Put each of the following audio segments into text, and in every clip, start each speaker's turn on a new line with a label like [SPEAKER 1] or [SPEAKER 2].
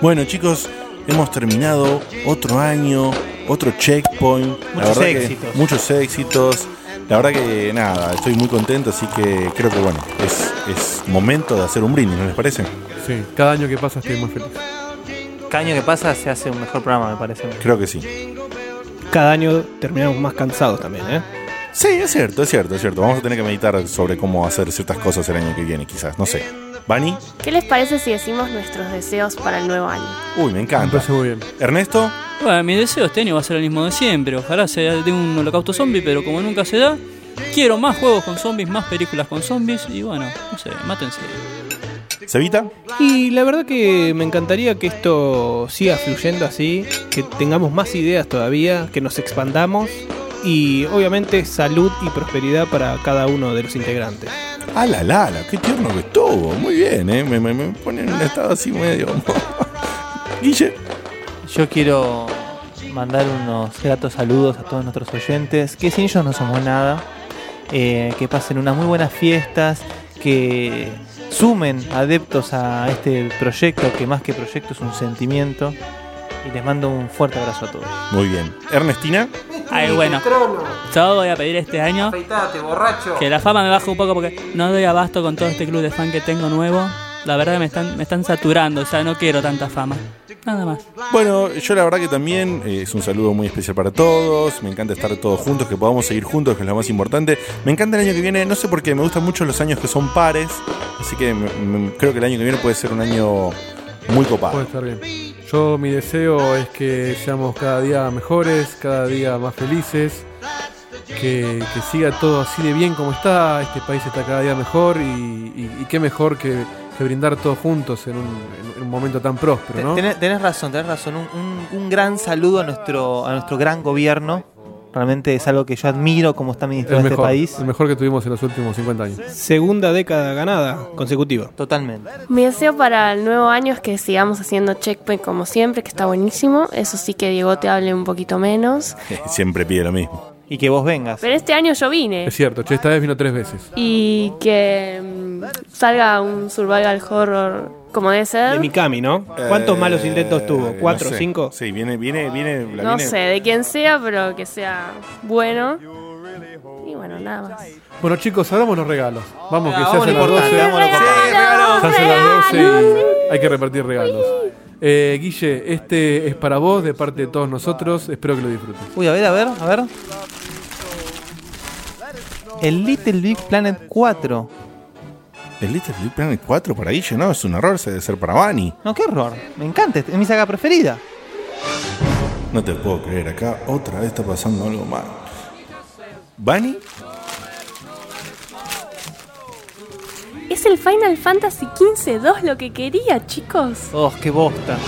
[SPEAKER 1] Bueno, chicos, hemos terminado otro año, otro checkpoint. La
[SPEAKER 2] Muchos
[SPEAKER 1] verdad que
[SPEAKER 2] éxitos.
[SPEAKER 1] muchos éxitos. La verdad que nada, estoy muy contento, así que creo que bueno, es, es momento de hacer un brindis, ¿no les parece?
[SPEAKER 3] Sí, cada año que pasa estoy más feliz.
[SPEAKER 4] Cada año que pasa se hace un mejor programa, me parece.
[SPEAKER 1] Creo que sí.
[SPEAKER 2] Cada año terminamos más cansados también, ¿eh?
[SPEAKER 1] Sí, es cierto, es cierto, es cierto. Vamos a tener que meditar sobre cómo hacer ciertas cosas el año que viene, quizás, no sé. ¿Bani?
[SPEAKER 5] ¿Qué les parece si decimos nuestros deseos para el nuevo año?
[SPEAKER 1] Uy, me
[SPEAKER 3] Me
[SPEAKER 1] encanta.
[SPEAKER 3] parece muy bien.
[SPEAKER 1] ¿Ernesto?
[SPEAKER 6] Bueno, mi deseo este año va a ser el mismo de siempre. Ojalá sea de un holocausto zombie, pero como nunca se da, quiero más juegos con zombies, más películas con zombies y bueno, no sé, mátense.
[SPEAKER 1] ¿Cevita?
[SPEAKER 2] Y la verdad que me encantaría que esto siga fluyendo así, que tengamos más ideas todavía, que nos expandamos y obviamente salud y prosperidad para cada uno de los integrantes.
[SPEAKER 1] A la la, la, qué tierno que estuvo. Muy bien, ¿eh? Me, me, me pone en un estado así medio. Guille.
[SPEAKER 4] Yo quiero mandar unos gratos saludos a todos nuestros oyentes, que sin ellos no somos nada. Eh, que pasen unas muy buenas fiestas, que sumen adeptos a este proyecto, que más que proyecto es un sentimiento. Y les mando un fuerte abrazo a todos.
[SPEAKER 1] Muy bien. ¿Ernestina?
[SPEAKER 6] Ay, bueno, yo voy a pedir este año que la fama me baje un poco porque no doy abasto con todo este club de fan que tengo nuevo. La verdad que me están, me están saturando, o sea, no quiero tanta fama. Nada más.
[SPEAKER 1] Bueno, yo la verdad que también eh, es un saludo muy especial para todos. Me encanta estar todos juntos, que podamos seguir juntos, que es lo más importante. Me encanta el año que viene, no sé por qué, me gustan mucho los años que son pares. Así que me- me- creo que el año que viene puede ser un año muy
[SPEAKER 3] Puede
[SPEAKER 1] copado.
[SPEAKER 3] estar bien. Yo mi deseo es que seamos cada día mejores, cada día más felices, que, que siga todo así de bien como está, este país está cada día mejor y, y- y qué mejor que, que brindar todos juntos en un, en un momento tan próspero, ¿no?
[SPEAKER 4] Tenés, tenés razón, tenés razón. Un, un- un gran saludo a nuestro, a nuestro gran gobierno. Realmente es algo que yo admiro como está
[SPEAKER 3] El
[SPEAKER 4] administrado este
[SPEAKER 3] mejor,
[SPEAKER 4] país.
[SPEAKER 3] el mejor que tuvimos en los últimos 50 años.
[SPEAKER 2] Segunda década ganada consecutiva.
[SPEAKER 4] Totalmente.
[SPEAKER 5] Mi deseo para el nuevo año es que sigamos haciendo checkpoint como siempre, que está buenísimo. Eso sí que Diego te hable un poquito menos.
[SPEAKER 1] Siempre pide lo mismo.
[SPEAKER 4] Y que vos vengas.
[SPEAKER 5] Pero este año yo vine.
[SPEAKER 3] Es cierto, che, esta vez vino tres veces.
[SPEAKER 5] Y que mm, salga un survival horror como debe
[SPEAKER 2] De
[SPEAKER 5] ser.
[SPEAKER 2] Mikami, ¿no? ¿Cuántos malos intentos tuvo?
[SPEAKER 1] Eh,
[SPEAKER 2] ¿Cuatro,
[SPEAKER 1] no sé.
[SPEAKER 2] cinco?
[SPEAKER 1] Sí, viene, viene, viene. la
[SPEAKER 5] No
[SPEAKER 1] viene-
[SPEAKER 5] sé, de quien sea, pero que sea bueno. Y bueno, nada más.
[SPEAKER 3] Bueno chicos, abramos los regalos. Vamos, que se
[SPEAKER 4] vamos,
[SPEAKER 3] hacen las
[SPEAKER 4] importante,
[SPEAKER 3] 12.
[SPEAKER 4] vamos,
[SPEAKER 5] ¡Regalos!
[SPEAKER 3] Se hacen las 12
[SPEAKER 5] ¡Regalos!
[SPEAKER 3] y hay que repartir regalos. Eh, Guille, este es para vos, de parte de todos nosotros. Espero que lo disfrutes.
[SPEAKER 4] Uy, a ver, a ver, a ver. El Little Big Planet 4.
[SPEAKER 1] El Little Big Planet 4 para Guille, ¿no? Es un error, se debe ser para Bani.
[SPEAKER 4] No, qué horror. Me encanta. Es mi saga preferida.
[SPEAKER 1] No te puedo creer, acá otra vez está pasando algo mal. ¿Bani?
[SPEAKER 5] Es el Final Fantasy XV-2 lo que quería, chicos.
[SPEAKER 4] Oh, qué bosta.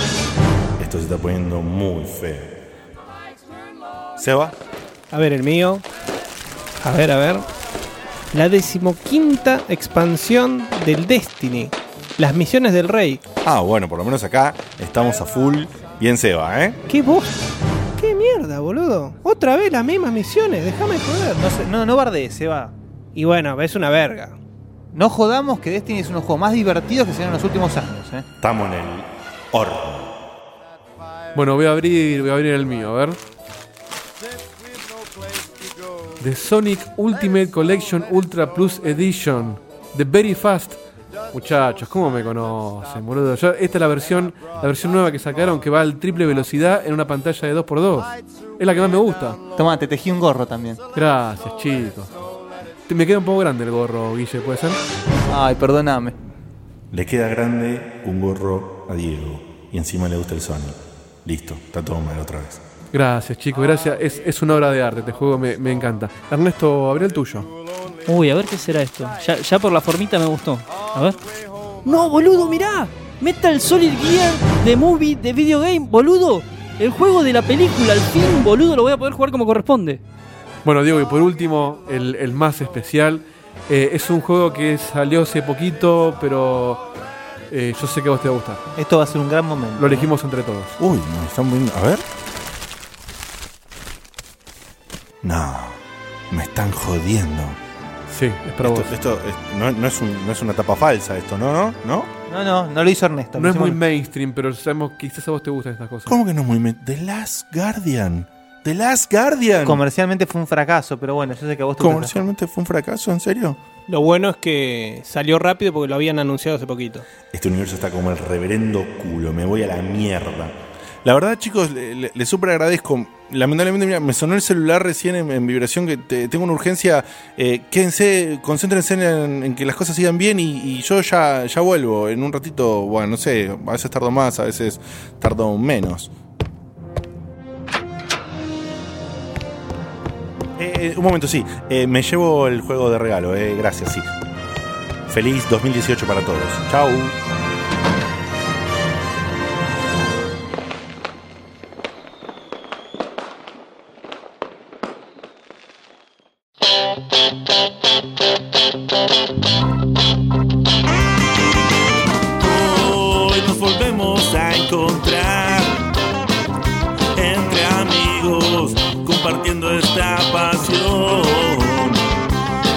[SPEAKER 1] Esto se está poniendo muy feo. Seba,
[SPEAKER 2] A ver, el mío. A ver, a ver. La decimoquinta expansión del Destiny. Las misiones del rey.
[SPEAKER 1] Ah, bueno, por lo menos acá estamos a full. Bien se va, ¿eh?
[SPEAKER 2] ¿Qué vos? ¿Qué mierda, boludo? Otra vez las mismas misiones, déjame joder.
[SPEAKER 4] No, se- no, no bardees, se va.
[SPEAKER 2] Y bueno, es una verga.
[SPEAKER 4] No jodamos que Destiny es uno de los juegos más divertidos que se dieron en los últimos años. ¿eh?
[SPEAKER 1] Estamos en el horno.
[SPEAKER 3] Bueno, voy a abrir, voy a abrir el mío, a ver. The Sonic Ultimate Collection Ultra Plus Edition. The Very Fast. Muchachos, ¿cómo me conocen, boludo? Yo- esta es la versión, la versión nueva que sacaron que va al triple velocidad en una pantalla de 2x2. Es la que más me gusta.
[SPEAKER 4] Tomá, te tejí un gorro también.
[SPEAKER 3] Gracias, chicos. Te- Me queda un poco grande el gorro, Guille, ¿puede ser?
[SPEAKER 4] Ay, perdóname.
[SPEAKER 1] Le queda grande un gorro a Diego. Y encima le gusta el Sonic. Listo, está todo mal otra vez.
[SPEAKER 3] Gracias, chicos, gracias. Es, es una obra de arte, este juego me, me encanta. Ernesto, abre el tuyo.
[SPEAKER 6] Uy, a ver qué será esto. Ya, ya por la formita me gustó. A ver. No, boludo, mirá. Metal Solid Gear de movie, de videogame, boludo. El juego de la película, al fin, boludo, lo voy a poder jugar como corresponde.
[SPEAKER 3] Bueno, Diego, y por último, el, el más especial. eh, es un juego que salió hace poquito, pero eh, yo sé que a vos te va a gustar.
[SPEAKER 4] Esto va a ser un gran momento.
[SPEAKER 3] Lo elegimos entre todos.
[SPEAKER 1] Uy, nos están poniendo. A ver. No, me están jodiendo.
[SPEAKER 3] Sí, es para
[SPEAKER 1] Esto,
[SPEAKER 3] vos.
[SPEAKER 1] esto es- no, no es un- no es una tapa falsa, esto, ¿no? ¿No? ¿No?
[SPEAKER 7] No, no, no lo hizo Ernesto.
[SPEAKER 3] No
[SPEAKER 7] lo
[SPEAKER 3] es muy
[SPEAKER 7] hicimos-
[SPEAKER 3] mainstream, pero sabemos que quizás a vos te gustan estas cosas.
[SPEAKER 1] ¿Cómo que no es muy.? me- The Last Guardian. The Last Guardian.
[SPEAKER 7] Comercialmente fue un fracaso, pero bueno, yo sé que a vos te gusta.
[SPEAKER 1] Comercialmente fue un fracaso, ¿en serio?
[SPEAKER 2] Lo bueno es que salió rápido porque lo habían anunciado hace poquito.
[SPEAKER 1] Este universo está como el reverendo culo, me voy a la mierda. La verdad, chicos, le, le- le súper agradezco. Lamentablemente, mira, me sonó el celular recién en, en vibración que te- tengo una urgencia. Eh, quédense, concéntrense en, en que las cosas sigan bien y, y yo ya, ya vuelvo. En un ratito, bueno, no sé, a veces tardo más, a veces tardo menos. Eh, eh, un momento, sí. Eh, me llevo el juego de regalo, eh, gracias, sí. Feliz 2018 para todos. Chau.
[SPEAKER 8] Hoy nos volvemos a encontrar entre amigos compartiendo esta pasión.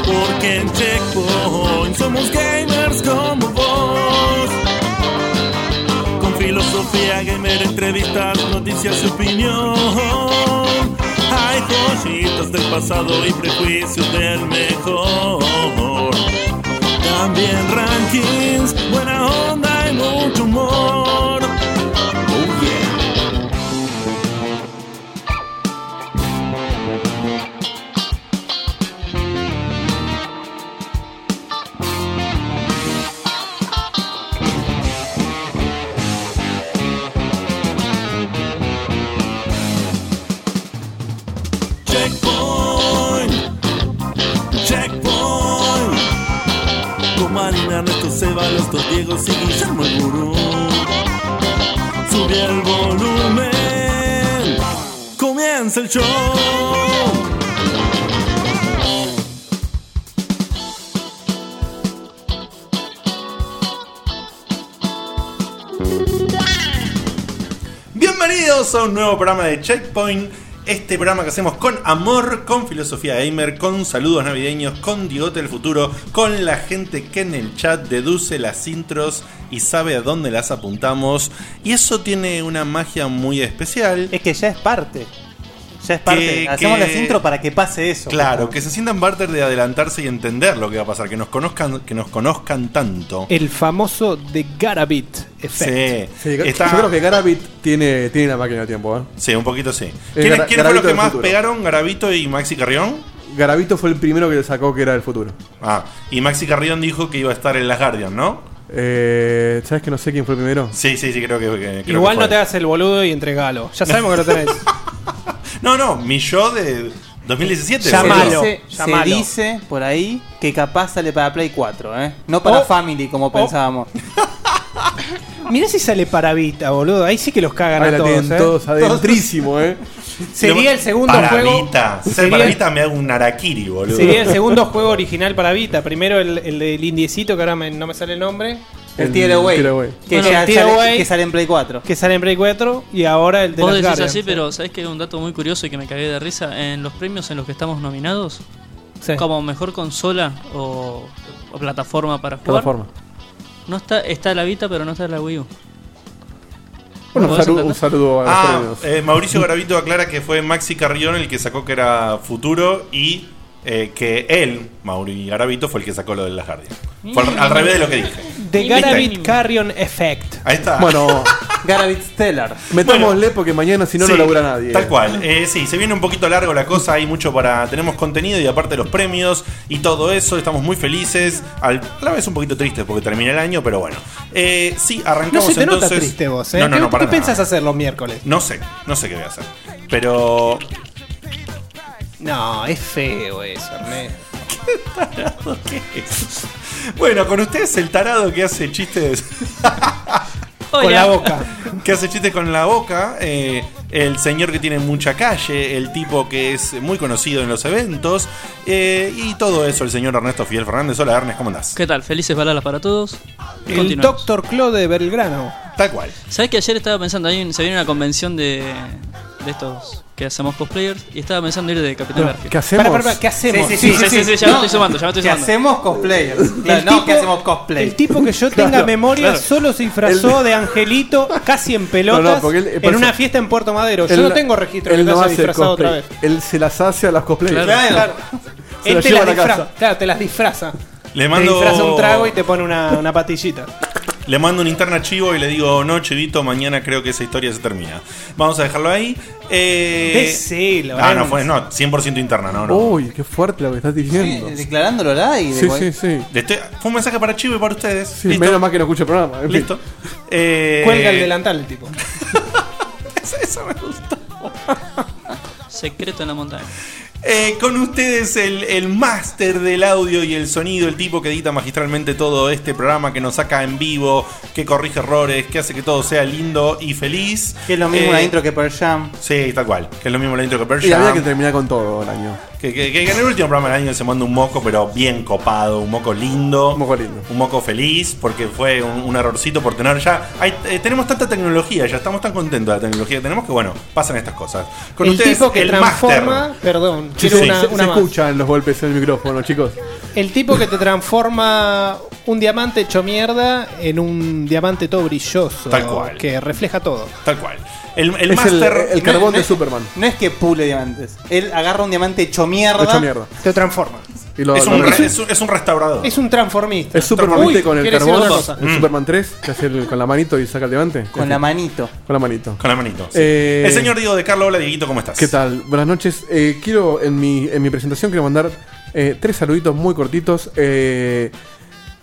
[SPEAKER 8] Porque en Checkpoint somos gamers como vos. Con filosofía gamer, entrevistas, noticias y opinión. Hay joyitas del pasado y prejuicios del mejor. También rankings, buena onda y mucho humor. Oh yeah. Checkpoint. Checkpoint. Con Marina, Ernesto Seba, los dos Diegos y Guillermo el Gurú. Sube el volumen. Comienza el show.
[SPEAKER 1] Bienvenidos a un nuevo programa de Checkpoint. Este programa que hacemos con amor, con filosofía gamer, con saludos navideños, con Diote del futuro, con la gente que en el chat deduce las intros y sabe a dónde las apuntamos. Y eso tiene una magia muy especial.
[SPEAKER 7] Es que ya es parte. Ya es parte.
[SPEAKER 1] Que-
[SPEAKER 7] Hacemos
[SPEAKER 1] que-
[SPEAKER 7] las intro para que pase eso.
[SPEAKER 1] Claro, que se sientan barter de adelantarse y entender lo que va a pasar, que nos conozcan, que nos conozcan tanto.
[SPEAKER 2] El famoso The Garabit Effect.
[SPEAKER 1] Sí,
[SPEAKER 3] Sí,
[SPEAKER 1] está-
[SPEAKER 3] Yo creo que Garabit tiene, tiene la máquina de tiempo. ¿eh?
[SPEAKER 1] sí, un poquito sí. ¿Quiénes,
[SPEAKER 3] Gara-
[SPEAKER 1] quiénes fueron
[SPEAKER 3] Garavito
[SPEAKER 1] los que
[SPEAKER 3] del
[SPEAKER 1] más
[SPEAKER 3] futuro.
[SPEAKER 1] pegaron? ¿Garavito y Maxi Carrión?
[SPEAKER 3] Garabito fue el primero que le sacó que era el futuro.
[SPEAKER 1] Ah, y Maxi Carrión dijo que iba a estar en las Guardian, ¿no?
[SPEAKER 3] Eh, ¿Sabes que no sé quién fue el primero?
[SPEAKER 1] Sí, sí, sí, creo que. que- creo
[SPEAKER 2] Igual
[SPEAKER 1] que fue.
[SPEAKER 2] no te hagas el boludo y entregalo. Ya sabemos que lo tenés.
[SPEAKER 1] No, no, mi yo de 2017.
[SPEAKER 7] Se
[SPEAKER 2] Llámalo,
[SPEAKER 1] boludo.
[SPEAKER 7] dice,
[SPEAKER 2] llámalo.
[SPEAKER 7] se dice por ahí que capaz sale para Play 4, ¿eh? No para
[SPEAKER 2] Oh.
[SPEAKER 7] Family como pensábamos.
[SPEAKER 2] Mirá si sale para Vita, boludo. Ahí sí que los cagan
[SPEAKER 3] Ahí
[SPEAKER 2] a
[SPEAKER 3] la
[SPEAKER 2] todos.
[SPEAKER 3] tienen
[SPEAKER 2] ¿eh?
[SPEAKER 3] todos adentrísimo, ¿eh?
[SPEAKER 2] Sería el segundo
[SPEAKER 1] para
[SPEAKER 2] juego.
[SPEAKER 1] Vita. Ser
[SPEAKER 2] sería-
[SPEAKER 1] para Vita me hago un Arakiri, boludo.
[SPEAKER 2] Sería el segundo juego original para Vita. Primero el, el del indiecito, que ahora me- no me sale el nombre,
[SPEAKER 7] El
[SPEAKER 3] El
[SPEAKER 7] Tear Away.
[SPEAKER 3] Tear Away.
[SPEAKER 7] Que,
[SPEAKER 2] Bueno,
[SPEAKER 7] ya
[SPEAKER 2] Tear
[SPEAKER 7] sale,
[SPEAKER 2] Away.
[SPEAKER 7] que sale en Play 4.
[SPEAKER 2] que sale en Break 4, y ahora el de
[SPEAKER 6] Vos
[SPEAKER 2] las
[SPEAKER 6] decís
[SPEAKER 2] Guardians.
[SPEAKER 6] así, pero ¿sabés que hay un dato muy curioso y que me cagué de risa? En los premios en los que estamos nominados,
[SPEAKER 2] Sí.
[SPEAKER 6] como mejor consola o, o plataforma para jugar,
[SPEAKER 3] Plataforma.
[SPEAKER 6] no está está la Vita, pero no está la Wii U.
[SPEAKER 3] Bueno, un
[SPEAKER 6] ¿Podés
[SPEAKER 3] saludo, un
[SPEAKER 6] entender?
[SPEAKER 3] saludo a los
[SPEAKER 1] Ah,
[SPEAKER 3] premios.
[SPEAKER 1] eh, Mauricio Garavito aclara que fue Maxi Carrión el que sacó que era futuro y eh, que él, Mauri Garavito, fue el que sacó lo de las Guardian. Fue al, al revés de lo que dije.
[SPEAKER 2] The
[SPEAKER 6] Mínimo,
[SPEAKER 2] Garabit
[SPEAKER 6] mínimo.
[SPEAKER 2] Carrion Effect.
[SPEAKER 1] Ahí está.
[SPEAKER 3] Bueno,
[SPEAKER 7] Garabit Stellar.
[SPEAKER 3] metámosle porque mañana si no,
[SPEAKER 1] Sí,
[SPEAKER 3] no labura nadie.
[SPEAKER 1] Tal cual. Eh, sí, se viene un poquito largo la cosa, hay mucho para. Tenemos contenido y aparte los premios y todo eso. Estamos muy felices. Al- a la vez un poquito tristes porque termina el año, pero bueno. Eh, sí, arrancamos
[SPEAKER 2] No se te nota
[SPEAKER 1] entonces-
[SPEAKER 2] triste vos, ¿eh?
[SPEAKER 1] No, no,
[SPEAKER 2] ¿Qué,
[SPEAKER 1] no, para
[SPEAKER 2] qué pensás
[SPEAKER 1] nada.
[SPEAKER 2] hacer los miércoles?
[SPEAKER 1] No sé, no sé qué voy a hacer. Pero.
[SPEAKER 2] No, es feo eso, Ernesto.
[SPEAKER 1] ¿qué es? Bueno, con ustedes el tarado que hace chistes.
[SPEAKER 2] Con
[SPEAKER 6] Hola.
[SPEAKER 2] la boca.
[SPEAKER 1] que hace chistes con la boca, eh, el señor que tiene mucha calle, el tipo que es muy conocido en los eventos, eh, y todo eso, el señor Ernesto Fidel Fernández. Hola Ernest, ¿cómo andás?
[SPEAKER 6] ¿Qué tal? Felices baladas para todos.
[SPEAKER 2] El
[SPEAKER 6] Continuamos.
[SPEAKER 2] Doctor Claude de Belgrano.
[SPEAKER 1] Tal cual.
[SPEAKER 6] ¿Sabés que ayer estaba pensando, hay un- se viene una convención de, de estos que hacemos cosplayers y estaba pensando ir de Capitán
[SPEAKER 3] Pero,
[SPEAKER 6] Garfio.
[SPEAKER 3] ¿qué hacemos? Pará, pará, pará,
[SPEAKER 4] ¿Qué hacemos?
[SPEAKER 6] Sí, sí, sí, sí, sí, ya me estoy sumando, ya me estoy
[SPEAKER 4] ¿Qué
[SPEAKER 6] sumando.
[SPEAKER 4] hacemos cosplayers? Claro, no, ¿qué hacemos cosplay?
[SPEAKER 2] El tipo que yo tenga
[SPEAKER 4] Claro,
[SPEAKER 2] memoria
[SPEAKER 4] claro.
[SPEAKER 2] solo se disfrazó de angelito casi en pelotas
[SPEAKER 3] No, no, porque él-
[SPEAKER 2] en
[SPEAKER 3] pasa-
[SPEAKER 2] una fiesta en Puerto Madero. Yo
[SPEAKER 3] Él-
[SPEAKER 2] no tengo registro de
[SPEAKER 3] él
[SPEAKER 2] que
[SPEAKER 3] no
[SPEAKER 2] lo haya
[SPEAKER 3] hace
[SPEAKER 2] disfrazado otra
[SPEAKER 3] cosplay.
[SPEAKER 2] vez.
[SPEAKER 3] Él se las hace a las cosplayers.
[SPEAKER 2] Claro, claro.
[SPEAKER 3] Se
[SPEAKER 2] Él
[SPEAKER 3] las
[SPEAKER 2] te
[SPEAKER 3] lleva
[SPEAKER 2] las
[SPEAKER 3] a la casa.
[SPEAKER 2] disfraza. Claro, te las disfraza.
[SPEAKER 1] Le mando-
[SPEAKER 2] Te disfraza un trago y te pone una, una pastillita.
[SPEAKER 1] Le mando un interna chivo y le digo, no, chivito, mañana creo que esa historia se termina. Vamos a dejarlo ahí. Eh...
[SPEAKER 2] Decilo,
[SPEAKER 1] Ah, no,
[SPEAKER 2] Renzo.
[SPEAKER 1] fue, no, 100% interna, no, no.
[SPEAKER 3] Uy, qué fuerte lo que estás diciendo.
[SPEAKER 4] Sí, Uh, declarándolo al aire,
[SPEAKER 3] Sí, sí,
[SPEAKER 4] güey.
[SPEAKER 3] sí.
[SPEAKER 1] Le estoy- Este, Fue un mensaje para Chivo y para ustedes.
[SPEAKER 3] Sí,
[SPEAKER 1] Listo.
[SPEAKER 3] menos mal que no escuche el programa. en fin.
[SPEAKER 1] Listo. Eh,
[SPEAKER 2] Cuelga el delantal el tipo.
[SPEAKER 1] Eso me gustó.
[SPEAKER 6] Secreto en la montaña.
[SPEAKER 1] Eh, con ustedes el, el máster del audio y el sonido, el tipo que edita magistralmente todo este programa, que nos saca en vivo, que corrige errores, que hace que todo sea lindo y feliz.
[SPEAKER 4] Que es lo mismo
[SPEAKER 1] Eh,
[SPEAKER 4] la intro que Pearl Jam.
[SPEAKER 1] Sí, tal cual. Que es lo mismo la intro que Pearl
[SPEAKER 3] Y había
[SPEAKER 1] Jam.
[SPEAKER 3] que terminar con todo el año.
[SPEAKER 1] Que, que- que en el último programa del año se manda un moco, pero bien copado, un moco lindo.
[SPEAKER 3] Un moco lindo.
[SPEAKER 1] Un moco feliz, porque fue un, un errorcito por tener ya. hay- eh, tenemos tanta tecnología, ya estamos tan contentos de la tecnología que tenemos que, bueno, pasan estas cosas. Con
[SPEAKER 2] el
[SPEAKER 1] ustedes,
[SPEAKER 2] tipo que
[SPEAKER 1] el
[SPEAKER 2] transforma.
[SPEAKER 1] máster.
[SPEAKER 2] Perdón,
[SPEAKER 1] Sí,
[SPEAKER 2] quiero
[SPEAKER 1] sí.
[SPEAKER 2] una,
[SPEAKER 3] se
[SPEAKER 2] una
[SPEAKER 3] se
[SPEAKER 2] más.
[SPEAKER 3] escuchan los golpes en el micrófono, chicos.
[SPEAKER 2] El tipo que te transforma un diamante hecho mierda en un diamante todo brilloso.
[SPEAKER 1] Tal cual.
[SPEAKER 2] Que refleja todo.
[SPEAKER 1] Tal cual. El, el
[SPEAKER 3] es
[SPEAKER 1] máster.
[SPEAKER 3] el, el
[SPEAKER 4] No,
[SPEAKER 3] carbón
[SPEAKER 4] no
[SPEAKER 3] de
[SPEAKER 4] es-
[SPEAKER 3] Superman.
[SPEAKER 4] No es que pule diamantes. Él agarra un diamante hecho mierda.
[SPEAKER 3] Hecho mierda.
[SPEAKER 2] Te transforma.
[SPEAKER 3] Y lo,
[SPEAKER 1] es,
[SPEAKER 3] lo-
[SPEAKER 1] un,
[SPEAKER 3] es,
[SPEAKER 1] re- es un- es un restaurador.
[SPEAKER 2] Es un transformista.
[SPEAKER 3] Superman ¿viste?
[SPEAKER 2] Uy,
[SPEAKER 3] con el
[SPEAKER 2] quiere decir
[SPEAKER 3] carbón.
[SPEAKER 2] otra cosa.
[SPEAKER 3] El Superman 3, que hace el- con la manito y saca el diamante.
[SPEAKER 4] Con la manito.
[SPEAKER 3] Con la manito.
[SPEAKER 1] Con la manito. sí.
[SPEAKER 3] Eh,
[SPEAKER 1] el señor Diego de Carlos, hola Dieguito, ¿cómo estás?
[SPEAKER 3] ¿Qué tal? Buenas noches. Eh, quiero, en mi, en mi presentación, quiero mandar eh, tres saluditos muy cortitos. Eh,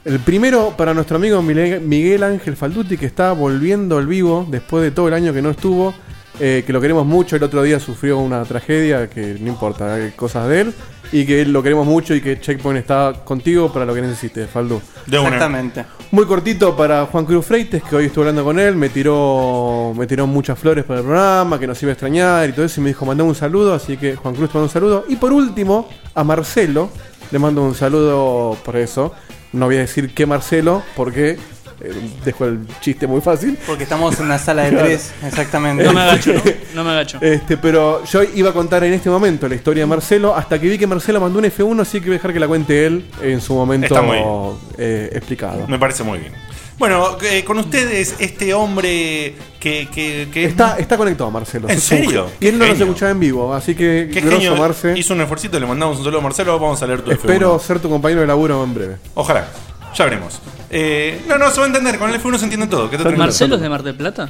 [SPEAKER 3] el primero para nuestro amigo Mile- Miguel Ángel Falduti, que está volviendo al vivo después de todo el año que no estuvo. eh, que lo queremos mucho. El otro día sufrió una tragedia, que no importa, eh, cosas de él. Y que lo queremos mucho y que Checkpoint está contigo para lo que necesites, Faldu.
[SPEAKER 1] De una.
[SPEAKER 4] Exactamente.
[SPEAKER 3] Muy cortito para Juan Cruz Freites, que hoy estuve hablando con él, me tiró, me tiró muchas flores para el programa, que nos iba a extrañar y todo eso, y me dijo, mandame un saludo, así que Juan Cruz te manda un saludo. Y por último, a Marcelo, le mando un saludo por eso. No voy a decir qué Marcelo, porque eh, dejo el chiste muy fácil.
[SPEAKER 4] Porque estamos en una sala de tres. Exactamente.
[SPEAKER 6] No me agacho, ¿no? No me agacho.
[SPEAKER 3] Este, pero yo iba a contar en este momento la historia de Marcelo, hasta que vi que Marcelo mandó un F1, así que voy a dejar que la cuente él en su
[SPEAKER 1] Está muy bien.
[SPEAKER 3] momento eh, explicado.
[SPEAKER 1] Me parece muy bien. Bueno, eh, con ustedes, este hombre que, que, que es
[SPEAKER 3] Está, está conectado Marcelo.
[SPEAKER 1] ¿En
[SPEAKER 3] Es un
[SPEAKER 1] serio?
[SPEAKER 3] genio. Y él no nos
[SPEAKER 1] Genio.
[SPEAKER 3] escuchaba en vivo, así que
[SPEAKER 1] Qué
[SPEAKER 3] grosso,
[SPEAKER 1] genio.
[SPEAKER 3] Marce.
[SPEAKER 1] Hizo un esfuercito, le mandamos un saludo a Marcelo. Vamos a leer tu
[SPEAKER 3] Espero
[SPEAKER 1] F1.
[SPEAKER 3] ser tu compañero de laburo en breve.
[SPEAKER 1] Ojalá. Ya veremos. Eh, no, no, se va a entender. Con el F1 se entiende todo. quédate tranquilo.
[SPEAKER 6] ¿Marcelo es de Mar del Plata?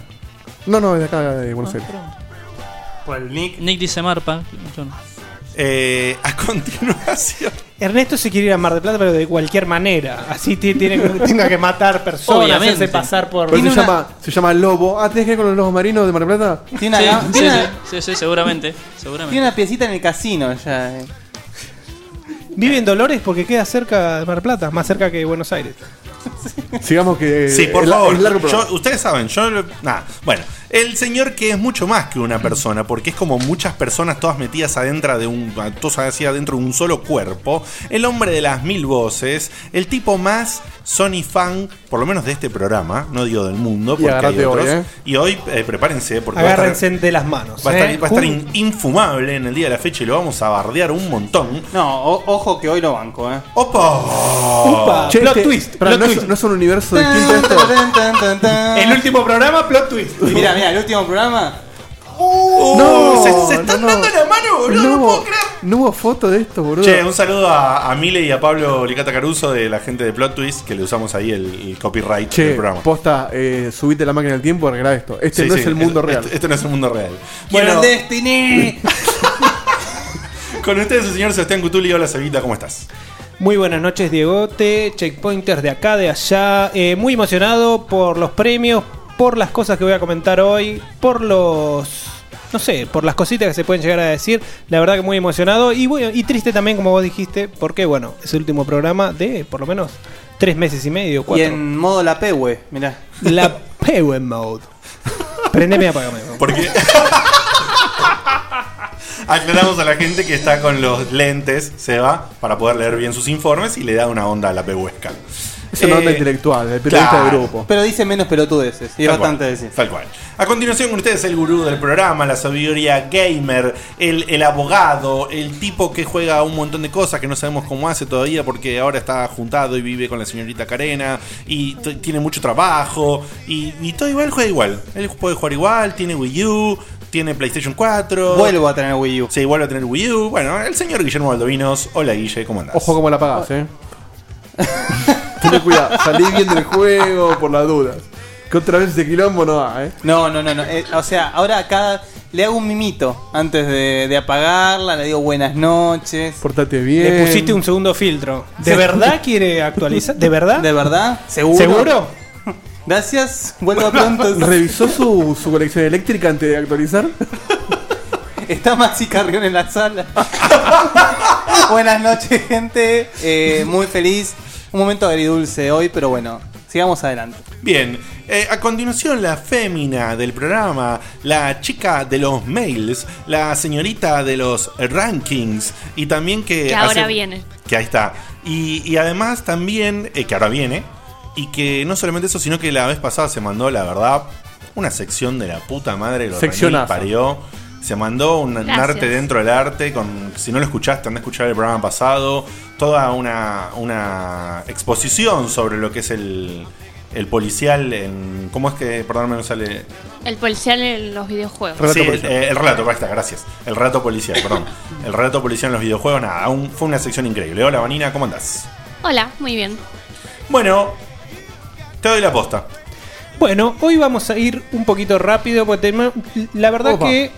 [SPEAKER 3] No, no, es de acá de Buenos Aires.
[SPEAKER 4] Por el nick.
[SPEAKER 6] Nick dice Marpa. yo no.
[SPEAKER 1] Eh, a continuación.
[SPEAKER 2] Ernesto se quiere ir a Mar del Plata, pero de cualquier manera. Así ti- tiene, que- tenga que matar personas,
[SPEAKER 6] Obviamente.
[SPEAKER 2] hacerse pasar por.
[SPEAKER 3] Pero se,
[SPEAKER 4] Tiene una-
[SPEAKER 3] llama, se llama Lobo. Ah, ¿tenés que ir con los lobos marinos de Mar del Plata?
[SPEAKER 4] Tiene
[SPEAKER 6] Sí,
[SPEAKER 4] una,
[SPEAKER 6] sí,
[SPEAKER 4] tiene
[SPEAKER 6] sí,
[SPEAKER 4] una-
[SPEAKER 6] sí, sí, seguramente.
[SPEAKER 4] tiene
[SPEAKER 6] seguramente.
[SPEAKER 4] una piecita en el casino ya. eh.
[SPEAKER 2] Vive en Dolores porque queda cerca de Mar del Plata, más cerca que Buenos Aires.
[SPEAKER 3] Sigamos que.
[SPEAKER 1] Sí, por
[SPEAKER 3] Eh, es la-
[SPEAKER 1] favor.
[SPEAKER 3] es largo programa.
[SPEAKER 1] Yo- ustedes saben, yo. Nada. Bueno, el señor que es mucho más que una persona, porque es como muchas personas todas metidas adentro de un. Todas así adentro de un solo cuerpo. El hombre de las mil voces. El tipo más Sony fan, por lo menos de este programa. No digo del mundo, porque hay
[SPEAKER 3] agarrate hoy,
[SPEAKER 1] otros.
[SPEAKER 3] ¿eh?
[SPEAKER 1] Y hoy, eh, prepárense, porque. va a estar-
[SPEAKER 2] Agárrense de las manos.
[SPEAKER 1] Va a
[SPEAKER 2] ¿eh?
[SPEAKER 1] estar, va a estar
[SPEAKER 2] Uh,
[SPEAKER 1] in- infumable en el día de la fecha y lo vamos a bardear un montón.
[SPEAKER 4] No, o- ojo que hoy lo banco, eh.
[SPEAKER 1] ¡Opa!
[SPEAKER 2] upa,
[SPEAKER 3] Che,
[SPEAKER 2] plot
[SPEAKER 3] este-
[SPEAKER 2] twist.
[SPEAKER 3] pará,
[SPEAKER 2] plot
[SPEAKER 3] no,
[SPEAKER 2] twist.
[SPEAKER 3] Es, no es un universo distinto esto.
[SPEAKER 4] Tan, tan, tan, tan.
[SPEAKER 2] El último programa, plot twist.
[SPEAKER 4] Y Mira, mira, el último programa.
[SPEAKER 1] ¡No! Se, se están
[SPEAKER 3] no, no.
[SPEAKER 1] dando la mano, boludo. No,
[SPEAKER 3] No
[SPEAKER 1] puedo
[SPEAKER 3] hubo,
[SPEAKER 1] creer.
[SPEAKER 3] no hubo foto de esto, boludo.
[SPEAKER 1] Che, un saludo a, a Mile y a Pablo Licata Caruso de la gente de Plot Twist, que le usamos ahí el, el copyright
[SPEAKER 3] Che,
[SPEAKER 1] del programa.
[SPEAKER 3] posta, eh, subite la máquina del tiempo y arreglá esto. Este
[SPEAKER 1] Sí,
[SPEAKER 3] no
[SPEAKER 1] sí,
[SPEAKER 3] es el mundo
[SPEAKER 1] este-
[SPEAKER 3] real.
[SPEAKER 1] Este, no es el mundo real.
[SPEAKER 4] Bueno,
[SPEAKER 1] Bueno,
[SPEAKER 4] Destiny.
[SPEAKER 1] con ustedes el señor Sebastián Cutuli. Hola, Cevita, ¿cómo estás?
[SPEAKER 2] Muy buenas noches, Diegote. Checkpointers de acá, de allá. Eh, muy emocionado por los premios, por las cosas que voy a comentar hoy, por los. No sé, por las cositas que se pueden llegar a decir. La verdad que muy emocionado y, bueno, y triste también, como vos dijiste, porque, bueno, es el último programa de por lo menos tres meses y medio,
[SPEAKER 4] Y
[SPEAKER 2] cuatro.
[SPEAKER 4] en modo la pewe, mirá.
[SPEAKER 2] La Pewen Mode. Prendeme y apagame.
[SPEAKER 1] Porque. Aclaramos a la gente que está con los lentes, se va, para poder leer bien sus informes y le da una onda a la pehuesca.
[SPEAKER 3] Es una onda
[SPEAKER 1] Eh,
[SPEAKER 3] intelectual, el periodista
[SPEAKER 1] claro.
[SPEAKER 3] de grupo.
[SPEAKER 4] Pero dice menos pelotudeces. Y es
[SPEAKER 1] Tal
[SPEAKER 4] bastante
[SPEAKER 1] cual,
[SPEAKER 4] decir.
[SPEAKER 1] Tal cual. A continuación con ustedes el gurú del programa, la sabiduría gamer, el, el abogado, el tipo que juega un montón de cosas que no sabemos cómo hace todavía porque ahora está juntado y vive con la señorita Carena y t- tiene mucho trabajo y, y todo igual juega igual. Él puede jugar igual, tiene Wii U, tiene PlayStation 4.
[SPEAKER 4] Vuelvo a tener Wii U.
[SPEAKER 1] Sí, vuelve a tener Wii U. Bueno, el señor Guillermo Baldovinos. Hola Guille, ¿cómo andás?
[SPEAKER 3] Ojo cómo la pagás, eh. Tené cuidado, salí bien del juego por las dudas. Que otra vez ese quilombo no da, eh.
[SPEAKER 4] No, no, no, no. Eh, o sea, ahora cada. Le hago un mimito antes de, de apagarla, le digo buenas noches.
[SPEAKER 3] Portate bien.
[SPEAKER 2] Le pusiste un segundo filtro. ¿De
[SPEAKER 4] Sí.
[SPEAKER 2] verdad quiere actualizar? ¿De verdad?
[SPEAKER 4] ¿De verdad? ¿Seguro?
[SPEAKER 2] ¿Seguro?
[SPEAKER 4] Gracias, vuelvo pronto.
[SPEAKER 3] ¿Revisó su, su colección eléctrica antes de actualizar?
[SPEAKER 4] Está Maxi Carrión en la sala. buenas noches, gente. Eh, muy feliz. Un momento agridulce hoy, pero bueno, sigamos adelante.
[SPEAKER 1] Bien, eh, a continuación la fémina del programa, la chica de los mails, la señorita de los rankings y también que...
[SPEAKER 5] Que ahora
[SPEAKER 1] Eh, hace-
[SPEAKER 5] viene.
[SPEAKER 1] Que ahí está. Y, y además también, eh, que ahora viene, y que no solamente eso, sino que la vez pasada se mandó, la verdad, una sección de la puta madre, lo
[SPEAKER 3] Seccionazo.
[SPEAKER 1] remil parió. Se mandó un, un
[SPEAKER 5] Gracias.
[SPEAKER 1] arte dentro del arte, con si no lo escuchaste, anda a escuchar el programa pasado, toda una, una exposición sobre lo que es el, el policial en... ¿Cómo es que, perdón, me sale?
[SPEAKER 5] El policial en los videojuegos.
[SPEAKER 1] Sí, eh, el relato, ahí está, gracias. El relato policial, perdón. El relato policial en los videojuegos, nada, un- fue una sección increíble. Hola, Vanina, ¿cómo andás?
[SPEAKER 5] Hola, muy bien.
[SPEAKER 1] Bueno, te doy la posta.
[SPEAKER 2] Bueno, hoy vamos a ir un poquito rápido porque tema- la verdad
[SPEAKER 3] Opa.
[SPEAKER 2] que...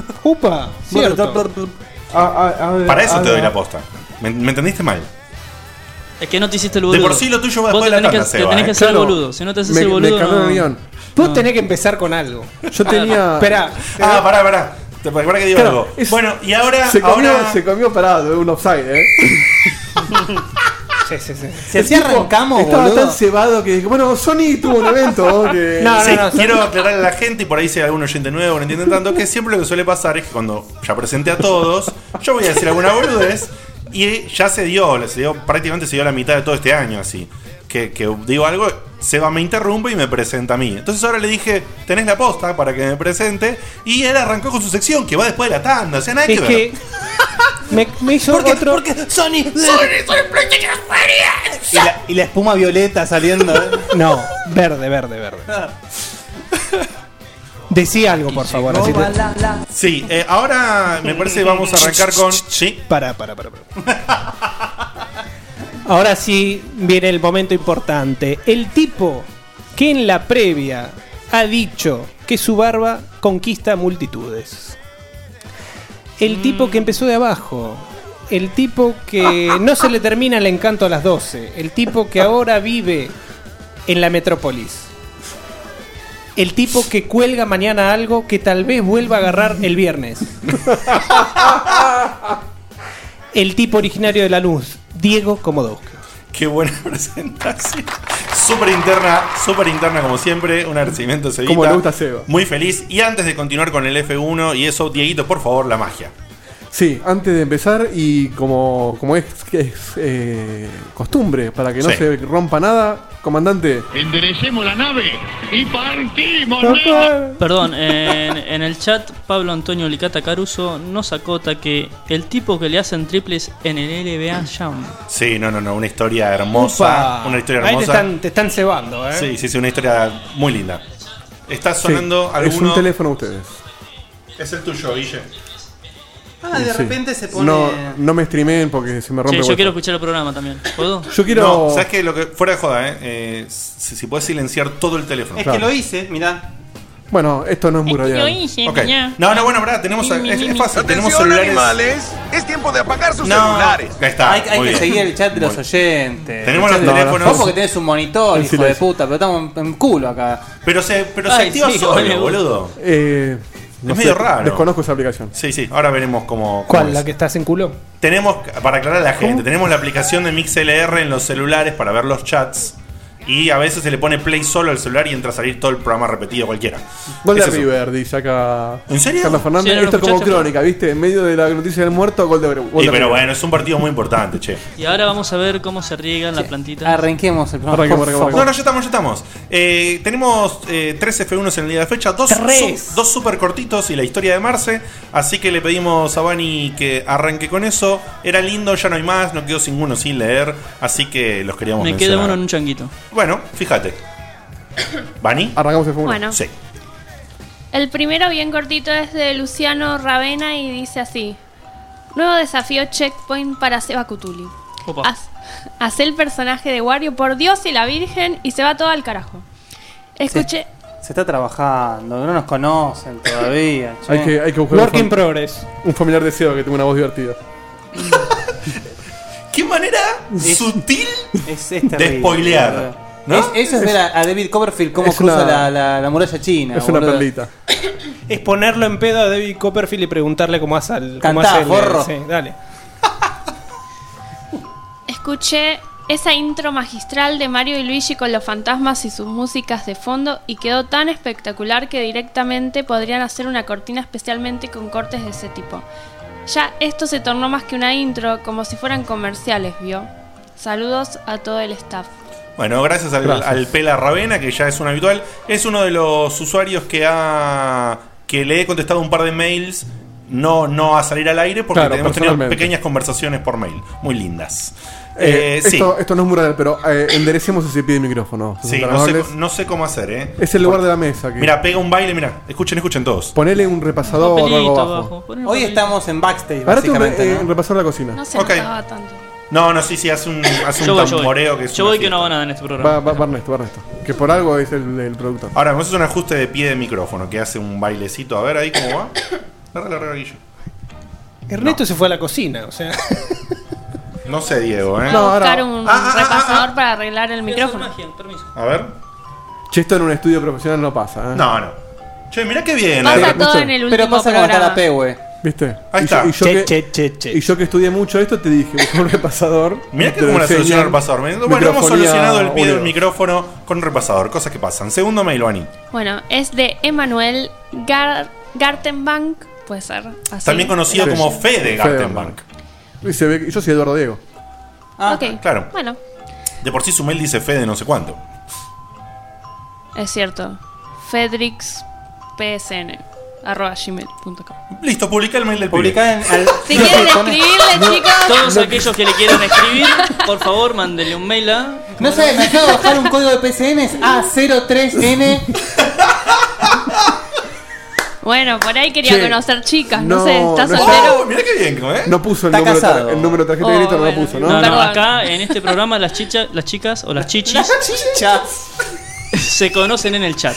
[SPEAKER 2] Upa, cierto.
[SPEAKER 3] A- a- a ver,
[SPEAKER 1] Para eso
[SPEAKER 3] a
[SPEAKER 1] te doy
[SPEAKER 2] Ah,
[SPEAKER 3] ver.
[SPEAKER 1] la posta. ¿Me, me entendiste mal?
[SPEAKER 6] Es que no te hiciste el
[SPEAKER 1] De
[SPEAKER 6] boludo.
[SPEAKER 1] por sí lo tuyo va
[SPEAKER 6] Vos
[SPEAKER 1] después
[SPEAKER 6] te
[SPEAKER 1] de la
[SPEAKER 6] tenés que,
[SPEAKER 1] tanda,
[SPEAKER 6] te
[SPEAKER 1] Seba.
[SPEAKER 6] tenés
[SPEAKER 1] ¿eh?
[SPEAKER 6] que hacer el
[SPEAKER 3] Claro.
[SPEAKER 6] boludo. Si no te haces
[SPEAKER 3] Me,
[SPEAKER 6] el
[SPEAKER 3] me
[SPEAKER 6] boludo.
[SPEAKER 3] cambiaron
[SPEAKER 6] no-
[SPEAKER 3] el guión.
[SPEAKER 2] Vos tenés que empezar con algo.
[SPEAKER 3] Yo tenía.
[SPEAKER 2] Esperá.
[SPEAKER 1] Ah, pará, pará. Te- Pará que digo
[SPEAKER 3] Claro,
[SPEAKER 1] algo.
[SPEAKER 3] es-
[SPEAKER 1] Bueno, y ahora.
[SPEAKER 3] Se comió,
[SPEAKER 1] ahora-
[SPEAKER 3] se comió parado, eh, un offside, eh.
[SPEAKER 2] Sí, sí, sí.
[SPEAKER 4] Si así arrancamos,
[SPEAKER 3] Estaba
[SPEAKER 4] boludo.
[SPEAKER 3] tan cebado que dije, bueno, Sony tuvo un evento que.
[SPEAKER 2] No,
[SPEAKER 1] Sí, quiero aclararle a la gente, y por ahí si hay algún oyente nuevo no entienden tanto, que siempre lo que suele pasar es que cuando ya presenté a todos, yo voy a decir alguna boludez y ya se dio, se dio, prácticamente se dio la mitad de todo este año así. Que, que digo algo, Seba me interrumpe y me presenta a mí. Entonces ahora le dije, tenés la posta para que me presente, y él arrancó con su sección, que va después de la tanda, o sea, nada
[SPEAKER 2] Es
[SPEAKER 1] que,
[SPEAKER 2] que
[SPEAKER 1] ver.
[SPEAKER 2] me, me hizo otro...
[SPEAKER 4] Sony, y, la, y la espuma violeta saliendo. ¿eh?
[SPEAKER 2] No, verde, verde, verde. Decí algo, por favor. Así te...
[SPEAKER 1] Sí, eh, ahora me parece que vamos a arrancar con. Sí.
[SPEAKER 2] Para, para, para. Ahora sí viene el momento importante. El tipo que en la previa ha dicho que su barba conquista multitudes. El tipo que empezó de abajo. El tipo que no se le termina el encanto a las 12. El tipo que ahora vive en la metrópolis. El tipo que cuelga mañana algo que tal vez vuelva a agarrar el viernes. El tipo originario de la luz, Diego Komodowski.
[SPEAKER 1] Qué buena presentación. Súper interna, súper interna como siempre. Un agradecimiento, Sebita.
[SPEAKER 3] Como le gusta a Seba.
[SPEAKER 1] Muy feliz. Y antes de continuar con el F1 y eso, Dieguito, por favor, la magia.
[SPEAKER 3] Sí, antes de empezar y como, como es, es, eh, costumbre, para que no
[SPEAKER 1] Sí.
[SPEAKER 3] se rompa nada, comandante,
[SPEAKER 9] Enderecemos la nave y partimos.
[SPEAKER 6] Perdón, en, en el chat Pablo Antonio Licata Caruso nos acota que el tipo que le hacen triples en el LBA Jam.
[SPEAKER 1] Sí, no, no, no. Una historia hermosa. Una historia
[SPEAKER 2] Ahí te
[SPEAKER 1] hermosa.
[SPEAKER 2] están, te están cebando, ¿eh?
[SPEAKER 1] Sí, sí, sí, una historia muy linda. Está
[SPEAKER 3] sí,
[SPEAKER 1] sonando
[SPEAKER 3] es
[SPEAKER 1] alguno.
[SPEAKER 3] un teléfono a ustedes.
[SPEAKER 1] Es el tuyo, Guille.
[SPEAKER 4] Ah, de
[SPEAKER 3] Sí.
[SPEAKER 4] repente se pone.
[SPEAKER 3] No, no me streamen porque se me
[SPEAKER 6] Che,
[SPEAKER 3] rompe.
[SPEAKER 6] yo
[SPEAKER 3] el
[SPEAKER 6] quiero
[SPEAKER 3] WhatsApp.
[SPEAKER 6] escuchar el programa también. ¿Puedo?
[SPEAKER 3] yo quiero...
[SPEAKER 1] No, ¿sabes qué? Lo que, fuera de joda, ¿eh? Eh, si, si puedes silenciar todo el teléfono.
[SPEAKER 4] Es
[SPEAKER 3] Claro.
[SPEAKER 4] que lo hice, mirá.
[SPEAKER 3] Bueno, esto no es muy
[SPEAKER 5] Yo
[SPEAKER 3] radial.
[SPEAKER 5] hice,
[SPEAKER 1] Ok.
[SPEAKER 5] ya.
[SPEAKER 1] No, no, bueno, verdad, tenemos. Es, es fácil, tenemos celulares.
[SPEAKER 9] Es tiempo de apagar sus
[SPEAKER 1] No, ahí está.
[SPEAKER 4] hay hay
[SPEAKER 1] muy
[SPEAKER 4] que
[SPEAKER 1] bien.
[SPEAKER 4] seguir el chat de los
[SPEAKER 1] Muy-
[SPEAKER 4] oyentes.
[SPEAKER 1] Tenemos
[SPEAKER 4] El
[SPEAKER 1] los
[SPEAKER 4] chat de-
[SPEAKER 1] teléfonos.
[SPEAKER 4] Vos porque tenés un monitor,
[SPEAKER 3] En
[SPEAKER 4] hijo de
[SPEAKER 3] silencio.
[SPEAKER 4] puta, pero estamos en, en culo acá.
[SPEAKER 1] Pero se, pero se
[SPEAKER 6] Ay,
[SPEAKER 1] activa
[SPEAKER 6] sí,
[SPEAKER 1] solo,
[SPEAKER 6] boludo.
[SPEAKER 1] boludo.
[SPEAKER 3] Eh,
[SPEAKER 1] Es medio raro.
[SPEAKER 3] Desconozco esa aplicación.
[SPEAKER 1] Sí, sí, ahora veremos cómo. cómo
[SPEAKER 2] ¿Cuál?
[SPEAKER 1] es.
[SPEAKER 2] ¿La que estás en culo?
[SPEAKER 1] Tenemos, para aclarar a la gente, tenemos la aplicación de MixLR en los celulares para ver los chats. Y a veces se le pone play solo al celular y entra a salir todo el programa repetido cualquiera.
[SPEAKER 3] Gol de
[SPEAKER 1] Es eso.
[SPEAKER 3] River, dice acá.
[SPEAKER 1] ¿En serio?
[SPEAKER 3] Carlos Fernández.
[SPEAKER 1] Sí, no,
[SPEAKER 3] Esto
[SPEAKER 1] los
[SPEAKER 3] es como
[SPEAKER 1] muchachos-
[SPEAKER 3] crónica, ¿viste? En medio de la noticia del muerto, gol de, gol de
[SPEAKER 1] Y, pero
[SPEAKER 3] River.
[SPEAKER 1] bueno, es un partido muy importante, che.
[SPEAKER 6] Y ahora vamos a ver cómo se riegan las plantitas.
[SPEAKER 4] Arranquemos el programa,
[SPEAKER 1] por favor. No, no, ya estamos, ya estamos. Eh, tenemos eh, tres F1s en la de fecha, dos,
[SPEAKER 4] Tres.
[SPEAKER 1] su- dos super cortitos y la historia de Marce. Así que le pedimos a Bani que arranque con eso. Era lindo, ya no hay más, no quedó ninguno sin leer. Así que los queríamos
[SPEAKER 6] Me
[SPEAKER 1] mencionar.
[SPEAKER 6] queda uno en un changuito.
[SPEAKER 1] Bueno, fíjate. ¿Bani?
[SPEAKER 3] Arrancamos el
[SPEAKER 5] F1. Bueno.
[SPEAKER 1] Sí.
[SPEAKER 5] El primero, bien cortito, es de Luciano Ravena y dice así: Nuevo desafío checkpoint para Seba Cutuli. Haz, haz el personaje de Wario por Dios y la Virgen y se va todo al carajo. Escuché.
[SPEAKER 4] Se está trabajando, no nos conocen todavía. che.
[SPEAKER 3] Hay que, hay que buscar
[SPEAKER 4] Work in
[SPEAKER 3] progress. Un familiar deseado que tenga una voz divertida.
[SPEAKER 1] ¿Qué manera sutil
[SPEAKER 4] es,
[SPEAKER 1] de spoilear? ¿no?
[SPEAKER 4] Es- eso es ver a, a David Copperfield cómo
[SPEAKER 2] es
[SPEAKER 4] cruza
[SPEAKER 2] una-
[SPEAKER 4] la, la- la muralla china. boludo.
[SPEAKER 2] Es ponerlo en pedo a David Copperfield y preguntarle cómo hace al. cómo
[SPEAKER 4] Cantá,
[SPEAKER 2] hace el-
[SPEAKER 4] forro.
[SPEAKER 2] Sí, dale.
[SPEAKER 5] Escuché esa intro magistral de Mario y Luigi con los fantasmas y sus músicas de fondo y quedó tan espectacular que directamente podrían hacer una cortina especialmente con cortes de ese tipo. Ya esto se tornó más que una intro, como si fueran comerciales, ¿vio? Saludos a todo el staff.
[SPEAKER 1] Bueno, gracias al,
[SPEAKER 3] Gracias.
[SPEAKER 1] al Pela Ravena, que ya es un habitual. Es uno de los usuarios que ha. que le he contestado un par de mails. No, no a salir al aire porque
[SPEAKER 3] Claro,
[SPEAKER 1] hemos tenido
[SPEAKER 3] personalmente.
[SPEAKER 1] pequeñas conversaciones por mail, muy lindas.
[SPEAKER 3] Eh,
[SPEAKER 1] Eh, sí,
[SPEAKER 3] esto, esto no es mural, pero eh, enderecemos ese pie de micrófono.
[SPEAKER 1] sí,
[SPEAKER 3] Son
[SPEAKER 1] no, sé,
[SPEAKER 3] amables.
[SPEAKER 1] no sé cómo hacer, ¿eh?
[SPEAKER 3] Es el lugar de la mesa. Que
[SPEAKER 1] Mira, pega un baile, mira, escuchen, escuchen todos.
[SPEAKER 3] Ponele un repasador o algo abajo.
[SPEAKER 4] Hoy estamos en backstage,
[SPEAKER 3] Ahora tú
[SPEAKER 4] básicamente.
[SPEAKER 3] eh, un repasador de la cocina.
[SPEAKER 5] No se
[SPEAKER 1] Ok.
[SPEAKER 5] notaba tanto.
[SPEAKER 1] No, no, sí, sí, hace un, hace un
[SPEAKER 6] Yo voy, yo voy.
[SPEAKER 1] tamboreo que es
[SPEAKER 6] Yo
[SPEAKER 1] una
[SPEAKER 6] voy que
[SPEAKER 1] fiesta.
[SPEAKER 6] no hago nada en este programa.
[SPEAKER 3] Va, va, va Ernesto, va Ernesto. Que por algo es el, el productor.
[SPEAKER 1] Ahora, vamos a hacer un ajuste de pie de micrófono que hace un bailecito. A ver ahí cómo va. Dale, dale, dale, Guillo.
[SPEAKER 2] Ernesto se fue a la cocina, o sea.
[SPEAKER 1] No sé, Diego, ¿eh?
[SPEAKER 5] Voy a buscar un
[SPEAKER 1] ah,
[SPEAKER 5] repasador para arreglar el micrófono.
[SPEAKER 1] A ver.
[SPEAKER 3] Che, esto en un estudio profesional no pasa. ¿eh?
[SPEAKER 1] No, no. Che, mirá qué bien.
[SPEAKER 5] Pasa
[SPEAKER 1] Alberto.
[SPEAKER 5] todo en el último
[SPEAKER 4] Pero pasa cuando
[SPEAKER 5] programa.
[SPEAKER 4] está la P, güey.
[SPEAKER 3] ¿Viste?
[SPEAKER 1] Ahí
[SPEAKER 3] y yo-
[SPEAKER 1] está.
[SPEAKER 3] y yo
[SPEAKER 1] Che,
[SPEAKER 3] que-
[SPEAKER 1] che, che, che.
[SPEAKER 3] Y yo que estudié mucho esto, te dije, busca un repasador.
[SPEAKER 1] Mirá
[SPEAKER 3] te
[SPEAKER 1] que
[SPEAKER 3] lo
[SPEAKER 1] como la
[SPEAKER 3] enseñan.
[SPEAKER 1] solución al repasador. Bueno, hemos
[SPEAKER 3] Microfonía
[SPEAKER 1] solucionado el pie del
[SPEAKER 3] audio.
[SPEAKER 1] micrófono con repasador, cosas que pasan. Segundo mail, Ani.
[SPEAKER 5] Bueno, es de Emanuel Gar- Gartenbank, puede ser. así.
[SPEAKER 1] También conocido
[SPEAKER 3] Sí.
[SPEAKER 1] como Fede
[SPEAKER 3] Fede
[SPEAKER 1] Gartenbank.
[SPEAKER 3] Y se ve que- yo soy Eduardo Diego.
[SPEAKER 5] Ok.
[SPEAKER 1] Claro.
[SPEAKER 5] Bueno,
[SPEAKER 1] De por sí su mail dice Fede no sé cuánto.
[SPEAKER 5] es cierto. Fedrix PSN arroba gmail.com
[SPEAKER 1] Listo, publica el mail del
[SPEAKER 4] Publicá en- al-
[SPEAKER 5] Si quieren
[SPEAKER 4] pone-
[SPEAKER 5] escribirle, chicos.
[SPEAKER 6] Todos aquellos que le quieran escribir, por favor, mándenle un mail a.
[SPEAKER 4] No sé, me acabo de bajar un código de PCN, es A03N.
[SPEAKER 5] Bueno, por ahí quería
[SPEAKER 3] Che,
[SPEAKER 5] conocer chicas, no,
[SPEAKER 3] no,
[SPEAKER 5] sé, ¿estás
[SPEAKER 3] no
[SPEAKER 5] soltero?
[SPEAKER 1] Mirá qué bien, ¿eh?
[SPEAKER 3] No puso el
[SPEAKER 4] Está
[SPEAKER 3] número, de
[SPEAKER 4] casado.
[SPEAKER 3] tar- el número de tarjeta de
[SPEAKER 5] Oh,
[SPEAKER 3] crédito,
[SPEAKER 5] bueno.
[SPEAKER 3] no lo puso, ¿no?
[SPEAKER 6] No, no,
[SPEAKER 5] Perdón.
[SPEAKER 6] acá en este programa las, chicha, las chicas o las chichis
[SPEAKER 4] Chichas.
[SPEAKER 6] se conocen en el chat.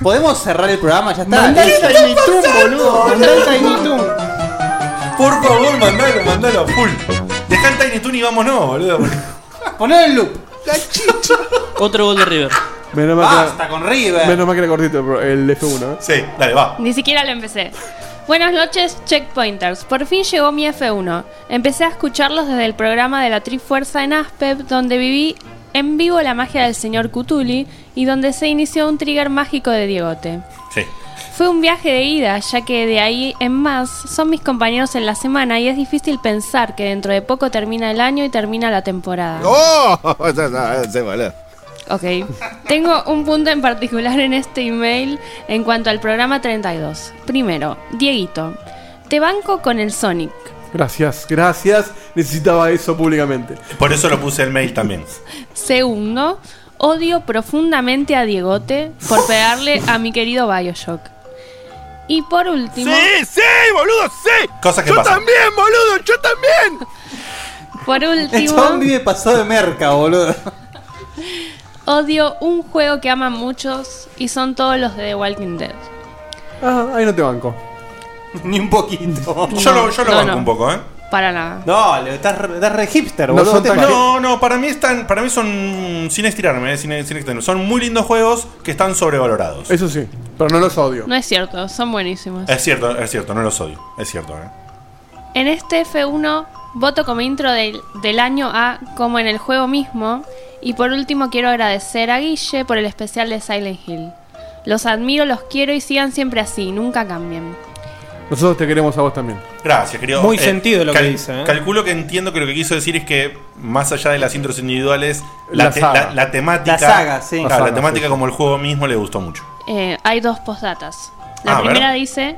[SPEAKER 4] Podemos cerrar el programa, ya está. Listo.
[SPEAKER 10] Tiny Toon, boludo. Mandá el Tiny Toon.
[SPEAKER 1] Por favor, mandalo, mandalo a full. Dejá el Tiny Toon y vámonos, boludo.
[SPEAKER 4] Poner el loop.
[SPEAKER 6] Otro gol de River.
[SPEAKER 3] Menos mal que era-
[SPEAKER 4] Basta con River.
[SPEAKER 3] Menos mal que era cortito bro, el F1. ¿eh?
[SPEAKER 1] Sí, dale, va.
[SPEAKER 5] Ni siquiera lo empecé. Buenas noches, Checkpointers. Por fin llegó mi F1. Empecé a escucharlos desde el programa de la Trifuerza en Aspep, donde viví en vivo la magia del señor Cutuli y donde se inició un trigger mágico de Diegote.
[SPEAKER 1] Sí.
[SPEAKER 5] Fue un viaje de ida, ya que de ahí en más son mis compañeros en la semana y es difícil pensar que dentro de poco termina el año y termina la temporada.
[SPEAKER 1] ¡Oh!
[SPEAKER 3] ¡Oh!
[SPEAKER 5] Ok. Tengo un punto en particular en este email en cuanto al programa 32. Primero, Dieguito, te banco con el Sonic.
[SPEAKER 3] Gracias, gracias. Necesitaba eso públicamente.
[SPEAKER 1] Por eso lo puse el mail también.
[SPEAKER 5] Segundo, odio profundamente a Diegote por pegarle a mi querido Bioshock. Y por último,
[SPEAKER 9] sí, boludo, sí.
[SPEAKER 1] Cosas que pasan.
[SPEAKER 9] también, boludo, yo también.
[SPEAKER 5] por
[SPEAKER 4] El chabón
[SPEAKER 5] último,
[SPEAKER 4] vive pasado de merca, boludo.
[SPEAKER 5] odio un juego que aman muchos y son todos los de The Walking Dead.
[SPEAKER 3] Ah, ahí no te banco.
[SPEAKER 4] Ni un poquito.
[SPEAKER 1] Yo lo, yo lo
[SPEAKER 5] No,
[SPEAKER 1] banco
[SPEAKER 5] no.
[SPEAKER 1] un poco, ¿eh?
[SPEAKER 5] Para nada.
[SPEAKER 4] No, le- estás re, estás re hipster,
[SPEAKER 3] No
[SPEAKER 4] boludo.
[SPEAKER 3] son
[SPEAKER 4] te
[SPEAKER 3] tan-
[SPEAKER 4] parece?
[SPEAKER 1] No, no, para mí están, para mí son sin estirarme, eh, sin, sin extenderme. Son muy lindos juegos que están sobrevalorados.
[SPEAKER 3] Eso sí, pero no los odio.
[SPEAKER 5] No es cierto, son buenísimos.
[SPEAKER 1] Es cierto, es cierto, no los odio. Es cierto, eh.
[SPEAKER 5] En este F1 voto como intro del, del año A como en el juego mismo Y por último quiero agradecer a Guille por el especial de Silent Hill. Los admiro, los quiero y sigan siempre así, nunca cambien.
[SPEAKER 3] Nosotros te queremos a vos también.
[SPEAKER 1] Gracias, querido.
[SPEAKER 3] Muy sentido lo que ¿eh?
[SPEAKER 1] dice. Calculo que entiendo que lo que quiso decir es que, más allá de las intros individuales, la,
[SPEAKER 3] La
[SPEAKER 1] te-
[SPEAKER 3] saga.
[SPEAKER 1] la- la temática.
[SPEAKER 4] La saga, sí.
[SPEAKER 1] Claro,
[SPEAKER 4] La
[SPEAKER 1] la,
[SPEAKER 4] saga,
[SPEAKER 1] temática,
[SPEAKER 4] sí.
[SPEAKER 1] como el juego mismo, le gustó mucho.
[SPEAKER 5] Eh, hay dos postdatas. La
[SPEAKER 1] Ah, a ver.
[SPEAKER 5] primera dice,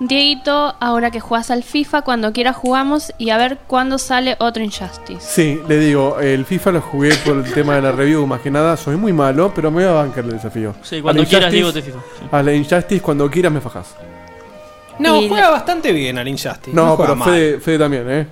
[SPEAKER 5] Dieguito, ahora que jugás al FIFA, cuando quiera jugamos y a ver cuándo sale otro Injustice.
[SPEAKER 3] Sí, le digo, el FIFA lo jugué por el tema de la review más que nada. Soy muy malo, pero me voy a bancar el desafío.
[SPEAKER 6] Sí, cuando
[SPEAKER 3] Al
[SPEAKER 6] quieras,
[SPEAKER 3] Injustice-
[SPEAKER 6] Diego, te fijo.
[SPEAKER 3] A la Injustice, cuando quieras me fajas.
[SPEAKER 2] No, juega bastante bien al Injustice.
[SPEAKER 3] No,
[SPEAKER 2] juega
[SPEAKER 3] pero
[SPEAKER 2] mal.
[SPEAKER 3] Fede, Fede también, ¿eh?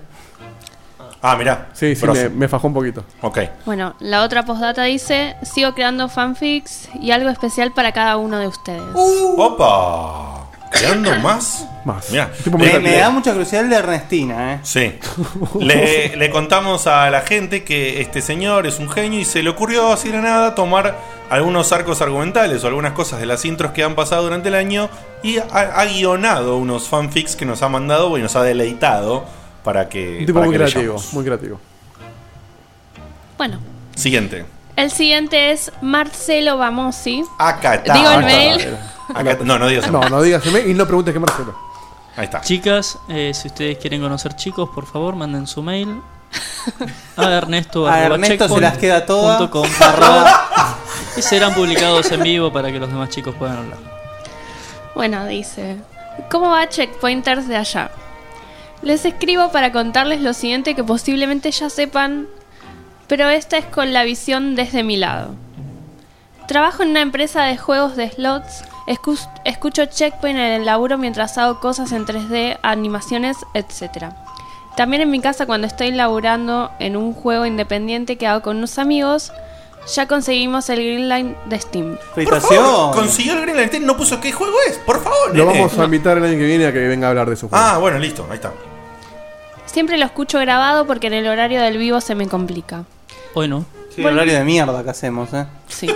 [SPEAKER 1] Ah, mirá.
[SPEAKER 3] Sí, sí,
[SPEAKER 1] Grosso.
[SPEAKER 3] me, me fajó un poquito.
[SPEAKER 1] Ok.
[SPEAKER 5] Bueno, la otra postdata dice, sigo creando fanfics y algo especial para cada uno de ustedes.
[SPEAKER 1] ¡Opa! ¿Creando más?
[SPEAKER 3] Más.
[SPEAKER 1] Mirá.
[SPEAKER 4] Me,
[SPEAKER 1] Le-
[SPEAKER 4] me da mucha curiosidad el de Ernestina, ¿eh?
[SPEAKER 1] Sí. Le, le contamos a la gente que este señor es un genio y se le ocurrió así de nada tomar algunos arcos argumentales o algunas cosas de las intros que han pasado durante el año y ha, ha guionado unos fanfics que nos ha mandado y nos ha deleitado para que.
[SPEAKER 3] Un tipo
[SPEAKER 1] para
[SPEAKER 3] muy
[SPEAKER 1] que
[SPEAKER 3] creativo,
[SPEAKER 1] leyamos.
[SPEAKER 3] muy creativo.
[SPEAKER 5] Bueno,
[SPEAKER 1] Siguiente.
[SPEAKER 5] el siguiente es Marcelo Bamosi.
[SPEAKER 1] Acá está.
[SPEAKER 5] Digo el
[SPEAKER 1] Acá
[SPEAKER 5] mail.
[SPEAKER 1] está. Acá está. No, no digas el
[SPEAKER 3] No,
[SPEAKER 1] mail.
[SPEAKER 3] no digas el mail y no preguntes qué Marcelo.
[SPEAKER 1] Ahí está.
[SPEAKER 6] Chicas, eh, si ustedes quieren conocer chicos, por favor, manden su mail a Ernesto.
[SPEAKER 4] A
[SPEAKER 6] arroba
[SPEAKER 4] Ernesto se las queda todas.
[SPEAKER 6] punto com, arroba, y serán publicados en vivo para que los demás chicos puedan hablar.
[SPEAKER 5] Bueno, dice, ¿cómo va Checkpointers de allá? Les escribo para contarles lo siguiente que posiblemente ya sepan, pero esta es con la visión desde mi lado. Trabajo en una empresa de juegos de slots, escu- escucho Checkpoint en el laburo mientras hago cosas en 3D, animaciones, etc. También en mi casa cuando estoy laburando en un juego independiente que hago con unos amigos, ya conseguimos el green line de Steam.
[SPEAKER 1] Por favor, consiguió el Green Lantern, no puso qué juego es, por favor.
[SPEAKER 3] Lo
[SPEAKER 1] nene.
[SPEAKER 3] vamos a invitar el año que viene a que venga a hablar de su juego.
[SPEAKER 1] Eh, Ah, bueno, listo, ahí está.
[SPEAKER 5] Siempre lo escucho grabado porque en el horario del vivo se me complica.
[SPEAKER 6] Hoy no.
[SPEAKER 4] Sí, horario de mierda que hacemos, ¿eh?
[SPEAKER 5] Sí.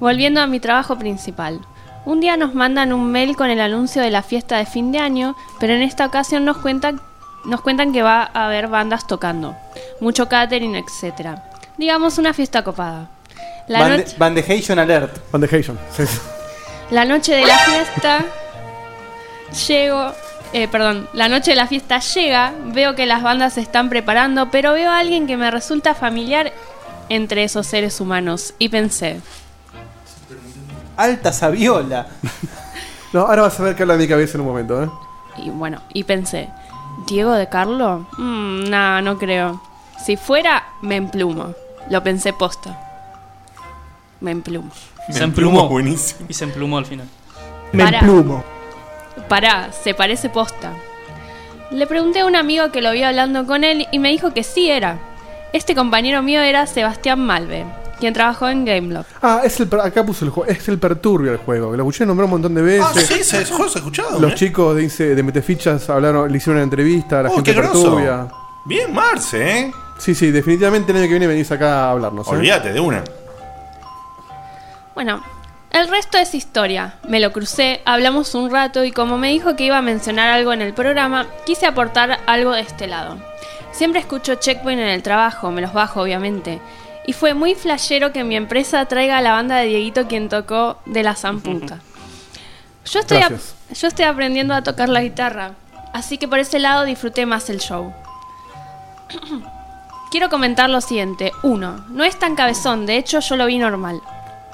[SPEAKER 5] Volviendo a mi trabajo principal. Un día nos mandan un mail con el anuncio de la fiesta de fin de año, pero en esta ocasión nos cuentan, nos cuentan que va a haber bandas tocando, mucho catering, etc. Digamos una fiesta copada. La,
[SPEAKER 4] Bande-
[SPEAKER 5] noche-
[SPEAKER 4] bandejation alert.
[SPEAKER 3] Bandejation. Sí, sí.
[SPEAKER 5] la noche de la fiesta llego, eh, perdón, la noche de la fiesta llega, veo que las bandas se están preparando, pero veo a alguien que me resulta familiar entre esos seres humanos y pensé,
[SPEAKER 4] Alta Saviola.
[SPEAKER 3] No, ahora vas a ver que habla de mi cabeza en un momento, ¿eh?
[SPEAKER 5] Y bueno, y pensé, ¿Diego de Carlo? Mm, nah, no creo. Si fuera, me emplumo. Lo pensé posta. Me emplumo.
[SPEAKER 6] se emplumó.
[SPEAKER 1] Buenísimo.
[SPEAKER 6] Y se emplumó al final.
[SPEAKER 5] Me Pará.
[SPEAKER 10] emplumo.
[SPEAKER 5] Pará, se parece posta. Le pregunté a un amigo que lo vi hablando con él y me dijo que sí era. Este compañero mío era Sebastián Malve, quien trabajó en Gameloft.
[SPEAKER 3] Ah, es el, per- acá puso el juego. Es el Perturbio el juego. que Lo escuché nombrar un montón de veces.
[SPEAKER 1] Ah, sí, se ese juego se ha escuchado.
[SPEAKER 3] Los
[SPEAKER 1] eh.
[SPEAKER 3] chicos dice, de Metefichas hablaron, le hicieron una entrevista a la
[SPEAKER 1] Oh,
[SPEAKER 3] gente
[SPEAKER 1] qué
[SPEAKER 3] de
[SPEAKER 1] groso.
[SPEAKER 3] Perturbia.
[SPEAKER 1] Bien, Marce, ¿eh?
[SPEAKER 3] Sí, sí, definitivamente el año que viene venís acá a hablarnos. ¿eh?
[SPEAKER 1] Olvídate de una.
[SPEAKER 5] Bueno, el resto es historia. Me lo crucé, hablamos un rato y como me dijo que iba a mencionar algo en el programa, quise aportar algo de este lado. Siempre escucho Checkpoint en el trabajo, me los bajo obviamente. Y fue muy flashero que mi empresa traiga a la banda de Dieguito quien tocó de la zamputa. Yo estoy, ap-
[SPEAKER 11] Gracias.
[SPEAKER 5] yo estoy aprendiendo a tocar la guitarra, así que por ese lado disfruté más el show. Quiero comentar lo siguiente. Uno, no es tan cabezón, de hecho yo lo vi normal.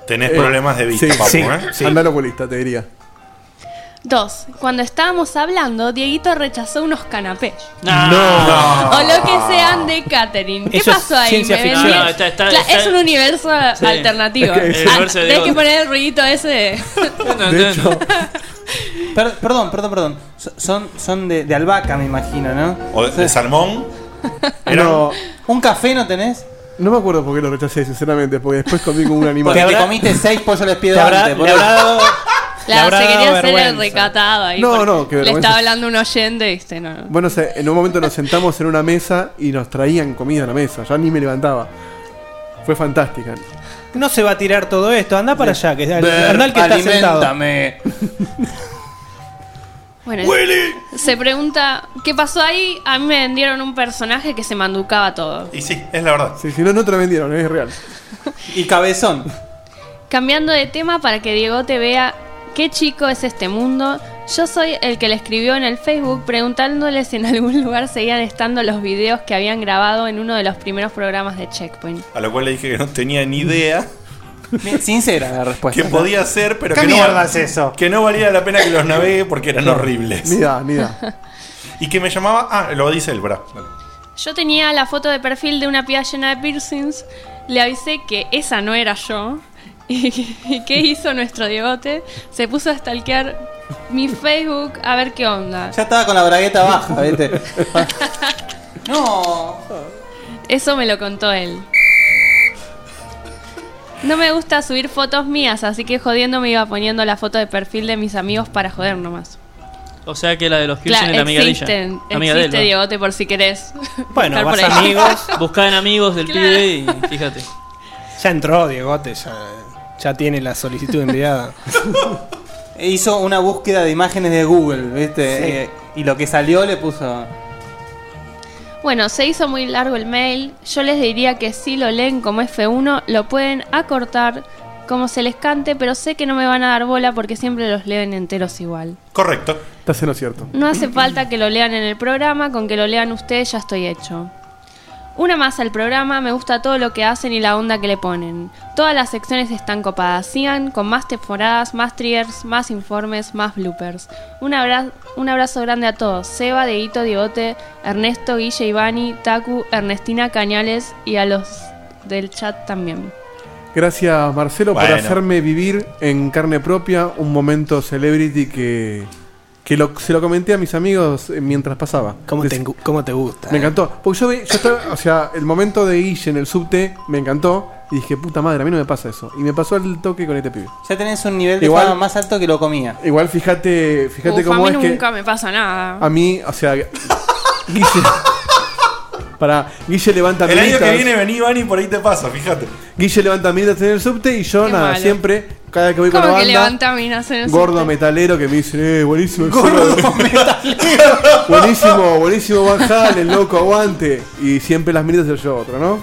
[SPEAKER 1] Tenés problemas de vista,
[SPEAKER 3] Eh, sí,
[SPEAKER 1] papu,
[SPEAKER 3] sí,
[SPEAKER 1] ¿eh?
[SPEAKER 3] sí. Anda al oculista, te diría.
[SPEAKER 5] Dos, Cuando estábamos hablando, Dieguito rechazó unos canapés.
[SPEAKER 3] No.
[SPEAKER 5] O lo que sean de catering. ¿Qué
[SPEAKER 6] Eso es
[SPEAKER 5] pasó ahí?
[SPEAKER 6] ciencia
[SPEAKER 5] ¿Me
[SPEAKER 6] ficción.
[SPEAKER 5] vendés?
[SPEAKER 6] No, está- está-
[SPEAKER 5] Cla-
[SPEAKER 6] está-
[SPEAKER 5] es un universo
[SPEAKER 6] Sí.
[SPEAKER 5] alternativo.
[SPEAKER 6] Es que- el
[SPEAKER 5] Ah,
[SPEAKER 6] universo de
[SPEAKER 5] tenés
[SPEAKER 6] Diego.
[SPEAKER 5] que poner el ruidito ese.
[SPEAKER 4] De hecho. Per- perdón, perdón, perdón. So- Son, son de, de albahaca, me imagino, ¿no?
[SPEAKER 1] O de, de salmón.
[SPEAKER 4] No. ¿Un café no tenés?
[SPEAKER 3] No me acuerdo por qué lo rechacé, sinceramente, porque después comí como un animal.
[SPEAKER 4] Porque te comiste seis pollos les pido
[SPEAKER 3] te habrá-
[SPEAKER 4] antes.
[SPEAKER 3] le habrá dado-
[SPEAKER 5] Claro,
[SPEAKER 3] habrá
[SPEAKER 5] se
[SPEAKER 3] dado
[SPEAKER 5] quería hacer el
[SPEAKER 3] vergüenza.
[SPEAKER 5] recatado ahí.
[SPEAKER 3] No,
[SPEAKER 5] porque
[SPEAKER 3] no, qué
[SPEAKER 5] Le
[SPEAKER 3] vergüenza.
[SPEAKER 5] estaba hablando un oyente, este, no.
[SPEAKER 3] Bueno, o sea, en un momento nos sentamos en una mesa y nos traían comida a la mesa. Ya ni me levantaba. Fue fantástica.
[SPEAKER 2] No se va a tirar todo esto. Anda para allá, que
[SPEAKER 3] Ver,
[SPEAKER 2] anda el que está sentado.
[SPEAKER 4] alimentame.
[SPEAKER 5] Bueno, se pregunta, ¿qué pasó ahí? A mí me vendieron un personaje que se manducaba todo.
[SPEAKER 1] Y sí, es la verdad.
[SPEAKER 3] Sí, si no, no te lo vendieron, es real.
[SPEAKER 4] y cabezón.
[SPEAKER 5] Cambiando de tema para que Diego te vea, ¿qué chico es este mundo? Yo soy el que le escribió en el Facebook preguntándole si en algún lugar seguían estando los videos que habían grabado en uno de los primeros programas de Checkpoint.
[SPEAKER 1] A lo cual le dije que no tenía ni idea.
[SPEAKER 4] Sincera la respuesta.
[SPEAKER 1] Que podía ser, pero
[SPEAKER 4] ¿Qué
[SPEAKER 1] que no,
[SPEAKER 4] mierda es eso?
[SPEAKER 1] que no valía la pena que los navegue porque eran horribles.
[SPEAKER 3] Mira, mira.
[SPEAKER 1] Y que me llamaba. Ah, lo dice el bra. Dale.
[SPEAKER 4] Ah,
[SPEAKER 5] Yo tenía la foto de perfil de una piba llena de piercings, le avisé que esa no era yo. ¿Y, y qué hizo nuestro Diegote? Se puso a stalkear mi Facebook a ver qué onda.
[SPEAKER 4] Ya estaba con la bragueta baja, ¿viste? No.
[SPEAKER 5] Eso me lo contó él. No me gusta subir fotos mías, así que jodiendo me iba poniendo la foto de perfil de mis amigos para joder nomás.
[SPEAKER 6] O sea que la de los Pearson
[SPEAKER 5] Claro,
[SPEAKER 6] es la amiga de ella.
[SPEAKER 5] existen,
[SPEAKER 6] Amiga de él,
[SPEAKER 5] existe
[SPEAKER 6] va.
[SPEAKER 5] Diegote por si querés.
[SPEAKER 6] Bueno,
[SPEAKER 5] estar
[SPEAKER 6] vas
[SPEAKER 5] por ahí.
[SPEAKER 6] amigos, buscá en amigos del
[SPEAKER 5] Claro.
[SPEAKER 6] pibe y fíjate.
[SPEAKER 2] Ya entró Diegote, ya, ya tiene la solicitud enviada.
[SPEAKER 4] Hizo una búsqueda de imágenes de Google, ¿viste?
[SPEAKER 5] Sí.
[SPEAKER 4] Eh, y lo que salió le puso.
[SPEAKER 5] Bueno, se hizo muy largo el mail. Yo les diría que si lo leen como F1, lo pueden acortar como se les cante, pero sé que no me van a dar bola porque siempre los leen enteros igual.
[SPEAKER 1] Correcto.
[SPEAKER 3] Estás en lo cierto.
[SPEAKER 5] No hace falta que lo lean en el programa, con que lo lean ustedes ya estoy hecho. Una más al programa, me gusta todo lo que hacen y la onda que le ponen. Todas las secciones están copadas, sigan con más temporadas, más triggers, más informes, más bloopers. Un, abra- un abrazo grande a todos, Seba, Deguito, Diegote, Ernesto, Guille, Ivani, Taku, Ernestina, Cañales y a los del chat también.
[SPEAKER 3] Gracias, Marcelo, por
[SPEAKER 1] Bueno.
[SPEAKER 3] hacerme vivir en carne propia un momento celebrity que, que lo- se lo comenté a mis amigos eh, mientras pasaba.
[SPEAKER 2] ¿Cómo te,
[SPEAKER 3] Des-
[SPEAKER 2] engu- cómo te gusta?
[SPEAKER 3] Me encantó. Porque yo, vi- yo estaba, o sea, el momento de Guille en el subte me encantó y dije, puta madre, a mí no me pasa eso. Y me pasó el toque con este pibe.
[SPEAKER 4] Ya tenés un nivel de
[SPEAKER 3] Igual-
[SPEAKER 4] fama más alto que lo comía.
[SPEAKER 3] Igual fíjate, fíjate
[SPEAKER 5] Uf,
[SPEAKER 3] cómo
[SPEAKER 5] a
[SPEAKER 3] es
[SPEAKER 5] mí
[SPEAKER 3] que
[SPEAKER 5] nunca me pasa nada.
[SPEAKER 3] a mí, o sea, Guille para Guille levanta
[SPEAKER 1] El año que
[SPEAKER 3] minitas.
[SPEAKER 1] viene vení, Vani, por ahí te pasa, fíjate.
[SPEAKER 3] Guille levanta minitas en el subte y yo
[SPEAKER 5] Qué
[SPEAKER 3] nada,
[SPEAKER 5] malo.
[SPEAKER 3] siempre cada vez que voy con la
[SPEAKER 5] ¿Cómo que
[SPEAKER 3] banda
[SPEAKER 5] levanta minas en el
[SPEAKER 3] Gordo
[SPEAKER 5] subte?
[SPEAKER 3] metalero que me dice, eh, buenísimo. el Gordo metalero. buenísimo, buenísimo Van Halen, loco, aguante. Y siempre las minitas se yo otro, ¿no?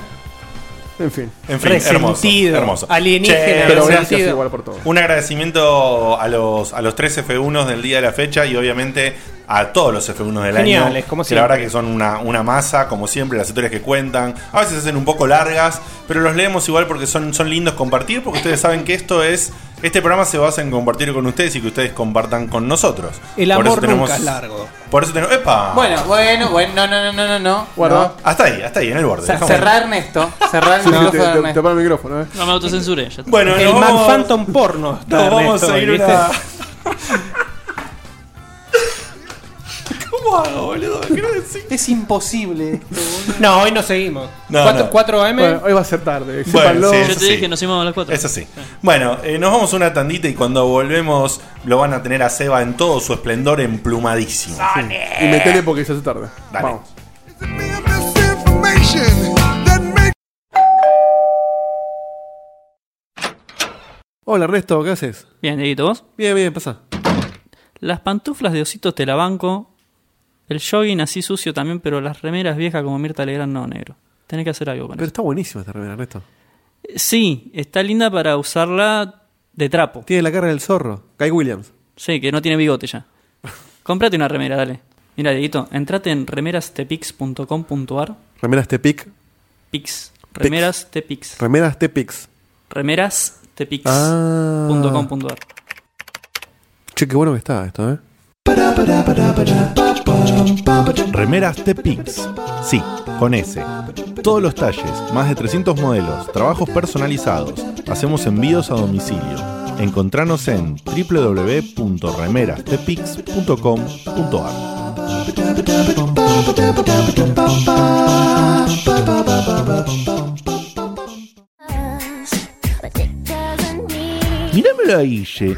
[SPEAKER 3] En fin.
[SPEAKER 1] En fin, hermoso.
[SPEAKER 2] Resentido,
[SPEAKER 1] hermoso.
[SPEAKER 2] alienígena,
[SPEAKER 3] Pero gracias
[SPEAKER 2] resentido.
[SPEAKER 3] igual por todo.
[SPEAKER 1] Un agradecimiento a los, a los tres F1 del día de la fecha y obviamente a todos los F1 del
[SPEAKER 2] Geniales,
[SPEAKER 1] año.
[SPEAKER 2] como
[SPEAKER 1] que la
[SPEAKER 2] siempre.
[SPEAKER 1] verdad que son una, una masa, como siempre, las historias que cuentan. A veces se hacen un poco largas, pero los leemos igual porque son, son lindos compartir, porque ustedes saben que esto es. Este programa se basa en compartir con ustedes y que ustedes compartan con nosotros.
[SPEAKER 2] El
[SPEAKER 1] Por
[SPEAKER 2] amor
[SPEAKER 1] eso
[SPEAKER 2] nunca
[SPEAKER 1] tenemos-
[SPEAKER 2] es largo.
[SPEAKER 1] Por eso tenemos. ¡Epa!
[SPEAKER 4] Bueno, bueno, bueno, no, no, no, no, no, no.
[SPEAKER 3] Guarda.
[SPEAKER 4] No.
[SPEAKER 1] Ah. Hasta ahí, hasta ahí, en el borde.
[SPEAKER 4] Ce-
[SPEAKER 1] Dejamos-
[SPEAKER 4] Cerrar Ernesto. Cerrar el
[SPEAKER 3] Sí, sí,
[SPEAKER 4] micrófono
[SPEAKER 3] te,
[SPEAKER 4] de
[SPEAKER 3] te- te
[SPEAKER 4] Ernesto.
[SPEAKER 3] apago el microfono, eh.
[SPEAKER 6] No me autocensuré. ya está.
[SPEAKER 1] Bueno,
[SPEAKER 2] El
[SPEAKER 1] nos
[SPEAKER 2] Man
[SPEAKER 1] vamos-
[SPEAKER 2] Phantom porno. está
[SPEAKER 1] nos vamos
[SPEAKER 2] Ernesto
[SPEAKER 1] a
[SPEAKER 2] hoy,
[SPEAKER 1] ir
[SPEAKER 2] ¿viste?
[SPEAKER 1] una. ¿Cómo hago, boludo? ¿Qué no decís?
[SPEAKER 4] Es imposible. esto, boludo.
[SPEAKER 2] No, hoy no seguimos.
[SPEAKER 1] No,
[SPEAKER 2] 4,
[SPEAKER 1] no.
[SPEAKER 2] AM.
[SPEAKER 3] Bueno, hoy va a ser tarde. sépanlo.
[SPEAKER 1] Bueno, sí,
[SPEAKER 6] Yo
[SPEAKER 1] eso
[SPEAKER 6] te dije, nos íbamos a las 4.
[SPEAKER 1] Eso sí. Bueno, eh, nos vamos a una tandita y cuando volvemos lo van a tener a Seba en todo su esplendor emplumadísimo.
[SPEAKER 3] Y metele porque ya es tarde.
[SPEAKER 1] Dale.
[SPEAKER 3] Vamos. Hola Ernesto, ¿qué haces?
[SPEAKER 6] Bien, Dieguito, vos.
[SPEAKER 3] Bien, bien, pasa.
[SPEAKER 6] Las pantuflas de ositos te la banco. El jogging así sucio también, pero las remeras viejas como Mirta Legrand no, negro. Tenés que hacer algo con
[SPEAKER 3] Pero
[SPEAKER 6] eso.
[SPEAKER 3] está buenísima esta remera, Ernesto.
[SPEAKER 6] Sí, está linda para usarla de trapo.
[SPEAKER 3] Tiene la cara del zorro. Kai Williams.
[SPEAKER 6] Sí, que no tiene bigote ya. Cómprate una remera, dale. Mira, Dieguito, entrate en remerastepix.com.ar.
[SPEAKER 3] Remeras Tepic.
[SPEAKER 6] Pix. Remeras Tepix.
[SPEAKER 3] Remeras Tepix.
[SPEAKER 6] Remeras
[SPEAKER 3] Ah. Che, qué bueno que está esto, ¿eh?
[SPEAKER 1] Remeras Tepix. Sí, con S. Todos los talles, más de 300 modelos, trabajos personalizados. Hacemos envíos a domicilio. Encontranos en www.remerastepix.com.ar. Mirámelo a Guille.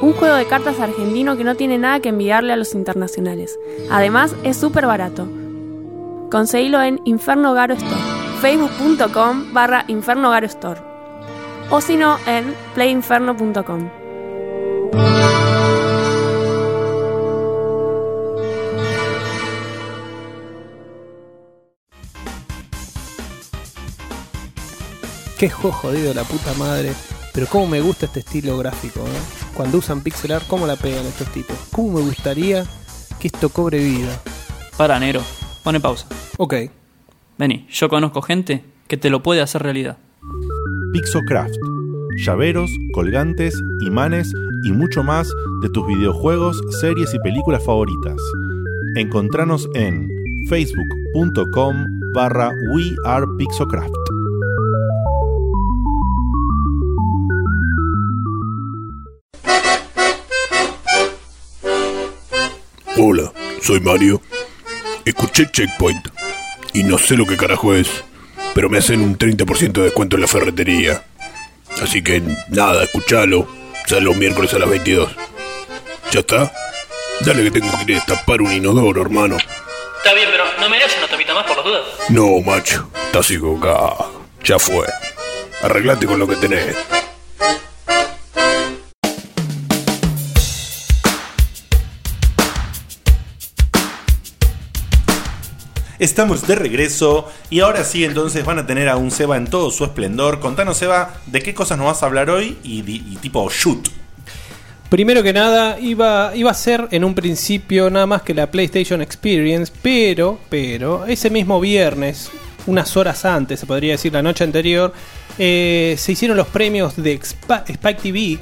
[SPEAKER 12] un juego de cartas argentino que no tiene nada que enviarle a los internacionales. Además, es súper barato. Conseguilo en Inferno Garo Store, facebook.com barra Inferno Garo Store, o si no, en playinferno.com.
[SPEAKER 2] Qué jo- jodido la puta madre. Pero cómo me gusta este estilo gráfico, ¿eh? Cuando usan pixel art, cómo la pegan estos tipos. Cómo me gustaría que esto cobre vida.
[SPEAKER 3] Ah.
[SPEAKER 6] Para, negro. Pone pausa.
[SPEAKER 2] Ok.
[SPEAKER 6] Vení, yo conozco gente que te lo puede hacer realidad.
[SPEAKER 1] Pixocraft. Llaveros, colgantes, imanes y mucho más de tus videojuegos, series y películas favoritas. Encontranos en facebook.com barra we are pixocraft.
[SPEAKER 11] Hola, soy Mario. Escuché Checkpoint y no sé lo que carajo es, pero me hacen un 30% de descuento en la ferretería. Así que nada, escuchalo. Sale los miércoles a las 22. ¿Ya está? Dale que tengo que ir a destapar un inodoro, hermano.
[SPEAKER 6] Está bien, pero ¿no merece una tapita más por las dudas?
[SPEAKER 11] No, macho, estás equivocado. Ya fue. Arreglate con lo que tenés.
[SPEAKER 1] Estamos de regreso y ahora sí, entonces van a tener a un Seba en todo su esplendor. Contanos, Seba, de qué cosas nos vas a hablar hoy y, di- y tipo shoot.
[SPEAKER 2] Primero que nada, iba, iba a ser en un principio nada más que la PlayStation Experience, pero, pero, ese mismo viernes, unas horas antes, se podría decir la noche anterior, eh, se hicieron los premios de Expa- Spike TV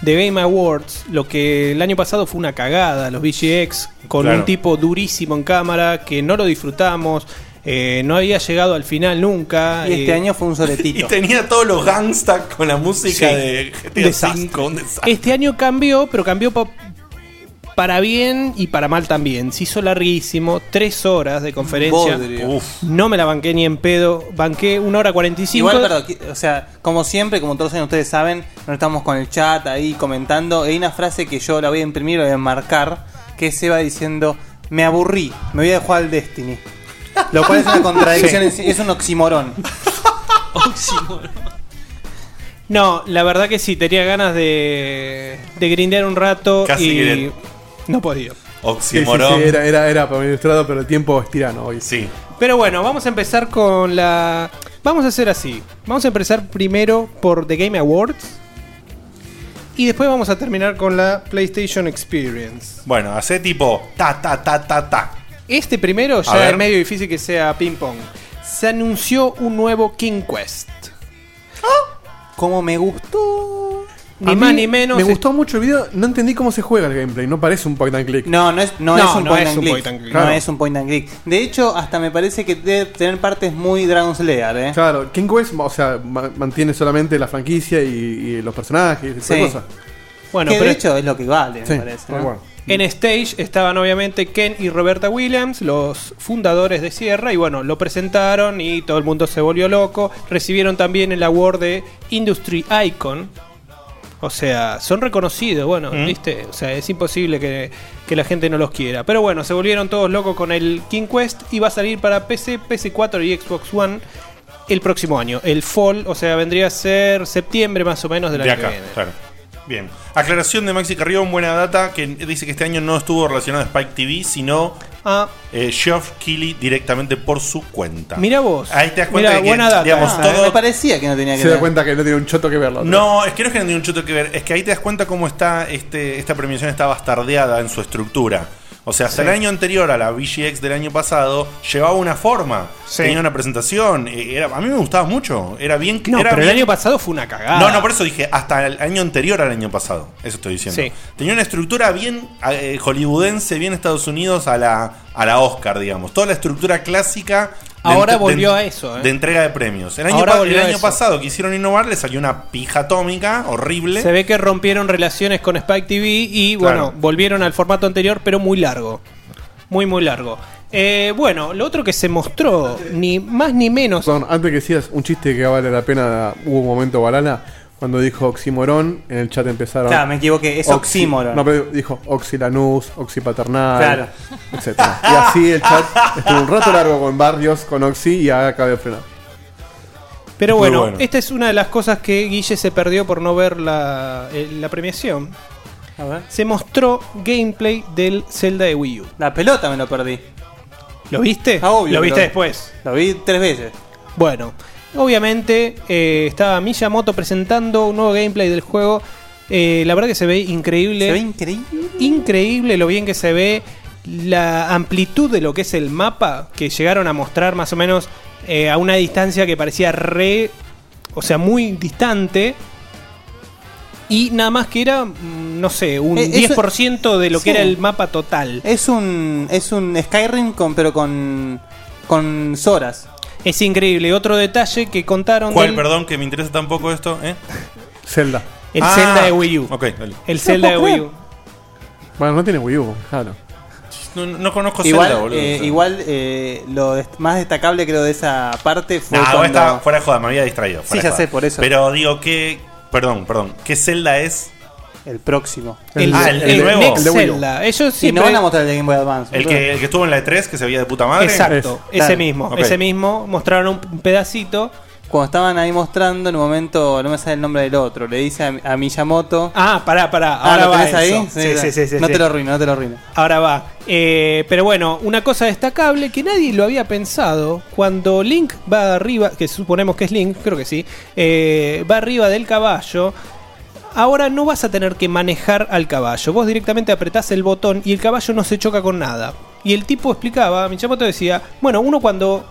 [SPEAKER 2] de Game Awards, lo que el año pasado fue una cagada, los VGX, con
[SPEAKER 1] Claro.
[SPEAKER 2] un tipo durísimo en cámara, que no lo disfrutamos, eh, no había llegado al final nunca.
[SPEAKER 4] Y este
[SPEAKER 2] eh,
[SPEAKER 4] año fue un soletito.
[SPEAKER 1] Y tenía todos los gangsters con la música
[SPEAKER 2] Sí.
[SPEAKER 1] de GTA
[SPEAKER 2] Desastre.
[SPEAKER 1] V, un desastre.
[SPEAKER 2] Este año cambió, pero cambió pa- para bien y para mal también. Se hizo larguísimo, tres horas de conferencia.
[SPEAKER 4] Bodrio. Uf.
[SPEAKER 2] No me la banqué ni en pedo. Banqué una hora cuarenta y cinco.
[SPEAKER 4] Igual, perdón, qui- o sea, como siempre, como todos los años ustedes saben, no estamos con el chat ahí comentando. Hay una frase que yo la voy a imprimir, la voy a marcar, que se va diciendo, me aburrí, me voy a jugar al Destiny. Lo cual es una contradicción,
[SPEAKER 2] Sí.
[SPEAKER 4] en sí, es un oximorón.
[SPEAKER 2] No, la verdad que sí, tenía ganas de, de grindear un rato
[SPEAKER 3] Casi
[SPEAKER 2] y
[SPEAKER 3] que-
[SPEAKER 2] no podía.
[SPEAKER 3] Sí, sí, sí, era, era, era para mi ilustrado, pero el tiempo es tirano hoy.
[SPEAKER 1] Sí.
[SPEAKER 2] Pero bueno, vamos a empezar con la. Vamos a hacer así. Vamos a empezar primero por The Game Awards. Y después vamos a terminar con la PlayStation Experience.
[SPEAKER 1] Bueno, hace tipo ta ta ta ta ta.
[SPEAKER 2] Este primero
[SPEAKER 1] A
[SPEAKER 2] ya
[SPEAKER 1] ver.
[SPEAKER 2] es medio difícil que sea ping pong. Se anunció un nuevo King Quest.
[SPEAKER 1] Ah.
[SPEAKER 4] Como me gustó.
[SPEAKER 2] Ni
[SPEAKER 3] A
[SPEAKER 2] más
[SPEAKER 3] mí
[SPEAKER 2] ni menos.
[SPEAKER 3] Me
[SPEAKER 2] es-
[SPEAKER 3] gustó mucho el video, no entendí cómo se juega el gameplay, no parece un point and click.
[SPEAKER 4] No, no es, no,
[SPEAKER 3] No,
[SPEAKER 4] es un,
[SPEAKER 3] no
[SPEAKER 4] point,
[SPEAKER 3] es
[SPEAKER 4] and
[SPEAKER 3] un
[SPEAKER 4] click.
[SPEAKER 3] point and click.
[SPEAKER 4] No
[SPEAKER 3] Claro.
[SPEAKER 4] es un point and click. De hecho, hasta me parece que debe tener partes muy Dragon Slayer, ¿eh?
[SPEAKER 3] Claro, King Quest, o sea, ma- mantiene solamente la franquicia y, y los personajes y esas
[SPEAKER 4] Sí.
[SPEAKER 3] cosas.
[SPEAKER 2] Bueno,
[SPEAKER 4] que
[SPEAKER 2] pero- Ah,
[SPEAKER 4] de hecho es lo que vale,
[SPEAKER 3] Sí,
[SPEAKER 4] me parece.
[SPEAKER 3] tal
[SPEAKER 4] ¿no?
[SPEAKER 3] cual.
[SPEAKER 2] En stage estaban obviamente Ken y Roberta Williams, los fundadores de Sierra, y bueno, lo presentaron y todo el mundo se volvió loco. Recibieron también el award de Industry Icon. O sea, son reconocidos, bueno,
[SPEAKER 1] Mm.
[SPEAKER 2] ¿viste? O sea, es imposible que, que la gente no los quiera. Pero bueno, se volvieron todos locos con el King Quest y va a salir para PC, PC4 y Xbox One el próximo año. El fall, o sea, vendría a ser septiembre más o menos del
[SPEAKER 1] De
[SPEAKER 2] año que
[SPEAKER 1] acá,
[SPEAKER 2] viene.
[SPEAKER 1] claro. Bien. Aclaración de Maxi Carrión, buena data, que dice que este año no estuvo relacionado a Spike TV, sino
[SPEAKER 2] Ah,
[SPEAKER 1] eh, Geoff Keighley directamente por su cuenta.
[SPEAKER 2] Mirá eh. vos.
[SPEAKER 1] Ahí te das cuenta de que, digamos, todo-
[SPEAKER 4] Ah, parecía que no tenía
[SPEAKER 1] que
[SPEAKER 3] Se da
[SPEAKER 1] ver.
[SPEAKER 3] cuenta que no tiene un choto que verlo.
[SPEAKER 1] No, es que no es que no tiene un choto que ver, es que ahí te das cuenta cómo está este, esta premiación está bastardeada en su estructura. O sea, hasta
[SPEAKER 3] Sí.
[SPEAKER 1] el año anterior a la VGX del año pasado, llevaba una forma, tenía una presentación, eh, era, a mí me gustaba mucho, era bien
[SPEAKER 2] No,
[SPEAKER 1] era
[SPEAKER 2] pero el
[SPEAKER 1] bien-
[SPEAKER 2] año pasado fue una cagada.
[SPEAKER 1] No, no, por eso dije, hasta el año anterior al año pasado, eso estoy diciendo.
[SPEAKER 2] Sí.
[SPEAKER 1] Tenía una estructura bien eh, hollywoodense, bien Estados Unidos a la, a la Oscar, digamos. Toda la estructura clásica. de
[SPEAKER 2] Ahora
[SPEAKER 1] entre-
[SPEAKER 2] volvió
[SPEAKER 1] de-
[SPEAKER 2] a eso, ¿eh?
[SPEAKER 1] De entrega de premios. El año,
[SPEAKER 2] Ahora
[SPEAKER 1] pa-
[SPEAKER 2] volvió
[SPEAKER 1] el
[SPEAKER 2] a
[SPEAKER 1] año
[SPEAKER 2] eso.
[SPEAKER 1] pasado quisieron innovar, le salió una pija atómica horrible.
[SPEAKER 2] Se ve que rompieron relaciones con Spike TV y
[SPEAKER 1] Claro.
[SPEAKER 2] bueno, volvieron al formato anterior, pero muy largo. Muy, muy largo. Eh, bueno, lo otro que se mostró, ni más ni menos.
[SPEAKER 3] Perdón, antes que decías un chiste que vale la pena, hubo un momento banana cuando dijo oxímoron, en el chat empezaron.
[SPEAKER 4] Claro, me equivoqué, es
[SPEAKER 3] Oxi-
[SPEAKER 4] oxímoron.
[SPEAKER 3] No, pero dijo oxilanús, oxipaternal,
[SPEAKER 4] Claro.
[SPEAKER 3] etcétera. Y así el chat estuvo un rato largo con barrios, con oxi y acaba de frenar.
[SPEAKER 2] Pero
[SPEAKER 3] Muy
[SPEAKER 2] bueno,
[SPEAKER 3] bueno.
[SPEAKER 2] esta es una de las cosas que Guille se perdió por no ver la, eh, la premiación. Se mostró gameplay del Zelda de Wii U.
[SPEAKER 4] La pelota me lo perdí.
[SPEAKER 2] ¿Lo viste?
[SPEAKER 4] Ah, obvio,
[SPEAKER 2] ¿Lo viste
[SPEAKER 4] pero-
[SPEAKER 2] después?
[SPEAKER 4] Lo vi tres veces.
[SPEAKER 2] Bueno, obviamente eh, estaba Miyamoto presentando un nuevo gameplay del juego. Eh, la verdad que se ve increíble.
[SPEAKER 4] Se ve increíble.
[SPEAKER 2] Increíble lo bien que se ve. La amplitud de lo que es el mapa que llegaron a mostrar más o menos eh, a una distancia que parecía re... O sea, muy distante. Y nada más que era, mm, no sé, un
[SPEAKER 4] Eh, eso-
[SPEAKER 2] 10% de lo que
[SPEAKER 4] Sí.
[SPEAKER 2] era el mapa total.
[SPEAKER 4] Es un es un Skyrim con pero con con Zoras.
[SPEAKER 2] Es increíble. Otro detalle que contaron...
[SPEAKER 1] ¿Cuál,
[SPEAKER 2] del-
[SPEAKER 1] perdón, que me interesa tampoco esto? ¿eh?
[SPEAKER 3] Zelda.
[SPEAKER 2] El Zelda de Wii U.
[SPEAKER 1] Ok, dale.
[SPEAKER 2] El Zelda de Wii U.
[SPEAKER 3] Bueno, no tiene Wii U, claro.
[SPEAKER 1] No, no conozco
[SPEAKER 4] Igual,
[SPEAKER 1] Zelda, boludo.
[SPEAKER 4] eh, igual eh, lo des- más destacable creo de esa parte fue
[SPEAKER 1] Nah,
[SPEAKER 4] cuando-
[SPEAKER 1] está fuera de joda, me había distraído. fuera
[SPEAKER 4] Sí,
[SPEAKER 1] de
[SPEAKER 4] ya
[SPEAKER 1] joda.
[SPEAKER 4] sé, por eso.
[SPEAKER 1] Pero digo que. Perdón, perdón. ¿Qué Zelda es?
[SPEAKER 4] El próximo.
[SPEAKER 2] El-
[SPEAKER 1] ah, el, el
[SPEAKER 2] el
[SPEAKER 1] nuevo.
[SPEAKER 2] Eh, Next Zelda. Ellos
[SPEAKER 4] Y no
[SPEAKER 2] siempre-
[SPEAKER 4] van a mostrar el de Game Boy Advance.
[SPEAKER 1] El que, el que estuvo en la E3, que se veía de puta madre.
[SPEAKER 2] Exacto,
[SPEAKER 4] Es-
[SPEAKER 2] ese
[SPEAKER 4] dale.
[SPEAKER 2] mismo,
[SPEAKER 4] Ok.
[SPEAKER 2] ese mismo. Mostraron un pedacito.
[SPEAKER 4] Cuando estaban ahí mostrando, en un momento, no me sale el nombre del otro, le dice a, a Miyamoto.
[SPEAKER 2] Ah, pará, pará,
[SPEAKER 4] Ah,
[SPEAKER 2] ahora
[SPEAKER 4] ¿lo
[SPEAKER 2] va
[SPEAKER 4] tenés ahí?
[SPEAKER 2] eso. Sí, sí, sí, sí,
[SPEAKER 4] no
[SPEAKER 2] sí.
[SPEAKER 4] te lo arruino, no te lo arruino.
[SPEAKER 2] Ahora va. Eh, pero bueno, una cosa destacable que nadie lo había pensado. Cuando Link va arriba, que suponemos que es Link, creo que sí, eh, va arriba del caballo. Ahora no vas a tener que manejar al caballo. Vos directamente apretás el botón y el caballo no se choca con nada. Y el tipo explicaba, Miyamoto decía, bueno, uno cuando,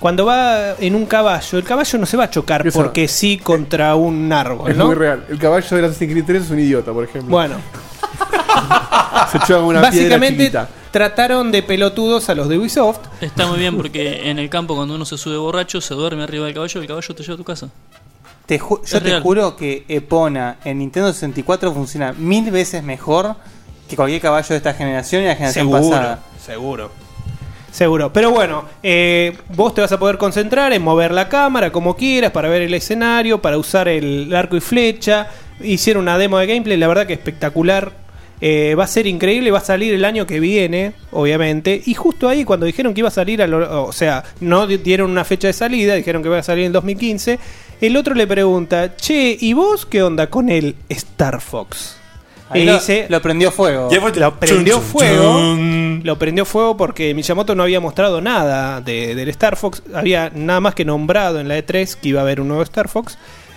[SPEAKER 2] cuando va en un caballo, el caballo no se va a chocar
[SPEAKER 3] Eso-
[SPEAKER 2] porque sí contra un árbol,
[SPEAKER 3] Es
[SPEAKER 2] ¿no?
[SPEAKER 3] muy real. El caballo de Assassin's Creed 3 es un idiota, por ejemplo.
[SPEAKER 2] Bueno.
[SPEAKER 3] Se choca con una
[SPEAKER 2] Básicamente
[SPEAKER 3] piedra chiquita.
[SPEAKER 2] trataron de pelotudos a los de Ubisoft.
[SPEAKER 6] Está muy bien porque en el campo cuando uno se sube borracho, se duerme arriba del caballo y el caballo te lleva a tu casa.
[SPEAKER 4] Te ju- yo
[SPEAKER 6] Es
[SPEAKER 4] te
[SPEAKER 6] real.
[SPEAKER 4] juro que Epona en Nintendo 64 funciona mil veces mejor que cualquier caballo de esta generación y la generación pasada.
[SPEAKER 2] seguro. Seguro. Pero bueno, eh, vos te vas a poder concentrar en mover la cámara como quieras para ver el escenario, para usar el arco y flecha. Hicieron una demo de gameplay, la verdad que espectacular. Eh, va a ser increíble, va a salir el año que viene, obviamente. Y justo ahí, cuando dijeron que iba a salir, a lo- o sea, no di- dieron una fecha de salida, dijeron que iba a salir en 2015. El otro le pregunta, che, ¿y vos qué onda con el Star Fox?
[SPEAKER 4] Ahí
[SPEAKER 2] Y
[SPEAKER 4] lo-
[SPEAKER 2] dice,
[SPEAKER 4] lo prendió fuego.
[SPEAKER 2] Lo prendió
[SPEAKER 4] Chun, chun,
[SPEAKER 2] fuego.
[SPEAKER 4] chun.
[SPEAKER 2] Lo prendió fuego porque Miyamoto no había mostrado nada de- del Star Fox. Había nada más que nombrado en la E3 que iba a haber un nuevo Star Fox.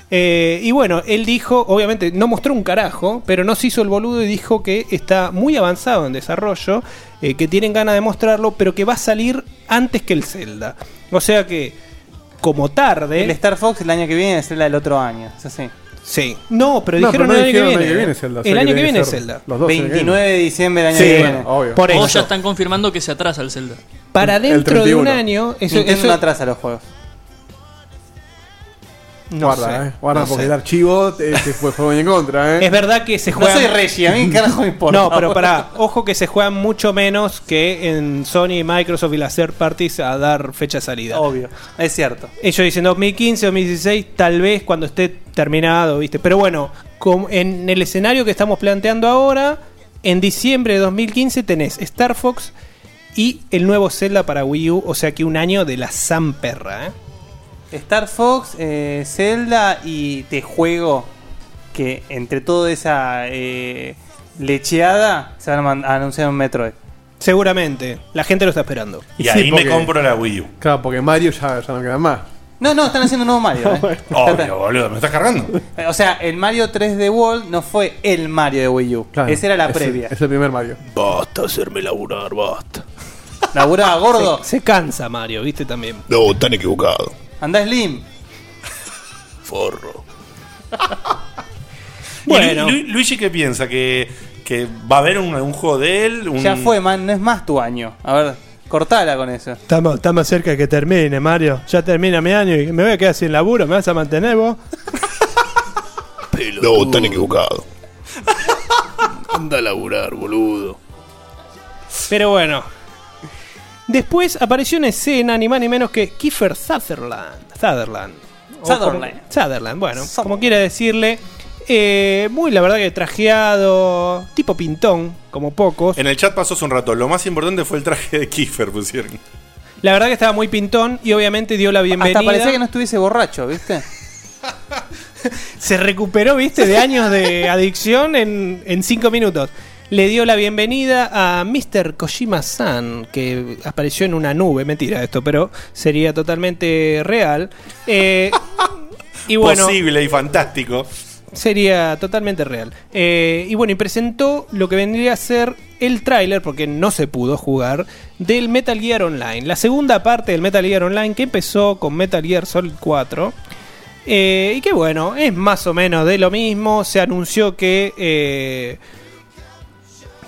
[SPEAKER 2] Eh, y bueno, él dijo, obviamente, no mostró un carajo, pero no se hizo el boludo y dijo que está muy avanzado en desarrollo, eh, que tienen ganas de mostrarlo, pero que va a salir antes que el Zelda. O sea que, como tarde.
[SPEAKER 4] El Star Fox el año que viene es la del otro año. Es así.
[SPEAKER 2] Sí. No, pero
[SPEAKER 4] No,
[SPEAKER 2] dijeron
[SPEAKER 4] pero no
[SPEAKER 2] el año que
[SPEAKER 4] dijeron
[SPEAKER 2] viene.
[SPEAKER 4] el año que viene Zelda, o sea
[SPEAKER 2] El
[SPEAKER 4] que
[SPEAKER 2] año que
[SPEAKER 4] tiene
[SPEAKER 2] viene
[SPEAKER 4] que
[SPEAKER 2] es
[SPEAKER 4] ser
[SPEAKER 2] Zelda.
[SPEAKER 4] los dos, 29 de diciembre del año
[SPEAKER 2] Sí,
[SPEAKER 4] que viene.
[SPEAKER 2] bueno, obvio. Por
[SPEAKER 6] O
[SPEAKER 2] eso.
[SPEAKER 6] ya están confirmando que se atrasa el Zelda.
[SPEAKER 2] Para dentro de un
[SPEAKER 4] 31.
[SPEAKER 2] año.
[SPEAKER 4] Nintendo no atrasa los juegos.
[SPEAKER 2] No
[SPEAKER 3] guarda,
[SPEAKER 2] sé,
[SPEAKER 3] eh. Guarda,
[SPEAKER 2] no
[SPEAKER 3] porque
[SPEAKER 2] sé.
[SPEAKER 3] el archivo te, te fue juego en contra, eh.
[SPEAKER 2] Es verdad que se juega. No, pero pará, ojo que se juegan mucho menos que en Sony, Microsoft y las third parties a dar fecha de salida.
[SPEAKER 4] Obvio, es cierto.
[SPEAKER 2] Ellos dicen 2015, 2016, tal vez cuando esté terminado, ¿viste? Pero bueno, com- en el escenario que estamos planteando ahora, en diciembre de 2015 tenés Star Fox y el nuevo Zelda para Wii U, o sea que un año de la zamperra, ¿eh?
[SPEAKER 4] Star Fox, eh, Zelda y te juego que entre toda esa eh, lecheada se van a man- a anunciar un Metroid.
[SPEAKER 2] Seguramente. La gente lo está esperando.
[SPEAKER 1] Y, ahí me compro la Wii U.
[SPEAKER 3] Claro, porque Mario ya, ya no queda más.
[SPEAKER 4] No, no, están haciendo un nuevo Mario. eh.
[SPEAKER 1] Obvio, boludo, me estás cargando.
[SPEAKER 4] Eh, O sea, el Mario 3D World no fue el Mario de Wii U.
[SPEAKER 3] Claro,
[SPEAKER 4] Esa era la
[SPEAKER 3] es el-
[SPEAKER 4] previa.
[SPEAKER 3] es el primer Mario.
[SPEAKER 11] Basta hacerme laburar, basta.
[SPEAKER 4] Laburá, gordo.
[SPEAKER 2] Se, se cansa Mario, viste también.
[SPEAKER 11] No, están equivocados.
[SPEAKER 4] Andá Slim.
[SPEAKER 11] Forro.
[SPEAKER 1] Bueno. Luigi, ¿qué piensa? ¿Que, que va a haber un, un juego de él? Un...
[SPEAKER 4] Ya fue, man, no es más tu año. A ver, cortala con eso.
[SPEAKER 13] Estamos, estamos cerca de que termine, Mario. Ya termina mi año y me voy a quedar sin laburo. ¿Me vas a mantener vos?
[SPEAKER 11] No, están equivocados. Anda a laburar, boludo.
[SPEAKER 2] Pero bueno. Después apareció en escena ni más ni menos que Kiefer Sutherland. Sutherland. O
[SPEAKER 4] Sutherland.
[SPEAKER 2] como- Sutherland, bueno, como quiera decirle. Eh, muy, la verdad, que trajeado. Tipo pintón, como pocos.
[SPEAKER 1] En el chat pasó hace un rato. Lo más importante fue el traje de Kiefer, pusieron.
[SPEAKER 2] La verdad que estaba muy pintón y obviamente dio la bienvenida.
[SPEAKER 4] Hasta parecía que no estuviese borracho, ¿viste?
[SPEAKER 2] Se recuperó, viste, de años de adicción en, en cinco minutos. Le dio la bienvenida a Mr. Kojima-san, que apareció en una nube, mentira esto, pero sería totalmente real. Eh, y bueno,
[SPEAKER 1] Posible y fantástico.
[SPEAKER 2] sería totalmente real. Eh, y bueno, y presentó lo que vendría a ser el tráiler, porque no se pudo jugar, del Metal Gear Online. La segunda parte del Metal Gear Online que empezó con Metal Gear Solid 4. Eh, y que bueno, es más o menos de lo mismo. Se anunció que eh,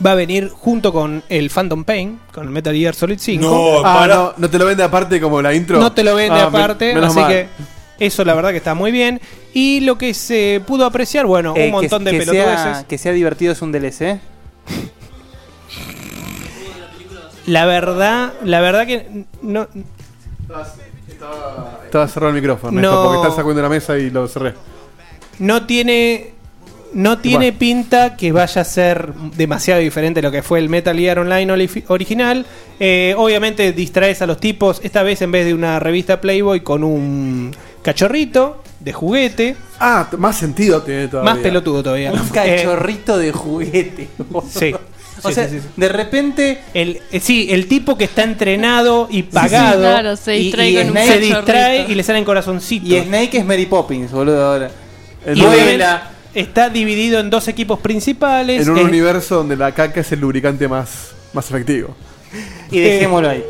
[SPEAKER 2] va a venir junto con el Phantom Pain, con el Metal Gear Solid 5.
[SPEAKER 3] Ah, no, no te lo vende aparte como la intro.
[SPEAKER 2] No te lo vende
[SPEAKER 3] Ah, me-
[SPEAKER 2] aparte,
[SPEAKER 3] menos
[SPEAKER 2] así
[SPEAKER 3] mal.
[SPEAKER 2] que eso la verdad que está muy bien. Y lo que se pudo apreciar, bueno,
[SPEAKER 4] Eh,
[SPEAKER 2] un
[SPEAKER 4] que-
[SPEAKER 2] montón de
[SPEAKER 4] que
[SPEAKER 2] pelotudeces.
[SPEAKER 4] sea- que sea divertido es un DLC.
[SPEAKER 2] La verdad, la verdad que no,
[SPEAKER 3] Estaba cerrado el micrófono,
[SPEAKER 2] No.
[SPEAKER 3] Néstor, porque estás sacando la mesa y lo cerré.
[SPEAKER 2] no tiene no tiene pinta que vaya a ser demasiado diferente a lo que fue el Metal Gear Online oli- original. Eh, obviamente distraes a los tipos, esta vez en vez de una revista Playboy con un cachorrito de juguete.
[SPEAKER 3] Ah, t- más sentido tiene todavía.
[SPEAKER 2] Más pelotudo todavía. Eh,
[SPEAKER 4] Un cachorrito de juguete.
[SPEAKER 2] Sí.
[SPEAKER 4] O sea, de repente.
[SPEAKER 2] El, eh, sí, el tipo que está entrenado y pagado.
[SPEAKER 4] claro, se
[SPEAKER 2] y-
[SPEAKER 4] distrae
[SPEAKER 2] y
[SPEAKER 4] con un
[SPEAKER 2] Snake se
[SPEAKER 4] cachorrito.
[SPEAKER 2] distrae y le salen corazoncitos.
[SPEAKER 4] Y Snake es Mary Poppins, boludo, ahora.
[SPEAKER 2] Y obviamente está dividido en dos equipos principales.
[SPEAKER 3] En un
[SPEAKER 2] Eh,
[SPEAKER 3] universo donde la caca es el lubricante más, más efectivo.
[SPEAKER 4] Y
[SPEAKER 2] Eh.
[SPEAKER 4] dejémoslo ahí.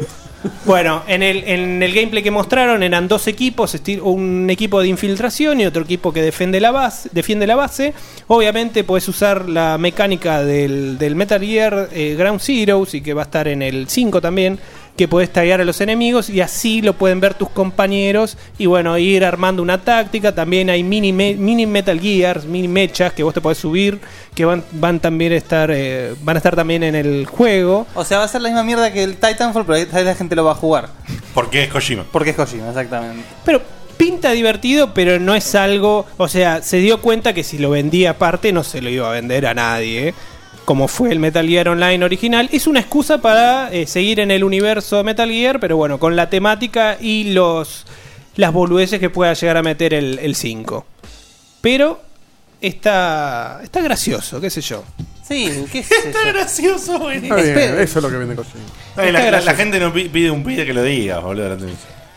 [SPEAKER 2] Bueno, en el, en el gameplay que mostraron eran dos equipos, esti- un equipo de infiltración y otro equipo que defiende la base. Defiende la base. Obviamente puedes usar la mecánica del, del Metal Gear eh, Ground Zeroes y que va a estar en el 5 también, que podés taguear a los enemigos y así lo pueden ver tus compañeros y bueno, ir armando una táctica. También hay mini, me- mini Metal Gears, mini mechas que vos te podés subir, que van, van también a estar, eh, van a estar también en el juego.
[SPEAKER 4] O sea, va a ser la misma mierda que el Titanfall, pero esta vez la gente lo va a jugar.
[SPEAKER 1] Porque es Kojima.
[SPEAKER 4] Porque es Kojima, exactamente.
[SPEAKER 2] Pero pinta divertido, pero no es algo. O sea, se dio cuenta que si lo vendía aparte no se lo iba a vender a nadie. ¿eh? Como fue el Metal Gear Online original. Es una excusa para eh, seguir en el universo Metal Gear, pero bueno, con la temática y los las boludeces que pueda llegar a meter el, el 5. Pero está, está gracioso, qué sé yo.
[SPEAKER 4] Sí, ¿qué es eso?
[SPEAKER 9] gracioso,
[SPEAKER 3] Está bien, eso es lo que vende Kojima.
[SPEAKER 1] Ay, Eh, la,
[SPEAKER 2] Está
[SPEAKER 1] la- la
[SPEAKER 2] gracioso.
[SPEAKER 1] gente no pi- pide un pide que lo diga, boludo.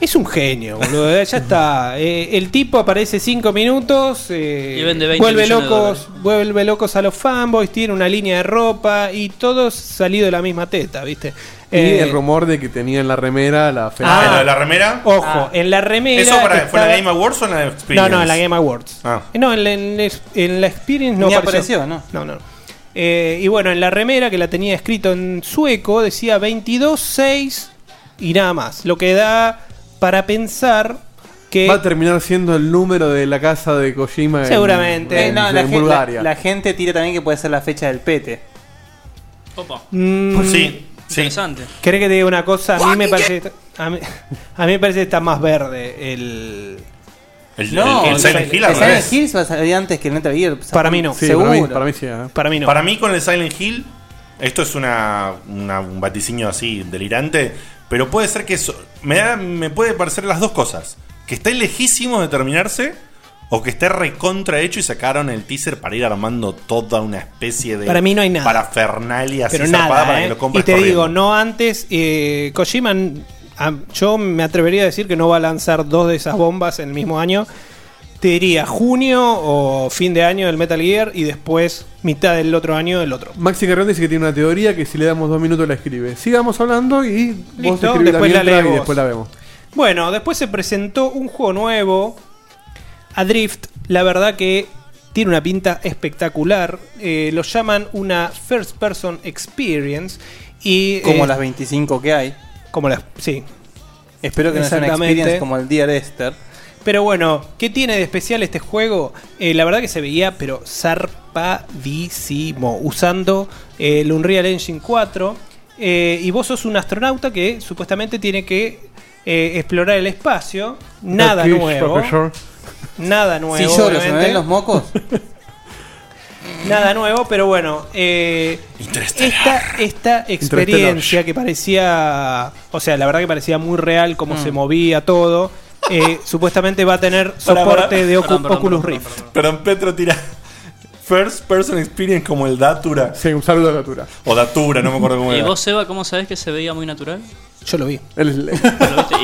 [SPEAKER 2] Es un genio, boludo. eh, Ya está. Eh, el tipo aparece 5 minutos. eh,
[SPEAKER 6] Y vende 20
[SPEAKER 2] vuelve
[SPEAKER 6] millones de
[SPEAKER 2] locos, vuelve locos a los fanboys, tiene una línea de ropa y todos salido de la misma teta, ¿viste?
[SPEAKER 3] Y
[SPEAKER 2] Eh,
[SPEAKER 3] el rumor de que tenía en la remera la fe-
[SPEAKER 1] Ah, ¿lo de la remera?
[SPEAKER 2] Ojo,
[SPEAKER 6] Ah.
[SPEAKER 2] en la remera.
[SPEAKER 1] ¿Eso para,
[SPEAKER 2] que
[SPEAKER 1] fue la
[SPEAKER 2] estaba-
[SPEAKER 1] Game Awards o en la
[SPEAKER 2] No,
[SPEAKER 1] Experience?
[SPEAKER 2] no, en la Game Awards.
[SPEAKER 1] Ah.
[SPEAKER 2] Eh, No, en la, en la- en la Experience no
[SPEAKER 4] Ni
[SPEAKER 2] apareció.
[SPEAKER 4] apareció,
[SPEAKER 2] No,
[SPEAKER 4] ¿no?
[SPEAKER 2] no. Eh, y bueno, en la remera que la tenía escrito en sueco decía 22.6 y nada más. Lo que da para pensar que.
[SPEAKER 3] Va a terminar siendo el número de la casa de Kojima en-
[SPEAKER 2] Seguramente.
[SPEAKER 3] en,
[SPEAKER 4] Eh, no,
[SPEAKER 3] en
[SPEAKER 4] la, gente, la,
[SPEAKER 3] Bulgaria.
[SPEAKER 4] la gente tira también que puede ser la fecha del pete.
[SPEAKER 6] Opa.
[SPEAKER 2] Sí,
[SPEAKER 6] Interesante.
[SPEAKER 2] Mm, ¿Querés que te diga una cosa? A mí me parece que está- a mí, a mí me parece que está más verde el.
[SPEAKER 1] El,
[SPEAKER 4] No,
[SPEAKER 1] el, el Silent Hill al
[SPEAKER 4] el Silent
[SPEAKER 1] revés.
[SPEAKER 4] Hill va a salir antes que el Metal Gear. pues,
[SPEAKER 2] Para mí no.
[SPEAKER 3] Sí,
[SPEAKER 4] Seguro.
[SPEAKER 3] para mí, para mí sí. ¿eh?
[SPEAKER 2] Para mí no.
[SPEAKER 1] Para mí con el Silent Hill, esto es una, una- un vaticinio así delirante, pero puede ser que eso, me, da- me puede parecer las dos cosas, que está lejísimo de terminarse o que esté recontra hecho y sacaron el teaser para ir armando toda una especie de.
[SPEAKER 2] Para mí no hay nada.
[SPEAKER 1] Para Fernalia,
[SPEAKER 2] Pero nada,
[SPEAKER 1] para
[SPEAKER 2] ¿eh?
[SPEAKER 1] que lo
[SPEAKER 2] Y
[SPEAKER 1] compres
[SPEAKER 2] te
[SPEAKER 1] corriendo.
[SPEAKER 2] digo, no antes. eh, Kojima, n- a- yo me atrevería a decir que no va a lanzar dos de esas bombas en el mismo año. Te diría junio o fin de año el Metal Gear y después mitad del otro año el otro.
[SPEAKER 3] Maxi Carrión dice que tiene una teoría que si le damos dos minutos la escribe. Sigamos hablando y vos
[SPEAKER 2] Listo,
[SPEAKER 3] escribí
[SPEAKER 2] después la
[SPEAKER 3] mientras
[SPEAKER 2] lees
[SPEAKER 3] y
[SPEAKER 2] vos.
[SPEAKER 3] después la vemos.
[SPEAKER 2] Bueno, después se presentó un juego nuevo, Adrift. La verdad que tiene una pinta espectacular. Eh, lo llaman una First Person Experience. Y,
[SPEAKER 4] Como
[SPEAKER 2] eh,
[SPEAKER 4] las 25 que hay.
[SPEAKER 2] Como las. Sí.
[SPEAKER 4] Espero que no sea una
[SPEAKER 2] Exactamente.
[SPEAKER 4] experience como el día de Esther.
[SPEAKER 2] Pero bueno, ¿qué tiene de especial este juego? Eh, la verdad que se veía, pero zarpadísimo, usando eh, el Unreal Engine 4. eh, y vos sos un astronauta que supuestamente tiene que eh, explorar el espacio. Nada
[SPEAKER 3] Kiss,
[SPEAKER 2] nuevo.
[SPEAKER 3] Papa Shore.
[SPEAKER 2] Nada nuevo.
[SPEAKER 4] Si lloro, ¿se me
[SPEAKER 2] obviamente.
[SPEAKER 4] ven los mocos?
[SPEAKER 2] Nada nuevo, pero bueno. eh, esta, esta experiencia
[SPEAKER 4] Interestelar.
[SPEAKER 2] que parecía. O sea, la verdad que parecía muy real, cómo
[SPEAKER 1] Mm.
[SPEAKER 2] se movía todo. eh, supuestamente va a tener
[SPEAKER 1] Pará,
[SPEAKER 2] soporte
[SPEAKER 1] pará.
[SPEAKER 2] de Ocu-
[SPEAKER 1] Perdón, perdón,
[SPEAKER 2] Oculus
[SPEAKER 1] perdón,
[SPEAKER 2] Rift.
[SPEAKER 1] Perdón, Petro tira. First Person Experience como el Datura.
[SPEAKER 3] Sí, un saludo a Datura.
[SPEAKER 1] O Datura, no me acuerdo cómo
[SPEAKER 6] ¿Y
[SPEAKER 1] era.
[SPEAKER 6] vos, Seba, cómo sabés que se veía muy natural?
[SPEAKER 2] Yo lo vi.
[SPEAKER 6] ¿Lo viste?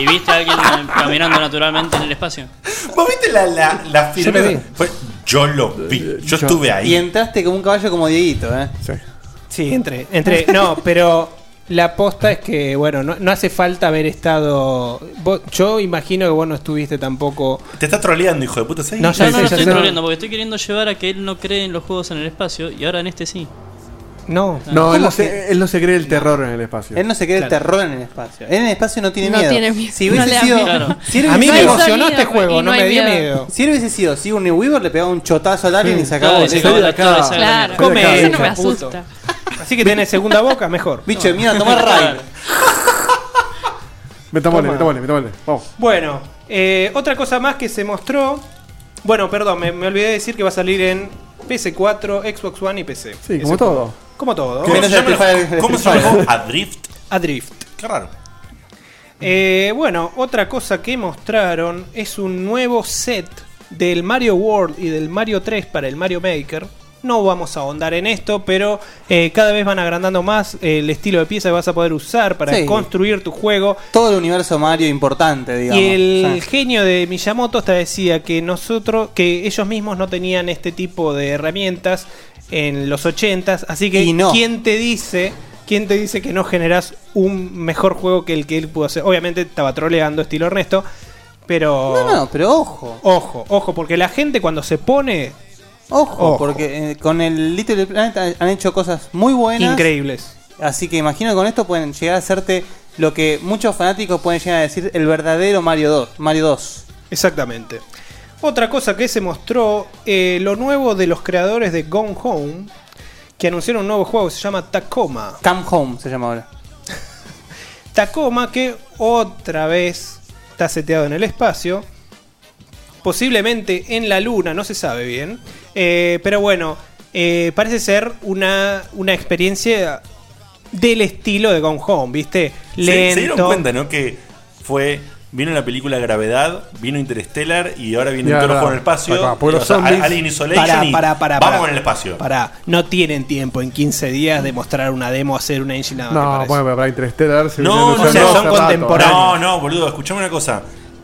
[SPEAKER 6] ¿Y viste a alguien eh, caminando naturalmente en el espacio?
[SPEAKER 1] ¿Vos viste la, la, la firme?
[SPEAKER 4] Yo lo vi.
[SPEAKER 1] Fue- Yo lo vi. Yo, estuve ahí.
[SPEAKER 4] Y entraste como un caballo como Dieguito, ¿eh?
[SPEAKER 3] Sí.
[SPEAKER 2] Sí, entre, entre. No, pero la posta es que, bueno, no, no hace falta haber estado. vos- yo imagino que vos no estuviste tampoco.
[SPEAKER 1] Te está troleando, hijo de puta. ¿sí?
[SPEAKER 2] No, ya sé,
[SPEAKER 6] no, no, no
[SPEAKER 2] ya
[SPEAKER 6] estoy
[SPEAKER 2] sé.
[SPEAKER 6] troleando porque estoy queriendo llevar a que él no cree en los juegos en el espacio y ahora en este sí.
[SPEAKER 2] No,
[SPEAKER 3] No, él
[SPEAKER 6] ¿Cómo
[SPEAKER 3] no, se, él no se cree el terror en el espacio.
[SPEAKER 4] Él no se cree el
[SPEAKER 3] Claro.
[SPEAKER 4] terror en el espacio. Él en el espacio no tiene
[SPEAKER 3] No
[SPEAKER 4] miedo.
[SPEAKER 3] tiene miedo.
[SPEAKER 4] Si
[SPEAKER 3] No
[SPEAKER 4] hubiese
[SPEAKER 3] le da
[SPEAKER 4] sido.
[SPEAKER 3] miedo.
[SPEAKER 4] si él
[SPEAKER 3] A mí
[SPEAKER 4] hubiese
[SPEAKER 3] me
[SPEAKER 4] sido-
[SPEAKER 2] emocionó este juego, y no no me hay dio miedo. miedo.
[SPEAKER 4] Si él hubiese sido si un New Weaver, le pegaba un chotazo al alien y se acabó.
[SPEAKER 2] Claro,
[SPEAKER 4] Le
[SPEAKER 2] se acabó
[SPEAKER 4] salió de
[SPEAKER 2] la
[SPEAKER 4] acá.
[SPEAKER 2] cabeza. Claro.
[SPEAKER 4] Salió de
[SPEAKER 2] Come,
[SPEAKER 4] acá.
[SPEAKER 2] eso no me Puto. asusta. Así que tenés segunda boca, mejor.
[SPEAKER 4] Bicho de mierda, toma raid.
[SPEAKER 3] Metámosle,
[SPEAKER 2] Toma.
[SPEAKER 3] metámosle, metámosle. Vamos.
[SPEAKER 2] Bueno, eh, otra cosa más que se mostró. Bueno, perdón, me, me olvidé de decir que va a salir en PC4, Xbox One y PC.
[SPEAKER 3] Sí,
[SPEAKER 2] Ese
[SPEAKER 3] como
[SPEAKER 2] juego.
[SPEAKER 3] todo.
[SPEAKER 2] Como todo.
[SPEAKER 1] ¿Cómo se llama el- cómo se llama el juego? Adrift.
[SPEAKER 2] Adrift.
[SPEAKER 1] Qué raro.
[SPEAKER 2] Eh, bueno, otra cosa que mostraron es un nuevo set del Mario World y del Mario 3 para el Mario Maker. No vamos a ahondar en esto, pero eh, cada vez van agrandando más eh, el estilo de pieza que vas a poder usar para
[SPEAKER 4] Sí.
[SPEAKER 2] construir tu juego.
[SPEAKER 4] Todo el universo Mario importante, digamos.
[SPEAKER 2] Y el
[SPEAKER 4] Sí.
[SPEAKER 2] genio de Miyamoto hasta decía que nosotros, que ellos mismos no tenían este tipo de herramientas en los 80s, así que
[SPEAKER 4] Y no.
[SPEAKER 2] quién te dice, quién te dice que no generás un mejor juego que el que él pudo hacer. Obviamente estaba troleando estilo Ernesto, pero
[SPEAKER 4] No, no, pero ojo.
[SPEAKER 2] ojo, ojo, porque la gente cuando se pone
[SPEAKER 4] Ojo,
[SPEAKER 2] Ojo.
[SPEAKER 4] porque eh, con el Little Planet han- han hecho cosas muy buenas.
[SPEAKER 2] increíbles.
[SPEAKER 4] Así que imagino que con esto pueden llegar a hacerte lo que muchos fanáticos pueden llegar a decir el verdadero Mario 2. Mario 2.
[SPEAKER 2] Exactamente. Otra cosa que se mostró, eh, lo nuevo de los creadores de Gone Home, que anunciaron un nuevo juego, se llama Tacoma.
[SPEAKER 4] Come Home se llama ahora.
[SPEAKER 2] Tacoma que otra vez está seteado en el espacio. Posiblemente en la luna, no se sabe bien. Eh, pero bueno, eh, parece ser una, una experiencia del estilo de Gone Home, ¿viste?
[SPEAKER 1] Se- Se, dieron cuenta, ¿no? Que fue. Vino la película Gravedad, vino Interstellar y ahora viene
[SPEAKER 2] Y
[SPEAKER 1] todos
[SPEAKER 2] ahora-
[SPEAKER 1] los juegos en el espacio.
[SPEAKER 2] acá, porque
[SPEAKER 1] Y,
[SPEAKER 2] los
[SPEAKER 1] o sea,
[SPEAKER 2] zombies-
[SPEAKER 1] Alien Isolation
[SPEAKER 2] Pará,
[SPEAKER 1] y
[SPEAKER 2] pará, pará,
[SPEAKER 1] vamos
[SPEAKER 2] pará.
[SPEAKER 1] en el espacio.
[SPEAKER 2] Pará, no tienen tiempo en 15 días de mostrar una demo, hacer una engine. nada, me
[SPEAKER 3] No,
[SPEAKER 2] parece.
[SPEAKER 3] bueno, pero para Interstellar se
[SPEAKER 1] No,
[SPEAKER 3] viene
[SPEAKER 1] no,
[SPEAKER 3] el
[SPEAKER 1] no,
[SPEAKER 3] Ocean
[SPEAKER 1] son
[SPEAKER 3] hace rato. ¿eh?
[SPEAKER 1] contemporáneos. No, no, boludo, escuchame una cosa.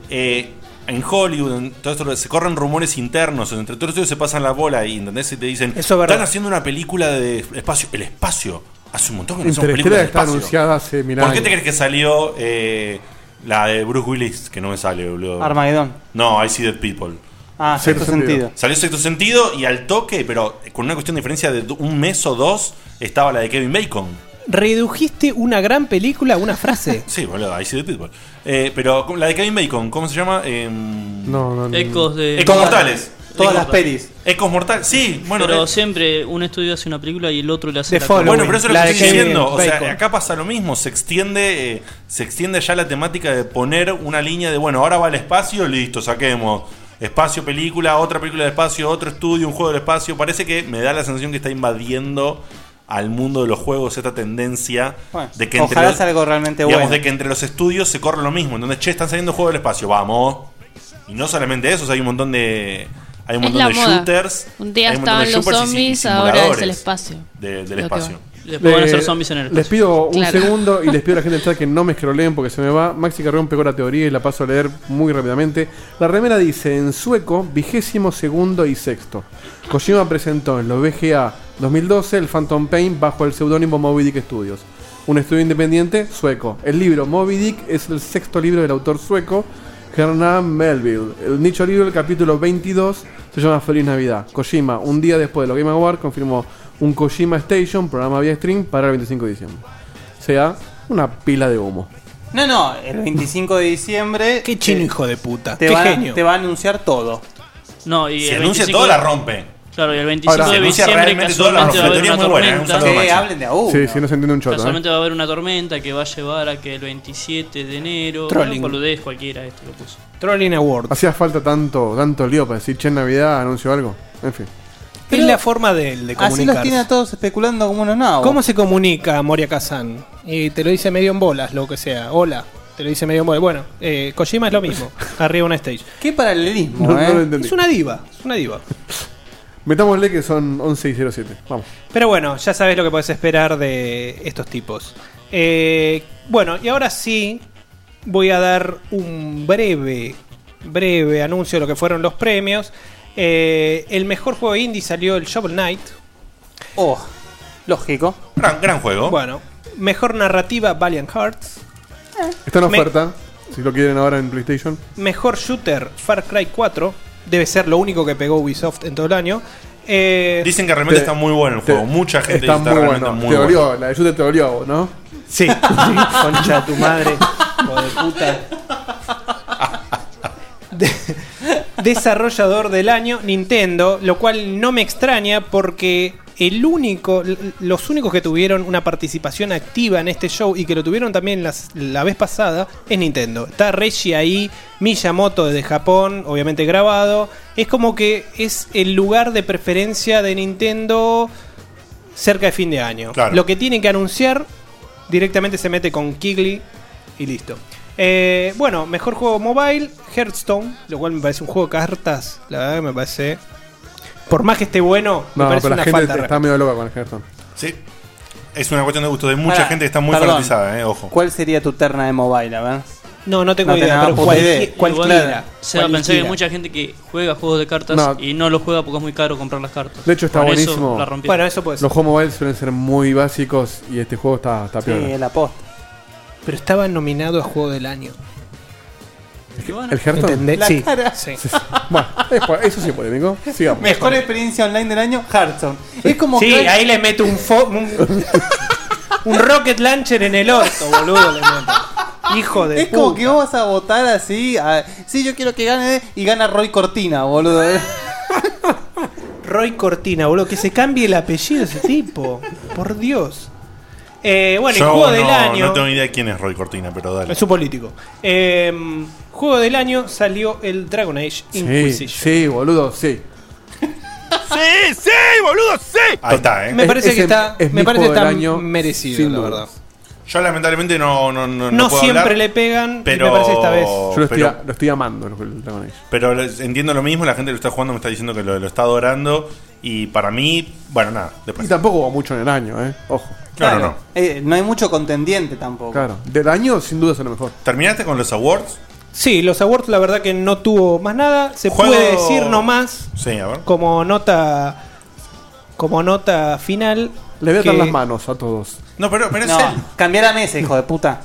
[SPEAKER 1] Eh, en Hollywood, en todo esto, se corren rumores internos, entre todos ellos se pasan la bola y ¿entendés? Y te dicen,
[SPEAKER 2] Eso es verdad.
[SPEAKER 1] están haciendo una película de espacio. El espacio. Hace un montón que no hacemos
[SPEAKER 3] Interstellar
[SPEAKER 1] películas de
[SPEAKER 3] está
[SPEAKER 1] espacio.
[SPEAKER 3] anunciada hace mil
[SPEAKER 1] ¿Por qué te
[SPEAKER 3] años.
[SPEAKER 1] crees que salió eh, la de Bruce Willis? Que no me sale, boludo.
[SPEAKER 4] Armagedón.
[SPEAKER 1] No, I See Dead People.
[SPEAKER 4] Ah, Sexto Sexto Sentido. Sentido.
[SPEAKER 1] Salió sexto sentido y al toque, pero con una cuestión de diferencia de do- un mes o dos, estaba la de Kevin Bacon.
[SPEAKER 2] Redujiste una gran película a una frase.
[SPEAKER 1] Sí, boludo, I See Dead People. Eh, pero con- la de Kevin Bacon, ¿cómo se llama? Eh,
[SPEAKER 3] no, no,
[SPEAKER 6] no. Ecos de-
[SPEAKER 1] Ecos
[SPEAKER 6] Todas-
[SPEAKER 1] mortales.
[SPEAKER 6] todas
[SPEAKER 1] Ecos
[SPEAKER 6] las
[SPEAKER 1] mortales.
[SPEAKER 6] pelis.
[SPEAKER 1] Ecos mortales, sí, bueno.
[SPEAKER 6] pero
[SPEAKER 1] eh,
[SPEAKER 6] siempre un estudio hace una película y el otro le hace
[SPEAKER 1] The
[SPEAKER 6] la
[SPEAKER 1] Following,
[SPEAKER 6] copia.
[SPEAKER 1] bueno, pero eso es lo
[SPEAKER 6] La
[SPEAKER 1] que
[SPEAKER 6] de
[SPEAKER 1] estoy
[SPEAKER 6] Kevin
[SPEAKER 1] diciendo. O sea,
[SPEAKER 6] Bacon.
[SPEAKER 1] acá pasa lo mismo. Se extiende, eh, se extiende ya la temática de poner una línea de, bueno, ahora va al espacio, listo, saquemos. Espacio, película, otra película de espacio, otro estudio, un juego del espacio. Parece que me da la sensación que está invadiendo al mundo de los juegos esta tendencia
[SPEAKER 4] Bueno,
[SPEAKER 1] de que
[SPEAKER 4] ojalá salga algo realmente
[SPEAKER 1] digamos,
[SPEAKER 4] bueno.
[SPEAKER 1] de que entre los estudios se corre lo mismo. Entonces, che, están saliendo juegos del espacio, vamos. Y no solamente eso, o sea, hay un montón de Hay un
[SPEAKER 5] Es
[SPEAKER 1] montón
[SPEAKER 5] la
[SPEAKER 1] de
[SPEAKER 5] moda.
[SPEAKER 1] shooters.
[SPEAKER 5] Un día
[SPEAKER 1] hay montón de
[SPEAKER 5] estaban los
[SPEAKER 1] shooters y
[SPEAKER 5] zombies,
[SPEAKER 1] sim-
[SPEAKER 5] ahora es el
[SPEAKER 1] simuladores
[SPEAKER 5] espacio.
[SPEAKER 1] de-
[SPEAKER 5] Lo
[SPEAKER 1] del
[SPEAKER 5] que
[SPEAKER 1] espacio.
[SPEAKER 6] Después van a ser zombies en el espacio.
[SPEAKER 3] Eh, Les pido un
[SPEAKER 6] Claro.
[SPEAKER 3] segundo y les pido a la gente del chat que no me escroleen porque se me va. Maxi Carrión pegó la teoría y la paso a leer muy rápidamente. La remera dice en sueco, vigésimo segundo y sexto. Kojima presentó en los VGA 2012 el Phantom Pain bajo el seudónimo Moby Dick Studios. Un estudio independiente sueco. El libro Moby Dick es el sexto libro del autor sueco Hernán Melville. El nicho libro, el capítulo 22, se llama Feliz Navidad. Kojima, un día después de los Game Awards, confirmó un Kojima Station, programa vía stream, para el 25 de diciembre. O sea, una pila de humo.
[SPEAKER 4] No, no, el 25 de diciembre. Qué
[SPEAKER 2] chino hijo de puta.
[SPEAKER 4] Te
[SPEAKER 3] Qué
[SPEAKER 4] va,
[SPEAKER 3] genio.
[SPEAKER 4] Te va a anunciar todo.
[SPEAKER 6] No, y
[SPEAKER 4] Si
[SPEAKER 6] el
[SPEAKER 4] anuncia
[SPEAKER 6] 25
[SPEAKER 4] todo, la rompe.
[SPEAKER 6] Claro, y el 25
[SPEAKER 4] Ahora, si
[SPEAKER 6] de
[SPEAKER 4] anuncia
[SPEAKER 6] diciembre
[SPEAKER 4] realmente todo, la
[SPEAKER 6] casualmente va a haber
[SPEAKER 4] rompe.
[SPEAKER 6] una
[SPEAKER 4] Muy buena, ¿eh? Un
[SPEAKER 6] tormenta.
[SPEAKER 4] saludo, Sí, Maxi. hablen de a uno.
[SPEAKER 3] Sí, sí, no se entiende un choto. ¿eh?
[SPEAKER 6] Casualmente va a haber una tormenta que va a llevar a que el 27 de enero.
[SPEAKER 3] Trolling.
[SPEAKER 6] Bueno, boludez cualquiera, este lo puso.
[SPEAKER 2] Trolling Award.
[SPEAKER 3] Hacía falta tanto, tanto lío para decir, che, en Navidad anuncio algo. En fin.
[SPEAKER 2] es la forma de, él de
[SPEAKER 4] Así los
[SPEAKER 2] comunicarse.
[SPEAKER 4] tiene a todos especulando como unos nabos.
[SPEAKER 2] ¿Cómo se comunica Moria Kazan? Y te lo dice medio en bolas, lo que sea. Hola. Te lo dice medio en bolas. Bueno, eh, Kojima es lo mismo. Arriba una stage.
[SPEAKER 4] ¿Qué paralelismo,
[SPEAKER 3] No, no lo entendí.
[SPEAKER 2] Es una diva. Es una diva.
[SPEAKER 3] Metámosle que son 11 y 07. Vamos.
[SPEAKER 2] Pero bueno, ya sabes lo que podés esperar de estos tipos. Eh, bueno, y ahora sí voy a dar un breve, breve anuncio de lo que fueron los premios. Eh, el mejor juego indie salió el Shovel Knight.
[SPEAKER 4] Oh, lógico.
[SPEAKER 1] Gran, juego.
[SPEAKER 2] Bueno, mejor narrativa Valiant Hearts.
[SPEAKER 4] Eh.
[SPEAKER 3] Está en
[SPEAKER 2] Me-
[SPEAKER 3] oferta, si lo quieren ahora en PlayStation.
[SPEAKER 2] Mejor shooter Far Cry 4. Debe ser lo único que pegó Ubisoft en todo el año. Eh,
[SPEAKER 1] Dicen que realmente está muy bueno el
[SPEAKER 3] Te-
[SPEAKER 1] juego. Mucha gente
[SPEAKER 3] está
[SPEAKER 1] dice
[SPEAKER 3] muy
[SPEAKER 1] que está
[SPEAKER 3] bueno. te
[SPEAKER 1] realmente muy
[SPEAKER 3] dolió,
[SPEAKER 1] bueno.
[SPEAKER 3] la de Yute te dolió, ¿no?
[SPEAKER 2] Sí.
[SPEAKER 7] Concha de tu madre.
[SPEAKER 2] Hijo de puta. De- desarrollador del año, Nintendo, lo cual no me extraña porque el único, l- los únicos que tuvieron una participación activa en este show y que lo tuvieron también las- la vez pasada es Nintendo. Está Reggie ahí, Miyamoto desde Japón, obviamente grabado. Es como que es el lugar de preferencia de Nintendo cerca de fin de año.
[SPEAKER 1] Claro.
[SPEAKER 2] Lo que tiene que anunciar directamente se mete con Kigley y listo. Eh, bueno, mejor juego mobile, Hearthstone, lo cual me parece un juego de cartas. La verdad que me parece. Por más que esté bueno, me
[SPEAKER 3] No,
[SPEAKER 2] parece
[SPEAKER 3] pero
[SPEAKER 2] una
[SPEAKER 3] la gente
[SPEAKER 2] falta de
[SPEAKER 3] está
[SPEAKER 2] respeto.
[SPEAKER 3] medio loca con el Hearthstone.
[SPEAKER 1] Sí. Es una cuestión de gusto de mucha
[SPEAKER 4] Pará,
[SPEAKER 1] gente que está muy
[SPEAKER 4] perdón.
[SPEAKER 1] fanatizada, eh, ojo.
[SPEAKER 4] ¿Cuál sería tu terna de mobile, a ver?
[SPEAKER 2] No, no tengo idea,
[SPEAKER 4] tenés
[SPEAKER 2] pero
[SPEAKER 4] puta
[SPEAKER 2] cualquier-
[SPEAKER 4] idea.
[SPEAKER 2] cualquiera.
[SPEAKER 6] Se va a pensar que hay mucha gente que juega juegos de cartas
[SPEAKER 3] No.
[SPEAKER 6] y no los juega porque es muy caro comprar las cartas.
[SPEAKER 3] De hecho, está
[SPEAKER 6] Por eso
[SPEAKER 3] buenísimo.
[SPEAKER 6] la rompieron.
[SPEAKER 3] Los juegos mobile suelen ser muy básicos y este juego está, está peor.
[SPEAKER 4] la posta.
[SPEAKER 2] Pero estaba nominado a juego del año.
[SPEAKER 3] ¿El Hearthstone?
[SPEAKER 2] ¿Entendés?
[SPEAKER 4] La
[SPEAKER 2] Sí.
[SPEAKER 4] cara.
[SPEAKER 2] Sí.
[SPEAKER 3] Bueno, es po- eso sí es polémico. Sigamos.
[SPEAKER 4] Mejor experiencia online del año, Hearthstone. Es como
[SPEAKER 2] Sí,
[SPEAKER 4] que. hoy-
[SPEAKER 2] ahí le meto un, fo- un, un rocket launcher en el orto, boludo. le meto. Hijo de
[SPEAKER 4] Es como
[SPEAKER 2] puta.
[SPEAKER 4] que vos vas a votar así. a- sí, yo quiero que gane. Y gana Roy Cortina, boludo.
[SPEAKER 2] Roy Cortina, boludo, que se cambie el apellido de ese tipo. Por Dios. Eh, bueno,
[SPEAKER 1] Yo
[SPEAKER 2] el juego
[SPEAKER 1] no,
[SPEAKER 2] del año.
[SPEAKER 1] No tengo ni idea quién es Roy Cortina, pero dale.
[SPEAKER 2] Es un político. Eh, juego del año salió el Dragon Age
[SPEAKER 3] Sí,
[SPEAKER 2] Inquisition.
[SPEAKER 3] sí, boludo, sí.
[SPEAKER 1] ¡Sí, sí, boludo, sí! Ahí está, eh.
[SPEAKER 2] Me parece que está,
[SPEAKER 3] es mi
[SPEAKER 2] me parece
[SPEAKER 3] juego
[SPEAKER 2] está
[SPEAKER 3] del año,
[SPEAKER 2] merecido,
[SPEAKER 3] sin
[SPEAKER 2] la
[SPEAKER 3] dudas.
[SPEAKER 2] verdad.
[SPEAKER 1] Yo lamentablemente no, no, no,
[SPEAKER 2] No,
[SPEAKER 1] no puedo
[SPEAKER 2] siempre
[SPEAKER 1] hablar,
[SPEAKER 2] le pegan,
[SPEAKER 1] pero-
[SPEAKER 2] me parece esta vez.
[SPEAKER 3] Yo lo estoy,
[SPEAKER 1] pero-
[SPEAKER 3] lo estoy amando, lo- el Dragon Age.
[SPEAKER 1] Pero les- entiendo lo mismo, la gente que lo está jugando me está diciendo que lo, lo está adorando. Y para mí, bueno, nada, después.
[SPEAKER 3] Y tampoco hubo mucho en el año, ¿eh? Ojo.
[SPEAKER 1] Claro, no.
[SPEAKER 4] Eh, no hay mucho contendiente tampoco.
[SPEAKER 3] Claro. Del año, sin duda, es lo mejor.
[SPEAKER 1] ¿Terminaste con los awards?
[SPEAKER 2] Sí, los awards la verdad que no tuvo más nada. Se
[SPEAKER 1] Juego-
[SPEAKER 2] puede decir nomás
[SPEAKER 1] Sí, a ver.
[SPEAKER 2] como nota como nota final.
[SPEAKER 3] Le voy a dar
[SPEAKER 2] que-
[SPEAKER 3] las manos a todos.
[SPEAKER 1] No, pero, pero es
[SPEAKER 4] No,
[SPEAKER 1] él.
[SPEAKER 4] cambiá la mesa, hijo de puta.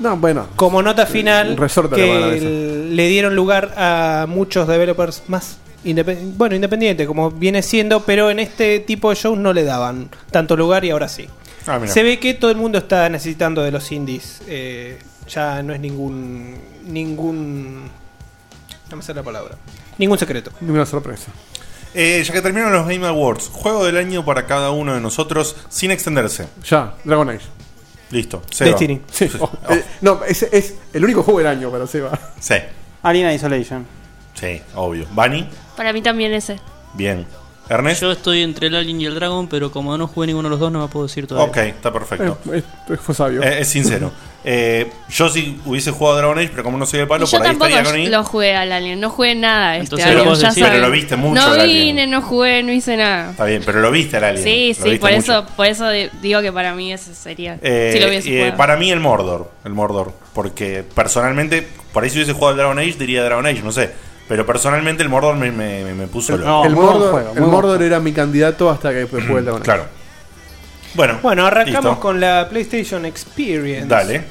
[SPEAKER 3] No, bueno.
[SPEAKER 2] Como nota final,
[SPEAKER 3] Resorte la
[SPEAKER 2] que
[SPEAKER 3] palabra
[SPEAKER 2] el- le dieron lugar a muchos developers más independientes, bueno, independiente, como viene siendo, pero en este tipo de shows no le daban tanto lugar y ahora sí.
[SPEAKER 1] Ah, mira.
[SPEAKER 2] Se ve que todo el mundo está necesitando de los indies. eh, ya no es ningún. ningún. No me sale la palabra. Ningún secreto.
[SPEAKER 3] Ninguna sorpresa.
[SPEAKER 1] Eh, ya que terminaron los Game Awards, juego del año para cada uno de nosotros sin extenderse.
[SPEAKER 3] Ya, Dragon Age.
[SPEAKER 1] Listo. Seba.
[SPEAKER 2] Destiny.
[SPEAKER 1] Sí.
[SPEAKER 3] Sí. Oh, eh, no, ese es el único juego del año para Seba.
[SPEAKER 1] Sí,
[SPEAKER 4] Alien Isolation.
[SPEAKER 1] sí, obvio. Bani,
[SPEAKER 5] Para mí también ese.
[SPEAKER 1] bien. Ernest.
[SPEAKER 6] Yo estoy entre el Alien y el Dragon, pero como no jugué ninguno de los dos, no me puedo decir todavía.
[SPEAKER 1] Ok, está perfecto.
[SPEAKER 3] Eh, eh, fue sabio.
[SPEAKER 1] Eh, es sincero. Eh, yo sí hubiese jugado Dragon Age, pero como no soy de palo,
[SPEAKER 5] Y yo
[SPEAKER 1] por ahí
[SPEAKER 5] tampoco
[SPEAKER 1] estaría con él.
[SPEAKER 5] lo jugué al Alien, no jugué nada este
[SPEAKER 1] Entonces lo
[SPEAKER 5] Alien,
[SPEAKER 1] vos
[SPEAKER 5] ya
[SPEAKER 1] decís. Pero
[SPEAKER 5] saben.
[SPEAKER 1] lo viste mucho al
[SPEAKER 5] No
[SPEAKER 1] Alien.
[SPEAKER 5] vine, no jugué, no hice nada.
[SPEAKER 1] Está bien, pero lo viste al alien.
[SPEAKER 5] Sí,
[SPEAKER 1] Lo
[SPEAKER 5] sí,
[SPEAKER 1] viste
[SPEAKER 5] por
[SPEAKER 1] mucho.
[SPEAKER 5] eso, por eso di- digo que para mí ese sería.
[SPEAKER 1] Eh,
[SPEAKER 5] si lo hubiese
[SPEAKER 1] eh,
[SPEAKER 5] jugado.
[SPEAKER 1] para mí el Mordor, el Mordor, porque personalmente, por ahí si hubiese jugado al Dragon Age diría Dragon Age, no sé, pero personalmente el Mordor me, me- me- me puso loco.
[SPEAKER 3] eh, el Mordor, el Mordor era mi candidato hasta que fue
[SPEAKER 2] Mm,
[SPEAKER 3] el Dragon Age.
[SPEAKER 1] Claro. Bueno,
[SPEAKER 2] Bueno, arrancamos
[SPEAKER 1] listo.
[SPEAKER 2] con la PlayStation Experience.
[SPEAKER 1] Dale.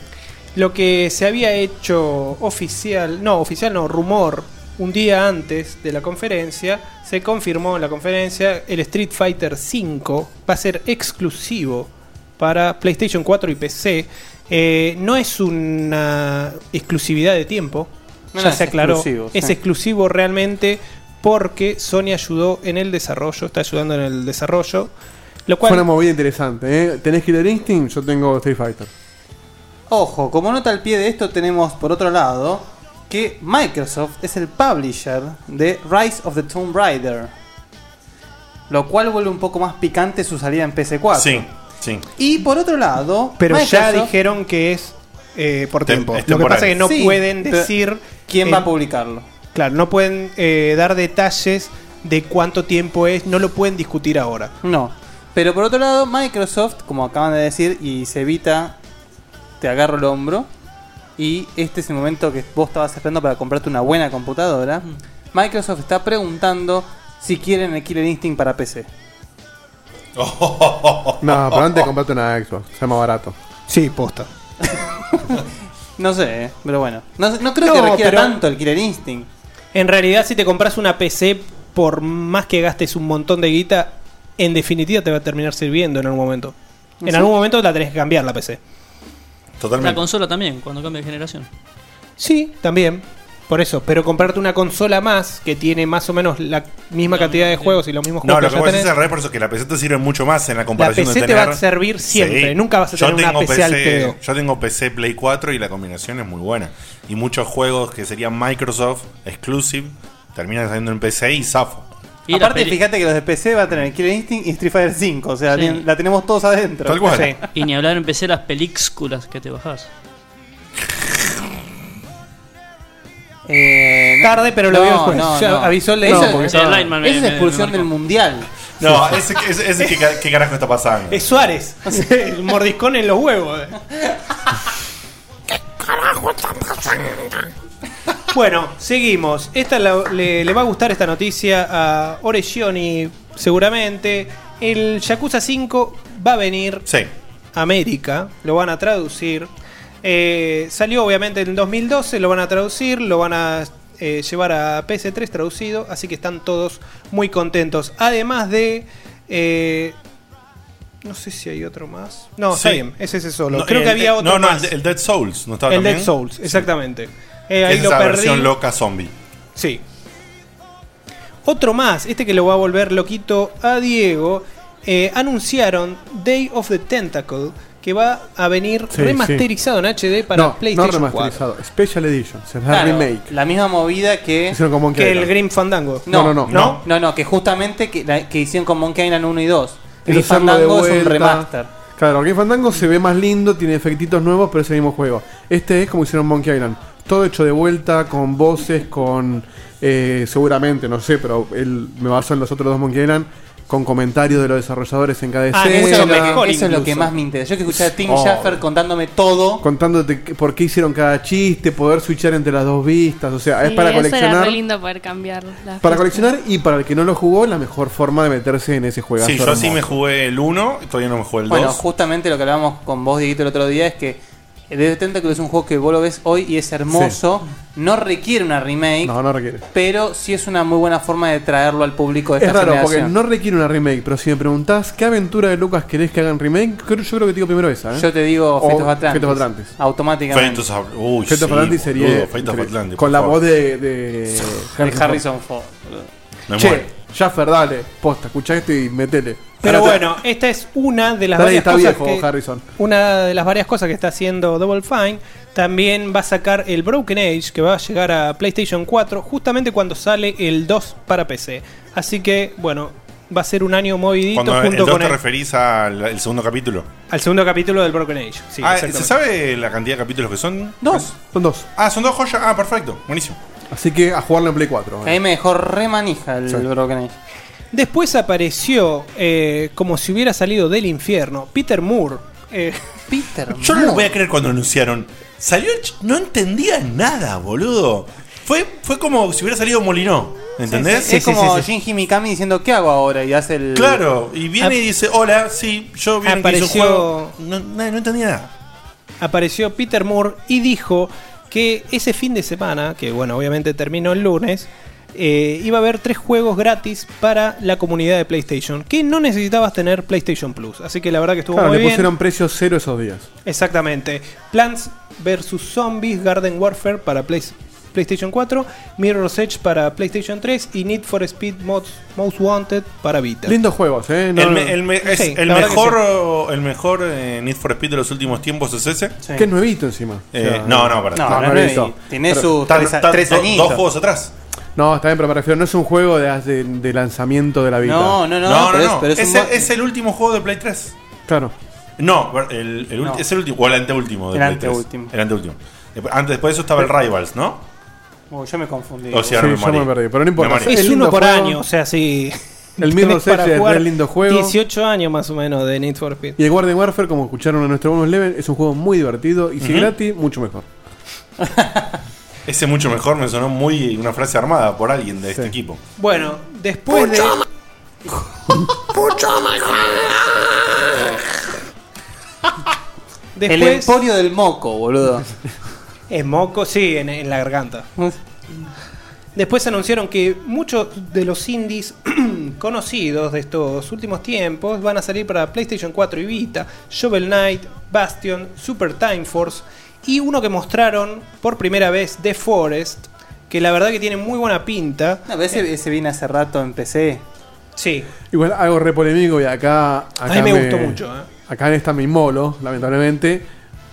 [SPEAKER 2] Lo que se había hecho oficial, no, oficial no, rumor, un día antes de la conferencia, se confirmó en la conferencia, el Street Fighter V va a ser exclusivo para PlayStation 4 y PC. Eh, no es una exclusividad de tiempo,
[SPEAKER 4] No,
[SPEAKER 2] ya
[SPEAKER 4] no,
[SPEAKER 2] se
[SPEAKER 4] es
[SPEAKER 2] aclaró,
[SPEAKER 4] exclusivo,
[SPEAKER 2] es
[SPEAKER 4] sí.
[SPEAKER 2] exclusivo realmente porque Sony ayudó en el desarrollo, está ayudando en el desarrollo. Lo cual,
[SPEAKER 3] Fue una movida interesante. ¿eh? ¿Tenés Killer Instinct? Yo tengo Street Fighter.
[SPEAKER 4] Ojo, como nota al pie de esto tenemos por otro lado que Microsoft es el publisher de Rise of the Tomb Raider. Lo cual vuelve un poco más picante su salida en PC4.
[SPEAKER 1] Sí, sí.
[SPEAKER 4] Y por otro lado,
[SPEAKER 2] Pero ya
[SPEAKER 4] Microsoft-
[SPEAKER 2] dijeron que es eh, por
[SPEAKER 1] Tem-
[SPEAKER 2] tiempo.
[SPEAKER 1] es
[SPEAKER 2] Lo que
[SPEAKER 1] temporal.
[SPEAKER 2] pasa es que no
[SPEAKER 4] Sí,
[SPEAKER 2] pueden
[SPEAKER 4] pero
[SPEAKER 2] decir.
[SPEAKER 4] ¿Quién va a
[SPEAKER 2] eh,
[SPEAKER 4] publicarlo?
[SPEAKER 2] Claro, no pueden eh, dar detalles de cuánto tiempo es, no lo pueden discutir ahora.
[SPEAKER 4] No. Pero por otro lado, Microsoft, como acaban de decir, y se evita, te agarro el hombro, y este es el momento que vos estabas esperando para comprarte una buena computadora,
[SPEAKER 2] Mm.
[SPEAKER 4] Microsoft está preguntando si quieren el Killer Instinct para PC.
[SPEAKER 3] No, pero antes comprate una Xbox. Sea más barato.
[SPEAKER 2] Oh, Sí, posta.
[SPEAKER 4] No sé, eh, pero bueno. No, sé- no creo que
[SPEAKER 2] No,
[SPEAKER 4] requiera
[SPEAKER 2] pero-
[SPEAKER 4] tanto el Killer Instinct.
[SPEAKER 2] En realidad, si te compras una PC, por más que gastes un montón de guita, en definitiva te va a terminar sirviendo en algún momento. En
[SPEAKER 6] Sí.
[SPEAKER 2] algún momento la tenés que cambiar la PC.
[SPEAKER 6] La consola también, cuando cambie de generación.
[SPEAKER 2] Sí, también. Por eso, pero comprarte una consola más que tiene más o menos la misma cantidad de juegos y los mismos
[SPEAKER 1] No,
[SPEAKER 2] juegos
[SPEAKER 1] lo
[SPEAKER 2] que
[SPEAKER 1] que
[SPEAKER 2] ya
[SPEAKER 1] vos decís
[SPEAKER 2] tenés.
[SPEAKER 1] es al revés, por eso que la PC te sirve mucho más en la
[SPEAKER 2] La
[SPEAKER 1] comparación
[SPEAKER 2] PC
[SPEAKER 1] de
[SPEAKER 2] te
[SPEAKER 1] tener...
[SPEAKER 2] va a servir siempre,
[SPEAKER 1] Sí.
[SPEAKER 2] nunca vas a
[SPEAKER 1] Yo
[SPEAKER 2] tener una
[SPEAKER 1] tengo
[SPEAKER 2] PC, al pedo.
[SPEAKER 1] Yo tengo PC Play 4 y la combinación es muy buena. Y muchos juegos que serían Microsoft Exclusive terminan saliendo en PC y zafo.
[SPEAKER 4] Aparte, fíjate que los de PC van a tener Killer Instinct y Street Fighter 5. O sea,
[SPEAKER 6] Sí.
[SPEAKER 4] tienen- la tenemos todos adentro.
[SPEAKER 6] Sí. Y ni hablar empecé las películas que te bajás.
[SPEAKER 4] Eh, no.
[SPEAKER 2] Tarde, pero lo vio el juez. Ya avisó el
[SPEAKER 4] Eso-
[SPEAKER 2] leído, porque estaba-
[SPEAKER 4] Esa es expulsión del mundial.
[SPEAKER 1] No, ese, ese, ese que ca- ¿qué carajo está pasando?
[SPEAKER 2] Es Suárez, el mordiscón en los huevos. Bueno, seguimos. Esta la- le, le va a gustar esta noticia a Oregioni, seguramente. El Yakuza 5 va a venir a América, lo van a traducir. Eh, salió obviamente en el 2012, lo van a traducir, lo van a eh, llevar a PS3 traducido, así que están todos muy contentos. Además de... eh, no sé si hay otro más. No, está
[SPEAKER 1] Sí.
[SPEAKER 2] bien, es ese solo.
[SPEAKER 1] No,
[SPEAKER 2] Creo que
[SPEAKER 1] el-
[SPEAKER 2] había otro
[SPEAKER 1] No, no,
[SPEAKER 2] más.
[SPEAKER 1] el, el Dead Souls, ¿no estaba
[SPEAKER 2] El
[SPEAKER 1] también?
[SPEAKER 2] Dead Souls, exactamente. Eh,
[SPEAKER 1] Que
[SPEAKER 2] ahí
[SPEAKER 1] es
[SPEAKER 2] lo
[SPEAKER 1] esa
[SPEAKER 2] perdí.
[SPEAKER 1] versión loca zombie.
[SPEAKER 2] Sí. Otro más, este que lo va a volver loquito a Diego. eh, anunciaron Day of the Tentacle, que va a venir
[SPEAKER 3] Sí,
[SPEAKER 2] remasterizado en HD para
[SPEAKER 3] no,
[SPEAKER 2] PlayStation
[SPEAKER 3] no
[SPEAKER 2] 4.
[SPEAKER 3] remasterizado. Special Edition. Se
[SPEAKER 4] Claro,
[SPEAKER 3] remake.
[SPEAKER 4] La misma movida que.
[SPEAKER 3] Hicieron con Monkey Que el Island.
[SPEAKER 2] Grim Fandango.
[SPEAKER 4] No, no,
[SPEAKER 3] No,
[SPEAKER 4] no.
[SPEAKER 3] no,
[SPEAKER 4] No, no, que justamente que, la- que hicieron con Monkey Island 1 y 2. Grim
[SPEAKER 3] Eso hacerlo de
[SPEAKER 4] Fandango es un
[SPEAKER 3] vuelta.
[SPEAKER 4] remaster.
[SPEAKER 3] Claro, Game Fandango se ve más lindo, tiene efectitos nuevos, pero es el mismo juego. Este es como hicieron Monkey Island. Todo hecho de vuelta, con voces, con. eh, seguramente, no sé, pero él, me baso en los otros dos Monkey Island. Con comentarios de los desarrolladores en cada
[SPEAKER 4] Ah, eso
[SPEAKER 3] escena.
[SPEAKER 4] es lo que- eso es lo que más me interesa. Yo que escuché a Tim
[SPEAKER 3] Oh.
[SPEAKER 4] Schafer contándome todo.
[SPEAKER 3] Contándote que- por qué hicieron cada chiste, poder switchar entre las dos vistas. O sea, es
[SPEAKER 5] Sí,
[SPEAKER 3] para
[SPEAKER 5] eso Era
[SPEAKER 3] coleccionar.
[SPEAKER 5] re lindo poder cambiar. las
[SPEAKER 3] Para
[SPEAKER 5] cosas.
[SPEAKER 3] coleccionar y para el que no lo jugó, la mejor forma de meterse en ese juego.
[SPEAKER 1] Sí, yo así me jugué el 1, todavía no me jugué el 2.
[SPEAKER 4] Bueno, justamente lo que hablábamos con vos, Dieguito, el otro día es que el Dead Tentacle es un juego que vos lo ves hoy y es hermoso. No requiere una remake,
[SPEAKER 3] No, no requiere.
[SPEAKER 4] pero sí es una muy buena forma de traerlo al público de
[SPEAKER 3] Es
[SPEAKER 4] esta
[SPEAKER 3] raro, porque
[SPEAKER 4] generación.
[SPEAKER 3] no requiere una remake, pero si me preguntás qué aventura de Lucas querés que hagan remake, creo- yo creo que te digo primero esa. ¿eh?
[SPEAKER 4] Yo te digo
[SPEAKER 3] O
[SPEAKER 4] Fate of Atlantis.
[SPEAKER 3] Fate of Atlantis.
[SPEAKER 4] Automáticamente.
[SPEAKER 1] Fate of- uy,
[SPEAKER 3] Fate of
[SPEAKER 1] sí,
[SPEAKER 3] Atlantis sería.
[SPEAKER 1] boludo, Fate of
[SPEAKER 3] increíble.
[SPEAKER 1] Atlantis, por
[SPEAKER 3] con la
[SPEAKER 1] favor.
[SPEAKER 3] voz de. de
[SPEAKER 4] De Harrison Ford.
[SPEAKER 1] Me
[SPEAKER 3] Che,
[SPEAKER 1] muero.
[SPEAKER 3] Jaffer, dale, posta, escuchá esto y metele.
[SPEAKER 2] Pero bueno, esta es una de las
[SPEAKER 3] Dale,
[SPEAKER 2] varias
[SPEAKER 3] está
[SPEAKER 2] cosas
[SPEAKER 3] viejo,
[SPEAKER 2] que,
[SPEAKER 3] Harrison.
[SPEAKER 2] una de las varias cosas que está haciendo Double Fine. También va a sacar el Broken Age que va a llegar a PlayStation 4 justamente cuando sale el 2 para PC. Así que, bueno, va a ser un año movidito
[SPEAKER 1] Cuando el
[SPEAKER 2] junto
[SPEAKER 1] 2
[SPEAKER 2] con
[SPEAKER 1] te
[SPEAKER 2] el,
[SPEAKER 1] referís al al segundo capítulo.
[SPEAKER 2] al segundo capítulo del Broken Age. Sí,
[SPEAKER 1] Ah, ¿Se
[SPEAKER 2] exactamente.
[SPEAKER 1] sabe la cantidad de capítulos que son?
[SPEAKER 4] Dos.
[SPEAKER 3] Son dos.
[SPEAKER 1] Ah, son dos joyas. Ah, perfecto. Buenísimo.
[SPEAKER 3] Así que a jugarlo en Play eh. 4.
[SPEAKER 4] A mí me dejó re manija el
[SPEAKER 2] Sí.
[SPEAKER 4] Broken Age.
[SPEAKER 2] Después apareció, eh, como si hubiera salido del infierno, Peter Moore. Eh,
[SPEAKER 4] Peter
[SPEAKER 1] Yo no lo voy a creer cuando anunciaron. Salió el ch- No entendía nada, boludo. Fue, fue como si hubiera salido Molinó. ¿Entendés?
[SPEAKER 4] es como Shinji Mikami diciendo, ¿qué hago ahora? Y hace el.
[SPEAKER 1] Claro, y viene y dice, hola, sí, yo vine que hice un
[SPEAKER 2] apareció,
[SPEAKER 1] juego. No, no, no entendía nada.
[SPEAKER 2] Apareció Peter Moore y dijo que ese fin de semana, que bueno, obviamente terminó el lunes, eh, iba a haber tres juegos gratis para la comunidad de PlayStation, que no necesitabas tener PlayStation Plus. Así que la verdad que estuvo
[SPEAKER 3] Claro,
[SPEAKER 2] muy
[SPEAKER 3] le
[SPEAKER 2] bien.
[SPEAKER 3] pusieron precio cero esos días.
[SPEAKER 2] Exactamente. Plants vs. Zombies, Garden Warfare para Play- PlayStation 4, Mirror's Edge para PlayStation 3 y Need for Speed Mods- Most Wanted para Vita.
[SPEAKER 3] Lindos juegos, ¿eh? No,
[SPEAKER 1] el, me-
[SPEAKER 3] no.
[SPEAKER 1] el me- es
[SPEAKER 2] Sí,
[SPEAKER 1] el
[SPEAKER 2] la verdad
[SPEAKER 1] mejor,
[SPEAKER 2] que
[SPEAKER 1] o- el mejor eh, Need for Speed de los últimos tiempos es ese.
[SPEAKER 3] Que es nuevito encima.
[SPEAKER 1] Eh,
[SPEAKER 3] O sea,
[SPEAKER 1] no, no, para
[SPEAKER 3] no, no lo hizo. Pero-
[SPEAKER 1] tan- tan- do- Dos juegos atrás.
[SPEAKER 3] No, está bien, pero me refiero, no es un juego de, de- de lanzamiento de la vida.
[SPEAKER 1] no, no. es, el- es el último juego de Play 3.
[SPEAKER 3] Claro.
[SPEAKER 1] No, el, el ulti-
[SPEAKER 3] No.
[SPEAKER 1] es el último, o el anteúltimo de
[SPEAKER 4] El
[SPEAKER 1] Play 3.
[SPEAKER 4] anteúltimo.
[SPEAKER 1] El anteúltimo. Eh, Antes, después de eso estaba el Rivals, ¿no?
[SPEAKER 4] Oh, yo me confundí.
[SPEAKER 1] O sea,
[SPEAKER 3] Sí,
[SPEAKER 1] no
[SPEAKER 3] yo me perdí, pero no importa.
[SPEAKER 1] Me morí.
[SPEAKER 2] Es
[SPEAKER 3] lindo
[SPEAKER 2] uno por
[SPEAKER 3] juego.
[SPEAKER 2] año, o sea, sí.
[SPEAKER 3] El
[SPEAKER 2] tenés
[SPEAKER 3] Mirror's
[SPEAKER 2] para
[SPEAKER 3] Edge es
[SPEAKER 2] jugar
[SPEAKER 3] re lindo juego.
[SPEAKER 2] 18 años más o menos de Need for Speed.
[SPEAKER 3] Y el Garden Warfare, como escucharon en nuestro bonus level, es un juego muy divertido y si
[SPEAKER 1] Ujú.
[SPEAKER 3] gratis, mucho mejor.
[SPEAKER 1] Ese mucho mejor me sonó muy una frase armada por alguien de este equipo.
[SPEAKER 2] Bueno, después de.
[SPEAKER 4] El
[SPEAKER 2] Después-
[SPEAKER 4] emporio del moco, boludo.
[SPEAKER 2] Es moco, sí, en, en la garganta. Después anunciaron que muchos de los indies conocidos de estos últimos tiempos van a salir para PlayStation 4 y Vita, Shovel Knight, Bastion, Super Time Force y uno que mostraron por primera vez, The Forest, que la verdad que tiene muy buena pinta.
[SPEAKER 4] No, pero ese, ese viene hace rato en PC.
[SPEAKER 2] Sí.
[SPEAKER 3] Igual algo re polémico y acá. acá
[SPEAKER 2] mí me gustó mucho, ¿eh?
[SPEAKER 3] Acá en esta me inmolo, lamentablemente.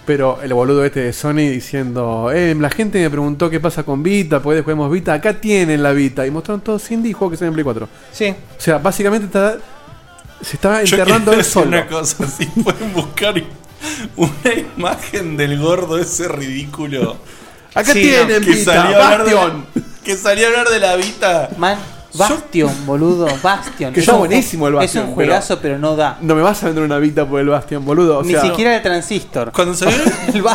[SPEAKER 3] Pero el boludo este de Sony diciendo: eh, La gente me preguntó qué pasa con Vita, ¿puedes jugamos Vita? Acá tienen la Vita. Y mostraron todos indie y juegos que salen en Play 4.
[SPEAKER 2] Sí.
[SPEAKER 3] O sea, básicamente está, se está
[SPEAKER 1] Yo
[SPEAKER 3] enterrando
[SPEAKER 1] quiero
[SPEAKER 3] él
[SPEAKER 1] decir
[SPEAKER 3] solo.
[SPEAKER 1] Una cosa, si pueden buscar una imagen del gordo ese ridículo.
[SPEAKER 3] Acá tienen,
[SPEAKER 1] que
[SPEAKER 3] Vita,
[SPEAKER 1] salió a hablar de-
[SPEAKER 3] Bastion.
[SPEAKER 1] que salió a hablar de la Vita.
[SPEAKER 4] Man, Bastion, boludo. Bastion.
[SPEAKER 3] Que
[SPEAKER 4] Es
[SPEAKER 3] está
[SPEAKER 4] un ju-
[SPEAKER 3] buenísimo el Bastion.
[SPEAKER 4] Es un juegazo, pero, no da.
[SPEAKER 3] No me vas a vender una Vita por el Bastion, boludo. O
[SPEAKER 4] Ni
[SPEAKER 3] sea,
[SPEAKER 4] siquiera el transistor.
[SPEAKER 1] Cuando salió,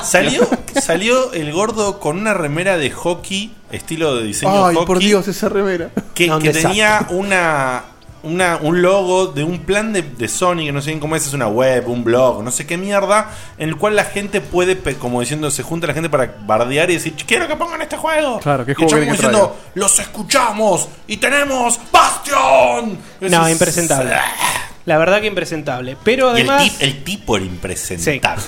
[SPEAKER 1] salió, salió el gordo con una remera de hockey, estilo de diseño
[SPEAKER 3] Ay,
[SPEAKER 1] hockey,
[SPEAKER 3] por Dios, esa remera.
[SPEAKER 1] que,
[SPEAKER 3] No, un
[SPEAKER 1] que
[SPEAKER 3] desastre.
[SPEAKER 1] tenía una, una- un logo de un plan de, de Sony, que no sé bien cómo es, es una web, un blog, no sé qué mierda, en el cual la gente puede, pe- como diciendo, se junta la gente para bardear y decir, quiero que pongan este juego.
[SPEAKER 3] Claro, ¿qué
[SPEAKER 1] Y el
[SPEAKER 3] juego
[SPEAKER 1] chabón
[SPEAKER 3] quieren que
[SPEAKER 1] como diciendo, los escuchamos y tenemos Bastion.
[SPEAKER 2] No, impresentable. La verdad que impresentable. Pero
[SPEAKER 1] Y el,
[SPEAKER 2] además.
[SPEAKER 1] tip- el tipo era impresentable,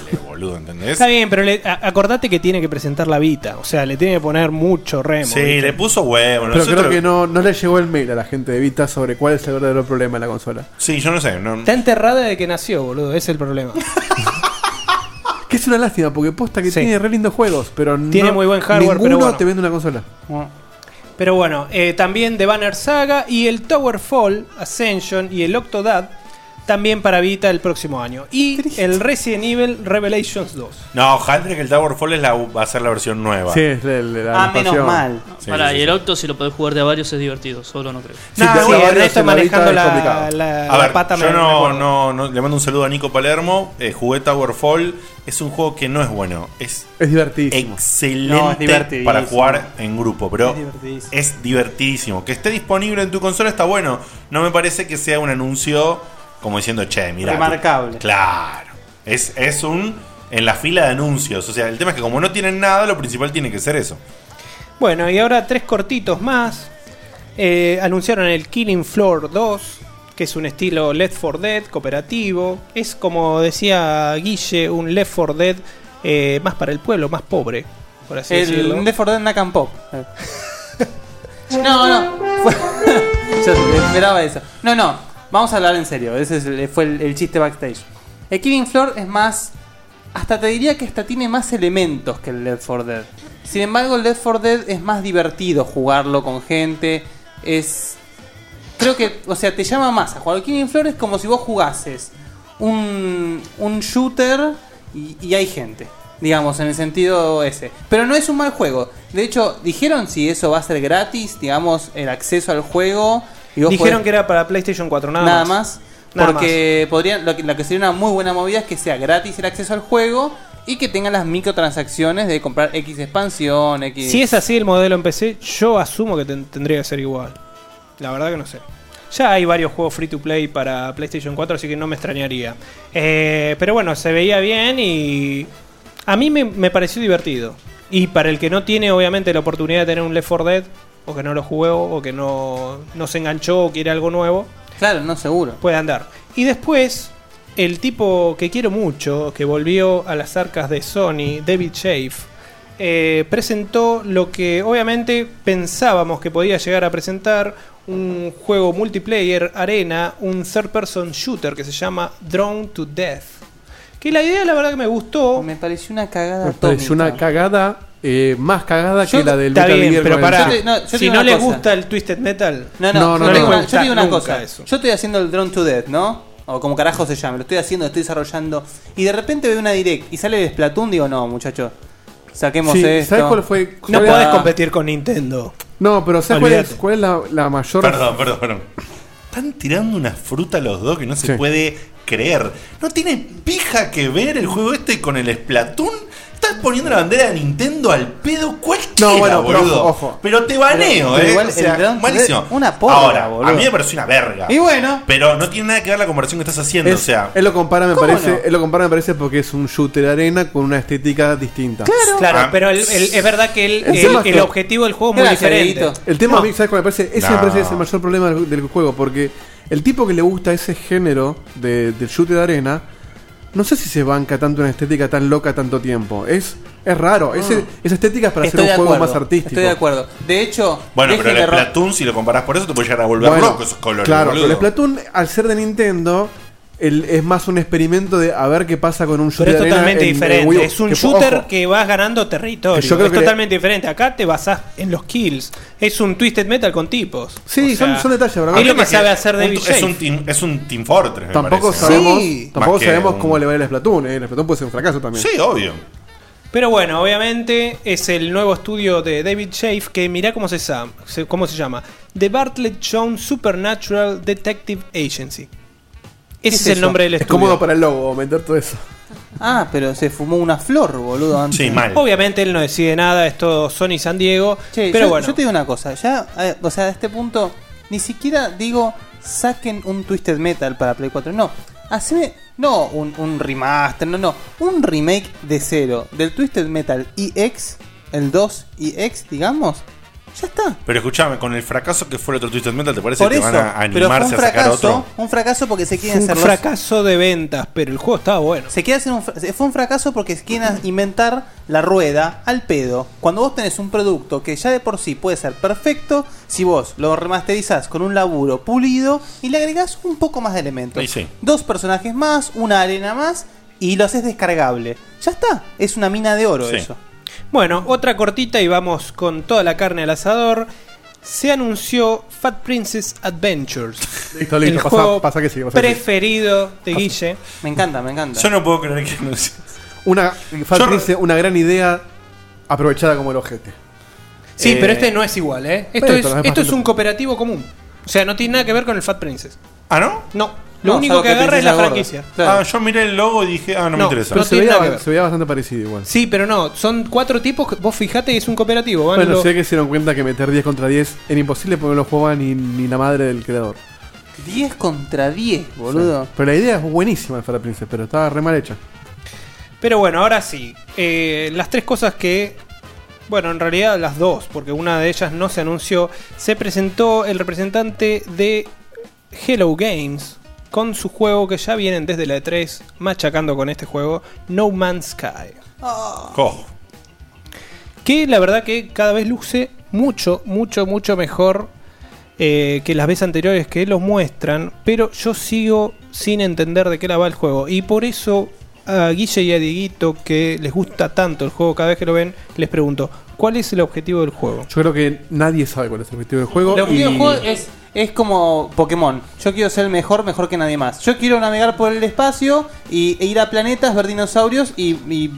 [SPEAKER 1] boludo, ¿entendés?
[SPEAKER 2] Está bien, pero le- a- acordate que tiene que presentar la Vita. O sea, le tiene que poner mucho remo.
[SPEAKER 1] Sí,
[SPEAKER 2] ¿viste?
[SPEAKER 1] le puso huevo.
[SPEAKER 3] Pero
[SPEAKER 1] nosotros-
[SPEAKER 3] creo que no, no le llegó el mail a la gente de Vita sobre cuál es el verdadero problema de la consola.
[SPEAKER 1] Sí, yo no sé. no-
[SPEAKER 2] Está enterrada de que nació, boludo. Ese es el problema.
[SPEAKER 3] Que es una lástima, porque posta que
[SPEAKER 2] Sí.
[SPEAKER 3] tiene re lindos juegos, pero
[SPEAKER 2] Tiene
[SPEAKER 3] no-
[SPEAKER 2] muy buen hardware,
[SPEAKER 3] ninguno
[SPEAKER 2] pero bueno.
[SPEAKER 3] te vende una consola.
[SPEAKER 2] Pero bueno, eh, también The Banner Saga y el Tower Fall, Ascension y el Octodad también para Vita el próximo año. Y el Resident Evil Revelations 2.
[SPEAKER 1] No, Handrick, el Tower Fall es la, va a ser la versión nueva.
[SPEAKER 3] Sí, es el- el- la Ah, menos pasión. mal.
[SPEAKER 1] Sí,
[SPEAKER 6] Pará,
[SPEAKER 1] sí,
[SPEAKER 6] y el Octo, si lo podés jugar de a varios, es divertido. Solo no creo.
[SPEAKER 1] Sí, Nah, te- bueno,
[SPEAKER 2] Ernesto
[SPEAKER 1] en la Vita
[SPEAKER 2] manejando
[SPEAKER 1] es
[SPEAKER 2] la-
[SPEAKER 1] complicado.
[SPEAKER 2] la-
[SPEAKER 1] A
[SPEAKER 2] la
[SPEAKER 1] ver,
[SPEAKER 2] pata
[SPEAKER 1] yo
[SPEAKER 2] me- me
[SPEAKER 1] no,
[SPEAKER 2] acuerdo.
[SPEAKER 1] no, no- le mando un saludo a Nico Palermo. Eh, jugué Tower Fall. Es un juego que no es bueno. Es,
[SPEAKER 3] es divertidísimo.
[SPEAKER 1] Excelente
[SPEAKER 3] No, es divertidísimo.
[SPEAKER 1] para jugar en grupo, pero
[SPEAKER 3] Es
[SPEAKER 1] es
[SPEAKER 3] divertidísimo.
[SPEAKER 1] divertidísimo. Que esté disponible en tu consola está bueno. No me parece que sea un anuncio como diciendo, che, mira.
[SPEAKER 4] Remarcable.
[SPEAKER 1] Claro. Es, es un en la fila de anuncios. O sea, el tema es que como no tienen nada, lo principal tiene que ser eso.
[SPEAKER 2] Bueno, y ahora tres cortitos más. Eh, anunciaron el Killing Floor 2, que es un estilo Left 4 Dead cooperativo. Es como decía Guille, un Left 4 Dead eh, más para el pueblo, más pobre, por así decirlo.
[SPEAKER 4] el Death for Dead Nakam Pop. No, no. Yo esperaba eso. No, no. Vamos a hablar en serio. Ese es el- fue el, el chiste backstage. El Killing Floor es más. Hasta te diría que hasta tiene más elementos que el Left 4 Dead. Sin embargo, el Left 4 Dead es más divertido jugarlo con gente. Es. creo que, o sea, te llama más a jugar al Killing Floor es como si vos jugases un, un shooter y, y hay gente, digamos, en el sentido ese. Pero no es un mal juego. De hecho, dijeron si eso va a ser gratis, digamos, el acceso al juego. y vos
[SPEAKER 14] Dijeron
[SPEAKER 4] podés-
[SPEAKER 14] que era para PlayStation 4, nada,
[SPEAKER 4] nada
[SPEAKER 14] más.
[SPEAKER 4] más.
[SPEAKER 14] Nada
[SPEAKER 4] porque podrían, lo que, lo que sería una muy buena movida es que sea gratis el acceso al juego y que tengan las microtransacciones de comprar X expansión, X.
[SPEAKER 2] Si es así el modelo en PC, yo asumo que ten- tendría que ser igual. La verdad que no sé. Ya hay varios juegos free to play para PlayStation 4, así que no me extrañaría. Eh, pero bueno, se veía bien y a mí me, me pareció divertido. Y para el que no tiene obviamente la oportunidad de tener un Left 4 Dead, o que no lo jugó, o que no, no se enganchó, o quiere algo nuevo.
[SPEAKER 4] Claro, no seguro.
[SPEAKER 2] Puede andar. Y después, el tipo que quiero mucho, que volvió a las arcas de Sony, David Shafe, eh, presentó lo que obviamente pensábamos que podía llegar a presentar un juego multiplayer arena, un third person shooter que se llama Drone to Death. Que la idea la verdad que me gustó.
[SPEAKER 4] Me pareció una cagada.
[SPEAKER 3] Me pareció una cagada, eh, más cagada que la del
[SPEAKER 2] Está
[SPEAKER 3] Metal
[SPEAKER 2] bien,
[SPEAKER 3] Gear
[SPEAKER 2] pero
[SPEAKER 3] 45.
[SPEAKER 2] pará. si no les gusta el Twisted Metal,
[SPEAKER 4] No, no, yo
[SPEAKER 2] les
[SPEAKER 4] digo una- yo
[SPEAKER 2] gusta
[SPEAKER 4] digo una
[SPEAKER 2] nunca
[SPEAKER 4] cosa.
[SPEAKER 2] eso.
[SPEAKER 4] Yo estoy haciendo el Drone to Death, ¿no? O como carajo se llame, lo estoy haciendo, lo estoy desarrollando. Y de repente veo una direct y sale el Splatoon, digo, no, muchacho. Saquemos
[SPEAKER 3] Sí,
[SPEAKER 4] esto.
[SPEAKER 3] ¿sabes cuál fue?
[SPEAKER 2] No podés competir con Nintendo.
[SPEAKER 3] No, pero ¿sabes cuál es,
[SPEAKER 1] Olvídate.
[SPEAKER 3] cuál es la, la mayor.
[SPEAKER 1] Perdón, perdón, perdón. Están tirando una fruta los dos que no se puede creer. No tiene pija que ver el juego este con el Splatoon. Estás poniendo la bandera de Nintendo al pedo cualquiera,
[SPEAKER 4] No, bueno, pero
[SPEAKER 1] boludo.
[SPEAKER 4] ojo, ojo.
[SPEAKER 1] Pero te baneo,
[SPEAKER 4] Pero- pero
[SPEAKER 1] eh.
[SPEAKER 4] igual
[SPEAKER 1] O
[SPEAKER 4] el
[SPEAKER 1] sea,
[SPEAKER 4] Ground
[SPEAKER 1] malísimo.
[SPEAKER 4] Zero- una porra,
[SPEAKER 1] Ahora,
[SPEAKER 4] boludo.
[SPEAKER 1] a mí me pareció una verga.
[SPEAKER 4] Y bueno.
[SPEAKER 1] Pero no tiene nada que ver la comparación que estás haciendo,
[SPEAKER 3] Es-
[SPEAKER 1] o sea.
[SPEAKER 3] él lo compara, me
[SPEAKER 1] ¿Cómo
[SPEAKER 3] parece.
[SPEAKER 1] no?
[SPEAKER 3] Él lo compara, me parece, porque es un shooter arena con una estética distinta.
[SPEAKER 2] Claro,
[SPEAKER 1] Ah,
[SPEAKER 3] Ah.
[SPEAKER 2] pero el- el- es verdad que el,
[SPEAKER 3] El
[SPEAKER 2] el-
[SPEAKER 3] tema es que-
[SPEAKER 2] el objetivo del juego es muy diferente.
[SPEAKER 3] El tema,
[SPEAKER 2] No.
[SPEAKER 3] a mí, ¿sabes cuál me parece? Ese
[SPEAKER 2] No.
[SPEAKER 3] me parece que es el mayor problema del, del juego, porque el tipo que le gusta ese género de, del shooter de arena, no sé si se banca tanto una estética tan loca tanto tiempo. Es, es raro.
[SPEAKER 2] Mm.
[SPEAKER 3] Ese- esa estética es para
[SPEAKER 4] Estoy
[SPEAKER 3] hacer
[SPEAKER 4] de
[SPEAKER 3] un juego
[SPEAKER 4] acuerdo,
[SPEAKER 3] más artístico.
[SPEAKER 4] Estoy de acuerdo. De hecho,
[SPEAKER 1] Bueno,
[SPEAKER 4] dejen
[SPEAKER 1] pero
[SPEAKER 4] de
[SPEAKER 1] el
[SPEAKER 4] ro-
[SPEAKER 1] Splatoon, si lo comparás por eso, te puede llegar a volver
[SPEAKER 3] Bueno,
[SPEAKER 1] loco esos colores,
[SPEAKER 3] Claro,
[SPEAKER 1] boludo.
[SPEAKER 3] pero el Splatoon, al ser de Nintendo, el- es más un experimento de a ver qué pasa con un
[SPEAKER 2] Pero
[SPEAKER 3] shooter
[SPEAKER 2] es
[SPEAKER 3] de arena
[SPEAKER 2] totalmente
[SPEAKER 3] en- en
[SPEAKER 2] diferente.
[SPEAKER 3] Wii U.
[SPEAKER 2] es un
[SPEAKER 3] Que,
[SPEAKER 2] shooter
[SPEAKER 3] ojo,
[SPEAKER 2] que vas ganando territorio.
[SPEAKER 3] Yo creo
[SPEAKER 2] es
[SPEAKER 3] que-
[SPEAKER 2] totalmente diferente. Acá te basás en los kills. Es un Twisted Metal con tipos.
[SPEAKER 3] Sí, son- son detalles, pero
[SPEAKER 2] Es lo
[SPEAKER 3] el tema
[SPEAKER 2] que
[SPEAKER 3] es que
[SPEAKER 2] sabe hacer
[SPEAKER 3] un-
[SPEAKER 2] David
[SPEAKER 3] es
[SPEAKER 1] es
[SPEAKER 2] Shade.
[SPEAKER 1] un team, es un team Fortress. me
[SPEAKER 3] Tampoco
[SPEAKER 1] parece, ¿no?
[SPEAKER 3] sabemos, tampoco
[SPEAKER 1] Más que
[SPEAKER 3] sabemos
[SPEAKER 1] un-
[SPEAKER 3] cómo le va a ir el Splatoon. ¿eh? El Splatoon puede ser un fracaso también.
[SPEAKER 1] Sí, obvio.
[SPEAKER 2] Pero bueno, obviamente es el nuevo estudio de David Shafe que mirá cómo se, sa- se- cómo se llama. The Bartlett Jones Supernatural Detective Agency. Ese es, el nombre del
[SPEAKER 3] Es
[SPEAKER 2] estudio.
[SPEAKER 3] cómodo para el logo aumentar todo eso.
[SPEAKER 4] Ah, pero se fumó una flor, boludo, antes.
[SPEAKER 2] Obviamente él no decide nada, es todo Sony San Diego.
[SPEAKER 4] Che,
[SPEAKER 2] pero
[SPEAKER 4] yo,
[SPEAKER 2] bueno.
[SPEAKER 4] yo te digo una cosa, ya, eh, o sea, a este punto, ni siquiera digo saquen un Twisted Metal para Play 4, no, haceme, no un, un remaster, no, no, un remake de cero del Twisted Metal EX, el 2 EX, digamos, ya está.
[SPEAKER 1] Pero escuchame, con el fracaso que fue el otro Twisted Metal, ¿te parece
[SPEAKER 4] Por
[SPEAKER 1] que
[SPEAKER 4] eso,
[SPEAKER 1] van a
[SPEAKER 4] pero fue un
[SPEAKER 1] animarse a sacar
[SPEAKER 4] fracaso,
[SPEAKER 1] otro?
[SPEAKER 4] un fracaso porque se
[SPEAKER 2] Fue
[SPEAKER 4] quieren
[SPEAKER 2] un
[SPEAKER 4] hacer los-
[SPEAKER 2] fracaso de ventas, pero el juego estaba bueno.
[SPEAKER 4] Se quiere hacer un fra- fue un fracaso porque se quieren inventar la rueda al pedo. Cuando vos tenés un producto que ya de por sí puede ser perfecto, si vos lo remasterizás con un laburo pulido y le agregás un poco más de elementos.
[SPEAKER 1] Y sí.
[SPEAKER 4] Dos personajes más, una arena más y lo haces descargable. Ya está, es una mina de oro
[SPEAKER 2] Sí.
[SPEAKER 4] eso.
[SPEAKER 2] Bueno, otra cortita y vamos con toda la carne al asador. Se anunció Fat Princess Adventures.
[SPEAKER 3] Listo, listo,
[SPEAKER 2] el
[SPEAKER 3] pasa-
[SPEAKER 2] juego
[SPEAKER 3] pasa que sigue, pasa que sigue.
[SPEAKER 2] preferido de Guille.
[SPEAKER 4] Me encanta, me encanta.
[SPEAKER 1] Yo no puedo creer que no
[SPEAKER 3] Una, Fat Prince, una gran idea aprovechada como el ojete.
[SPEAKER 2] Sí,
[SPEAKER 3] Eh,
[SPEAKER 2] pero este no es igual, ¿eh? Esto,
[SPEAKER 3] pero
[SPEAKER 2] es,
[SPEAKER 3] esto no es
[SPEAKER 2] esto es
[SPEAKER 3] bastante-
[SPEAKER 2] un cooperativo común. O sea, no tiene nada que ver con el Fat Princess.
[SPEAKER 1] ¿Ah, no?
[SPEAKER 2] No. Lo
[SPEAKER 1] No,
[SPEAKER 2] único
[SPEAKER 1] salvo
[SPEAKER 2] que
[SPEAKER 1] que
[SPEAKER 2] agarra es la
[SPEAKER 1] Princesa Gorda.
[SPEAKER 2] franquicia.
[SPEAKER 1] Ah, yo miré el logo y dije, ah, no, me
[SPEAKER 2] No,
[SPEAKER 1] interesa.
[SPEAKER 2] pero
[SPEAKER 3] se,
[SPEAKER 2] tiene
[SPEAKER 3] veía,
[SPEAKER 2] nada que ver.
[SPEAKER 3] se veía bastante parecido igual.
[SPEAKER 2] Sí, pero no. Son cuatro tipos. que- Vos fijate, es un cooperativo. van
[SPEAKER 3] Bueno,
[SPEAKER 2] lo-
[SPEAKER 3] sé que se dieron cuenta que meter 10 contra 10 era imposible porque no lo jugaba ni, ni la madre del creador.
[SPEAKER 4] 10 contra 10, boludo.
[SPEAKER 3] Sí. Pero la idea es buenísima de Fat Princess, pero estaba re mal hecha.
[SPEAKER 2] Pero bueno, ahora sí. eh, las tres cosas que. Bueno, en realidad las dos, porque una de ellas no se anunció. Se presentó el representante de Hello Games con su juego que ya vienen desde la E3 machacando con este juego, No Man's Sky.
[SPEAKER 1] Cojo.
[SPEAKER 2] Que la verdad que cada vez luce mucho, mucho, mucho mejor eh, que las veces anteriores que los muestran. Pero yo sigo sin entender de qué la va el juego. Y por eso a Guille y a Dieguito, que les gusta tanto el juego, cada vez que lo ven, les pregunto, ¿cuál es el objetivo del juego?
[SPEAKER 3] Yo creo que nadie sabe cuál es el objetivo del juego.
[SPEAKER 4] El objetivo
[SPEAKER 3] y-
[SPEAKER 4] del juego es es como Pokémon. Yo quiero ser el mejor, mejor que nadie más. Yo quiero navegar por el espacio y e ir a planetas, ver dinosaurios y, y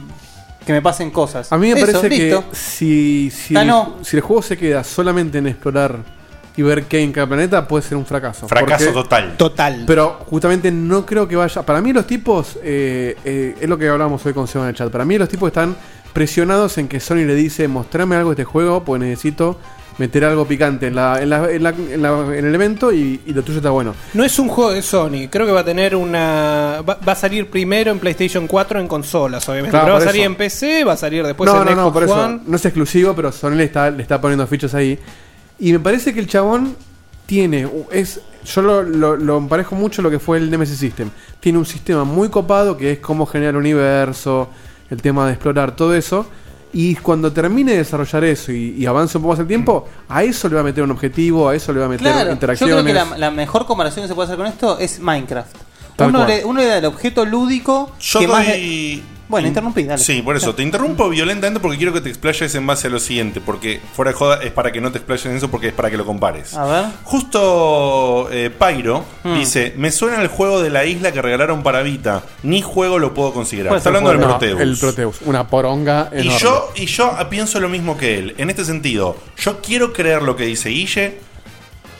[SPEAKER 4] que me pasen cosas.
[SPEAKER 3] A mí me
[SPEAKER 4] Eso,
[SPEAKER 3] parece
[SPEAKER 4] listo.
[SPEAKER 3] que si, si,
[SPEAKER 4] Ah,
[SPEAKER 3] el,
[SPEAKER 4] no.
[SPEAKER 3] si el juego se queda solamente en explorar y ver qué hay en cada planeta, puede ser un fracaso.
[SPEAKER 1] Fracaso
[SPEAKER 3] Porque-
[SPEAKER 1] total.
[SPEAKER 14] Total.
[SPEAKER 3] Pero justamente no creo que vaya. Para mí, los tipos. eh, eh, es lo que hablamos hoy con Seba en el chat. Para mí, los tipos están presionados en que Sony le dice: Mostrame algo de este juego, pues necesito meter algo picante en, la, en, la- en la- en la- en el evento y, y lo tuyo está bueno.
[SPEAKER 14] No es un juego de Sony, creo que va a tener una. Va, va a salir primero en PlayStation 4 en consolas, obviamente.
[SPEAKER 3] Claro,
[SPEAKER 14] Pero va a
[SPEAKER 3] por
[SPEAKER 14] salir
[SPEAKER 3] eso.
[SPEAKER 14] en PC, va a salir después
[SPEAKER 3] no,
[SPEAKER 14] en
[SPEAKER 3] no,
[SPEAKER 14] Xbox
[SPEAKER 3] no, por
[SPEAKER 14] One.
[SPEAKER 3] eso. No es exclusivo, pero Sony le está, le está poniendo fichas ahí. Y me parece que el chabón tiene. es Yo lo, lo, lo emparejo mucho a lo que fue el Nemesis System. Tiene un sistema muy copado que es cómo generar universo, el tema de explorar, todo eso. Y cuando termine de desarrollar eso y, y avance un poco más el tiempo, a eso le va a meter un objetivo, a eso le va a meter
[SPEAKER 4] Claro, yo
[SPEAKER 3] interacciones.
[SPEAKER 4] creo que la, la mejor comparación que se puede hacer con esto es Minecraft.
[SPEAKER 3] Tal
[SPEAKER 4] Uno
[SPEAKER 3] cual.
[SPEAKER 4] le, uno le da el objeto lúdico
[SPEAKER 1] Yo
[SPEAKER 4] que más...
[SPEAKER 1] doy-
[SPEAKER 4] Bueno, interrumpí, dale.
[SPEAKER 1] Sí, por eso. Te interrumpo violentamente porque quiero que te explayes en base a lo siguiente. Porque fuera de joda es para que no te explayes en eso porque es para que lo compares.
[SPEAKER 4] A ver.
[SPEAKER 1] Justo eh, Pairo
[SPEAKER 4] Mm.
[SPEAKER 1] dice: Me suena el juego de la isla que regalaron para Vita. Ni juego lo puedo considerar.
[SPEAKER 3] Puede
[SPEAKER 1] Está
[SPEAKER 3] ser
[SPEAKER 1] hablando del
[SPEAKER 3] juego.
[SPEAKER 1] Proteus.
[SPEAKER 3] No, El Proteus, una poronga
[SPEAKER 1] Y
[SPEAKER 3] enorme.
[SPEAKER 1] yo, y yo pienso lo mismo que él. En este sentido, yo quiero creer lo que dice Guille,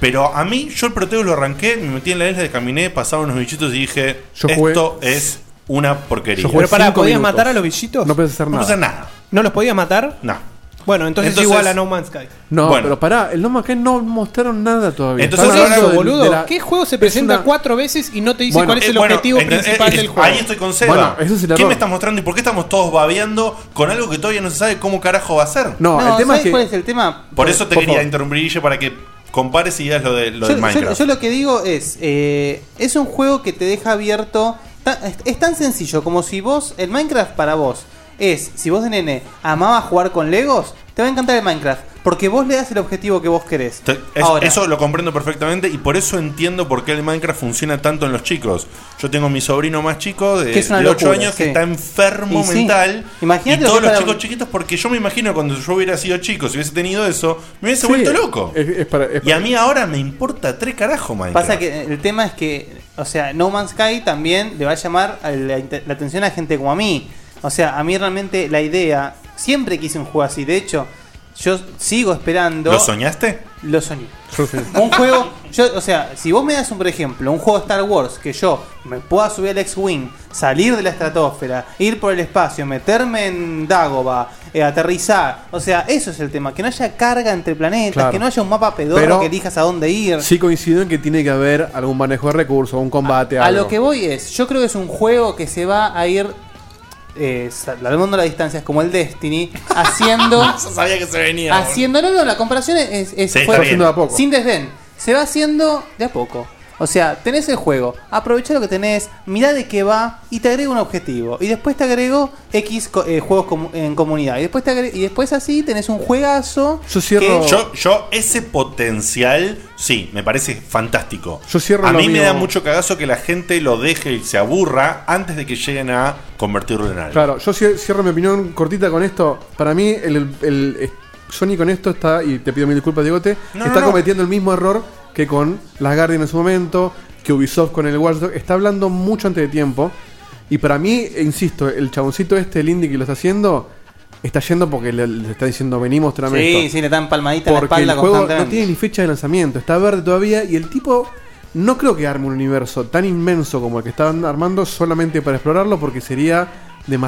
[SPEAKER 1] pero a mí, yo el Proteus lo arranqué, me metí en la isla, caminé, pasaba unos bichitos y dije:
[SPEAKER 3] jugué-
[SPEAKER 1] Esto es una porquería.
[SPEAKER 14] Pero pará, ¿podías matar a los bichitos? No
[SPEAKER 3] puedes hacer
[SPEAKER 1] No pasa nada.
[SPEAKER 14] ¿No los podías matar?
[SPEAKER 1] No.
[SPEAKER 14] Bueno, entonces,
[SPEAKER 1] Entonces-
[SPEAKER 14] igual a No Man's Sky.
[SPEAKER 3] No,
[SPEAKER 1] Bueno.
[SPEAKER 3] pero pará, el No Man's Sky no mostraron nada todavía.
[SPEAKER 1] Entonces,
[SPEAKER 3] Están
[SPEAKER 1] Por
[SPEAKER 3] hablando
[SPEAKER 1] eso,
[SPEAKER 3] del-
[SPEAKER 14] Boludo,
[SPEAKER 3] de la-
[SPEAKER 14] ¿qué juego se presenta cuatro veces y no te dice
[SPEAKER 1] Bueno,
[SPEAKER 14] cuál es
[SPEAKER 1] eh,
[SPEAKER 14] el
[SPEAKER 1] bueno,
[SPEAKER 14] objetivo
[SPEAKER 1] ente-
[SPEAKER 14] principal
[SPEAKER 1] eh,
[SPEAKER 14] del
[SPEAKER 1] eh,
[SPEAKER 14] juego?
[SPEAKER 1] Ahí estoy con Seba.
[SPEAKER 3] Bueno, ese es el
[SPEAKER 1] ¿Qué
[SPEAKER 3] error.
[SPEAKER 1] me estás mostrando y por qué estamos todos babeando con algo que todavía no se sabe cómo carajo va a ser?
[SPEAKER 3] No, el tema es que.
[SPEAKER 4] es el tema?
[SPEAKER 1] Por eso te
[SPEAKER 4] Por
[SPEAKER 1] quería
[SPEAKER 4] favor.
[SPEAKER 1] interrumpir, Guille, para que compares y digas lo de, lo de
[SPEAKER 4] yo,
[SPEAKER 1] Minecraft.
[SPEAKER 4] yo- yo lo que digo es, eh, es un juego que te deja abierto, ta- es, es tan sencillo como si vos, el Minecraft para vos, es, si vos de nene amabas jugar con Legos, te va a encantar el Minecraft, porque vos le das el objetivo que vos querés.
[SPEAKER 1] Te- es-
[SPEAKER 4] Ahora.
[SPEAKER 1] eso lo comprendo perfectamente y por eso entiendo por qué el Minecraft funciona tanto en los chicos. Yo tengo mi sobrino más chico de,
[SPEAKER 4] Que es una
[SPEAKER 1] de 8
[SPEAKER 4] locura,
[SPEAKER 1] años que
[SPEAKER 4] sí.
[SPEAKER 1] está enfermo
[SPEAKER 4] Y sí.
[SPEAKER 1] mental.
[SPEAKER 4] Imagínate
[SPEAKER 1] y
[SPEAKER 4] lo
[SPEAKER 1] todos
[SPEAKER 4] que
[SPEAKER 1] los
[SPEAKER 4] para-
[SPEAKER 1] chicos chiquitos, porque yo me imagino cuando yo hubiera sido chico, si hubiese tenido eso, me hubiese vuelto loco.
[SPEAKER 4] Eh,
[SPEAKER 1] y a mí ahora me importa tres carajo Minecraft.
[SPEAKER 4] Pasa que el tema es que, o sea, No Man's Sky también le va a llamar a la, inte- la atención a gente como a mí. O sea, a mí realmente la idea, siempre quise un juego así. De hecho, yo sigo esperando.
[SPEAKER 1] ¿Lo soñaste?
[SPEAKER 4] Lo soñé. un juego, yo, o sea, si vos me das un, por ejemplo, un juego Star Wars que yo me pueda subir al X-Wing, salir de la estratosfera, ir por el espacio, meterme en Dagoba, eh, aterrizar, o sea, eso es el tema, que no haya carga entre planetas,
[SPEAKER 3] Claro.
[SPEAKER 4] que no haya un mapa pedorro
[SPEAKER 3] Pero-
[SPEAKER 4] que elijas a dónde ir.
[SPEAKER 3] Sí coincido en que tiene que haber algún manejo de recursos, un combate,
[SPEAKER 4] A
[SPEAKER 3] algo.
[SPEAKER 4] lo que voy es, yo creo que es un juego que se va a ir eh, salvando las distancias como el Destiny, haciendo,
[SPEAKER 1] Yo sabía que se venía.
[SPEAKER 4] haciendo, no, no, la comparación es, es-
[SPEAKER 1] eh, Sí, está
[SPEAKER 4] fue-
[SPEAKER 1] bien. Haciendo de a poco.
[SPEAKER 4] sin desdén, se va haciendo de a poco. O sea, tenés el juego, aprovecha lo que tenés, mirá de qué va y te agrego un objetivo. Y después te agrego X co- eh, juegos comu- en comunidad. Y después, te agrego- y después así tenés un juegazo. que-
[SPEAKER 1] Yo, yo ese potencial, sí, me parece fantástico.
[SPEAKER 3] Yo cierro
[SPEAKER 1] a
[SPEAKER 3] lo
[SPEAKER 1] mí me
[SPEAKER 3] mío.
[SPEAKER 1] da mucho cagazo que la gente lo deje y se aburra antes de que lleguen a convertirlo en algo.
[SPEAKER 3] Claro, yo cier- cierro mi opinión cortita con esto. Para mí, el, el- el- eh, Sony con esto está, y te pido mil disculpas, Diegote,
[SPEAKER 1] No,
[SPEAKER 3] está
[SPEAKER 1] no, no.
[SPEAKER 3] cometiendo el mismo error que con las Guardian en su momento, que Ubisoft con el Watch Dogs. Está hablando mucho antes de tiempo. Y para mí, eh, insisto, el chaboncito este, el indie que lo está haciendo, está yendo porque le, le está diciendo, venimos, tráeme esto.
[SPEAKER 4] Sí, sí, le dan palmadita en la
[SPEAKER 3] Porque
[SPEAKER 4] espalda
[SPEAKER 3] el juego no
[SPEAKER 4] constantemente.
[SPEAKER 3] tiene ni fecha de lanzamiento, está verde todavía y el tipo no creo que arme un universo tan inmenso como el que estaban armando solamente para explorarlo porque sería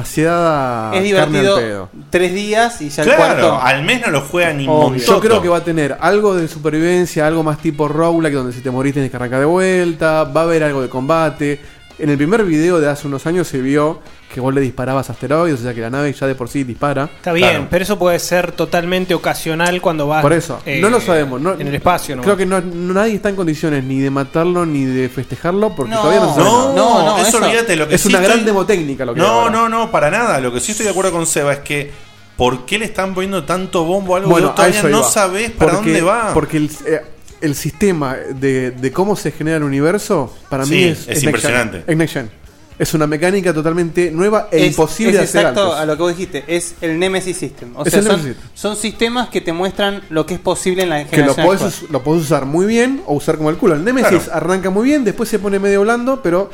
[SPEAKER 3] demasiada
[SPEAKER 4] Es
[SPEAKER 3] Ah, carne al pedo.
[SPEAKER 4] divertido tres días y ya el
[SPEAKER 1] Claro,
[SPEAKER 4] cuarto.
[SPEAKER 1] al mes no lo juegan ni
[SPEAKER 3] Obvio.
[SPEAKER 1] montoto.
[SPEAKER 3] Yo creo que va a tener algo de supervivencia, algo más tipo roguelike donde si te morís tenés que arrancar de vuelta, va a haber algo de combate. En el primer video de hace unos años se vio que vos le disparabas asteroides, o sea que la nave ya de por sí dispara.
[SPEAKER 14] Está bien, pero eso puede ser totalmente ocasional cuando vas.
[SPEAKER 2] Ah,
[SPEAKER 3] Por eso,
[SPEAKER 14] eh,
[SPEAKER 3] no lo sabemos. no-
[SPEAKER 14] en el espacio, ¿no?
[SPEAKER 3] Creo que no, no- nadie está en condiciones ni de matarlo ni de festejarlo porque
[SPEAKER 1] No,
[SPEAKER 3] todavía no se sabe
[SPEAKER 1] no,
[SPEAKER 3] nada.
[SPEAKER 1] no, eso olvídate, lo que
[SPEAKER 3] Es
[SPEAKER 1] sí
[SPEAKER 3] una gran
[SPEAKER 1] estoy-
[SPEAKER 3] demotécnica lo que hay
[SPEAKER 1] No,
[SPEAKER 3] ahora.
[SPEAKER 1] no, no, para nada. Lo que sí estoy de acuerdo con Seba es que ¿por qué le están poniendo tanto bombo a algo que
[SPEAKER 3] Bueno,
[SPEAKER 1] vos
[SPEAKER 3] a
[SPEAKER 1] todavía
[SPEAKER 3] eso
[SPEAKER 1] no
[SPEAKER 3] iba.
[SPEAKER 1] sabés para
[SPEAKER 3] Porque-
[SPEAKER 1] dónde va?
[SPEAKER 3] Porque el, eh, el sistema de, de cómo se genera el universo para
[SPEAKER 1] Sí,
[SPEAKER 3] mí es,
[SPEAKER 1] es impresionante.
[SPEAKER 3] Next Gen. Es Next Gen. Es una mecánica totalmente nueva e
[SPEAKER 4] es,
[SPEAKER 3] imposible
[SPEAKER 4] es
[SPEAKER 3] de hacer
[SPEAKER 4] exacto
[SPEAKER 3] antes.
[SPEAKER 4] a lo que vos dijiste, es el Nemesis System. O
[SPEAKER 3] Es
[SPEAKER 4] sea,
[SPEAKER 3] el
[SPEAKER 4] son,
[SPEAKER 3] Nemesis
[SPEAKER 4] son sistemas que te muestran lo que es posible en la
[SPEAKER 3] Que lo
[SPEAKER 4] generación
[SPEAKER 3] podés,
[SPEAKER 4] actual.
[SPEAKER 3] us- lo podés usar muy bien o usar como el culo. El Nemesis arranca muy bien, después se pone medio blando, pero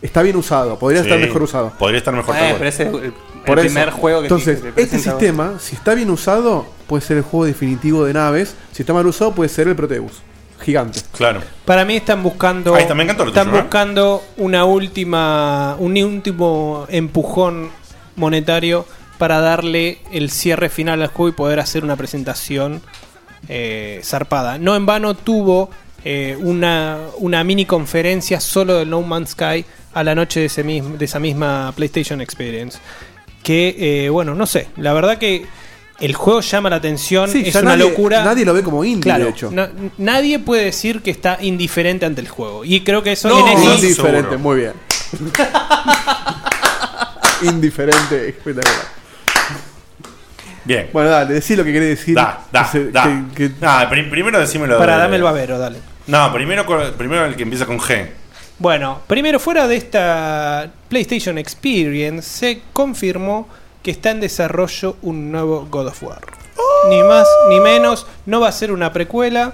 [SPEAKER 3] está bien usado. Podría estar
[SPEAKER 1] Sí.
[SPEAKER 3] mejor usado.
[SPEAKER 1] Podría estar mejor
[SPEAKER 4] Eh,
[SPEAKER 1] tal cual.
[SPEAKER 4] pero ese es el, el
[SPEAKER 3] Por eso.
[SPEAKER 4] primer juego que
[SPEAKER 3] Entonces,
[SPEAKER 4] te- te
[SPEAKER 3] este
[SPEAKER 4] presenta-
[SPEAKER 3] sistema, si está bien usado, puede ser el juego definitivo de naves. Si está mal usado, puede ser el Proteus. Gigante.
[SPEAKER 1] Claro.
[SPEAKER 2] Para mí están buscando.
[SPEAKER 3] Ahí está, me encantó lo
[SPEAKER 2] están
[SPEAKER 3] tuyo, ¿eh?
[SPEAKER 2] buscando una última. un último empujón monetario para darle el cierre final al juego y poder hacer una presentación eh, zarpada. No en vano tuvo eh, una, una mini conferencia solo del No Man's Sky a la noche de, ese mismo, de esa misma PlayStation Experience. Que, eh, bueno, no sé. La verdad que el juego llama la atención.
[SPEAKER 3] Sí,
[SPEAKER 2] es
[SPEAKER 3] ya
[SPEAKER 2] una
[SPEAKER 3] nadie-
[SPEAKER 2] locura.
[SPEAKER 3] Nadie lo ve como indie,
[SPEAKER 2] Claro,
[SPEAKER 3] de hecho.
[SPEAKER 2] na- nadie puede decir que está indiferente ante el juego. Y creo que eso
[SPEAKER 3] No,
[SPEAKER 2] en eso-
[SPEAKER 3] indiferente, muy bien. indiferente, espectacular.
[SPEAKER 1] Bien.
[SPEAKER 3] Bueno, dale, decí lo que querés decir.
[SPEAKER 1] Da, da,
[SPEAKER 3] Entonces,
[SPEAKER 1] da.
[SPEAKER 3] que-
[SPEAKER 1] Nah, pri- primero decímelo.
[SPEAKER 2] Para,
[SPEAKER 1] de-
[SPEAKER 2] dame el babero, dale.
[SPEAKER 1] No, primero, con- primero el que empieza con G.
[SPEAKER 2] Bueno, primero fuera de esta PlayStation Experience se confirmó que está en desarrollo un nuevo God of War. Ni más ni menos, no va a ser una precuela.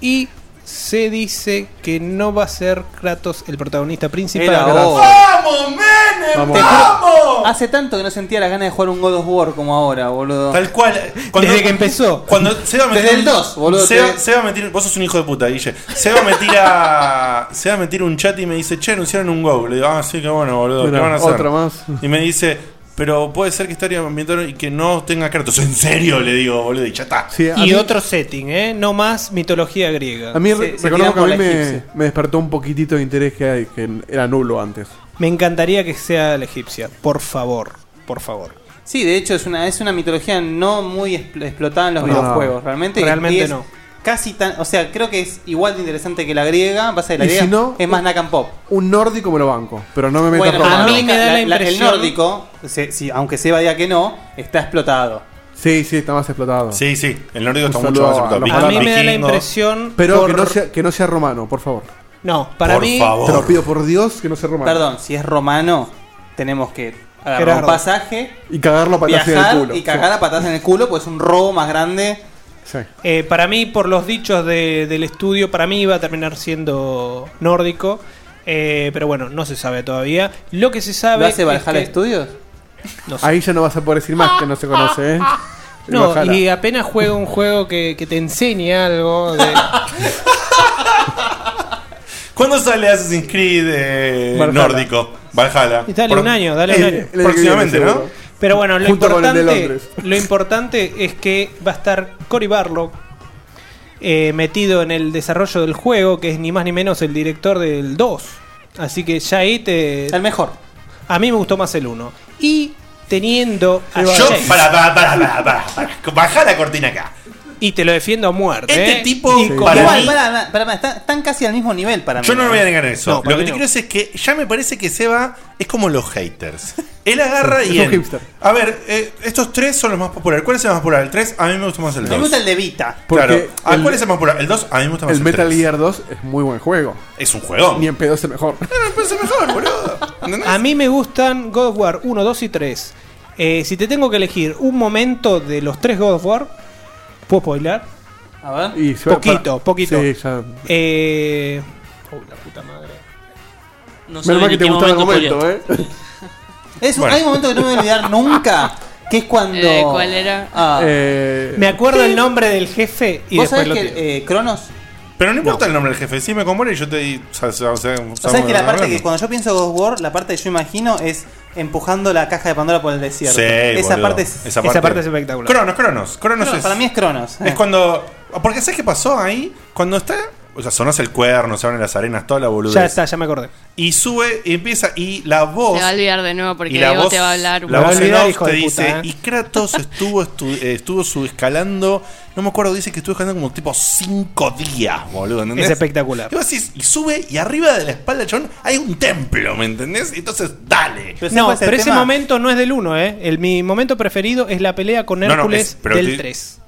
[SPEAKER 2] Y se dice que no va a ser Kratos el protagonista principal.
[SPEAKER 4] Era vos.
[SPEAKER 9] ¡Vamos, Menem!
[SPEAKER 4] Te juro, Hace tanto que no sentía las ganas de jugar un God of War como ahora, boludo.
[SPEAKER 1] Tal cual. Cuando-
[SPEAKER 4] Desde que
[SPEAKER 2] empezó.
[SPEAKER 1] Cuando Seba me
[SPEAKER 4] Desde
[SPEAKER 1] tira
[SPEAKER 4] el
[SPEAKER 1] un-
[SPEAKER 4] 2, boludo.
[SPEAKER 1] Seba,
[SPEAKER 4] te-
[SPEAKER 1] Seba me tira- vos sos un hijo de puta, Guille. Seba me tira. Seba me tira un chat y me dice, che, anunciaron un go. Le digo, ah, sí, qué bueno, boludo.
[SPEAKER 3] Mira,
[SPEAKER 1] ¿Qué van a hacer?
[SPEAKER 3] otra más.
[SPEAKER 1] Y me dice, pero puede ser que estaría ambientado y que no tenga Kratos. ¿En serio? Le digo, boludo, y ya está.
[SPEAKER 2] y otro setting, ¿eh? No más mitología griega.
[SPEAKER 3] A mí re- reconozco que a mí me,
[SPEAKER 2] me...
[SPEAKER 3] me despertó un poquitito de interés que, hay- que era nulo antes.
[SPEAKER 2] encantaría que sea la egipcia. Por favor, por favor.
[SPEAKER 4] Sí, de hecho es una, es una mitología no muy expl- explotada en los
[SPEAKER 2] No.
[SPEAKER 4] videojuegos, realmente. y-
[SPEAKER 2] Realmente
[SPEAKER 4] y es
[SPEAKER 2] no.
[SPEAKER 4] Casi tan, o sea, creo que es igual de interesante que la griega, pasa que la
[SPEAKER 3] Y
[SPEAKER 4] griega
[SPEAKER 3] si no,
[SPEAKER 4] es más Nakan Pop.
[SPEAKER 3] Un nórdico me lo banco, pero no me meto
[SPEAKER 4] Bueno,
[SPEAKER 3] a
[SPEAKER 4] la
[SPEAKER 3] robar.
[SPEAKER 4] nórdica- la- la- el nórdico, se- si- aunque Seba diga que no, está explotado.
[SPEAKER 3] Sí, sí, está más explotado.
[SPEAKER 1] Sí, sí, el nórdico
[SPEAKER 3] Un
[SPEAKER 1] está mucho
[SPEAKER 3] saludo
[SPEAKER 1] más
[SPEAKER 3] a
[SPEAKER 1] aceptado.
[SPEAKER 3] los
[SPEAKER 1] Viking-
[SPEAKER 3] A mí
[SPEAKER 2] me da la
[SPEAKER 1] vikingos.
[SPEAKER 2] impresión
[SPEAKER 3] Pero que,
[SPEAKER 2] por-
[SPEAKER 3] no sea, que no sea romano, por favor.
[SPEAKER 2] No, para mí.
[SPEAKER 3] Te lo pido por Dios que no sea romano.
[SPEAKER 4] Perdón, si es romano, tenemos que agarrar
[SPEAKER 3] Gerardo.
[SPEAKER 4] un pasaje,
[SPEAKER 3] Y cagarlo a patadas en el
[SPEAKER 4] viajar
[SPEAKER 3] culo.
[SPEAKER 4] y cagar a patadas en el culo, pues es un robo más grande.
[SPEAKER 2] Eh, para mí, por los dichos de- del estudio, para mí iba a terminar siendo nórdico. Eh, pero bueno, no se sabe todavía. Lo que se sabe.
[SPEAKER 4] ¿Lo hace
[SPEAKER 2] es
[SPEAKER 4] Valhalla
[SPEAKER 2] que-
[SPEAKER 4] Studios?
[SPEAKER 2] No sé.
[SPEAKER 3] Ahí ya no vas a poder decir más que no se conoce, ¿eh? El
[SPEAKER 2] No,
[SPEAKER 3] Valhalla.
[SPEAKER 2] y apenas juega un juego que, que te enseñe algo. de-
[SPEAKER 1] ¿Cuándo sale Assassin's Creed eh,
[SPEAKER 2] Valhalla.
[SPEAKER 1] nórdico? Valhalla.
[SPEAKER 2] Y dale
[SPEAKER 1] Pro-
[SPEAKER 2] un año, dale
[SPEAKER 1] Eh,
[SPEAKER 2] un año.
[SPEAKER 1] Próximamente, ¿no?
[SPEAKER 2] Pero bueno, lo
[SPEAKER 1] Junto con el de
[SPEAKER 2] importante,
[SPEAKER 1] Londres.
[SPEAKER 2] lo importante es que va a estar Cory Barlow eh, metido en el desarrollo del juego, que es ni más ni menos el director del 2. Así que ya ahí te. El
[SPEAKER 4] mejor.
[SPEAKER 2] A mí me gustó más el 1. Y teniendo a
[SPEAKER 1] Yo,
[SPEAKER 2] James-
[SPEAKER 1] para, para, para, para, para, para. Bajá la cortina acá.
[SPEAKER 2] Y te lo defiendo a muerte.
[SPEAKER 1] Este
[SPEAKER 2] ¿eh?
[SPEAKER 1] tipo,
[SPEAKER 2] Y con-
[SPEAKER 1] para
[SPEAKER 4] Igual,
[SPEAKER 1] mí-
[SPEAKER 4] pará, pará, pará, está- están casi al mismo nivel para mí. ¿eh?
[SPEAKER 1] Yo no me voy a negar eso.
[SPEAKER 4] No,
[SPEAKER 1] lo
[SPEAKER 4] para
[SPEAKER 1] que
[SPEAKER 4] mí
[SPEAKER 1] te
[SPEAKER 4] no.
[SPEAKER 1] quiero decir es que ya me parece que Seba es como los haters. Él agarra
[SPEAKER 4] Es
[SPEAKER 1] y.
[SPEAKER 4] un
[SPEAKER 1] él-
[SPEAKER 4] hipster.
[SPEAKER 1] a ver, eh, estos tres son los más populares. ¿Cuál es el más popular? El 3, a mí me gusta más el 2.
[SPEAKER 4] Me gusta el de Vita.
[SPEAKER 1] Claro.
[SPEAKER 3] Porque
[SPEAKER 1] Ah,
[SPEAKER 3] el-
[SPEAKER 1] ¿Cuál es el más popular? El 2, a mí me gusta más
[SPEAKER 3] El
[SPEAKER 1] el,
[SPEAKER 3] Metal
[SPEAKER 1] 3.
[SPEAKER 3] Gear 2 es muy buen juego.
[SPEAKER 1] Es un juego.
[SPEAKER 3] Ni en pedo es el mejor.
[SPEAKER 2] A mí me gustan God of War 1, 2 y 3. Eh, si te tengo que elegir un momento de los tres God of War, ¿puedo spoiler?
[SPEAKER 4] A ver.
[SPEAKER 3] Y se va
[SPEAKER 2] Poquito,
[SPEAKER 3] para-
[SPEAKER 2] poquito.
[SPEAKER 3] Sí, ya.
[SPEAKER 2] Eh... Uy, la puta madre.
[SPEAKER 6] No
[SPEAKER 3] Menos mal que te gustaba el momento, ¿eh?
[SPEAKER 4] Es,
[SPEAKER 3] Bueno.
[SPEAKER 4] Hay un momento que no me voy a olvidar nunca, que es cuando...
[SPEAKER 2] Eh, ¿cuál era?
[SPEAKER 4] Ah.
[SPEAKER 3] Eh,
[SPEAKER 2] Me acuerdo el nombre del jefe y después
[SPEAKER 4] ¿Vos sabés
[SPEAKER 2] lo
[SPEAKER 4] que
[SPEAKER 2] tiro.
[SPEAKER 4] eh, Cronos?
[SPEAKER 1] Pero no importa el nombre del jefe. Si me conmuere y yo te. di- O sea, o sea,
[SPEAKER 4] ¿Sabes que la parte que cuando yo pienso God of War, la parte que yo imagino es empujando la caja de Pandora por el desierto?
[SPEAKER 1] Sí,
[SPEAKER 4] esa,
[SPEAKER 1] boludo.
[SPEAKER 4] parte es,
[SPEAKER 1] Esa parte- Esa parte es espectacular. Cronos, Cronos. Cronos es-
[SPEAKER 4] Para mí es Cronos. eh.
[SPEAKER 1] Es cuando. Porque ¿sabes qué pasó ahí? Cuando está. O sea, sonás el cuerno, se abren las arenas, toda la boludez.
[SPEAKER 2] Ya está, ya me acordé.
[SPEAKER 1] Y sube y empieza. Y la voz.
[SPEAKER 5] Se va a olvidar de nuevo porque
[SPEAKER 1] y la
[SPEAKER 5] Diego
[SPEAKER 1] voz,
[SPEAKER 5] te va a hablar. un
[SPEAKER 1] la
[SPEAKER 5] poco.
[SPEAKER 1] voz en off te dice,
[SPEAKER 2] ¿eh?
[SPEAKER 1] y Kratos estuvo, estu- eh, estuvo su- escalando, no me acuerdo, dice que estuvo escalando como tipo 5 días, boludo, ¿entendés?
[SPEAKER 2] Es espectacular.
[SPEAKER 1] Y, vos decís, y sube y arriba de la espalda, del chabón, hay un templo, ¿me entendés? Entonces, dale.
[SPEAKER 2] no,
[SPEAKER 4] este
[SPEAKER 2] pero ese momento no es del 1, ¿eh? El, mi momento preferido es la pelea con
[SPEAKER 1] No, no,
[SPEAKER 2] Hércules
[SPEAKER 1] es- pero
[SPEAKER 2] del
[SPEAKER 1] te-
[SPEAKER 2] 3.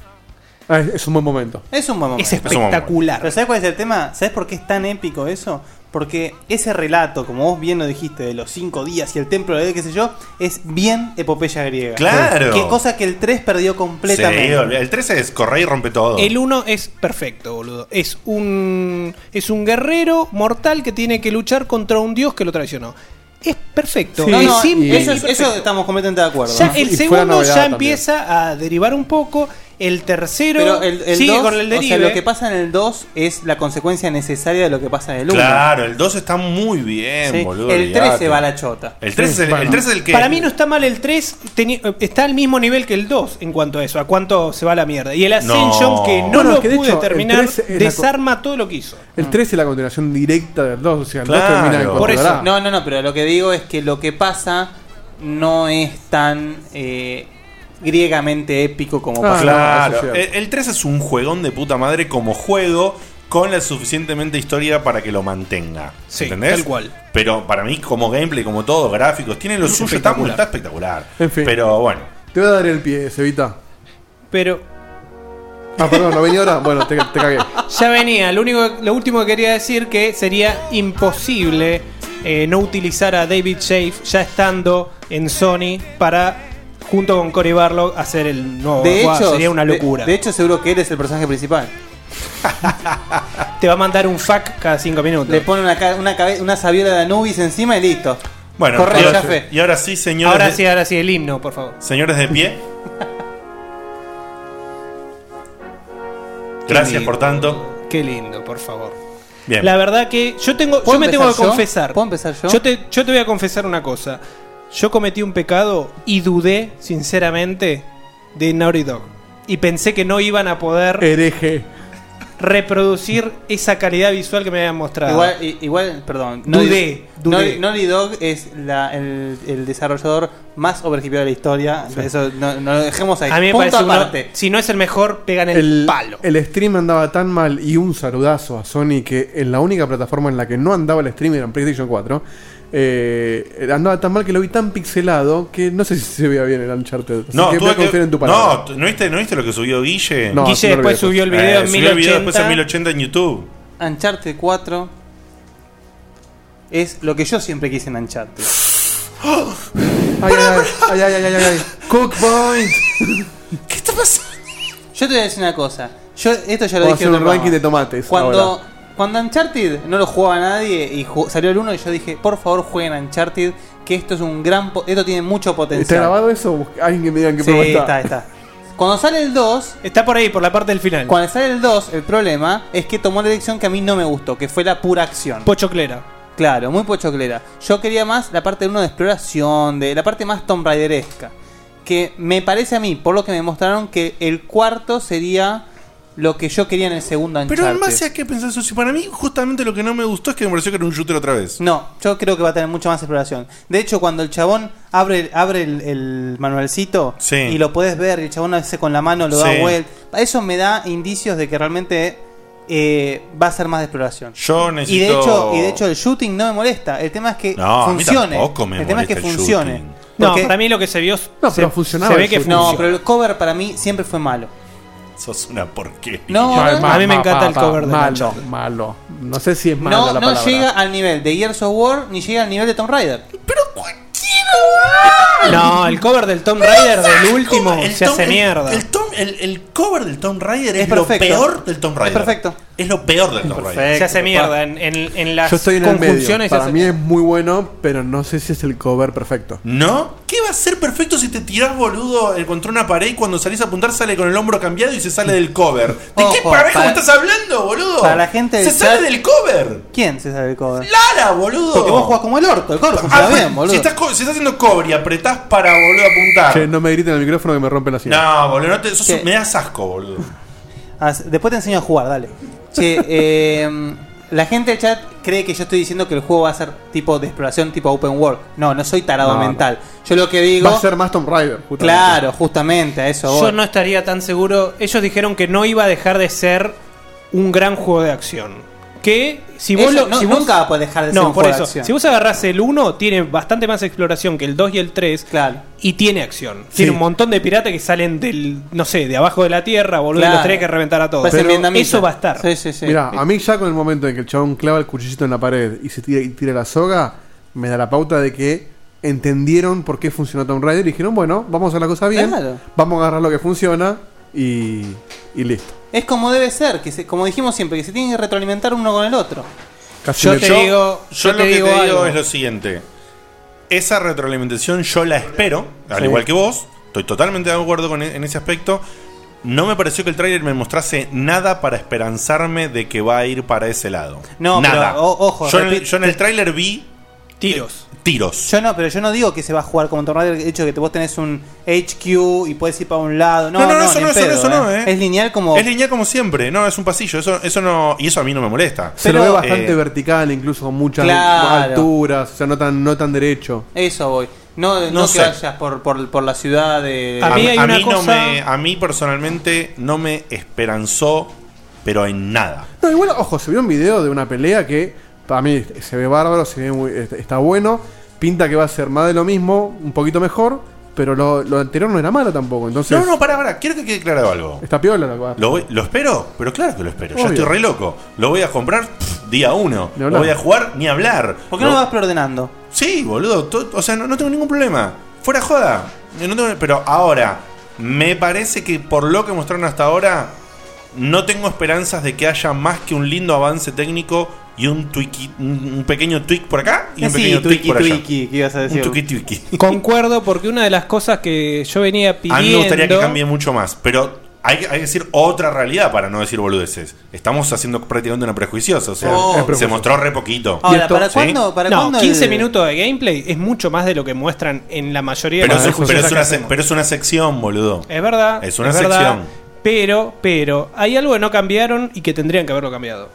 [SPEAKER 3] Ah, es, es un buen momento.
[SPEAKER 4] Es un buen momento.
[SPEAKER 2] Es espectacular.
[SPEAKER 4] Pero ¿sabes cuál es el tema? ¿Sabes por qué es tan épico eso? Porque ese relato, como vos bien lo dijiste, de los cinco días y el templo de qué sé yo, es bien epopeya griega.
[SPEAKER 1] Claro.
[SPEAKER 4] Que cosa que el 3 perdió completamente.
[SPEAKER 1] Sí, olvida- el 13 es correr y rompe todo.
[SPEAKER 2] El 1 es perfecto, boludo. Es un, es un guerrero mortal que tiene que luchar contra un dios que lo traicionó. Es perfecto.
[SPEAKER 4] No,
[SPEAKER 2] es
[SPEAKER 4] no,
[SPEAKER 2] simple
[SPEAKER 4] eso,
[SPEAKER 2] y
[SPEAKER 4] es-
[SPEAKER 2] perfecto.
[SPEAKER 4] eso estamos completamente de acuerdo.
[SPEAKER 2] Ya el segundo ya empieza a derivar un poco. El tercero
[SPEAKER 4] Pero el, el ¿eh?
[SPEAKER 2] sigue
[SPEAKER 4] dos,
[SPEAKER 2] con el
[SPEAKER 4] o
[SPEAKER 2] derive.
[SPEAKER 4] sea, lo que pasa en el 2 es la consecuencia necesaria de lo que pasa en el 1.
[SPEAKER 1] Claro, el 2 está muy bien,
[SPEAKER 4] Sí,
[SPEAKER 1] boludo.
[SPEAKER 4] el
[SPEAKER 1] olvidate.
[SPEAKER 4] 13 va a la chota.
[SPEAKER 1] El 13 es el, el 13 es el que.
[SPEAKER 2] Para mí no está mal el 3, teni- eh, está al mismo nivel que el 2 en cuanto a eso, a cuánto se va la mierda. Y el Ascension,
[SPEAKER 3] No.
[SPEAKER 2] que no
[SPEAKER 3] Bueno,
[SPEAKER 2] lo
[SPEAKER 3] es que de
[SPEAKER 2] pude
[SPEAKER 3] hecho, el
[SPEAKER 2] terminar,
[SPEAKER 3] 3 es la co-
[SPEAKER 2] desarma todo lo que hizo.
[SPEAKER 3] El 13 es la continuación directa del 2, o sea, el 2 termina en
[SPEAKER 4] Por
[SPEAKER 3] cuatro,
[SPEAKER 4] eso.
[SPEAKER 3] ¿verdad?
[SPEAKER 4] No, no, no, pero lo que digo es que lo que pasa no es tan eh, griegamente épico como pasa.
[SPEAKER 1] claro. eh, El, el 3 es un juegón de puta madre como juego con la suficientemente historia para que lo mantenga.
[SPEAKER 2] Sí,
[SPEAKER 1] ¿Entendés?
[SPEAKER 2] tal cual.
[SPEAKER 1] Pero para mí, como gameplay, como todo, gráficos, tiene lo suyo, está,
[SPEAKER 3] espectacular.
[SPEAKER 1] está espectacular. Pero bueno.
[SPEAKER 3] Te voy a dar el pie, Cevita.
[SPEAKER 2] Pero.
[SPEAKER 3] Ah, perdón, no venía ahora. Bueno, te, te cagué.
[SPEAKER 2] Ya venía, lo, único, lo último que quería decir que sería imposible eh, no utilizar a David Shafe ya estando en Sony para, junto con Cory Barlog, hacer el nuevo
[SPEAKER 4] De
[SPEAKER 2] Guau,
[SPEAKER 4] hecho,
[SPEAKER 2] sería una
[SPEAKER 4] de-
[SPEAKER 2] locura.
[SPEAKER 4] De, hecho, seguro que él es el personaje principal.
[SPEAKER 2] Te va a mandar un fuck cada 5 minutos.
[SPEAKER 4] Le pone una, ca- una, cabe- una sabiola de Anubis encima y listo.
[SPEAKER 1] Bueno,
[SPEAKER 4] Corre,
[SPEAKER 1] y, ahora,
[SPEAKER 4] Jaffe.
[SPEAKER 1] y ahora sí, señores.
[SPEAKER 2] Ahora
[SPEAKER 1] de-
[SPEAKER 2] sí, ahora sí, el himno, por favor.
[SPEAKER 1] Señores de pie.
[SPEAKER 2] Qué
[SPEAKER 1] Gracias
[SPEAKER 2] lindo.
[SPEAKER 1] por tanto.
[SPEAKER 2] Qué lindo, por favor.
[SPEAKER 1] Bien.
[SPEAKER 2] La verdad que yo tengo,
[SPEAKER 4] ¿Puedo
[SPEAKER 2] yo me tengo que
[SPEAKER 4] empezar yo?
[SPEAKER 2] confesar.
[SPEAKER 4] ¿Puedo empezar yo?
[SPEAKER 2] Yo te, yo te voy a confesar una cosa. Yo cometí un pecado y dudé, sinceramente, de Naughty Dog. Y pensé que no iban a poder
[SPEAKER 3] Hereje.
[SPEAKER 2] reproducir esa calidad visual que me habían mostrado.
[SPEAKER 4] Igual, i- igual, perdón.
[SPEAKER 2] Dudé,
[SPEAKER 4] Naughty-
[SPEAKER 2] dudé.
[SPEAKER 4] Naughty Dog es la- el, el desarrollador más overhypeado de la historia. Eso no, no lo dejemos ahí.
[SPEAKER 2] a mí me
[SPEAKER 4] Punto
[SPEAKER 2] parece uno-
[SPEAKER 4] aparte.
[SPEAKER 2] si no es el mejor, pegan el,
[SPEAKER 3] El,
[SPEAKER 2] palo.
[SPEAKER 3] el stream andaba tan mal y un saludazo a Sony que en la única plataforma en la que no andaba el stream era en PlayStation 4. eh, andaba tan mal que lo vi tan pixelado que no sé si se veía bien el Uncharted. Así
[SPEAKER 1] No,
[SPEAKER 3] que voy
[SPEAKER 1] tuve
[SPEAKER 3] a confiar
[SPEAKER 1] que-
[SPEAKER 3] en tu palabra.
[SPEAKER 1] no, ¿no viste, ¿no viste lo que subió Guille? Eh,
[SPEAKER 3] No, Guille no lo después vi.
[SPEAKER 2] subió el video en
[SPEAKER 1] subió el video después en
[SPEAKER 4] 1080.
[SPEAKER 1] 1080 en YouTube.
[SPEAKER 4] Uncharted 4 es lo que yo siempre quise en Uncharted.
[SPEAKER 3] Ay, ay, ay, ay, ay, ay, ay, ay. Cook point.
[SPEAKER 4] ¿Qué está pasando? Yo te voy a decir una cosa. Yo esto ya lo
[SPEAKER 3] Voy a
[SPEAKER 4] dije
[SPEAKER 3] hacer
[SPEAKER 4] en
[SPEAKER 3] un
[SPEAKER 4] otro
[SPEAKER 3] ranking
[SPEAKER 4] programa.
[SPEAKER 3] de tomates.
[SPEAKER 4] Cuando,
[SPEAKER 3] ahora.
[SPEAKER 4] cuando Uncharted no lo jugaba nadie y ju- salió el 1 y yo dije, por favor jueguen Uncharted, que esto es un gran... po- esto tiene mucho
[SPEAKER 3] ¿Está
[SPEAKER 4] potencial.
[SPEAKER 3] grabado eso? Busca- Alguien que me diga en qué
[SPEAKER 4] Sí,
[SPEAKER 3] prueba
[SPEAKER 4] está, está. Cuando sale el 2...
[SPEAKER 2] Está por ahí, por la parte del final.
[SPEAKER 4] Cuando sale el 2, el problema es que tomó la dirección que a mí no me gustó, que fue la pura acción.
[SPEAKER 2] Pochoclera.
[SPEAKER 4] Claro, muy pochoclera. Yo quería más la parte 1 de exploración, de la parte más Tomb Raideresca. Que me parece a mí, por lo que me mostraron, que el cuarto sería lo que yo quería en el segundo Uncharted.
[SPEAKER 1] Pero en base a qué pensás eso, si para mí justamente lo que no me gustó es que me pareció que era un shooter otra vez.
[SPEAKER 4] No, yo creo que va a tener mucha más exploración. De hecho, cuando el chabón abre, abre el, el manualcito y lo puedes ver, y el chabón hace con la mano, lo
[SPEAKER 1] Sí.
[SPEAKER 4] da vuelta. Eso me da indicios de que realmente eh, va a ser más de exploración.
[SPEAKER 1] Yo necesito...
[SPEAKER 4] Y de hecho, y de hecho el shooting no me molesta. El tema es que
[SPEAKER 1] No, a mí
[SPEAKER 4] funcione.
[SPEAKER 1] tampoco me
[SPEAKER 4] el tema es que
[SPEAKER 1] molesta el
[SPEAKER 4] funcione.
[SPEAKER 1] shooting.
[SPEAKER 2] No,
[SPEAKER 4] Porque-
[SPEAKER 2] para mí lo que se vio. se,
[SPEAKER 4] se
[SPEAKER 2] se ve que
[SPEAKER 4] No,
[SPEAKER 2] funciona.
[SPEAKER 4] pero el cover para mí siempre fue malo.
[SPEAKER 1] Sos una porquería.
[SPEAKER 4] No, no, no.
[SPEAKER 3] Malo, malo. No sé si es malo
[SPEAKER 4] No,
[SPEAKER 3] la
[SPEAKER 4] no
[SPEAKER 3] palabra.
[SPEAKER 4] llega al nivel de Gears of War ni llega al nivel de Tomb Raider.
[SPEAKER 2] No, el cover del Tomb Raider del último se
[SPEAKER 1] Tom-
[SPEAKER 2] hace
[SPEAKER 1] el-
[SPEAKER 2] mierda.
[SPEAKER 1] El, Tom- el- el cover del Tomb Raider es,
[SPEAKER 2] Es
[SPEAKER 1] lo
[SPEAKER 2] perfecto.
[SPEAKER 1] peor del Tomb
[SPEAKER 2] Es
[SPEAKER 1] Raider.
[SPEAKER 2] perfecto.
[SPEAKER 1] Es lo peor del Tomb Raider.
[SPEAKER 2] se hace mierda. En, en, en las
[SPEAKER 3] Yo estoy en el medio.
[SPEAKER 2] conjunciones
[SPEAKER 3] Para
[SPEAKER 2] se hace-
[SPEAKER 3] mí es muy bueno, pero no sé si es el cover perfecto.
[SPEAKER 1] ¿No? ¿Qué va a ser perfecto si te tirás boludo eh, contra una pared y cuando salís a apuntar sale con el hombro cambiado y se sale del cover? ¿De qué
[SPEAKER 4] Ojo,
[SPEAKER 1] parejo
[SPEAKER 4] para-
[SPEAKER 1] estás hablando, boludo?
[SPEAKER 4] Para la gente
[SPEAKER 1] ¡Se
[SPEAKER 4] del
[SPEAKER 1] sale
[SPEAKER 4] chat-
[SPEAKER 1] del cover!
[SPEAKER 4] ¿Quién se sale del cover?
[SPEAKER 1] ¡Lara, boludo!
[SPEAKER 4] Porque vos jugás como el orto, el cover funciona
[SPEAKER 1] Ah,
[SPEAKER 4] bien, boludo.
[SPEAKER 1] Si estás, co- si estás haciendo cover y apretás para, boludo, apuntar.
[SPEAKER 3] Che, no me griten al micrófono que me rompen la silla.
[SPEAKER 1] No, boludo, no te, sos-
[SPEAKER 4] ¿Qué?
[SPEAKER 1] me das asco, boludo.
[SPEAKER 4] Ah, Después te enseño a jugar, dale. Che, eh, la gente del chat cree que yo estoy diciendo que el juego va a ser tipo de exploración, tipo open world. No, no soy tarado
[SPEAKER 3] No, no.
[SPEAKER 4] mental. Yo lo que digo.
[SPEAKER 3] Va a ser más Tomb Raider. justamente.
[SPEAKER 4] Claro, justamente, a eso
[SPEAKER 2] Yo
[SPEAKER 4] voy.
[SPEAKER 2] no estaría tan seguro. Ellos dijeron que no iba a dejar de ser un gran juego de acción. Que si vos
[SPEAKER 4] Eso
[SPEAKER 2] lo-
[SPEAKER 4] no-
[SPEAKER 2] si vos-
[SPEAKER 4] nunca va a poder dejar de
[SPEAKER 2] no,
[SPEAKER 4] ser un
[SPEAKER 2] por
[SPEAKER 4] juego de
[SPEAKER 2] eso.
[SPEAKER 4] acción.
[SPEAKER 2] Si vos agarrás el 1, tiene bastante más exploración que el 2 y el 3.
[SPEAKER 4] Claro.
[SPEAKER 2] Y tiene acción. Tiene
[SPEAKER 4] Sí.
[SPEAKER 2] un montón de piratas que salen del, no sé, de abajo de la tierra, boludo, y
[SPEAKER 4] Claro.
[SPEAKER 2] los tenés que reventar a todos.
[SPEAKER 4] Parecen
[SPEAKER 2] Pero
[SPEAKER 4] vietnamitas.
[SPEAKER 2] eso va a estar.
[SPEAKER 4] Sí, sí, sí.
[SPEAKER 3] Mira, a mí ya con el momento en que el chabón clava el cuchillito en la pared y se tira, y tira la soga, me da la pauta de que entendieron por qué funcionó Tomb Raider y dijeron, bueno, vamos a hacer la cosa bien,
[SPEAKER 4] Claro.
[SPEAKER 3] vamos a agarrar lo que funciona y, y listo.
[SPEAKER 4] Es como debe ser, que se- como dijimos siempre, que se tienen que retroalimentar uno con el otro.
[SPEAKER 3] Casi
[SPEAKER 4] Yo
[SPEAKER 3] me-
[SPEAKER 4] te digo-
[SPEAKER 1] yo
[SPEAKER 4] yo
[SPEAKER 1] lo
[SPEAKER 4] te
[SPEAKER 1] que
[SPEAKER 4] digo
[SPEAKER 1] te digo
[SPEAKER 4] algo.
[SPEAKER 1] es lo siguiente. Esa retroalimentación yo la espero, al
[SPEAKER 4] Sí.
[SPEAKER 1] igual que vos. Estoy totalmente de acuerdo con e- en ese aspecto. No me pareció que el tráiler me mostrase nada para esperanzarme de que va a ir para ese lado.
[SPEAKER 4] No,
[SPEAKER 1] nada.
[SPEAKER 4] pero, o- ojo,
[SPEAKER 1] yo, en el,
[SPEAKER 4] repi-
[SPEAKER 1] yo en el tráiler vi eh,
[SPEAKER 2] tiros.
[SPEAKER 1] Tiros.
[SPEAKER 4] Yo no, pero yo no digo que se va a jugar como Tomb Raider, el hecho de que te- vos tenés un HQ y puedes ir para un lado. No, no, no,
[SPEAKER 1] eso
[SPEAKER 4] ni
[SPEAKER 1] no,
[SPEAKER 4] en
[SPEAKER 1] eso no,
[SPEAKER 4] pedo,
[SPEAKER 1] eso no, eh.
[SPEAKER 4] Es lineal como.
[SPEAKER 1] Es lineal como siempre. No, es un pasillo. Eso, eso no. Y eso a mí no me molesta.
[SPEAKER 3] Se lo ve bastante
[SPEAKER 1] Eh,
[SPEAKER 3] vertical, incluso con muchas
[SPEAKER 4] Claro.
[SPEAKER 3] alturas, o sea, no tan, no tan derecho.
[SPEAKER 4] Eso voy. No, no,
[SPEAKER 1] No
[SPEAKER 4] que
[SPEAKER 1] sé.
[SPEAKER 4] vayas por, por, por la ciudad de.
[SPEAKER 1] A, a mí no me- a mí personalmente no me esperanzó, pero en nada.
[SPEAKER 3] No, igual, ojo, se vio un video de una pelea que para mí se ve bárbaro, se ve muy- est- está bueno, pinta que va a ser más de lo mismo, un poquito mejor, pero lo, lo anterior no era malo tampoco, entonces...
[SPEAKER 1] No, no, pará, pará. Quiero que quede claro algo.
[SPEAKER 3] Está piola la cosa.
[SPEAKER 1] ¿Lo, voy- lo espero? Pero claro que lo espero. Yo
[SPEAKER 3] Obvio.
[SPEAKER 1] estoy re loco. Lo voy a comprar pff, día uno.
[SPEAKER 3] Ni
[SPEAKER 1] Lo
[SPEAKER 3] hablar.
[SPEAKER 1] voy a jugar ni hablar.
[SPEAKER 4] ¿Por qué no lo vas preordenando?
[SPEAKER 1] Sí, boludo. to- o sea, no, no tengo ningún problema. Fuera joda. No tengo- pero ahora, me parece que por lo que mostraron hasta ahora, no tengo esperanzas de que haya más que un lindo avance técnico y un, tweaky- un un pequeño tweak por acá y un
[SPEAKER 4] Sí,
[SPEAKER 1] pequeño tweak
[SPEAKER 4] tuiki,
[SPEAKER 1] por allá.
[SPEAKER 4] tuiki, ¿qué ibas a
[SPEAKER 1] Un
[SPEAKER 4] decir?
[SPEAKER 1] tuki tuki.
[SPEAKER 2] Concuerdo porque una de las cosas que yo venía pidiendo.
[SPEAKER 1] A mí me gustaría que cambie mucho más, pero hay, que- hay que decir otra realidad para no decir boludeces. Estamos haciendo prácticamente una prejuiciosa, o sea,
[SPEAKER 2] Oh. Es prejuicioso.
[SPEAKER 1] se mostró re poquito.
[SPEAKER 2] ¿Y esto?
[SPEAKER 1] ¿Sí?
[SPEAKER 2] no, 15 minutos de gameplay es mucho más de lo que muestran en la mayoría
[SPEAKER 1] Pero,
[SPEAKER 2] de
[SPEAKER 1] es,
[SPEAKER 2] las
[SPEAKER 1] pero, es
[SPEAKER 2] cosas que
[SPEAKER 1] una,
[SPEAKER 2] hacen.
[SPEAKER 1] se- pero es una sección, boludo.
[SPEAKER 2] Es verdad.
[SPEAKER 1] Es una
[SPEAKER 2] verdad,
[SPEAKER 1] sección.
[SPEAKER 2] Pero, pero, hay algo que no cambiaron y que tendrían que haberlo cambiado.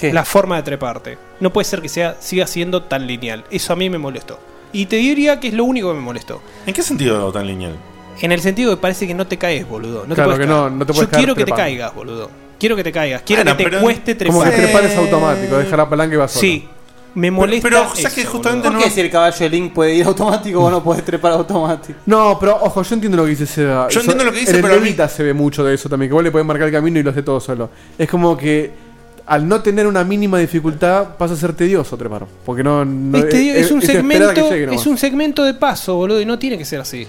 [SPEAKER 2] La forma de treparte. No puede ser que sea, siga siendo tan lineal. Eso a mí me molestó. Y te diría que es lo único que me molestó.
[SPEAKER 1] ¿En qué sentido tan lineal?
[SPEAKER 2] En el sentido que parece que no te caes, boludo. No
[SPEAKER 1] Claro
[SPEAKER 2] te puedes
[SPEAKER 1] que
[SPEAKER 2] caer.
[SPEAKER 1] no, no te
[SPEAKER 2] Yo
[SPEAKER 1] puedes caer
[SPEAKER 2] quiero que te
[SPEAKER 1] trepando.
[SPEAKER 2] caigas, boludo. Quiero que te caigas. Quiero
[SPEAKER 1] Bueno,
[SPEAKER 2] que te
[SPEAKER 1] pero-
[SPEAKER 2] cueste trepar.
[SPEAKER 3] Como que trepar es automático, deja la palanca y va solo.
[SPEAKER 2] Sí. Me molesta.
[SPEAKER 4] Pero,
[SPEAKER 2] eso,
[SPEAKER 4] ¿Por qué si el caballo de Link puede ir automático o no puede trepar automático?
[SPEAKER 3] No, pero ojo, yo entiendo lo que dice Seba.
[SPEAKER 4] Yo
[SPEAKER 3] Eso-
[SPEAKER 4] entiendo lo que dice,
[SPEAKER 3] en el
[SPEAKER 4] pero a mí-
[SPEAKER 3] Levita se ve mucho de eso también, que vos le podés marcar el camino y lo hace todo solo. Es como que al no tener una mínima dificultad pasa a ser tedioso trepar. Porque no... no-
[SPEAKER 2] Este digo, es,
[SPEAKER 3] eh,
[SPEAKER 2] un
[SPEAKER 3] esperar a que
[SPEAKER 2] segmento,
[SPEAKER 3] llegue nomás.
[SPEAKER 2] es un segmento de paso, boludo, y no tiene que ser así.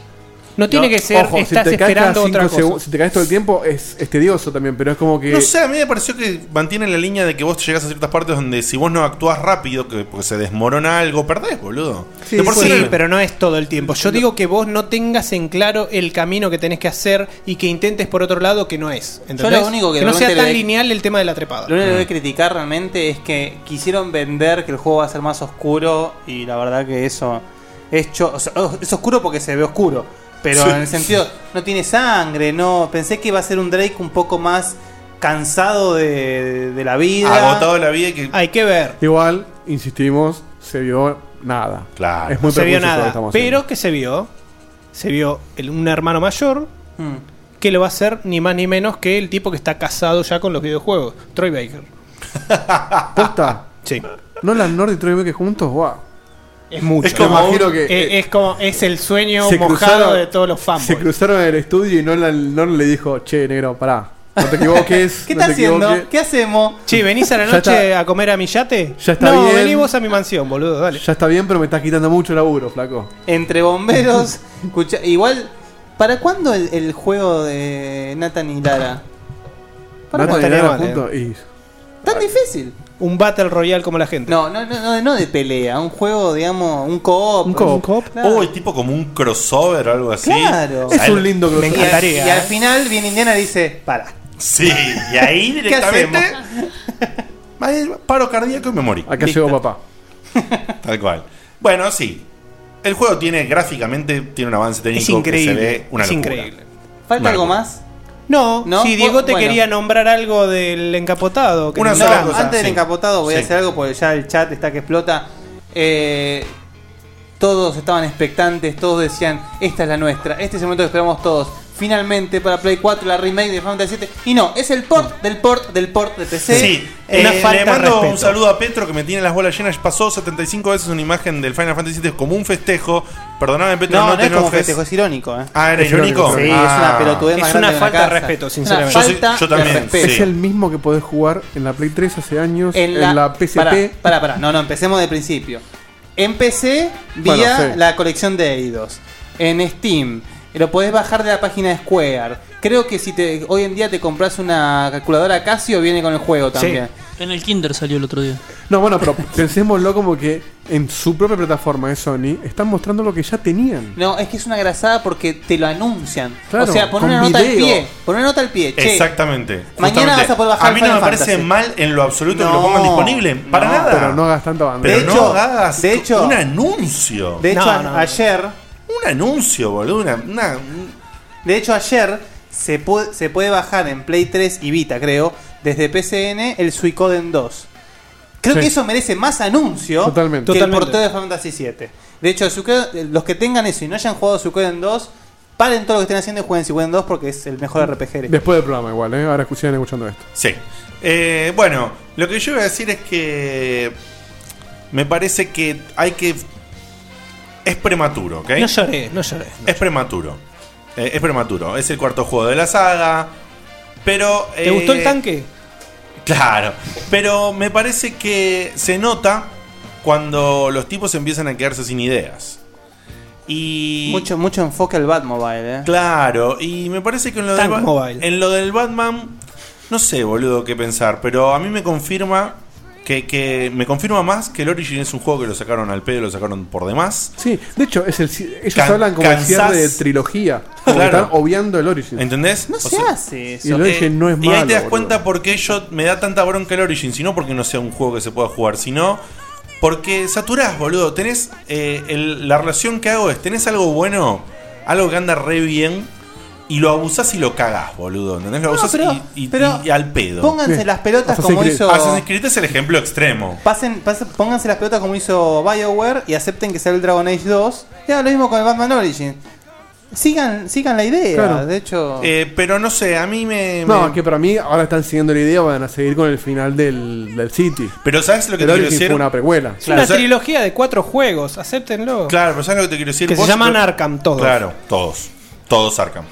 [SPEAKER 2] No tiene
[SPEAKER 3] No,
[SPEAKER 2] que ser
[SPEAKER 3] ojo, si
[SPEAKER 2] estás
[SPEAKER 3] te caes cada
[SPEAKER 2] esperando
[SPEAKER 3] cinco
[SPEAKER 2] otra cosa.
[SPEAKER 3] segun- Si te caes todo el tiempo es, es tedioso también, pero es como que...
[SPEAKER 1] No sé, a mí me pareció que mantienen la línea de que vos llegás a ciertas partes donde si vos no actuás rápido, que porque se desmorona algo, perdés, boludo.
[SPEAKER 2] Sí,
[SPEAKER 1] De por
[SPEAKER 2] sí,
[SPEAKER 1] no-
[SPEAKER 2] pero no es todo el tiempo. Yo digo que vos no tengas en claro el camino que tenés que hacer y que intentes por otro lado que no es. ¿entendés?
[SPEAKER 4] lo único que
[SPEAKER 2] no sea
[SPEAKER 4] realmente
[SPEAKER 2] tan
[SPEAKER 4] le-
[SPEAKER 2] lineal el tema de la trepada.
[SPEAKER 4] Lo único que voy a criticar realmente es que quisieron vender que el juego va a ser más oscuro y la verdad que eso es, cho- o sea, oh, es oscuro porque se ve oscuro. Pero
[SPEAKER 2] Sí.
[SPEAKER 4] en el sentido, no tiene sangre, no. Pensé que iba a ser un Drake un poco más cansado de, de la vida.
[SPEAKER 1] Agotado de la vida y que.
[SPEAKER 2] Hay que ver.
[SPEAKER 3] Igual, insistimos, se vio nada.
[SPEAKER 1] Claro.
[SPEAKER 3] Es muy
[SPEAKER 2] no se
[SPEAKER 3] prejuicioso
[SPEAKER 2] vio
[SPEAKER 3] lo que
[SPEAKER 2] nada.
[SPEAKER 3] estamos haciendo.
[SPEAKER 2] Pero que se vio. Se vio el- un hermano mayor
[SPEAKER 4] Mm.
[SPEAKER 2] que lo va a hacer ni más ni menos que el tipo que está casado ya con los videojuegos, Troy Baker.
[SPEAKER 3] ¿Posta?
[SPEAKER 2] Sí.
[SPEAKER 3] ¿No las Nord y Troy Baker juntos? ¡Wow!
[SPEAKER 2] Es mucho.
[SPEAKER 3] Es como Me imagino un- que-
[SPEAKER 2] Eh, es como es el sueño
[SPEAKER 3] se
[SPEAKER 2] mojado
[SPEAKER 3] cruzaron-
[SPEAKER 2] de todos los fans.
[SPEAKER 3] Se cruzaron en el estudio y Nolan, Nolan le dijo, che, negro, pará. No te equivoques.
[SPEAKER 4] ¿Qué
[SPEAKER 3] no
[SPEAKER 4] está
[SPEAKER 3] te equivoques".
[SPEAKER 4] haciendo? ¿Qué hacemos?
[SPEAKER 2] Che, ¿venís a la
[SPEAKER 3] Ya
[SPEAKER 2] noche
[SPEAKER 3] está.
[SPEAKER 2] a comer a mi yate?
[SPEAKER 3] Ya está
[SPEAKER 2] no,
[SPEAKER 3] bien.
[SPEAKER 2] vení vos a mi mansión, boludo, dale.
[SPEAKER 3] Ya está bien, pero me estás quitando mucho laburo, flaco.
[SPEAKER 4] Entre bomberos. escucha, igual, ¿para cuándo el, el juego de Nathan y Lara? ¿Para
[SPEAKER 3] Nathan
[SPEAKER 4] cuándo?
[SPEAKER 3] y Lara
[SPEAKER 2] Vale.
[SPEAKER 3] juntos y-
[SPEAKER 4] Tan difícil.
[SPEAKER 2] Un Battle Royale como la gente.
[SPEAKER 4] No, no, no, no, no de pelea, un juego, digamos, un co-op. Un
[SPEAKER 1] co-op.
[SPEAKER 4] Claro.
[SPEAKER 1] Uy, tipo como un crossover o algo así.
[SPEAKER 4] Claro. ¿eh?
[SPEAKER 1] O sea, él-
[SPEAKER 4] Y al- Y, al final viene Indiana y dice, para.
[SPEAKER 1] Sí, y ahí
[SPEAKER 4] ¿Qué
[SPEAKER 1] directamente.
[SPEAKER 4] hacemos?
[SPEAKER 1] Ahí, Paro cardíaco y me morí.
[SPEAKER 3] Acá llegó papá.
[SPEAKER 1] Tal cual. Bueno, sí. El juego tiene gráficamente tiene un avance técnico
[SPEAKER 2] Es increíble,
[SPEAKER 1] que se ve una
[SPEAKER 2] es
[SPEAKER 1] locura.
[SPEAKER 2] increíble.
[SPEAKER 4] ¿Falta
[SPEAKER 1] Una
[SPEAKER 4] algo
[SPEAKER 1] locura.
[SPEAKER 4] más?
[SPEAKER 2] No,
[SPEAKER 4] ¿No?
[SPEAKER 2] si Diego te
[SPEAKER 4] Bueno.
[SPEAKER 2] quería nombrar algo del encapotado. que
[SPEAKER 4] Una
[SPEAKER 2] no
[SPEAKER 4] sola
[SPEAKER 2] hablamos.
[SPEAKER 4] cosa. Antes del encapotado voy a hacer algo porque ya el chat está que explota. Eh, todos estaban expectantes, todos decían, esta es la nuestra, este es el momento que esperamos todos. finalmente para Play 4 la remake de Final Fantasy 7 y no, es el port del port del port de PC.
[SPEAKER 1] Sí,
[SPEAKER 4] Eh,
[SPEAKER 1] le- le mando un saludo a Petro que me tiene las bolas llenas. Pasó 75 veces una imagen del Final Fantasy VII como un festejo. Perdóname, Petro,
[SPEAKER 4] No,
[SPEAKER 1] no,
[SPEAKER 4] no,
[SPEAKER 1] te
[SPEAKER 4] es como
[SPEAKER 1] enojes.
[SPEAKER 4] festejo, es irónico. eh.
[SPEAKER 1] Ah, ¿era irónico?
[SPEAKER 4] Sí,
[SPEAKER 1] Ah.
[SPEAKER 4] es una pelotudez más grande la casa. Es una falta de respeto.
[SPEAKER 3] Es el mismo que podés jugar en la Play 3 hace años, en la, PSP.
[SPEAKER 4] Pará, pará, pará. No, no, empecemos de principio. Empecé vía
[SPEAKER 3] Bueno, sí.
[SPEAKER 4] la colección de Eidos. En Steam. Lo podés bajar de la página de Square. Creo que si te, hoy en día te compras una calculadora Casio, viene con el juego también.
[SPEAKER 6] En el Kinder salió el otro día.
[SPEAKER 3] No, bueno, pero pensémoslo como que en su propia plataforma de Sony están mostrando lo que ya tenían.
[SPEAKER 4] No, es que es una grasada porque te lo anuncian.
[SPEAKER 3] Claro,
[SPEAKER 4] o sea, pon
[SPEAKER 3] con
[SPEAKER 4] una nota al
[SPEAKER 3] video.
[SPEAKER 4] pie. Pon una nota al pie. Che,
[SPEAKER 1] Exactamente.
[SPEAKER 4] Mañana
[SPEAKER 1] Justamente.
[SPEAKER 4] vas a poder bajar
[SPEAKER 1] A mí no
[SPEAKER 4] Final
[SPEAKER 1] me parece
[SPEAKER 4] Fantasy.
[SPEAKER 1] mal en lo absoluto que
[SPEAKER 4] No,
[SPEAKER 1] lo pongan disponible. Para
[SPEAKER 4] no.
[SPEAKER 1] nada.
[SPEAKER 4] Pero
[SPEAKER 3] no hagas tanta banda.
[SPEAKER 1] Pero
[SPEAKER 4] De
[SPEAKER 1] no
[SPEAKER 4] hecho,
[SPEAKER 1] hagas
[SPEAKER 4] de hecho-
[SPEAKER 1] un anuncio.
[SPEAKER 4] De hecho, a- ayer.
[SPEAKER 1] Un anuncio, boludo. Una, una-
[SPEAKER 4] De hecho, ayer se, pu- se puede bajar en Play 3 y Vita, creo, desde PCN el Suicoden 2. Creo
[SPEAKER 3] Sí.
[SPEAKER 4] que eso merece más anuncio
[SPEAKER 3] Totalmente.
[SPEAKER 4] que
[SPEAKER 3] Totalmente.
[SPEAKER 4] el porteo de Final Fantasy 7. De hecho, Suicoden- los que tengan eso y no hayan jugado Suicoden 2, paren todo lo que estén haciendo y jueguen Suicoden 2 porque es el mejor RPG. del
[SPEAKER 3] Después del programa, igual, ¿eh? Ahora escuchan escuchando esto.
[SPEAKER 1] Sí. Eh, bueno, lo que yo iba a decir es que me parece que hay que... Es prematuro, ¿ok?
[SPEAKER 2] No lloré, no lloré.
[SPEAKER 1] Es prematuro. Eh, es prematuro. Es el cuarto juego de la saga. Pero...
[SPEAKER 2] ¿Te
[SPEAKER 1] eh,
[SPEAKER 2] gustó el tanque?
[SPEAKER 1] Claro, pero me parece que se nota cuando los tipos empiezan a quedarse sin ideas. Y
[SPEAKER 4] Mucho, mucho enfoque al Batmobile, eh.
[SPEAKER 1] claro, y me parece que en lo, del,
[SPEAKER 4] Tank
[SPEAKER 1] Ba-
[SPEAKER 4] Mobile.
[SPEAKER 1] en lo del Batman, no sé, boludo, qué pensar, pero a mí me confirma que, que me confirma más que el Origin es un juego que lo sacaron al pedo, lo sacaron por demás.
[SPEAKER 3] Sí, de hecho, es el, ci- ellos
[SPEAKER 1] Can-
[SPEAKER 3] hablan como el
[SPEAKER 1] cansás.
[SPEAKER 3] cierre de trilogía. porque
[SPEAKER 1] Claro.
[SPEAKER 3] Están obviando el Origin.
[SPEAKER 1] ¿Entendés? No
[SPEAKER 4] se hace eh.
[SPEAKER 3] eso. Y el Origin no es
[SPEAKER 1] eh, Y ahí
[SPEAKER 3] malo,
[SPEAKER 1] te das
[SPEAKER 3] boludo.
[SPEAKER 1] cuenta por qué yo me da tanta bronca el Origin. Si no porque no sea un juego que se pueda jugar, sino porque saturás, boludo. Tenés. eh, el- la relación que hago es: tenés algo bueno, algo que anda re bien, y lo abusás y lo cagás, boludo. ¿Entendés? Lo
[SPEAKER 4] No,
[SPEAKER 1] abusás
[SPEAKER 4] pero-
[SPEAKER 1] y, y-
[SPEAKER 4] pero
[SPEAKER 1] y al pedo.
[SPEAKER 3] Eh,
[SPEAKER 4] pónganse las pelotas Assassin's como Creed. hizo-
[SPEAKER 1] Assassin's Creed es el ejemplo extremo.
[SPEAKER 4] Pasen, pasen- pónganse las pelotas como hizo BioWare y acepten que sale el Dragon Age 2. Y hagan lo mismo con el Batman Origin. Sigan, sigan la idea,
[SPEAKER 3] Claro.
[SPEAKER 4] de hecho.
[SPEAKER 1] Eh, pero no sé, a mí me.
[SPEAKER 3] No,
[SPEAKER 1] me-
[SPEAKER 3] que para mí ahora están siguiendo la idea, van a seguir con el final del, del City.
[SPEAKER 1] Pero ¿sabes lo que
[SPEAKER 3] El
[SPEAKER 1] te quiero
[SPEAKER 3] Origin
[SPEAKER 1] decir?
[SPEAKER 3] fue una precuela.
[SPEAKER 2] Es
[SPEAKER 1] Claro,
[SPEAKER 2] una
[SPEAKER 1] o sea-
[SPEAKER 2] trilogía de cuatro juegos, acéptenlo.
[SPEAKER 1] Claro, pero ¿sabes lo que te quiero decir?
[SPEAKER 2] Que se
[SPEAKER 1] Vos-
[SPEAKER 2] llaman
[SPEAKER 1] lo-
[SPEAKER 2] Arkham todos.
[SPEAKER 1] Claro, todos. Todos Arkham.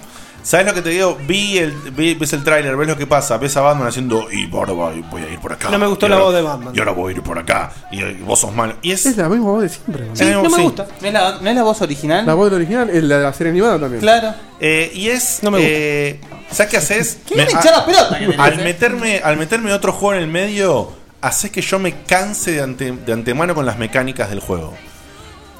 [SPEAKER 1] ¿Sabes lo que te digo? Vi el, vi- ves el tráiler, ves lo que pasa, ves a Batman haciendo y ahora voy, voy a ir por acá.
[SPEAKER 2] No me gustó
[SPEAKER 1] y
[SPEAKER 2] la
[SPEAKER 1] ahora-
[SPEAKER 2] voz de Batman.
[SPEAKER 1] Y ahora voy a ir por acá. Y, y vos sos malo. Y es,
[SPEAKER 3] Es la misma voz de siempre. boludo.
[SPEAKER 1] Sí, no me Sí. gusta.
[SPEAKER 4] ¿No es, la, no es la voz original?
[SPEAKER 3] La voz del original es la de la serie animada también.
[SPEAKER 4] Claro.
[SPEAKER 1] Eh, y es.
[SPEAKER 3] No me gusta.
[SPEAKER 1] eh, ¿Sabes qué haces?
[SPEAKER 3] ¿Qué le hinchá la pelota que tenés,
[SPEAKER 1] al,
[SPEAKER 3] eh?
[SPEAKER 1] meterme, al meterme otro juego en el medio, haces que yo me canse de, ante- de antemano con las mecánicas del juego.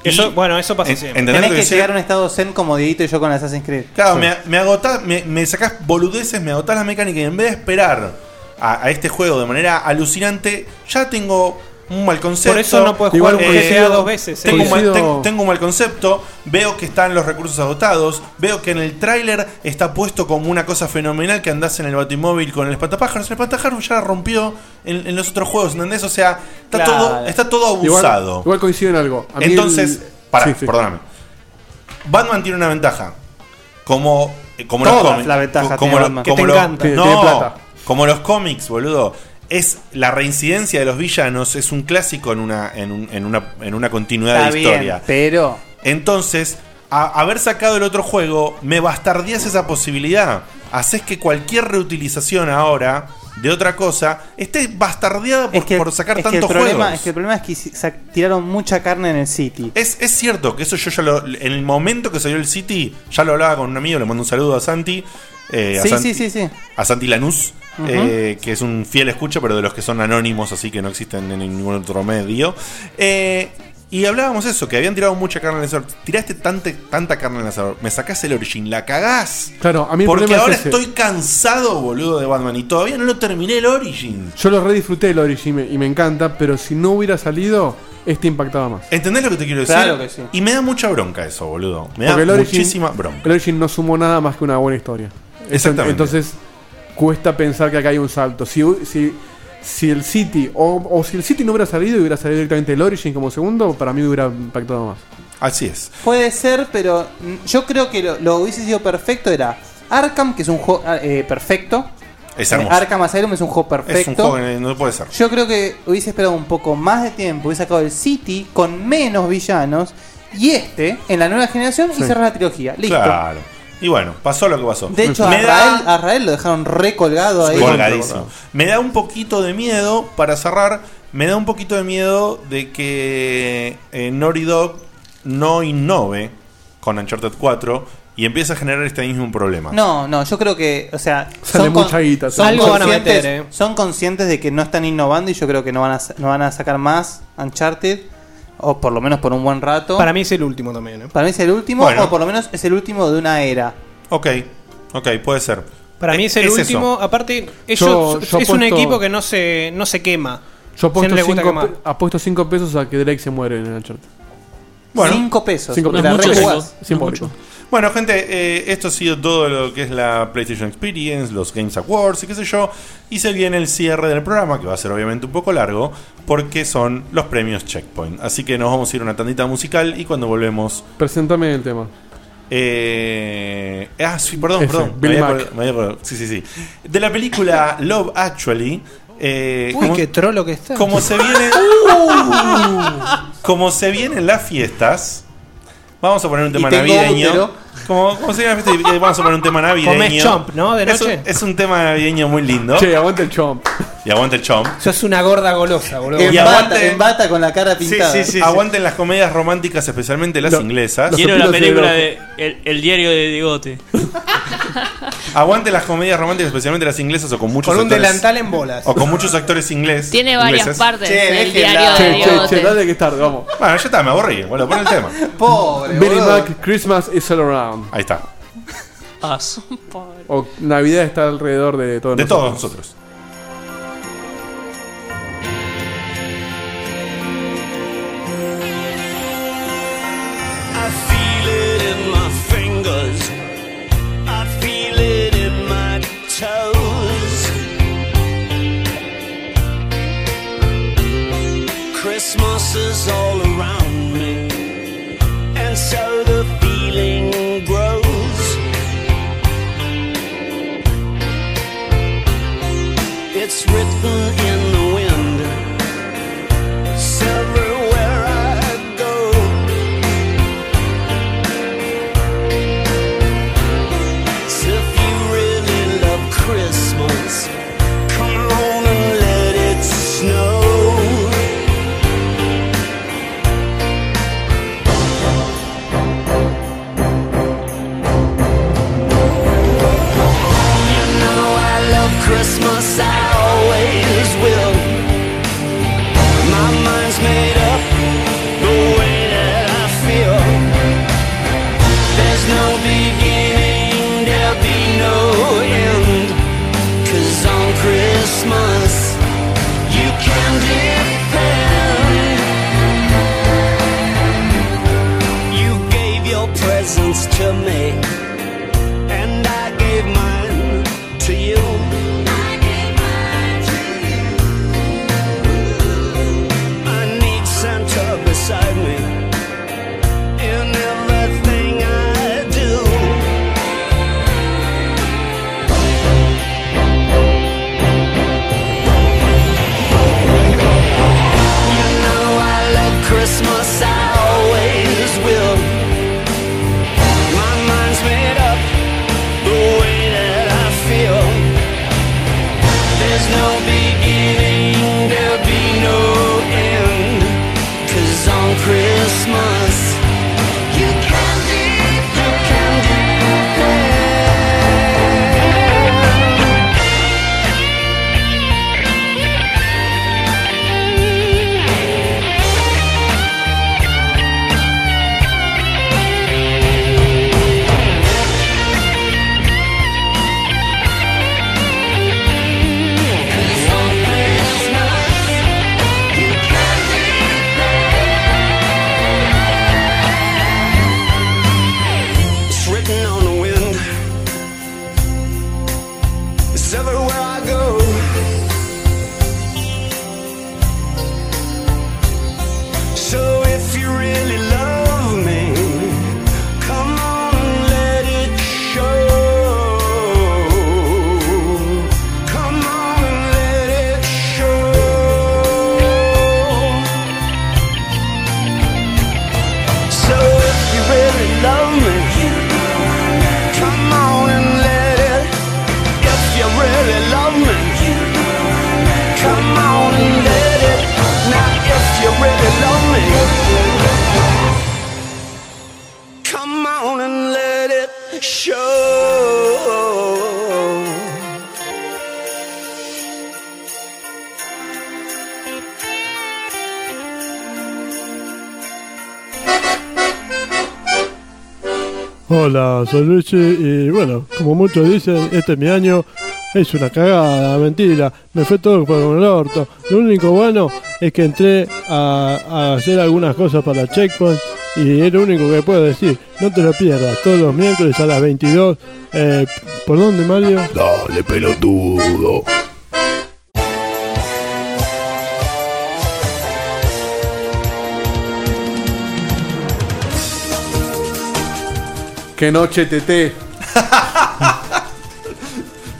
[SPEAKER 2] Eso, bueno, eso pasa
[SPEAKER 1] en-
[SPEAKER 2] siempre.
[SPEAKER 1] ¿entendés
[SPEAKER 4] Tenés
[SPEAKER 1] lo
[SPEAKER 4] que
[SPEAKER 1] que decía?
[SPEAKER 4] llegar a un estado zen como Dieguito y yo con Assassin's Creed.
[SPEAKER 1] Claro, me, me agotás- me, me sacás boludeces, me agotás la mecánica y en vez de esperar a, a este juego de manera alucinante, ya tengo un mal concepto.
[SPEAKER 2] Por eso no podés jugar un GTA dos veces, eh.
[SPEAKER 1] Tengo, un mal-
[SPEAKER 2] Coincido-
[SPEAKER 1] ten- tengo un mal concepto, veo que están los recursos agotados, veo que en el tráiler está puesto como una cosa fenomenal que andás en el batimóvil con el espantapájaros. El espantapájaros ya la rompió en, en los otros juegos, ¿entendés? O sea, está,
[SPEAKER 3] Claro.
[SPEAKER 1] todo, está todo
[SPEAKER 3] Igual-
[SPEAKER 1] abusado.
[SPEAKER 3] Igual, coincido en algo. A mí el-
[SPEAKER 1] Entonces, pará,
[SPEAKER 3] Sí, sí.
[SPEAKER 1] perdóname. Batman tiene una ventaja. Como, eh, como
[SPEAKER 4] Todas
[SPEAKER 1] los cómics.
[SPEAKER 4] la ventaja
[SPEAKER 1] como
[SPEAKER 4] tiene
[SPEAKER 1] lo-
[SPEAKER 4] Batman.
[SPEAKER 1] como
[SPEAKER 4] Que te
[SPEAKER 1] lo-
[SPEAKER 4] encanta.
[SPEAKER 1] no,
[SPEAKER 4] Tiene plata.
[SPEAKER 1] como los cómics, boludo. Es la reincidencia de los villanos, es un clásico en una, en un- en una, en una continuidad
[SPEAKER 4] Está
[SPEAKER 1] de
[SPEAKER 4] bien,
[SPEAKER 1] historia.
[SPEAKER 4] pero.
[SPEAKER 1] Entonces, a- haber sacado el otro juego, me bastardías esa posibilidad. Haces que cualquier reutilización ahora de otra cosa esté bastardeada por, por sacar
[SPEAKER 4] Es que, el
[SPEAKER 1] tantos
[SPEAKER 4] problema,
[SPEAKER 1] juegos.
[SPEAKER 4] es que el problema es que si- sa- tiraron mucha carne en el City.
[SPEAKER 1] Es, es cierto que eso yo ya lo. En el momento que salió el City, ya lo hablaba con un amigo, le mando un saludo a Santi. eh, a
[SPEAKER 4] sí,
[SPEAKER 1] Santi-
[SPEAKER 4] sí, sí, sí.
[SPEAKER 1] A Santi Lanús,
[SPEAKER 4] Ujú.
[SPEAKER 1] eh, que es un fiel escucha, pero de los que son anónimos, así que no existen en ningún otro medio. Eh, y hablábamos eso, que habían tirado mucha carne en el asador. Tiraste tante- tanta carne en el asador. Me sacás el origin, la cagás.
[SPEAKER 3] Claro, a mí el
[SPEAKER 1] Porque
[SPEAKER 3] problema
[SPEAKER 1] ahora
[SPEAKER 3] es ese.
[SPEAKER 1] estoy cansado, boludo, de Batman. Y todavía no lo terminé el origin.
[SPEAKER 3] Yo lo redisfruté el Origin y me- y me encanta, pero si no hubiera salido, este impactaba más.
[SPEAKER 1] ¿Entendés lo que te quiero decir?
[SPEAKER 4] Claro que sí.
[SPEAKER 1] Y me da mucha bronca eso, boludo. Me da
[SPEAKER 3] Porque el Origin-
[SPEAKER 1] muchísima bronca.
[SPEAKER 3] El Origin no sumó nada más que una buena historia.
[SPEAKER 1] Exactamente.
[SPEAKER 3] Entonces, cuesta pensar que acá hay un salto. Si, si, si el City, o, o si el City no hubiera salido y hubiera salido directamente el Origin como segundo, para mí hubiera impactado más.
[SPEAKER 1] Así es.
[SPEAKER 4] Puede ser, pero mm, yo creo que lo, lo hubiese sido perfecto era Arkham, que es un juego eh, perfecto.
[SPEAKER 1] Es
[SPEAKER 4] Eh,
[SPEAKER 1] hermoso.
[SPEAKER 4] Arkham Asylum es un juego perfecto.
[SPEAKER 1] Es un juego que no puede ser.
[SPEAKER 4] Yo creo que hubiese esperado un poco más de tiempo, hubiese sacado el City con menos villanos y este en la nueva generación
[SPEAKER 1] Sí.
[SPEAKER 4] y cerrar la trilogía. Listo.
[SPEAKER 1] Claro. Y bueno, pasó lo que pasó.
[SPEAKER 4] De hecho, a
[SPEAKER 1] me
[SPEAKER 4] Rael,
[SPEAKER 1] da,
[SPEAKER 4] a Rael lo dejaron recolgado ahí.
[SPEAKER 1] Colgadísimo. me da un poquito de miedo, para cerrar, me da un poquito de miedo de que eh, Naughty Dog no innove con Uncharted 4 y empiece a generar este mismo problema.
[SPEAKER 4] No, no, yo creo que, o sea,
[SPEAKER 1] Sale
[SPEAKER 4] con-
[SPEAKER 1] mucha guita,
[SPEAKER 4] son
[SPEAKER 1] Algo van a
[SPEAKER 4] conscientes-
[SPEAKER 1] meter, eh.
[SPEAKER 4] son conscientes de que no están innovando y yo creo que no van a, sa- no van a sacar más Uncharted o por lo menos por un buen rato.
[SPEAKER 2] Para mí es el último también. ¿eh?
[SPEAKER 4] Para mí es el último
[SPEAKER 2] Bueno.
[SPEAKER 4] o por lo menos es el último de una era.
[SPEAKER 1] Ok, ok, puede ser.
[SPEAKER 2] Para mí es el
[SPEAKER 1] eso.
[SPEAKER 2] último. Aparte, ellos
[SPEAKER 3] Yo- yo
[SPEAKER 2] es
[SPEAKER 3] apuesto-
[SPEAKER 2] un equipo que no se, no se quema.
[SPEAKER 3] Yo apuesto,
[SPEAKER 2] no le gusta
[SPEAKER 3] 5
[SPEAKER 2] quemar.
[SPEAKER 3] pesos a que Drake se muere en el Uncharted.
[SPEAKER 1] Bueno.
[SPEAKER 4] Cinco pesos.
[SPEAKER 3] Cinco
[SPEAKER 4] porque
[SPEAKER 3] pesos.
[SPEAKER 4] la
[SPEAKER 3] No es mucho
[SPEAKER 4] rejugás.
[SPEAKER 3] eso, no es Simbólico. mucho.
[SPEAKER 1] Bueno, gente, eh, esto ha sido todo lo que es la PlayStation Experience, los Games Awards y qué sé yo. Y se viene el cierre del programa, que va a ser obviamente un poco largo, porque son los premios Checkpoint. Así que nos vamos a ir a una tandita musical y cuando volvemos.
[SPEAKER 3] Preséntame el tema.
[SPEAKER 1] eh, ah, sí, perdón,
[SPEAKER 3] Ese,
[SPEAKER 1] perdón.
[SPEAKER 3] Billy
[SPEAKER 1] Me había
[SPEAKER 3] Mack.
[SPEAKER 1] acordado- me había acordado. sí, sí, sí. De la película Love Actually. eh,
[SPEAKER 2] Uy,
[SPEAKER 1] como-
[SPEAKER 2] qué trolo que está.
[SPEAKER 1] como se viene.
[SPEAKER 4] ¡Uh!
[SPEAKER 1] Como se vienen las fiestas, vamos a poner un tema
[SPEAKER 2] tengo
[SPEAKER 1] navideño.
[SPEAKER 2] útero.
[SPEAKER 1] Como, como se viene la fiesta, eh, vamos a poner un tema
[SPEAKER 2] Comés
[SPEAKER 1] navideño.
[SPEAKER 2] chomp, ¿no? De
[SPEAKER 1] Es un-
[SPEAKER 2] noche.
[SPEAKER 1] Es, un tema navideño muy lindo.
[SPEAKER 3] Che, aguanta el chomp.
[SPEAKER 1] Y aguante el chomp.
[SPEAKER 2] Sos una gorda golosa, boludo.
[SPEAKER 1] Y
[SPEAKER 4] Embata,
[SPEAKER 1] aguante-
[SPEAKER 4] embata con la cara pintada.
[SPEAKER 1] Aguanten las comedias románticas, especialmente las inglesas.
[SPEAKER 6] Quiero la película de el, el diario de Digote.
[SPEAKER 1] Aguanten las comedias románticas, especialmente las inglesas o con muchos
[SPEAKER 2] Con un
[SPEAKER 1] actores-
[SPEAKER 2] delantal en bolas.
[SPEAKER 1] O con muchos actores ingleses.
[SPEAKER 5] Tiene varias partes
[SPEAKER 2] Che,
[SPEAKER 5] el
[SPEAKER 2] déjenla.
[SPEAKER 5] diario de
[SPEAKER 2] Che, che,
[SPEAKER 5] Diegote.
[SPEAKER 3] Che, dale que es tarde, vamos.
[SPEAKER 1] Bueno, ya está, me aburrí. Bueno, pon el tema.
[SPEAKER 4] Pobre.
[SPEAKER 3] Billy
[SPEAKER 1] boludo.
[SPEAKER 3] Mac, Christmas is all around.
[SPEAKER 1] Ahí está.
[SPEAKER 6] Ah,
[SPEAKER 3] O Navidad está alrededor de todos
[SPEAKER 1] De
[SPEAKER 3] nosotros.
[SPEAKER 1] todos nosotros.
[SPEAKER 9] I feel it in my fingers. I feel it in my toes. Christmas is all around me, and so the feeling grows. It's written in the wind. It's everywhere I go. So if you really love Christmas, come on and let it snow. You know I love Christmas, I always will. My mind's made up the way that I feel. There's no beginning, there'll be no end. Cause on Christmas, you can depend. You gave your presents to me, and I gave mine to you. I need Santa beside me in everything I do. You know I love Christmas, I always will. My mind's made up the way that I feel. There's no beginning, there'll be no end. Cause on Christmas, you can depend. You can depend. Cause on Christmas,
[SPEAKER 13] Hola, soy Luigi y bueno, como muchos dicen, este es mi año. Es una cagada, mentira. Me fue todo por el orto. Lo único bueno es que entré a, a hacer algunas cosas para Checkpoint y es lo único que puedo decir. No te lo pierdas, todos los miércoles a las 22. Eh, ¿Por dónde, Mario?
[SPEAKER 11] Dale, pelotudo.
[SPEAKER 3] Qué noche, TT.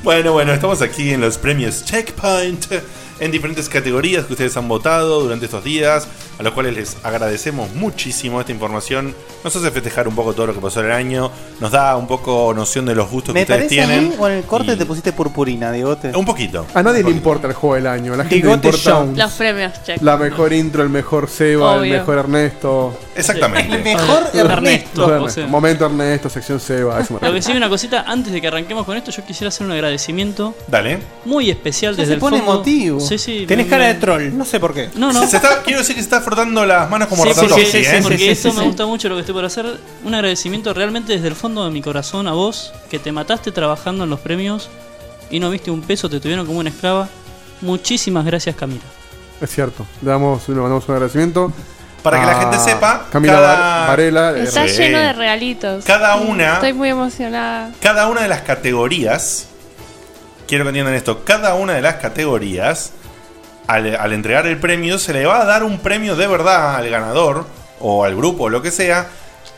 [SPEAKER 1] Bueno, bueno, estamos aquí en los premios Checkpoint, en diferentes categorías que ustedes han votado durante estos días, a los cuales les agradecemos muchísimo esta información. Nos hace festejar un poco todo lo que pasó en el año, nos da un poco noción de los gustos
[SPEAKER 4] Me
[SPEAKER 1] que ustedes
[SPEAKER 4] parece a
[SPEAKER 1] tienen.
[SPEAKER 4] mí, o en el corte te pusiste purpurina, Digote.
[SPEAKER 1] Un poquito.
[SPEAKER 6] Ah,
[SPEAKER 3] A nadie le importa el juego del año. A la gente le
[SPEAKER 4] Bigote
[SPEAKER 3] importa
[SPEAKER 4] Jones.
[SPEAKER 5] Los premios, check.
[SPEAKER 3] la mejor intro, el mejor Seba,
[SPEAKER 5] Obvio.
[SPEAKER 3] el mejor Ernesto.
[SPEAKER 1] Exactamente.
[SPEAKER 6] El mejor Ernesto, o sea.
[SPEAKER 3] Momento Ernesto, sección Seba. Eso me
[SPEAKER 6] Lo que
[SPEAKER 3] refiero.
[SPEAKER 6] sí, una cosita, antes de que arranquemos con esto, yo quisiera hacer un agradecimiento
[SPEAKER 1] Dale.
[SPEAKER 6] muy especial
[SPEAKER 4] Ya
[SPEAKER 6] desde
[SPEAKER 4] se
[SPEAKER 6] el
[SPEAKER 4] pone
[SPEAKER 6] fondo.
[SPEAKER 4] emotivo.
[SPEAKER 6] Sí, sí.
[SPEAKER 4] Tenés
[SPEAKER 6] me-
[SPEAKER 4] cara de troll, no sé por qué.
[SPEAKER 6] No, no.
[SPEAKER 1] Se está- quiero decir que se está frotando las manos como
[SPEAKER 6] sí,
[SPEAKER 1] ratón
[SPEAKER 6] porque,
[SPEAKER 1] Toshi,
[SPEAKER 6] sí,
[SPEAKER 1] ¿eh?
[SPEAKER 6] porque esto me gusta mucho lo que estoy por hacer. Un agradecimiento realmente desde el fondo de mi corazón a vos, que te mataste trabajando en los premios y no viste un peso, te tuvieron como una esclava. Muchísimas gracias, Camila.
[SPEAKER 3] Es cierto. Le, damos, le mandamos un agradecimiento.
[SPEAKER 1] Para que la
[SPEAKER 3] a
[SPEAKER 1] gente sepa,
[SPEAKER 3] Camila
[SPEAKER 1] cada-
[SPEAKER 3] Var- Varela. eh,
[SPEAKER 5] Está lleno de regalitos.
[SPEAKER 1] Cada una-
[SPEAKER 5] Estoy muy emocionada.
[SPEAKER 1] Cada una de las categorías, quiero que entiendan esto, cada una de las categorías, al, al entregar el premio, se le va a dar un premio de verdad al ganador o al grupo o lo que sea,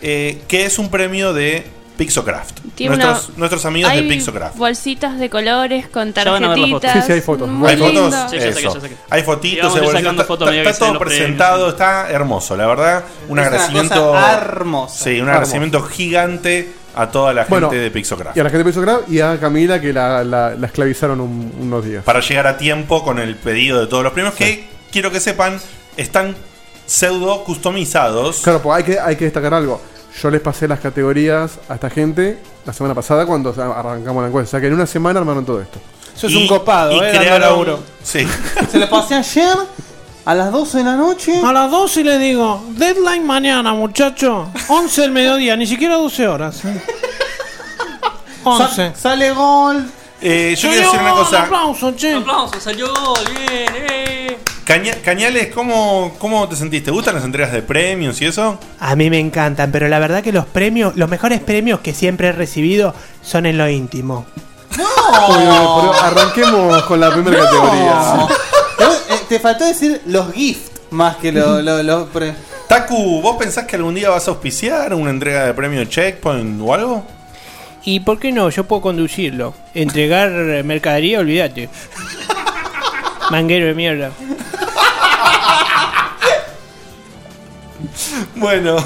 [SPEAKER 1] eh, que es un premio de Pixocraft.
[SPEAKER 5] Tiene una-
[SPEAKER 1] Nuestros, nuestros amigos
[SPEAKER 5] Hay
[SPEAKER 1] de Pixocraft.
[SPEAKER 5] Bolsitas de colores con
[SPEAKER 1] Ya van a ver las fotos.
[SPEAKER 5] tarjetitas.
[SPEAKER 1] Sí, sí, hay fotos.
[SPEAKER 5] Muy
[SPEAKER 1] Hay
[SPEAKER 5] lindo.
[SPEAKER 1] fotos, Sí, ya saqué, eso. ya saqué. Hay fotitos, hay bolsitas, está, está- está todo presentado, está hermoso, la verdad. Un
[SPEAKER 4] Es una
[SPEAKER 1] agradecimiento.
[SPEAKER 4] cosa hermosa.
[SPEAKER 1] Sí, un
[SPEAKER 4] Hermosa.
[SPEAKER 1] agradecimiento gigante a toda la gente
[SPEAKER 3] Bueno,
[SPEAKER 1] de Pixocraft.
[SPEAKER 3] Y a la gente de Pixocraft y a Camila que la, la- la esclavizaron un- unos días.
[SPEAKER 1] para llegar a tiempo con el pedido de todos los premios que quiero que sepan están pseudo customizados.
[SPEAKER 3] Claro, pues hay que, hay que destacar algo. Yo les pasé las categorías a esta gente la semana pasada cuando arrancamos la encuesta. O sea que en una semana armaron todo esto.
[SPEAKER 4] Eso es un
[SPEAKER 2] Ah,
[SPEAKER 4] copado, eh, dando laburo.
[SPEAKER 1] Sí.
[SPEAKER 4] Se lo pasé ayer a las 12 de la noche.
[SPEAKER 14] A las 12 le digo, deadline mañana, muchacho. 11 del mediodía, ni siquiera 12 horas. 11.
[SPEAKER 4] sale gol.
[SPEAKER 1] Eh, yo quiero decir una cosa.
[SPEAKER 14] aplauso, che.
[SPEAKER 6] aplauso, salió gol, bien, eh.
[SPEAKER 1] Caña- Cañales, ¿cómo, ¿cómo te sentiste? ¿Te gustan las entregas de premios y eso?
[SPEAKER 15] A mí me encantan, pero la verdad que los premios, los mejores premios que siempre he recibido son en lo íntimo.
[SPEAKER 3] Uy, uy, uy, pero arranquemos con la primera categoría.
[SPEAKER 4] Eh, Te faltó decir los gift más que lo, lo, lo pre-
[SPEAKER 1] Taku, ¿vos pensás que algún día vas a auspiciar una entrega de premio Checkpoint o algo?
[SPEAKER 2] ¿Y por qué no? Yo puedo conducirlo. Entregar eh, mercadería, olvídate. Manguero de mierda.
[SPEAKER 1] Bueno,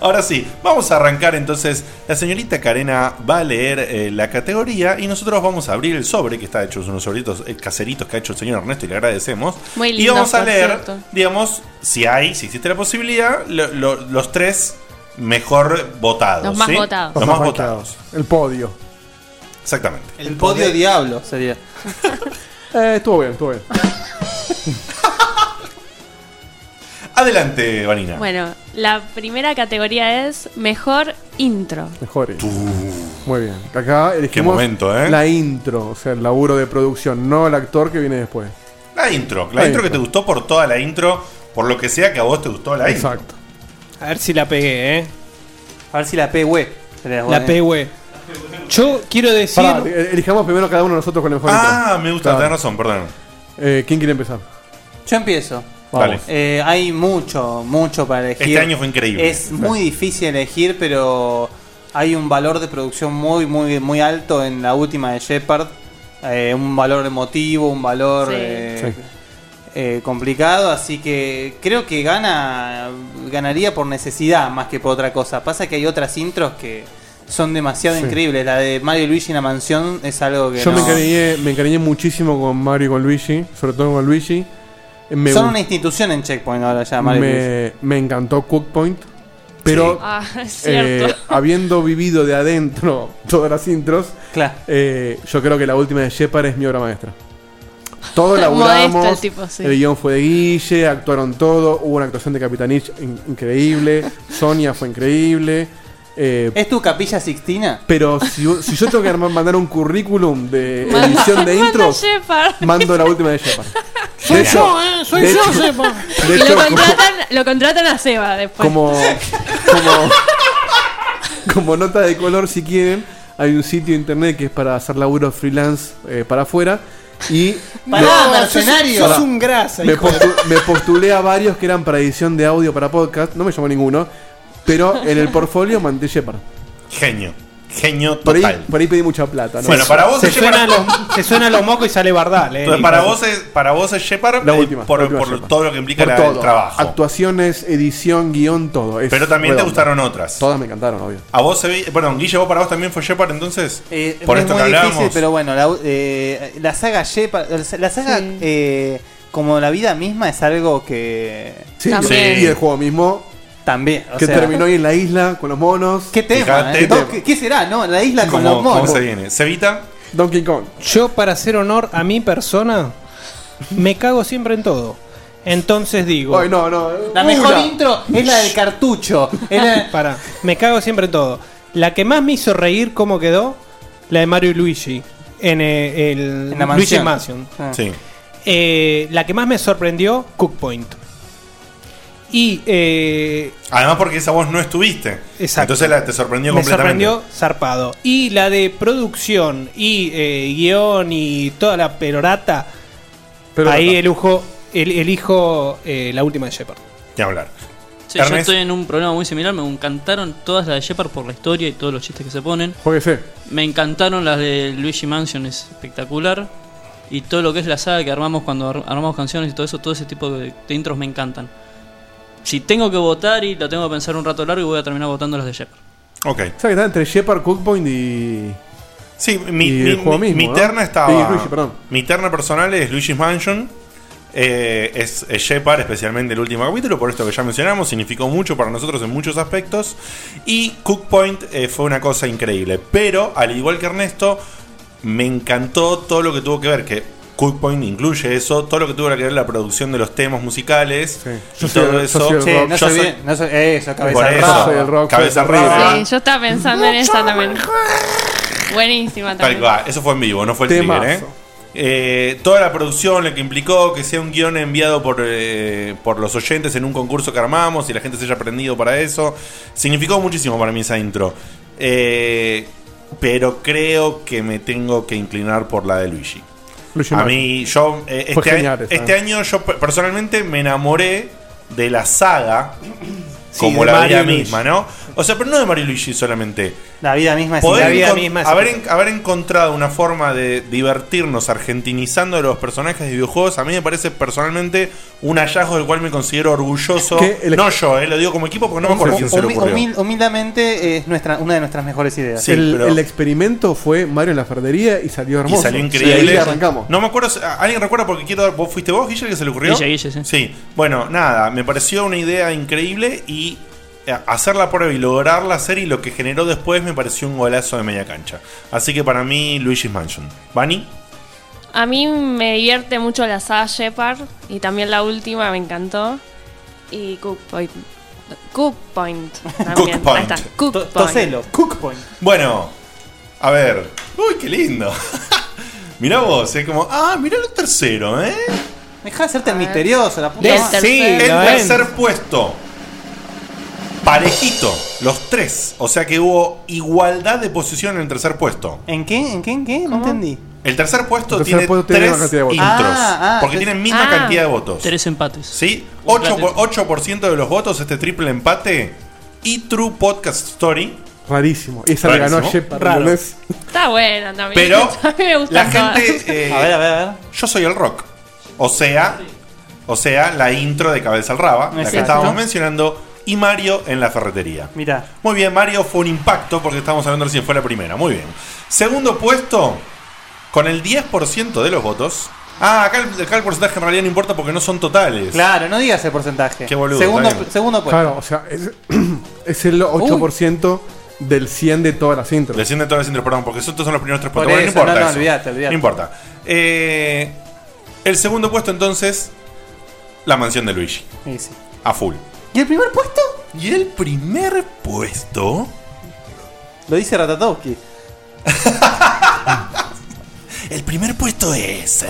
[SPEAKER 1] ahora sí, vamos a arrancar entonces. La señorita Karena va a leer eh, la categoría y nosotros vamos a abrir el sobre que está hecho, unos sobreditos eh, caseritos que ha hecho el señor Ernesto y le agradecemos.
[SPEAKER 5] Muy
[SPEAKER 1] y
[SPEAKER 5] lindo,
[SPEAKER 1] vamos a
[SPEAKER 5] por
[SPEAKER 1] leer,
[SPEAKER 5] cierto.
[SPEAKER 1] digamos, si hay, si existe la posibilidad, lo- lo- los tres mejor votados.
[SPEAKER 5] Los más
[SPEAKER 1] ¿sí?
[SPEAKER 5] votados.
[SPEAKER 1] Los más votados.
[SPEAKER 3] El podio.
[SPEAKER 1] Exactamente.
[SPEAKER 4] El, podio diablo sería.
[SPEAKER 3] Eh, estuvo bien, estuvo bien.
[SPEAKER 1] Adelante, Vanina.
[SPEAKER 5] Bueno, la primera categoría es mejor intro.
[SPEAKER 3] Mejor. Muy bien. Acá elegimos
[SPEAKER 1] momento, ¿eh?
[SPEAKER 3] la intro, o sea, el laburo de producción, no el actor que viene después.
[SPEAKER 1] La intro, la, intro que te gustó por toda la intro, por lo que sea que a vos te gustó la intro.
[SPEAKER 3] Exacto.
[SPEAKER 2] A ver si la pegué, eh.
[SPEAKER 4] A ver si la pegué.
[SPEAKER 2] La pegué. Yo quiero decir.
[SPEAKER 3] Pará, eh, elijamos primero cada uno de nosotros con el mejor
[SPEAKER 1] Ah, me gusta,
[SPEAKER 3] Claro.
[SPEAKER 1] tenés razón, perdón.
[SPEAKER 3] Eh, ¿Quién quiere empezar?
[SPEAKER 4] Yo empiezo.
[SPEAKER 1] Dale.
[SPEAKER 4] Eh, hay mucho, mucho para elegir.
[SPEAKER 1] Este año fue increíble.
[SPEAKER 4] Es muy difícil elegir, pero hay un valor de producción muy, muy, muy alto en la última de Shepard. Eh, un valor emotivo, un valor
[SPEAKER 14] Sí.
[SPEAKER 4] eh, eh, complicado. Así que creo que gana ganaría por necesidad más que por otra cosa. Pasa que hay otras intros que son demasiado
[SPEAKER 3] Sí.
[SPEAKER 4] increíbles. La de Mario y Luigi en la mansión es algo que.
[SPEAKER 3] Yo me,
[SPEAKER 4] no-
[SPEAKER 3] encariñé, me encariñé muchísimo con Mario y con Luigi, sobre todo con Luigi. Eh, Me,
[SPEAKER 4] Son
[SPEAKER 3] gu-
[SPEAKER 4] una institución en Checkpoint ahora ya, Mario y Luigi.
[SPEAKER 3] me, me encantó Cookpoint, pero
[SPEAKER 5] Ah, es
[SPEAKER 3] eh,
[SPEAKER 5] cierto.
[SPEAKER 3] habiendo vivido de adentro todas las intros, eh, yo creo que la última de Shepard es mi obra maestra. Todo
[SPEAKER 5] Modesto el
[SPEAKER 3] laburamos,
[SPEAKER 5] tipo, sí.
[SPEAKER 3] el guión fue de Guille, actuaron todo, hubo una actuación de Capitanich in- increíble, Sonia fue increíble, Eh,
[SPEAKER 4] ¿Es tu capilla Sixtina?
[SPEAKER 3] pero si, si yo tengo que armar- mandar un currículum de Eh, edición de
[SPEAKER 4] Manda
[SPEAKER 3] intros,
[SPEAKER 5] Shepard.
[SPEAKER 3] mando la última de Shepard.
[SPEAKER 5] Soy
[SPEAKER 3] De hecho,
[SPEAKER 5] yo, ¿eh? Soy
[SPEAKER 3] de
[SPEAKER 5] yo,
[SPEAKER 3] hecho-
[SPEAKER 5] Seba.
[SPEAKER 3] de
[SPEAKER 5] Y
[SPEAKER 3] hecho,
[SPEAKER 5] lo
[SPEAKER 3] como-
[SPEAKER 5] contratan, lo contratan a Seba después.
[SPEAKER 3] como como como nota de color si quieren hay un sitio de internet que es para hacer laburo freelance eh, para afuera y
[SPEAKER 4] Pará,
[SPEAKER 3] Pará,
[SPEAKER 4] mercenario.
[SPEAKER 3] pará.
[SPEAKER 4] Sos un grasa,
[SPEAKER 3] me,
[SPEAKER 4] hijo de-
[SPEAKER 3] postu- me postulé a varios que eran para edición de audio para podcast no me llamó ninguno pero en el portfolio mandé Shepard
[SPEAKER 1] genio genio
[SPEAKER 3] por ahí,
[SPEAKER 1] total.
[SPEAKER 3] por ahí pedí mucha plata ¿no?
[SPEAKER 1] Bueno, para vos
[SPEAKER 14] se,
[SPEAKER 1] es Shepard.
[SPEAKER 14] suena los, se suena los mocos y sale Bardal. eh.
[SPEAKER 1] Entonces, para vos es para vos es Shepard
[SPEAKER 3] La
[SPEAKER 1] eh,
[SPEAKER 3] última,
[SPEAKER 1] por,
[SPEAKER 3] la última
[SPEAKER 1] por
[SPEAKER 3] Shepard.
[SPEAKER 1] todo lo que implica
[SPEAKER 3] Por
[SPEAKER 1] la-
[SPEAKER 3] todo.
[SPEAKER 1] el trabajo.
[SPEAKER 3] actuaciones edición guión todo Es
[SPEAKER 1] Pero también te
[SPEAKER 3] redondo.
[SPEAKER 1] gustaron otras.
[SPEAKER 3] todas me encantaron obvio
[SPEAKER 1] A vos, Sebi- perdón, Guille, vos para vos también fue Shepard entonces. por
[SPEAKER 4] Eh, es
[SPEAKER 1] esto que
[SPEAKER 4] muy
[SPEAKER 1] hablábamos.
[SPEAKER 4] difícil, pero bueno, la, eh, la saga Shepard, la saga eh, como la vida misma es algo que...
[SPEAKER 3] Sí, También. y el juego mismo
[SPEAKER 4] también. o
[SPEAKER 3] que
[SPEAKER 4] sea,
[SPEAKER 3] terminó ahí en la isla con los monos
[SPEAKER 4] ¿Qué tema? eh? Doc, ¿Qué será? No, la isla con los monos.
[SPEAKER 1] viene? ¿Cevita?
[SPEAKER 3] Donkey Kong.
[SPEAKER 2] Yo, para hacer honor a mi persona, me cago siempre en todo. Entonces digo.
[SPEAKER 3] Ay, no, no.
[SPEAKER 4] La mejor intro es la del cartucho. es la-
[SPEAKER 2] Pará, me cago siempre en todo. La que más me hizo reír cómo quedó, la de Mario y Luigi. En eh, el,
[SPEAKER 4] En la
[SPEAKER 2] Luigi
[SPEAKER 4] mansión.
[SPEAKER 2] Mansion.
[SPEAKER 4] Ah.
[SPEAKER 1] Sí.
[SPEAKER 2] Eh, la que más me sorprendió, Cook Point. Y eh,
[SPEAKER 1] Además porque esa voz no estuviste.
[SPEAKER 2] Exacto.
[SPEAKER 1] Entonces la, te sorprendió
[SPEAKER 2] me
[SPEAKER 1] completamente.
[SPEAKER 2] sorprendió zarpado. Y la de producción y eh, guión y toda la perorata, ahí elujo, el, elijo eh, la última de Shepard.
[SPEAKER 1] Ni hablar.
[SPEAKER 6] Sí, yo
[SPEAKER 2] Ernest.
[SPEAKER 6] estoy en un problema muy similar. Me encantaron todas las de Shepard por la historia y todos los chistes que se ponen.
[SPEAKER 3] Jueguese.
[SPEAKER 6] Me encantaron las de Luigi Mansion, es espectacular. Y todo lo que es la saga que armamos cuando ar- armamos canciones y todo eso, todo ese tipo de, de intros me encantan. Si tengo que votar y lo tengo que pensar un rato largo, voy a terminar votando las de Shepard.
[SPEAKER 1] Ok.
[SPEAKER 3] ¿Sabes que está entre Shepard, Cookpoint y.
[SPEAKER 1] Sí, Mi,
[SPEAKER 3] y
[SPEAKER 1] mi-
[SPEAKER 3] el juego
[SPEAKER 1] mi-
[SPEAKER 3] mismo,
[SPEAKER 1] mi
[SPEAKER 3] ¿no?
[SPEAKER 1] terna estaba.
[SPEAKER 3] Y Luigi, perdón.
[SPEAKER 1] Mi terna personal es Luigi's Mansion. eh, es, es Shepard, especialmente el último capítulo, por esto que ya mencionamos, significó mucho para nosotros en muchos aspectos. Y Cook Point eh, fue una cosa increíble. Pero, al igual que Ernesto, me encantó todo lo que tuvo que ver, que Cook Point incluye eso, todo lo que tuvo que ver la producción de los temas musicales y
[SPEAKER 4] Yo soy
[SPEAKER 1] todo
[SPEAKER 4] el-
[SPEAKER 1] eso.
[SPEAKER 4] yo soy el Sí, rock. no
[SPEAKER 1] Yo
[SPEAKER 4] soy
[SPEAKER 1] soy-
[SPEAKER 4] bien- no soy- eso, cabeza
[SPEAKER 1] Por
[SPEAKER 4] rara. Soy el rock,
[SPEAKER 1] cabeza
[SPEAKER 4] soy el rock.
[SPEAKER 1] rara.
[SPEAKER 5] Sí, yo estaba pensando en esa también. Buenísima
[SPEAKER 1] Tal
[SPEAKER 5] también.
[SPEAKER 1] cual, eso fue en vivo, no fue el
[SPEAKER 3] Temazo.
[SPEAKER 1] trigger, ¿eh? Eh, toda la producción, lo que implicó que sea un guión enviado por, eh, por los oyentes en un concurso que armamos y la gente se haya aprendido para eso, significó muchísimo para mí esa intro. Eh, pero creo que me tengo que inclinar por la de Luigi.
[SPEAKER 3] Luigi
[SPEAKER 1] A
[SPEAKER 3] Mansion.
[SPEAKER 1] mí, yo, eh,
[SPEAKER 3] Fue
[SPEAKER 1] este, a-
[SPEAKER 3] genial esa,
[SPEAKER 1] este
[SPEAKER 3] ¿eh?
[SPEAKER 1] año yo pe- personalmente me enamoré de la saga
[SPEAKER 4] Sí,
[SPEAKER 1] como
[SPEAKER 4] de
[SPEAKER 1] la
[SPEAKER 4] Mario
[SPEAKER 1] vida
[SPEAKER 4] y Luigi.
[SPEAKER 1] misma, ¿no? O sea, pero no de Mario y Luigi solamente.
[SPEAKER 4] La vida misma es
[SPEAKER 1] Poder
[SPEAKER 4] la vida
[SPEAKER 1] encon-
[SPEAKER 4] misma es-
[SPEAKER 1] haber, en- haber encontrado una forma de divertirnos argentinizando a los personajes de videojuegos, a mí me parece personalmente un hallazgo del cual me considero orgulloso.
[SPEAKER 4] ¿Qué? El-
[SPEAKER 1] No yo, eh, lo digo como equipo porque no me acuerdo quién se lo
[SPEAKER 4] Humi-
[SPEAKER 1] ocurrió.
[SPEAKER 4] humil- humildamente es nuestra, una de nuestras mejores ideas.
[SPEAKER 3] el, el experimento fue Mario en la ferrería y salió hermoso.
[SPEAKER 1] Y salió
[SPEAKER 3] Y
[SPEAKER 1] increíble.
[SPEAKER 3] ahí arrancamos.
[SPEAKER 1] No me acuerdo, si- ¿a- ¿alguien recuerda? Porque quiero dar, ¿vos fuiste vos, Guille, que se le ocurrió?
[SPEAKER 6] Guille,
[SPEAKER 1] sí. bueno, nada, me pareció una idea increíble y eh, hacer la prueba y lograr la serie y lo que generó después me pareció un golazo de media cancha. Así que para mí, Luigi's Mansion. ¿Bani?
[SPEAKER 5] A mí me divierte mucho la saga Shepard y también la última me encantó. Y Cook Point. Cook Point. También.
[SPEAKER 1] Cook
[SPEAKER 5] Ahí está,
[SPEAKER 1] Point.
[SPEAKER 5] Cook Point.
[SPEAKER 4] Cook Point.
[SPEAKER 1] Bueno, a ver. Uy, qué lindo. mirá vos, es como, ah, mirá el tercero, ¿eh?
[SPEAKER 4] Deja de hacerte el misterioso, la puta
[SPEAKER 1] Del
[SPEAKER 4] madre.
[SPEAKER 1] el tercer puesto. Parejito, los tres. O sea que hubo igualdad de posición en el tercer puesto.
[SPEAKER 4] ¿En qué? ¿En qué? ¿En qué? No entendí.
[SPEAKER 1] El tercer puesto
[SPEAKER 3] El tercer
[SPEAKER 1] tiene
[SPEAKER 3] puesto tiene
[SPEAKER 1] tres
[SPEAKER 3] la cantidad de votos.
[SPEAKER 1] intros.
[SPEAKER 4] Ah, ah,
[SPEAKER 1] porque
[SPEAKER 4] tres-
[SPEAKER 1] tienen misma
[SPEAKER 4] ah.
[SPEAKER 1] cantidad de votos.
[SPEAKER 6] Tres empates.
[SPEAKER 1] ¿Sí? 8%, por- 8% de los votos, este triple empate. Y True Podcast Story.
[SPEAKER 3] Rarísimo. Y esa le ganó a
[SPEAKER 1] Rarísimo.
[SPEAKER 3] Shepard.
[SPEAKER 1] Raro.
[SPEAKER 3] ¿entendés?
[SPEAKER 5] Está buena también.
[SPEAKER 1] Pero
[SPEAKER 5] a mí me gusta
[SPEAKER 1] La
[SPEAKER 5] toda.
[SPEAKER 1] gente. eh, Yo soy el rock. O sea, o sea, la intro de Cabeza al Raba, la que
[SPEAKER 4] Exacto.
[SPEAKER 1] estábamos mencionando, y Mario en la ferretería.
[SPEAKER 4] Mirá.
[SPEAKER 1] Muy bien, Mario fue un impacto porque estábamos hablando recién, fue la primera. Muy bien. Segundo puesto, con el 10% de los votos. Ah, acá el, acá el porcentaje en realidad no importa porque no son totales.
[SPEAKER 4] Claro, no digas el porcentaje.
[SPEAKER 1] Qué boludo.
[SPEAKER 4] Segundo,
[SPEAKER 1] está bien.
[SPEAKER 4] segundo puesto.
[SPEAKER 3] Claro, o sea, es, es el 8% del 100 de todas las intros.
[SPEAKER 1] Del 100 de todas las intros, perdón, porque estos son los primeros tres
[SPEAKER 3] Por
[SPEAKER 1] puestos. Bueno,
[SPEAKER 3] eso,
[SPEAKER 1] no importa.
[SPEAKER 3] no, no,
[SPEAKER 1] eso.
[SPEAKER 3] olvídate, olvídate.
[SPEAKER 1] No importa. Eh, el segundo puesto, entonces, la mansión de Luigi.
[SPEAKER 4] Sí, sí.
[SPEAKER 1] A full.
[SPEAKER 4] ¿Y el primer puesto?
[SPEAKER 1] ¿Y el primer puesto?
[SPEAKER 4] Lo dice Ratatowski.
[SPEAKER 8] El primer puesto es.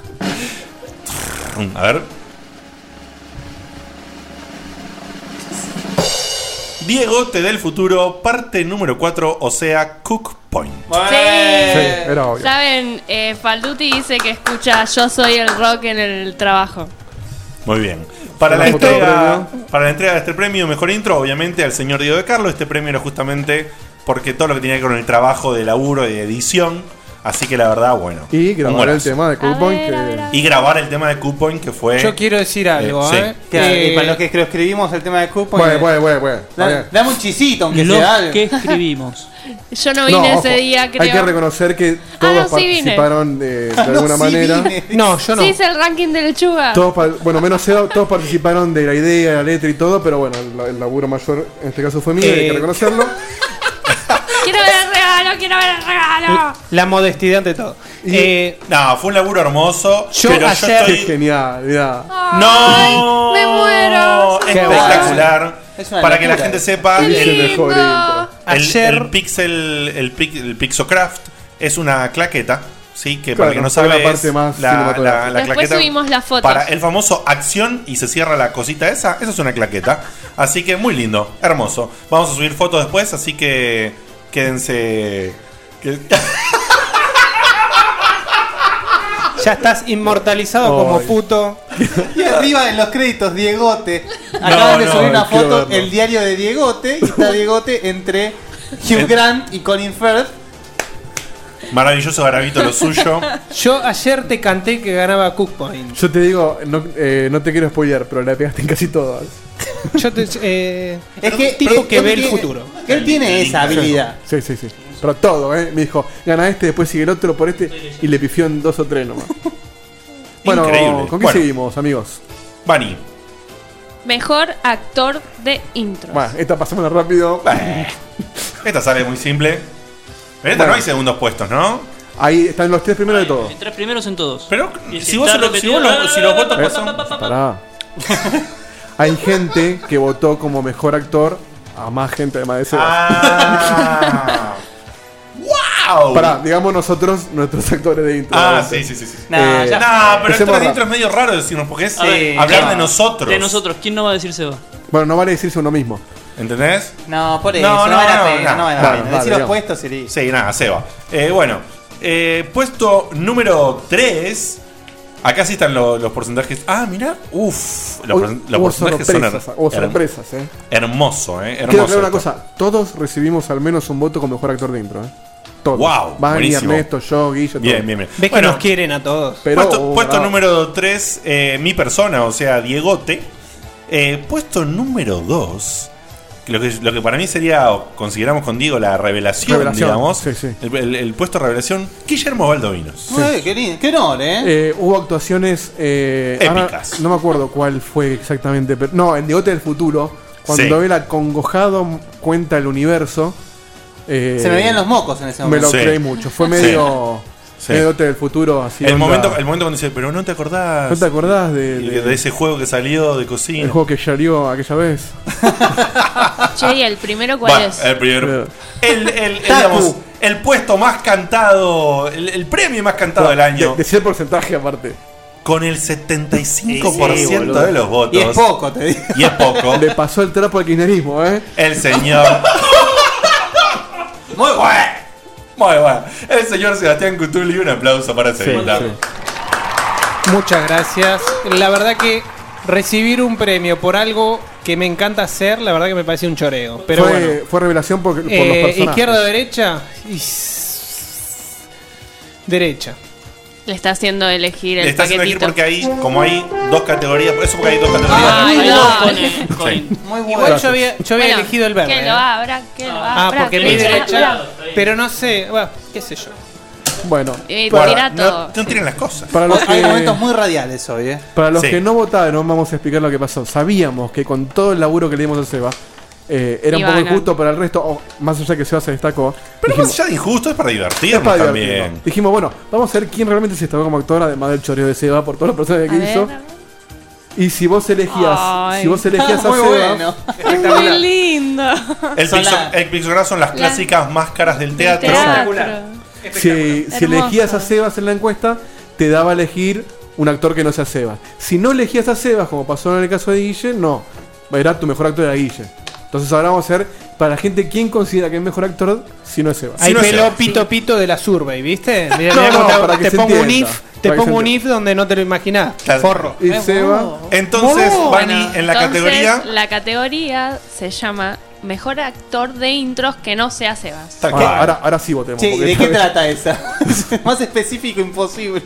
[SPEAKER 1] A ver. Diego, te del futuro, parte número 4, o sea, Cook Point.
[SPEAKER 5] Eh, era Saben, eh, Falduti dice que escucha Yo soy el rock en el trabajo.
[SPEAKER 1] Muy bien. Para la, entrega, para la entrega de este premio, mejor intro, obviamente, al señor Diego de Carlo. Este premio era justamente porque todo lo que tenía que ver con el trabajo de laburo y de edición. Así que la verdad, bueno.
[SPEAKER 3] Y grabar
[SPEAKER 1] Bueno.
[SPEAKER 3] el tema de Cool Point, que
[SPEAKER 1] Y grabar el tema de Coupon que fue.
[SPEAKER 3] Yo
[SPEAKER 4] quiero decir
[SPEAKER 1] algo, sí. ¿eh? Eh,
[SPEAKER 4] y para los que lo escribimos el tema de Coupon.
[SPEAKER 1] Bueno, bueno, bueno, bueno.
[SPEAKER 4] Da-
[SPEAKER 1] Bien.
[SPEAKER 4] Dame un chisito, aunque
[SPEAKER 1] Los
[SPEAKER 4] sea algo.
[SPEAKER 1] que
[SPEAKER 4] escribimos.
[SPEAKER 5] Yo no vine
[SPEAKER 3] No,
[SPEAKER 5] ese
[SPEAKER 3] ojo,
[SPEAKER 5] día, creo. Ah,
[SPEAKER 3] hay que reconocer que todos
[SPEAKER 5] no, sí vine.
[SPEAKER 3] participaron eh, de,
[SPEAKER 5] Ah, no,
[SPEAKER 3] alguna
[SPEAKER 5] sí
[SPEAKER 3] manera.
[SPEAKER 5] vine.
[SPEAKER 3] No, yo
[SPEAKER 5] Sí, es el ranking de lechuga.
[SPEAKER 3] Todos pa- bueno, menos Seba, todos participaron de la idea, la letra y todo, pero bueno, el, el laburo mayor en este caso fue mío, hay
[SPEAKER 14] Eh.
[SPEAKER 3] que reconocerlo.
[SPEAKER 5] Quiero ver el regalo, quiero ver el
[SPEAKER 3] Eh,
[SPEAKER 5] regalo.
[SPEAKER 14] La modestidad ante todo. Eh,
[SPEAKER 1] No, fue un laburo hermoso.
[SPEAKER 14] Yo
[SPEAKER 1] pero
[SPEAKER 14] ayer-
[SPEAKER 1] yo estoy.
[SPEAKER 14] Qué
[SPEAKER 3] genial, mirá.
[SPEAKER 1] ¡No!
[SPEAKER 5] ¡Me muero!
[SPEAKER 1] Espectacular.
[SPEAKER 5] Es una
[SPEAKER 1] Para que la
[SPEAKER 5] locura.
[SPEAKER 1] gente sepa,
[SPEAKER 5] Qué
[SPEAKER 1] el,
[SPEAKER 5] lindo.
[SPEAKER 1] el-
[SPEAKER 14] Ayer-
[SPEAKER 1] el Pixel, el, Pix- el Pixocraft es una claqueta. Sí, que
[SPEAKER 3] Claro,
[SPEAKER 1] para que no
[SPEAKER 3] fue la
[SPEAKER 1] sabe es
[SPEAKER 3] parte más
[SPEAKER 1] la- la, la
[SPEAKER 5] Después
[SPEAKER 1] claqueta
[SPEAKER 5] subimos las fotos.
[SPEAKER 1] para el famoso acción y se cierra la cosita esa, eso es una claqueta. Así que muy lindo, hermoso. Vamos a subir fotos después, así que quédense. que-
[SPEAKER 14] ya estás inmortalizado como
[SPEAKER 1] Ay.
[SPEAKER 14] puto.
[SPEAKER 4] Y arriba en los créditos, Diegote. Acaban de
[SPEAKER 14] no,
[SPEAKER 4] subir una
[SPEAKER 14] quiero
[SPEAKER 4] foto,
[SPEAKER 14] verlo.
[SPEAKER 4] el diario de Diegote. Y está Diegote entre Hugh Grant y Colin Firth.
[SPEAKER 1] Maravilloso garabito lo suyo.
[SPEAKER 14] Yo ayer te canté que ganaba Cookpoint.
[SPEAKER 3] Yo te digo, no, eh, no te quiero spoilear, pero la pegaste en casi todas.
[SPEAKER 14] Yo te, eh,
[SPEAKER 4] Es que-
[SPEAKER 14] tipo
[SPEAKER 4] pero-
[SPEAKER 14] que
[SPEAKER 4] él
[SPEAKER 14] ve el
[SPEAKER 4] Eh, tiene-
[SPEAKER 14] futuro.
[SPEAKER 4] él tiene esa habilidad.
[SPEAKER 3] Sí, sí, sí. Pero todo, ¿eh? Me dijo, gana este, después sigue el otro por este y le pifió en dos o tres nomás. bueno,
[SPEAKER 1] Increíble.
[SPEAKER 3] ¿con qué
[SPEAKER 1] Bueno.
[SPEAKER 3] seguimos, amigos?
[SPEAKER 1] Bani.
[SPEAKER 5] Mejor actor de intro.
[SPEAKER 3] Bueno, esta pasamos rápido.
[SPEAKER 1] Esta sale muy simple. Pero esta
[SPEAKER 3] Bueno.
[SPEAKER 1] no hay segundos puestos, ¿no?
[SPEAKER 3] Ahí están los tres primeros de todos.
[SPEAKER 6] Tres primeros en todos.
[SPEAKER 1] Pero
[SPEAKER 6] si ah, vos lo- si vos lo- si los votos pasan-
[SPEAKER 3] Pará. Hay gente que votó como mejor actor a más gente además de Sebas.
[SPEAKER 1] Ah. ¡Wow!
[SPEAKER 3] Pará, digamos nosotros, nuestros actores de intro.
[SPEAKER 1] Ah,
[SPEAKER 3] ¿verdad?
[SPEAKER 1] sí, sí, sí. sí.
[SPEAKER 3] Nah,
[SPEAKER 1] Eh,
[SPEAKER 3] ya-
[SPEAKER 1] nah, pero
[SPEAKER 3] empecemos
[SPEAKER 1] esto
[SPEAKER 3] ra-
[SPEAKER 1] dentro es medio raro decirnos, porque es eh,
[SPEAKER 6] A ver,
[SPEAKER 1] hablar
[SPEAKER 6] ya.
[SPEAKER 1] de nosotros.
[SPEAKER 6] De nosotros, ¿quién no va a decir Seba?
[SPEAKER 3] Bueno, no vale decirse uno mismo.
[SPEAKER 1] ¿Entendés?
[SPEAKER 4] No, por eso. No, vale la pena, no vale la pena. Decir los puestos
[SPEAKER 1] sería. Sí, nada, Seba. Eh, bueno, eh, puesto número 3. Acá sí están lo- los porcentajes. Ah, mirá. Uff, los,
[SPEAKER 3] Hoy
[SPEAKER 1] por- los
[SPEAKER 3] hubo
[SPEAKER 1] porcentajes son,
[SPEAKER 3] sorpresas,
[SPEAKER 1] her-
[SPEAKER 3] hubo
[SPEAKER 1] her-
[SPEAKER 3] sorpresas, eh.
[SPEAKER 1] Hermoso, eh.
[SPEAKER 3] Quiero
[SPEAKER 1] Hermoso.
[SPEAKER 3] aclarar una
[SPEAKER 1] esto.
[SPEAKER 3] cosa. Todos recibimos al menos un voto como mejor actor de intro, ¿eh? Todos.
[SPEAKER 1] Wow,
[SPEAKER 3] Bani,
[SPEAKER 1] buenísimo.
[SPEAKER 3] Ernesto, yo, Guillo, todos.
[SPEAKER 1] Bien, bien, bien.
[SPEAKER 14] Ves
[SPEAKER 1] Bueno.
[SPEAKER 14] que nos quieren a todos.
[SPEAKER 1] puesto
[SPEAKER 3] uh, ah.
[SPEAKER 1] puesto número 3, mi persona, o sea, Diegote. Eh, puesto número 2, lo que, lo que para mí sería, o consideramos con Diego, la revelación,
[SPEAKER 3] Revelación,
[SPEAKER 1] digamos.
[SPEAKER 3] sí, sí.
[SPEAKER 1] El, el- el puesto revelación, Guillermo Baldovinos.
[SPEAKER 4] Ué, qué, lindo, qué honor, ¿eh?
[SPEAKER 3] Eh, hubo actuaciones eh, ahora
[SPEAKER 1] Épicas.
[SPEAKER 3] no me acuerdo cuál fue exactamente, pero no, en Diegote del Futuro, cuando
[SPEAKER 1] Sí.
[SPEAKER 3] él acongojado cuenta el universo. eh,
[SPEAKER 4] Se me veían los mocos en ese momento.
[SPEAKER 3] Me lo
[SPEAKER 4] Sí.
[SPEAKER 3] creí mucho. Fue
[SPEAKER 4] Sí.
[SPEAKER 3] medio.
[SPEAKER 1] Sí.
[SPEAKER 3] Diegote del Futuro, así.
[SPEAKER 1] el,
[SPEAKER 3] onda.
[SPEAKER 1] momento, el momento cuando dice, pero no te acordás.
[SPEAKER 3] ¿No te acordás de-
[SPEAKER 1] de, de ese juego que salió de cocina?
[SPEAKER 3] El juego que salió aquella vez.
[SPEAKER 5] Che, ¿y el primero cuál
[SPEAKER 3] Eh,
[SPEAKER 1] Va,
[SPEAKER 5] es?
[SPEAKER 1] el primero. El, el- el, digamos, el puesto más cantado, el, el premio más cantado del año.
[SPEAKER 3] Decía el porcentaje aparte.
[SPEAKER 1] Con el 75%
[SPEAKER 3] Sí, boludo.
[SPEAKER 1] de los votos.
[SPEAKER 3] Y es poco, te digo.
[SPEAKER 1] Y es poco.
[SPEAKER 3] Le pasó el trapo al kirchnerismo, ¿eh?
[SPEAKER 1] El señor. Muy bueno. Muy bueno. El señor Sebastián Cutuli, un aplauso para ese
[SPEAKER 14] Sí,
[SPEAKER 1] militar.
[SPEAKER 14] Muchas gracias. La verdad que recibir un premio por algo que me encanta hacer, la verdad que me parece un choreo. Pero
[SPEAKER 3] fue,
[SPEAKER 14] bueno.
[SPEAKER 3] fue revelación por, por los
[SPEAKER 14] Eh,
[SPEAKER 3] personajes.
[SPEAKER 14] izquierda o derecha. Y... Derecha.
[SPEAKER 5] Le está haciendo elegir el
[SPEAKER 1] Le está haciendo aquí
[SPEAKER 5] paquetito.
[SPEAKER 1] porque hay, como hay dos categorías, eso porque hay dos categorías.
[SPEAKER 5] Ay,
[SPEAKER 1] Sí.
[SPEAKER 5] no.
[SPEAKER 1] Sí.
[SPEAKER 14] Igual yo había, yo había
[SPEAKER 5] Bueno,
[SPEAKER 14] elegido el verde.
[SPEAKER 5] Que
[SPEAKER 14] ¿eh?
[SPEAKER 5] lo abra, que lo abra.
[SPEAKER 14] Ah, porque mi
[SPEAKER 5] que lo
[SPEAKER 14] derecha.
[SPEAKER 5] abra.
[SPEAKER 14] Pero no sé, bueno, qué sé yo.
[SPEAKER 3] Bueno,
[SPEAKER 5] Eh,
[SPEAKER 3] para-
[SPEAKER 5] tirá todo.
[SPEAKER 1] tienen las cosas.
[SPEAKER 3] Para los
[SPEAKER 4] Hay
[SPEAKER 3] que-
[SPEAKER 4] momentos muy radiales hoy, ¿eh?
[SPEAKER 3] Para los
[SPEAKER 4] Sí.
[SPEAKER 3] que no votaron, vamos a explicar lo que pasó. Sabíamos que con todo el laburo que le dimos a Seba, eh, era un
[SPEAKER 1] Iban
[SPEAKER 3] poco
[SPEAKER 1] a-
[SPEAKER 3] injusto para el resto, o más allá que Seba se destacó.
[SPEAKER 1] Pero más allá de injusto, es para divertirnos
[SPEAKER 3] Es para
[SPEAKER 1] también.
[SPEAKER 3] divertirnos. Dijimos, bueno, vamos a ver quién realmente se destacó como actor, además del choreo de Seba por todas las personas que
[SPEAKER 1] ver,
[SPEAKER 3] hizo. Y si vos elegías,
[SPEAKER 5] Ay.
[SPEAKER 3] si vos elegías a
[SPEAKER 5] Muy
[SPEAKER 3] Seba,
[SPEAKER 5] bueno. Es muy lindo.
[SPEAKER 1] El,
[SPEAKER 5] Son
[SPEAKER 1] pixo-
[SPEAKER 5] las-
[SPEAKER 1] el pixograma son las
[SPEAKER 5] la-
[SPEAKER 1] clásicas máscaras del teatro.
[SPEAKER 3] si, si
[SPEAKER 5] Hermoso.
[SPEAKER 3] elegías a Sebas en la encuesta, te daba a elegir un actor que no sea Sebas. Si no elegías a Sebas, como pasó en el caso de Guille, no. Era tu mejor actor era Guille. Entonces ahora vamos a ver para la gente quién considera que es mejor actor si no es Sebas.
[SPEAKER 14] Ahí
[SPEAKER 3] Si no es
[SPEAKER 14] peló
[SPEAKER 3] Sebas.
[SPEAKER 14] pito pito de la survey, ¿viste? Mirá,
[SPEAKER 3] No,
[SPEAKER 14] mirá cómo
[SPEAKER 3] no,
[SPEAKER 14] te-
[SPEAKER 3] para que
[SPEAKER 14] te
[SPEAKER 3] se
[SPEAKER 14] pongo un if,
[SPEAKER 3] entienda, para
[SPEAKER 14] te
[SPEAKER 3] que se
[SPEAKER 14] pongo un if donde no te lo imaginás. Forro.
[SPEAKER 3] Y Seba.
[SPEAKER 1] Entonces, Vani, en
[SPEAKER 5] Entonces,
[SPEAKER 1] la categoría.
[SPEAKER 5] La categoría se llama Mejor actor de intros que no sea Sebas.
[SPEAKER 3] Ahora, ahora, ahora sí votemos.
[SPEAKER 4] Che, ¿y
[SPEAKER 3] porque
[SPEAKER 4] ¿de qué
[SPEAKER 3] esta vez-
[SPEAKER 4] trata esa? Más específico imposible.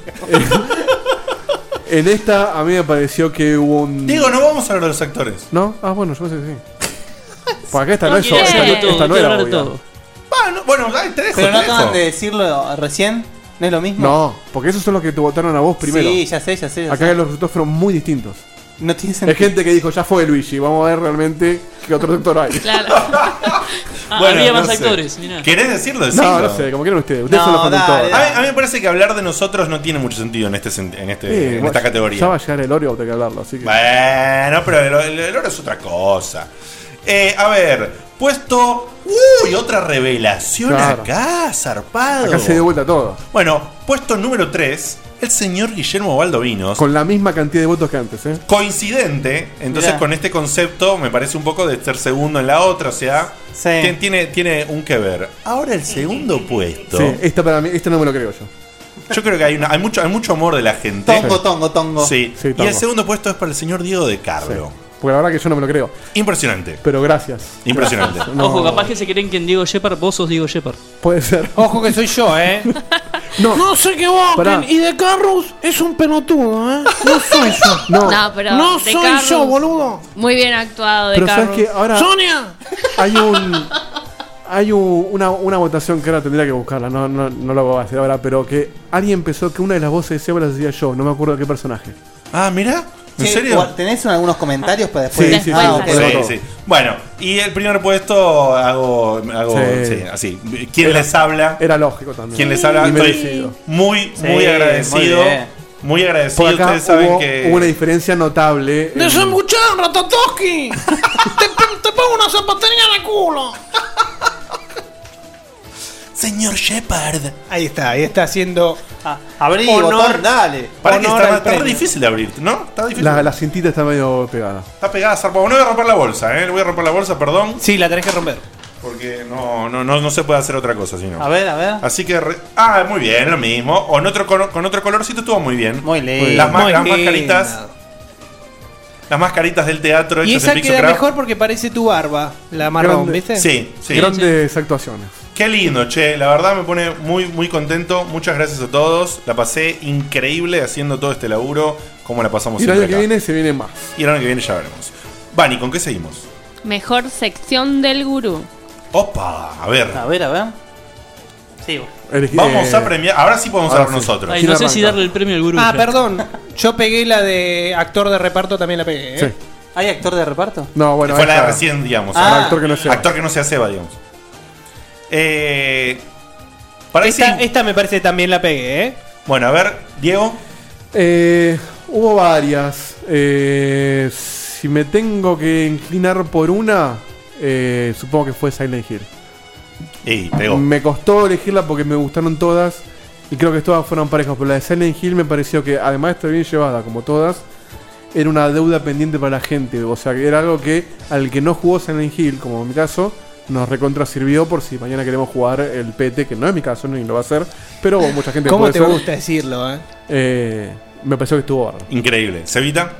[SPEAKER 3] En esta a mí me pareció que hubo un.
[SPEAKER 1] Digo, no vamos a hablar de los actores.
[SPEAKER 3] ¿No? Ah, bueno, yo pensé que sí. Por acá esta no, es
[SPEAKER 4] quiere
[SPEAKER 3] esta,
[SPEAKER 4] hablar de
[SPEAKER 3] no- esta
[SPEAKER 4] todo,
[SPEAKER 3] no
[SPEAKER 4] quiere
[SPEAKER 3] era
[SPEAKER 4] hablar de
[SPEAKER 3] obvia.
[SPEAKER 4] todo.
[SPEAKER 1] Bueno, bueno, ay, te dejo.
[SPEAKER 4] Pero no
[SPEAKER 1] te dejo.
[SPEAKER 4] acaban de decirlo recién, ¿no es lo mismo?
[SPEAKER 3] No, porque esos son los que te votaron a vos primero.
[SPEAKER 4] Sí, ya sé, ya sé. ya
[SPEAKER 3] Acá
[SPEAKER 4] sé.
[SPEAKER 3] los resultados fueron muy distintos.
[SPEAKER 4] No tiene
[SPEAKER 3] Hay
[SPEAKER 4] sentido.
[SPEAKER 3] gente que dijo, ya fue Luigi, vamos a ver realmente qué otro sector hay.
[SPEAKER 6] Ah,
[SPEAKER 1] Bueno,
[SPEAKER 6] había
[SPEAKER 1] no
[SPEAKER 6] más
[SPEAKER 1] sé.
[SPEAKER 6] actores, mirá.
[SPEAKER 1] ¿Querés decirlo?
[SPEAKER 3] No,
[SPEAKER 1] Decilo.
[SPEAKER 3] no sé, como quieran ustedes. Ustedes son los conductores.
[SPEAKER 1] A mí, a mí me parece que hablar de nosotros no tiene mucho sentido en este sen- en este
[SPEAKER 3] Sí,
[SPEAKER 1] en
[SPEAKER 3] bueno,
[SPEAKER 1] esta
[SPEAKER 3] Ya va
[SPEAKER 1] categoría.
[SPEAKER 3] a llegar el Oreo, hay que hablarlo, así que.
[SPEAKER 1] Bueno, pero el, el- el oro es otra cosa. Eh, a ver, puesto. ¡Uy! Otra revelación
[SPEAKER 3] Claro.
[SPEAKER 1] acá, zarpado.
[SPEAKER 3] Acá se dio vuelta todo.
[SPEAKER 1] Bueno, puesto número 3, el señor Guillermo Baldovinos.
[SPEAKER 3] Con la misma cantidad de votos que antes, ¿eh?
[SPEAKER 1] Coincidente, entonces
[SPEAKER 3] Mirá.
[SPEAKER 1] con este concepto me parece un poco de ser segundo en la otra, o sea, tien- tiene, tiene un que ver. Ahora el segundo puesto.
[SPEAKER 3] Sí, esta para mí, esta no me lo creo yo.
[SPEAKER 1] Yo creo que hay, una- hay, mucho, hay mucho amor de la gente.
[SPEAKER 3] Tongo,
[SPEAKER 4] tongo, tongo.
[SPEAKER 1] Sí.
[SPEAKER 3] Sí,
[SPEAKER 1] Y
[SPEAKER 3] tongo.
[SPEAKER 1] el segundo puesto es para el señor Diego de Carlo.
[SPEAKER 3] Porque la verdad que yo no me lo creo.
[SPEAKER 1] Impresionante.
[SPEAKER 3] Pero gracias.
[SPEAKER 1] Impresionante.
[SPEAKER 3] No.
[SPEAKER 6] Ojo, capaz que se creen que en Diego Shepard vos sos Diego Shepard.
[SPEAKER 3] Puede ser.
[SPEAKER 14] Ojo que soy yo, ¿eh?
[SPEAKER 3] No,
[SPEAKER 14] sé qué
[SPEAKER 3] Pará.
[SPEAKER 14] Y de Carros es un pelotudo, ¿eh? No soy yo.
[SPEAKER 3] No.
[SPEAKER 5] No, pero
[SPEAKER 14] No
[SPEAKER 5] de
[SPEAKER 14] soy
[SPEAKER 5] Carlos.
[SPEAKER 14] yo, boludo.
[SPEAKER 5] Muy bien actuado de
[SPEAKER 3] Pero sabes
[SPEAKER 5] Carlos.
[SPEAKER 3] que ahora-
[SPEAKER 14] ¡Sonia!
[SPEAKER 3] Hay un. Hay un- una, una votación que ahora tendría que buscarla, no, no, no lo voy a hacer ahora, pero que alguien pensó que una de las voces de Seba las hacía yo, no me acuerdo qué personaje.
[SPEAKER 1] Ah, mira. ¿En
[SPEAKER 4] Che,
[SPEAKER 1] serio?
[SPEAKER 4] igual, ¿Tenés algunos comentarios para después?
[SPEAKER 3] Sí, sí,
[SPEAKER 4] Ah,
[SPEAKER 3] sí,
[SPEAKER 4] ok.
[SPEAKER 3] sí.
[SPEAKER 1] Sí, sí. Bueno, y el primer puesto hago, hago
[SPEAKER 3] Sí.
[SPEAKER 1] sí, así. ¿Quién
[SPEAKER 3] Era-
[SPEAKER 1] les habla?
[SPEAKER 3] Era lógico también.
[SPEAKER 1] ¿Quién les habla?
[SPEAKER 3] Y
[SPEAKER 1] Estoy
[SPEAKER 3] merecido.
[SPEAKER 1] muy,
[SPEAKER 4] Sí,
[SPEAKER 1] muy agradecido.
[SPEAKER 4] muy bien.
[SPEAKER 1] Muy agradecido.
[SPEAKER 3] Por acá
[SPEAKER 1] Ustedes saben
[SPEAKER 3] hubo,
[SPEAKER 1] que.
[SPEAKER 3] hubo una diferencia notable. en-
[SPEAKER 14] ¡Desembuchar, Ratatoski! te, pon- te pongo una zapatería en el culo.
[SPEAKER 1] Señor Shepard. Ah,
[SPEAKER 14] Ahí está, ahí está haciendo.
[SPEAKER 4] abrí, botón, dale.
[SPEAKER 1] Para que
[SPEAKER 14] honor
[SPEAKER 1] está,
[SPEAKER 14] al
[SPEAKER 1] está re
[SPEAKER 14] premio.
[SPEAKER 1] difícil de abrir, ¿no? Está difícil.
[SPEAKER 3] La, la cintita está medio pegada.
[SPEAKER 1] Está pegada zarpa. Bueno, No voy a romper la bolsa, ¿eh? Le voy a romper la bolsa, perdón.
[SPEAKER 14] Sí, la tenés que romper.
[SPEAKER 1] Porque no, no, no, no se puede hacer otra cosa, sino.
[SPEAKER 4] A ver, a ver.
[SPEAKER 1] Así que. re- Ah, muy bien, lo mismo. O en otro, colo- con otro colorcito estuvo muy bien.
[SPEAKER 4] Muy lindo.
[SPEAKER 1] Las, ma-
[SPEAKER 14] Muy
[SPEAKER 1] las
[SPEAKER 14] lindo.
[SPEAKER 1] mascaritas. Las mascaritas del teatro
[SPEAKER 14] Y
[SPEAKER 1] hechas
[SPEAKER 14] esa
[SPEAKER 1] en
[SPEAKER 14] queda
[SPEAKER 1] Pixocraft.
[SPEAKER 14] mejor porque parece tu barba, la marrón,
[SPEAKER 1] Grande.
[SPEAKER 14] ¿viste?
[SPEAKER 1] Sí, sí.
[SPEAKER 3] Grandes actuaciones.
[SPEAKER 1] Qué lindo, che. La verdad me pone muy, muy contento. Muchas gracias a todos. La pasé increíble haciendo todo este laburo. Como la pasamos
[SPEAKER 3] Y el
[SPEAKER 1] siempre
[SPEAKER 3] año que
[SPEAKER 1] acá.
[SPEAKER 3] viene se vienen más.
[SPEAKER 1] Y el año que viene ya veremos. Vani, ¿con qué seguimos?
[SPEAKER 5] Mejor sección del gurú.
[SPEAKER 1] Opa, a ver.
[SPEAKER 4] A ver, a ver. Sí,
[SPEAKER 3] Elegí-
[SPEAKER 1] Vamos
[SPEAKER 3] eh,
[SPEAKER 1] a premiar. Ahora sí podemos
[SPEAKER 3] ahora
[SPEAKER 1] hablar
[SPEAKER 3] sí.
[SPEAKER 1] nosotros.
[SPEAKER 6] Ay,
[SPEAKER 3] ¿Quién
[SPEAKER 6] no sé si
[SPEAKER 3] arranca?
[SPEAKER 6] darle el premio al gurú.
[SPEAKER 14] Ah,
[SPEAKER 6] ya.
[SPEAKER 14] perdón. Yo pegué la de actor de reparto, también la pegué. ¿eh?
[SPEAKER 4] ¿Hay actor de reparto?
[SPEAKER 3] No, bueno.
[SPEAKER 1] Fue la de
[SPEAKER 3] esta-
[SPEAKER 1] recién, digamos.
[SPEAKER 3] Ah.
[SPEAKER 1] ¿eh?
[SPEAKER 3] Actor que no sea.
[SPEAKER 1] Actor que no sea Seba, digamos. Eh, parece.
[SPEAKER 14] Esta, esta me parece que también la pegué, ¿eh?
[SPEAKER 1] Bueno, a ver, Diego.
[SPEAKER 3] Eh, hubo varias. Eh, si me tengo que inclinar por una, eh, supongo que fue Silent Hill.
[SPEAKER 1] Ey, pegó.
[SPEAKER 3] Me costó elegirla porque me gustaron todas. Y creo que todas fueron parejas. Pero la de Silent Hill me pareció que, además de estar bien llevada, como todas, era una deuda pendiente para la gente. O sea, que era algo que al que no jugó Silent Hill, como en mi caso, nos recontra sirvió por si mañana queremos jugar el PT, que no es mi caso, ni lo va a hacer. Pero mucha gente
[SPEAKER 14] ¿Cómo
[SPEAKER 3] puede
[SPEAKER 14] te
[SPEAKER 3] ser.
[SPEAKER 14] gusta decirlo, eh?
[SPEAKER 3] Eh, me pareció que estuvo bárbaro.
[SPEAKER 1] Increíble. Cevita.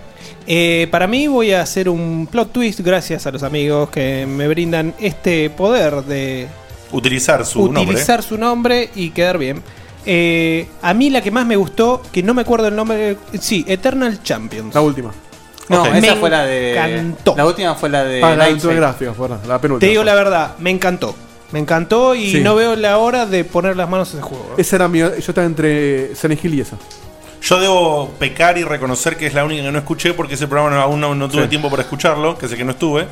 [SPEAKER 14] Eh, Para mí voy a hacer un plot twist gracias a los amigos que me brindan este poder de
[SPEAKER 1] Utilizar su
[SPEAKER 14] utilizar su nombre y quedar bien. Eh, a mí la que más me gustó, que no me acuerdo el nombre, sí, Eternal Champions.
[SPEAKER 3] La última.
[SPEAKER 4] No,
[SPEAKER 14] Ok.
[SPEAKER 4] esa
[SPEAKER 14] Me
[SPEAKER 4] fue la de.
[SPEAKER 14] encantó.
[SPEAKER 4] La última fue la de.
[SPEAKER 3] Ah, la
[SPEAKER 4] Nightshade.
[SPEAKER 3] autográfica, ¿verdad? La penúltima.
[SPEAKER 14] Te digo la verdad, Ah, me encantó. Me encantó y
[SPEAKER 3] Sí.
[SPEAKER 14] no veo la hora de poner las manos en el juego.
[SPEAKER 3] Esa era mi. Yo estaba entre Silent Hill y esa.
[SPEAKER 1] nombre. Yo debo pecar y reconocer que es la única que no escuché porque ese programa no- aún no, no tuve
[SPEAKER 3] Sí.
[SPEAKER 1] tiempo para escucharlo, que sé que no estuve,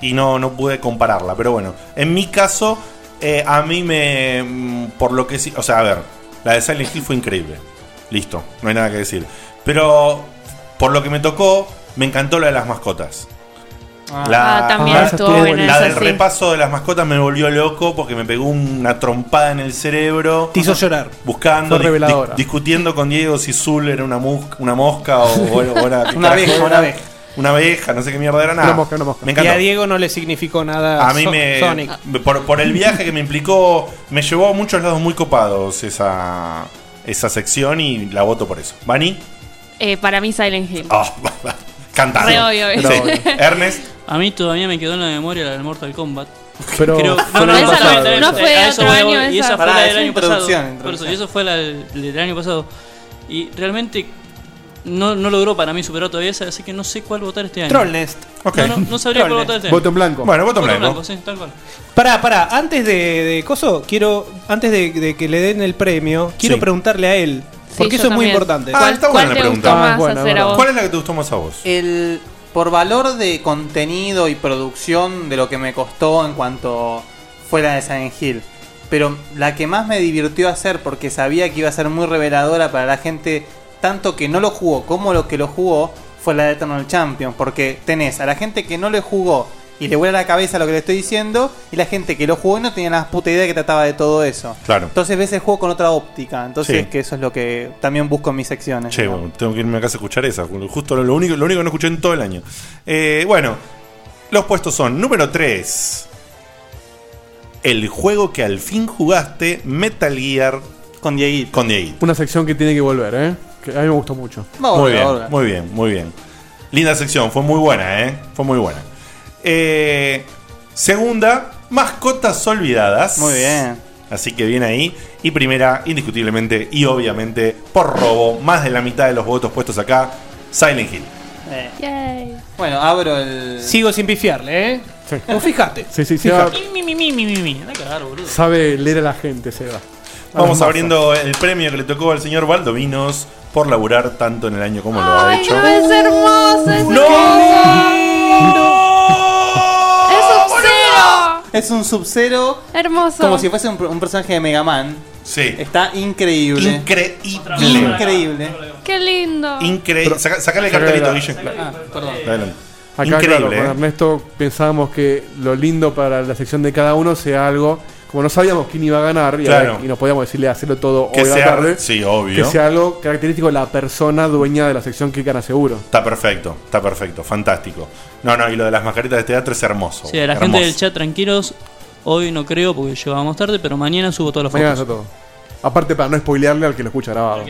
[SPEAKER 1] y no, no pude compararla. Pero bueno, en mi caso, eh, a mí me. mm, Por lo que sí. O sea, a ver, la de Silent Hill fue increíble. Listo, no hay nada que decir. Pero por lo que me tocó, Me encantó la de las mascotas.
[SPEAKER 5] Ah.
[SPEAKER 1] La,
[SPEAKER 5] Ah, también
[SPEAKER 1] la-
[SPEAKER 5] estuvo buena
[SPEAKER 1] la
[SPEAKER 5] esa,
[SPEAKER 1] del
[SPEAKER 5] sí.
[SPEAKER 1] repaso de las mascotas me volvió loco porque me pegó una trompada en el cerebro.
[SPEAKER 14] Te hizo llorar.
[SPEAKER 1] Buscando,
[SPEAKER 14] Fue
[SPEAKER 1] di-
[SPEAKER 14] reveladora.
[SPEAKER 1] di- discutiendo con Diego si Zul era una, mus- una mosca o, o era- o era- qué
[SPEAKER 14] Una abeja,
[SPEAKER 1] carajo era.
[SPEAKER 14] una abeja.
[SPEAKER 1] Una abeja, no sé qué mierda era nada.
[SPEAKER 14] Una mosca, una mosca.
[SPEAKER 1] Me encantó.
[SPEAKER 14] Y a Diego no le significó nada
[SPEAKER 1] A mí
[SPEAKER 14] So-
[SPEAKER 1] me.
[SPEAKER 14] Sonic.
[SPEAKER 1] Por, por el viaje que me implicó, me llevó a muchos lados muy copados esa, esa sección y la voto por eso. ¿Bani?
[SPEAKER 5] Eh, para mí Silent Hill.
[SPEAKER 1] Ah, cantando.
[SPEAKER 5] Re obvio,
[SPEAKER 1] Sí.
[SPEAKER 5] ¿viste?
[SPEAKER 1] Ernest.
[SPEAKER 6] A mí todavía me quedó en la memoria la del Mortal Kombat.
[SPEAKER 3] Pero
[SPEAKER 6] no,
[SPEAKER 3] fue
[SPEAKER 6] no,
[SPEAKER 3] el año
[SPEAKER 6] esa no,
[SPEAKER 3] pasado.
[SPEAKER 6] esa-
[SPEAKER 3] No fue
[SPEAKER 6] a eso
[SPEAKER 3] otro
[SPEAKER 6] voy,
[SPEAKER 3] año
[SPEAKER 6] y
[SPEAKER 3] esa.
[SPEAKER 6] esa fue
[SPEAKER 3] Pará,
[SPEAKER 6] la
[SPEAKER 3] es
[SPEAKER 6] del año pasado.
[SPEAKER 3] introducción,
[SPEAKER 6] Por eso,
[SPEAKER 3] introducción.
[SPEAKER 6] y eso fue la del, del año pasado. Y realmente no, no logró para mí superar todavía esa, así que no sé cuál votar este año.
[SPEAKER 14] Troll Nest.
[SPEAKER 1] Ok.
[SPEAKER 6] No, no, no sabría
[SPEAKER 14] Troll
[SPEAKER 6] cuál
[SPEAKER 14] Nest.
[SPEAKER 6] votar este año.
[SPEAKER 14] Voto en blanco.
[SPEAKER 1] Bueno, voto en
[SPEAKER 6] en
[SPEAKER 1] blanco.
[SPEAKER 6] sí, tal cual.
[SPEAKER 14] Pará, pará, antes de, de Coso, quiero. Antes de, de que le den el premio, quiero
[SPEAKER 1] Sí.
[SPEAKER 14] preguntarle a él. Porque
[SPEAKER 4] yo
[SPEAKER 14] eso es muy
[SPEAKER 4] también.
[SPEAKER 14] importante.
[SPEAKER 1] Ah, está buena la pregunta. ¿Cuál es la
[SPEAKER 4] que
[SPEAKER 1] que te gustó más a vos?
[SPEAKER 4] El, por valor de contenido y producción de lo que me costó en cuanto fuera de Silent Hill. Pero la que más me divirtió hacer porque sabía que iba a ser muy reveladora para la gente, tanto que no lo jugó como lo que lo jugó, fue la de Eternal Champions. Porque tenés a la gente que no le jugó y le vuela la cabeza lo que le estoy diciendo, y la gente que lo jugó y no tenía la puta idea que trataba de todo eso.
[SPEAKER 1] Claro.
[SPEAKER 4] Entonces ves el juego con otra óptica. Entonces,
[SPEAKER 1] Sí.
[SPEAKER 4] que eso es lo que también busco en mis secciones.
[SPEAKER 1] Che, bueno, tengo que irme a casa a escuchar esa. Justo lo, lo único, lo único que no escuché en todo el año. Eh, bueno, los puestos son número 3. El juego que al fin jugaste, Metal Gear.
[SPEAKER 4] Con Dieguito.
[SPEAKER 1] Con Dieguito.
[SPEAKER 3] Una sección que tiene que volver, ¿eh? Que a mí me gustó mucho.
[SPEAKER 1] Muy bien, muy bien, muy bien. Linda sección, fue muy buena, ¿eh? Fue muy buena. Eh, segunda, mascotas olvidadas. Muy
[SPEAKER 4] bien.
[SPEAKER 1] Así que viene ahí. Y primera, indiscutiblemente y obviamente, por robo, más de la mitad de los votos puestos acá, Silent Hill.
[SPEAKER 4] Eh. Bueno, abro el.
[SPEAKER 14] Sigo sin pifiarle, ¿eh?
[SPEAKER 4] Pues
[SPEAKER 14] Vos fijate.
[SPEAKER 3] Sí, sí, sí.
[SPEAKER 14] Fijate.
[SPEAKER 6] Mi, mi, mi, mi, mi, mi. Anda a cagar, boludo.
[SPEAKER 3] Sabe leer a la gente, Seba. A
[SPEAKER 1] Vamos
[SPEAKER 3] las masas.
[SPEAKER 1] abriendo el premio que le tocó al señor Valdovinos por laburar tanto en el año como lo ha hecho.
[SPEAKER 9] es hermoso, es
[SPEAKER 1] ¡No!
[SPEAKER 9] ¡Es un cero!
[SPEAKER 4] Es un sub-zero.
[SPEAKER 5] Hermoso.
[SPEAKER 4] Como si fuese un, un personaje de Mega Man.
[SPEAKER 1] Sí.
[SPEAKER 4] Está increíble. Increíble. Increíble.
[SPEAKER 5] Qué lindo.
[SPEAKER 1] Increíble. Saca- sacale el
[SPEAKER 3] Sacale
[SPEAKER 1] cartelito,
[SPEAKER 3] la-
[SPEAKER 1] Guille.
[SPEAKER 4] Ah, perdón.
[SPEAKER 1] Adelante.
[SPEAKER 3] Acá,
[SPEAKER 1] Increíble.
[SPEAKER 3] claro, con
[SPEAKER 1] ¿eh?
[SPEAKER 3] Ernesto pensábamos que lo lindo para la sección de cada uno sea algo. Como no sabíamos quién iba a ganar y,
[SPEAKER 1] Claro.
[SPEAKER 3] ahora- y nos podíamos decirle hacerlo todo
[SPEAKER 1] Que
[SPEAKER 3] hoy a la
[SPEAKER 1] sea-
[SPEAKER 3] tarde,
[SPEAKER 1] sí, obvio.
[SPEAKER 3] Que sea algo característico de la persona dueña de la sección que gana seguro.
[SPEAKER 1] Está perfecto, está perfecto, fantástico. No, no, y lo de las mascaritas de este teatro es hermoso.
[SPEAKER 6] Sí, a la
[SPEAKER 1] Oh, hermoso.
[SPEAKER 6] gente del chat, tranquilos. Hoy no creo porque llegamos tarde, pero mañana subo todas las
[SPEAKER 3] Mañana
[SPEAKER 6] fotos.
[SPEAKER 3] está todo. Aparte, para no spoilearle al que lo escucha grabado.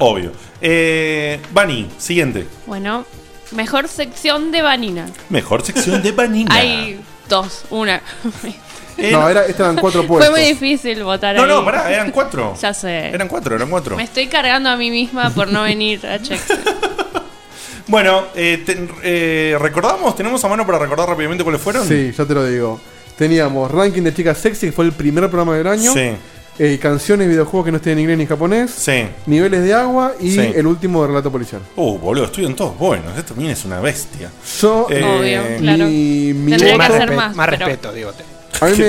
[SPEAKER 1] Obvio. Eh, Bani, siguiente.
[SPEAKER 5] Bueno, mejor sección de Vanina.
[SPEAKER 1] Mejor sección de Bani.
[SPEAKER 5] Hay dos, una.
[SPEAKER 3] no, era, este eran cuatro
[SPEAKER 5] Fue
[SPEAKER 3] puestos.
[SPEAKER 5] muy difícil votar
[SPEAKER 1] No,
[SPEAKER 5] ahí.
[SPEAKER 1] no, pará, eran cuatro.
[SPEAKER 5] Ya sé.
[SPEAKER 1] Eran cuatro, eran cuatro.
[SPEAKER 5] Me estoy cargando a mí misma por no venir a check.
[SPEAKER 1] Bueno, eh, te- eh, ¿recordamos? ¿Tenemos a mano para recordar rápidamente cuáles fueron?
[SPEAKER 3] Sí, ya te lo digo. Teníamos ranking de chicas sexy, que fue el primer programa del año.
[SPEAKER 1] Sí.
[SPEAKER 3] Eh, canciones, videojuegos que no estén en inglés ni en japonés.
[SPEAKER 1] Sí.
[SPEAKER 3] Niveles de agua y
[SPEAKER 1] Sí.
[SPEAKER 3] el último de relato policial.
[SPEAKER 1] Uh, boludo, estuvieron todos buenos. Esto también es una bestia.
[SPEAKER 3] Yo,
[SPEAKER 1] Eh,
[SPEAKER 3] eh, mi, mi
[SPEAKER 5] Tendría que
[SPEAKER 3] voto-
[SPEAKER 5] hacer más,
[SPEAKER 14] Más
[SPEAKER 5] pero-
[SPEAKER 14] respeto, Diego. te-
[SPEAKER 3] A mí,
[SPEAKER 1] Qué
[SPEAKER 3] me,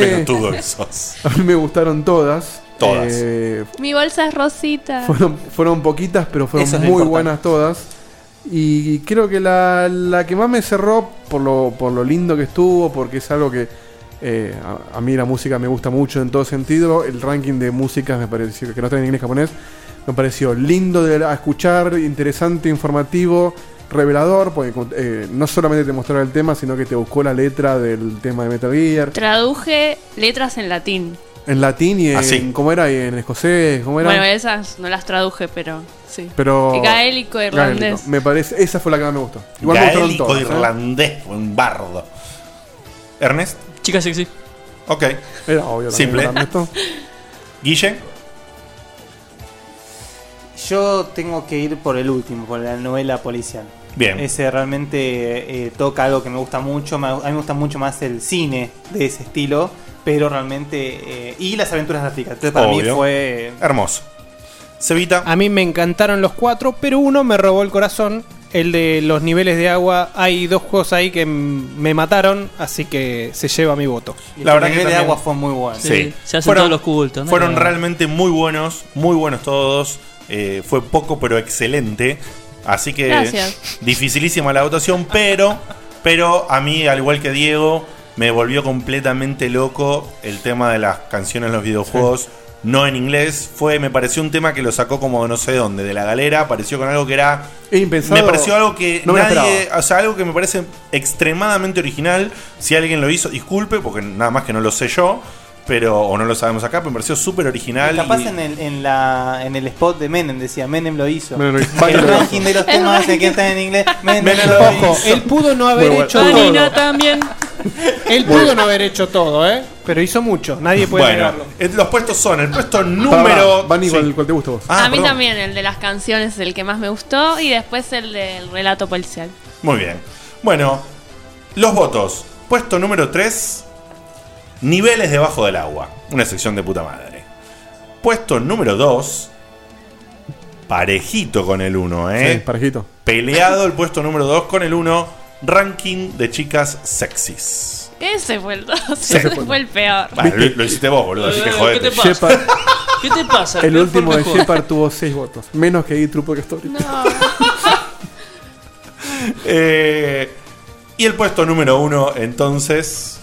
[SPEAKER 1] pelotudo que sos.
[SPEAKER 3] a mí me gustaron todas.
[SPEAKER 1] Todas.
[SPEAKER 3] Eh,
[SPEAKER 5] Mi bolsa es rosita.
[SPEAKER 3] fueron, fueron poquitas, pero fueron
[SPEAKER 4] Eso es lo
[SPEAKER 3] muy
[SPEAKER 4] importante.
[SPEAKER 3] buenas todas. Y creo que la, la que más me cerró por lo, por lo lindo que estuvo, porque es algo que eh, a, a mí la música me gusta mucho en todo sentido. El ranking de músicas me pareció que no está en inglés japonés. Me pareció lindo de a escuchar, interesante, informativo, revelador, porque eh, no solamente te mostraba el tema, sino que te buscó la letra del tema de Metal Gear
[SPEAKER 5] Traduje letras en latín.
[SPEAKER 3] en latín y en,
[SPEAKER 1] Ah, sí.
[SPEAKER 3] ¿cómo era? Y en escocés, ¿cómo era?
[SPEAKER 5] Bueno, esas no las traduje, pero sí.
[SPEAKER 3] Pero.
[SPEAKER 5] Gaélico irlandés.
[SPEAKER 3] Gaélico. Me parece, esa fue la que más me gustó. Igual me gustaron
[SPEAKER 1] Gaélico
[SPEAKER 3] todas, ¿eh?
[SPEAKER 1] irlandés, un bardo. ¿Ernest?
[SPEAKER 6] Chicas sexy.
[SPEAKER 1] Ok.
[SPEAKER 3] Era obvio. también
[SPEAKER 1] Simple.
[SPEAKER 3] para Ernesto.
[SPEAKER 1] Guille.
[SPEAKER 4] Yo tengo que ir por el último, por la novela policial.
[SPEAKER 1] Bien.
[SPEAKER 4] Ese realmente eh, toca algo que me gusta mucho. me- A mí me gusta mucho más el cine de ese estilo. Pero realmente. eh, y las aventuras gráficas. Entonces para mí
[SPEAKER 1] Obvio.
[SPEAKER 4] fue.
[SPEAKER 1] Hermoso. Cevita.
[SPEAKER 14] A mí me encantaron los cuatro, pero uno me robó el corazón. El de los niveles de agua. Hay dos juegos ahí que m- me mataron, así que se lleva mi voto.
[SPEAKER 1] La verdad que
[SPEAKER 4] nivel de
[SPEAKER 1] también-
[SPEAKER 4] agua fue muy bueno.
[SPEAKER 1] Sí.
[SPEAKER 6] se hacen todos los cultos, ¿no?
[SPEAKER 1] Fueron
[SPEAKER 6] Claro.
[SPEAKER 1] realmente muy buenos, muy buenos todos. Eh, fue poco pero excelente. Así que
[SPEAKER 5] Gracias.
[SPEAKER 1] dificilísima la votación, pero, pero a mí, al igual que Diego, me volvió completamente loco el tema de las canciones en los videojuegos. No en inglés, fue, me pareció un tema que lo sacó como de no sé dónde, de la galera, apareció con algo que era.
[SPEAKER 3] Impensado.
[SPEAKER 1] Me pareció algo que
[SPEAKER 3] No me lo
[SPEAKER 1] Eh, nadie. O sea, algo que me parece extremadamente original. Si alguien lo hizo, disculpe, porque nada más que no lo sé yo, pero, o no lo sabemos acá, pero me pareció súper original.
[SPEAKER 4] Capaz
[SPEAKER 1] y-
[SPEAKER 4] en el, en, la, en el spot de Menem decía Menem lo hizo.
[SPEAKER 1] Menem lo hizo.
[SPEAKER 4] El
[SPEAKER 1] Menem lo
[SPEAKER 4] ranking
[SPEAKER 1] hizo.
[SPEAKER 4] de los
[SPEAKER 1] El
[SPEAKER 4] temas
[SPEAKER 1] ranking.
[SPEAKER 4] que están en inglés. Menem,
[SPEAKER 1] Menem
[SPEAKER 4] lo
[SPEAKER 1] lo
[SPEAKER 4] hizo.
[SPEAKER 1] hizo.
[SPEAKER 14] Él pudo no haber
[SPEAKER 4] Muy bueno.
[SPEAKER 14] hecho
[SPEAKER 4] Vanina
[SPEAKER 14] todo. también. Él pudo no haber hecho todo, ¿eh? Pero hizo mucho. Nadie puede
[SPEAKER 1] Bueno,
[SPEAKER 14] negarlo.
[SPEAKER 1] eh, los puestos son el puesto número. Ah,
[SPEAKER 3] Van igual, ¿cuál te gusta vos?
[SPEAKER 5] a mí también el de las canciones es el que más me gustó y después el del relato policial.
[SPEAKER 1] Muy bien. Bueno, los votos. Puesto número 3, niveles debajo del agua. Una sección de puta madre. Puesto número 2, parejito con el 1, ¿eh?
[SPEAKER 3] Sí, parejito.
[SPEAKER 1] Peleado el puesto número 2 con el 1, ranking de chicas sexys.
[SPEAKER 5] Ese fue el 2,
[SPEAKER 1] Sí.
[SPEAKER 5] ese fue el peor.
[SPEAKER 1] Vale, lo, lo hiciste vos, boludo, así que
[SPEAKER 6] Eh,
[SPEAKER 1] jodete.
[SPEAKER 6] ¿Qué te pasa? ¿Qué te pasa?
[SPEAKER 3] El último de
[SPEAKER 6] Mejor.
[SPEAKER 3] Shepard tuvo 6 votos, menos que Eat True Story.
[SPEAKER 1] Eh, y el puesto número 1, entonces.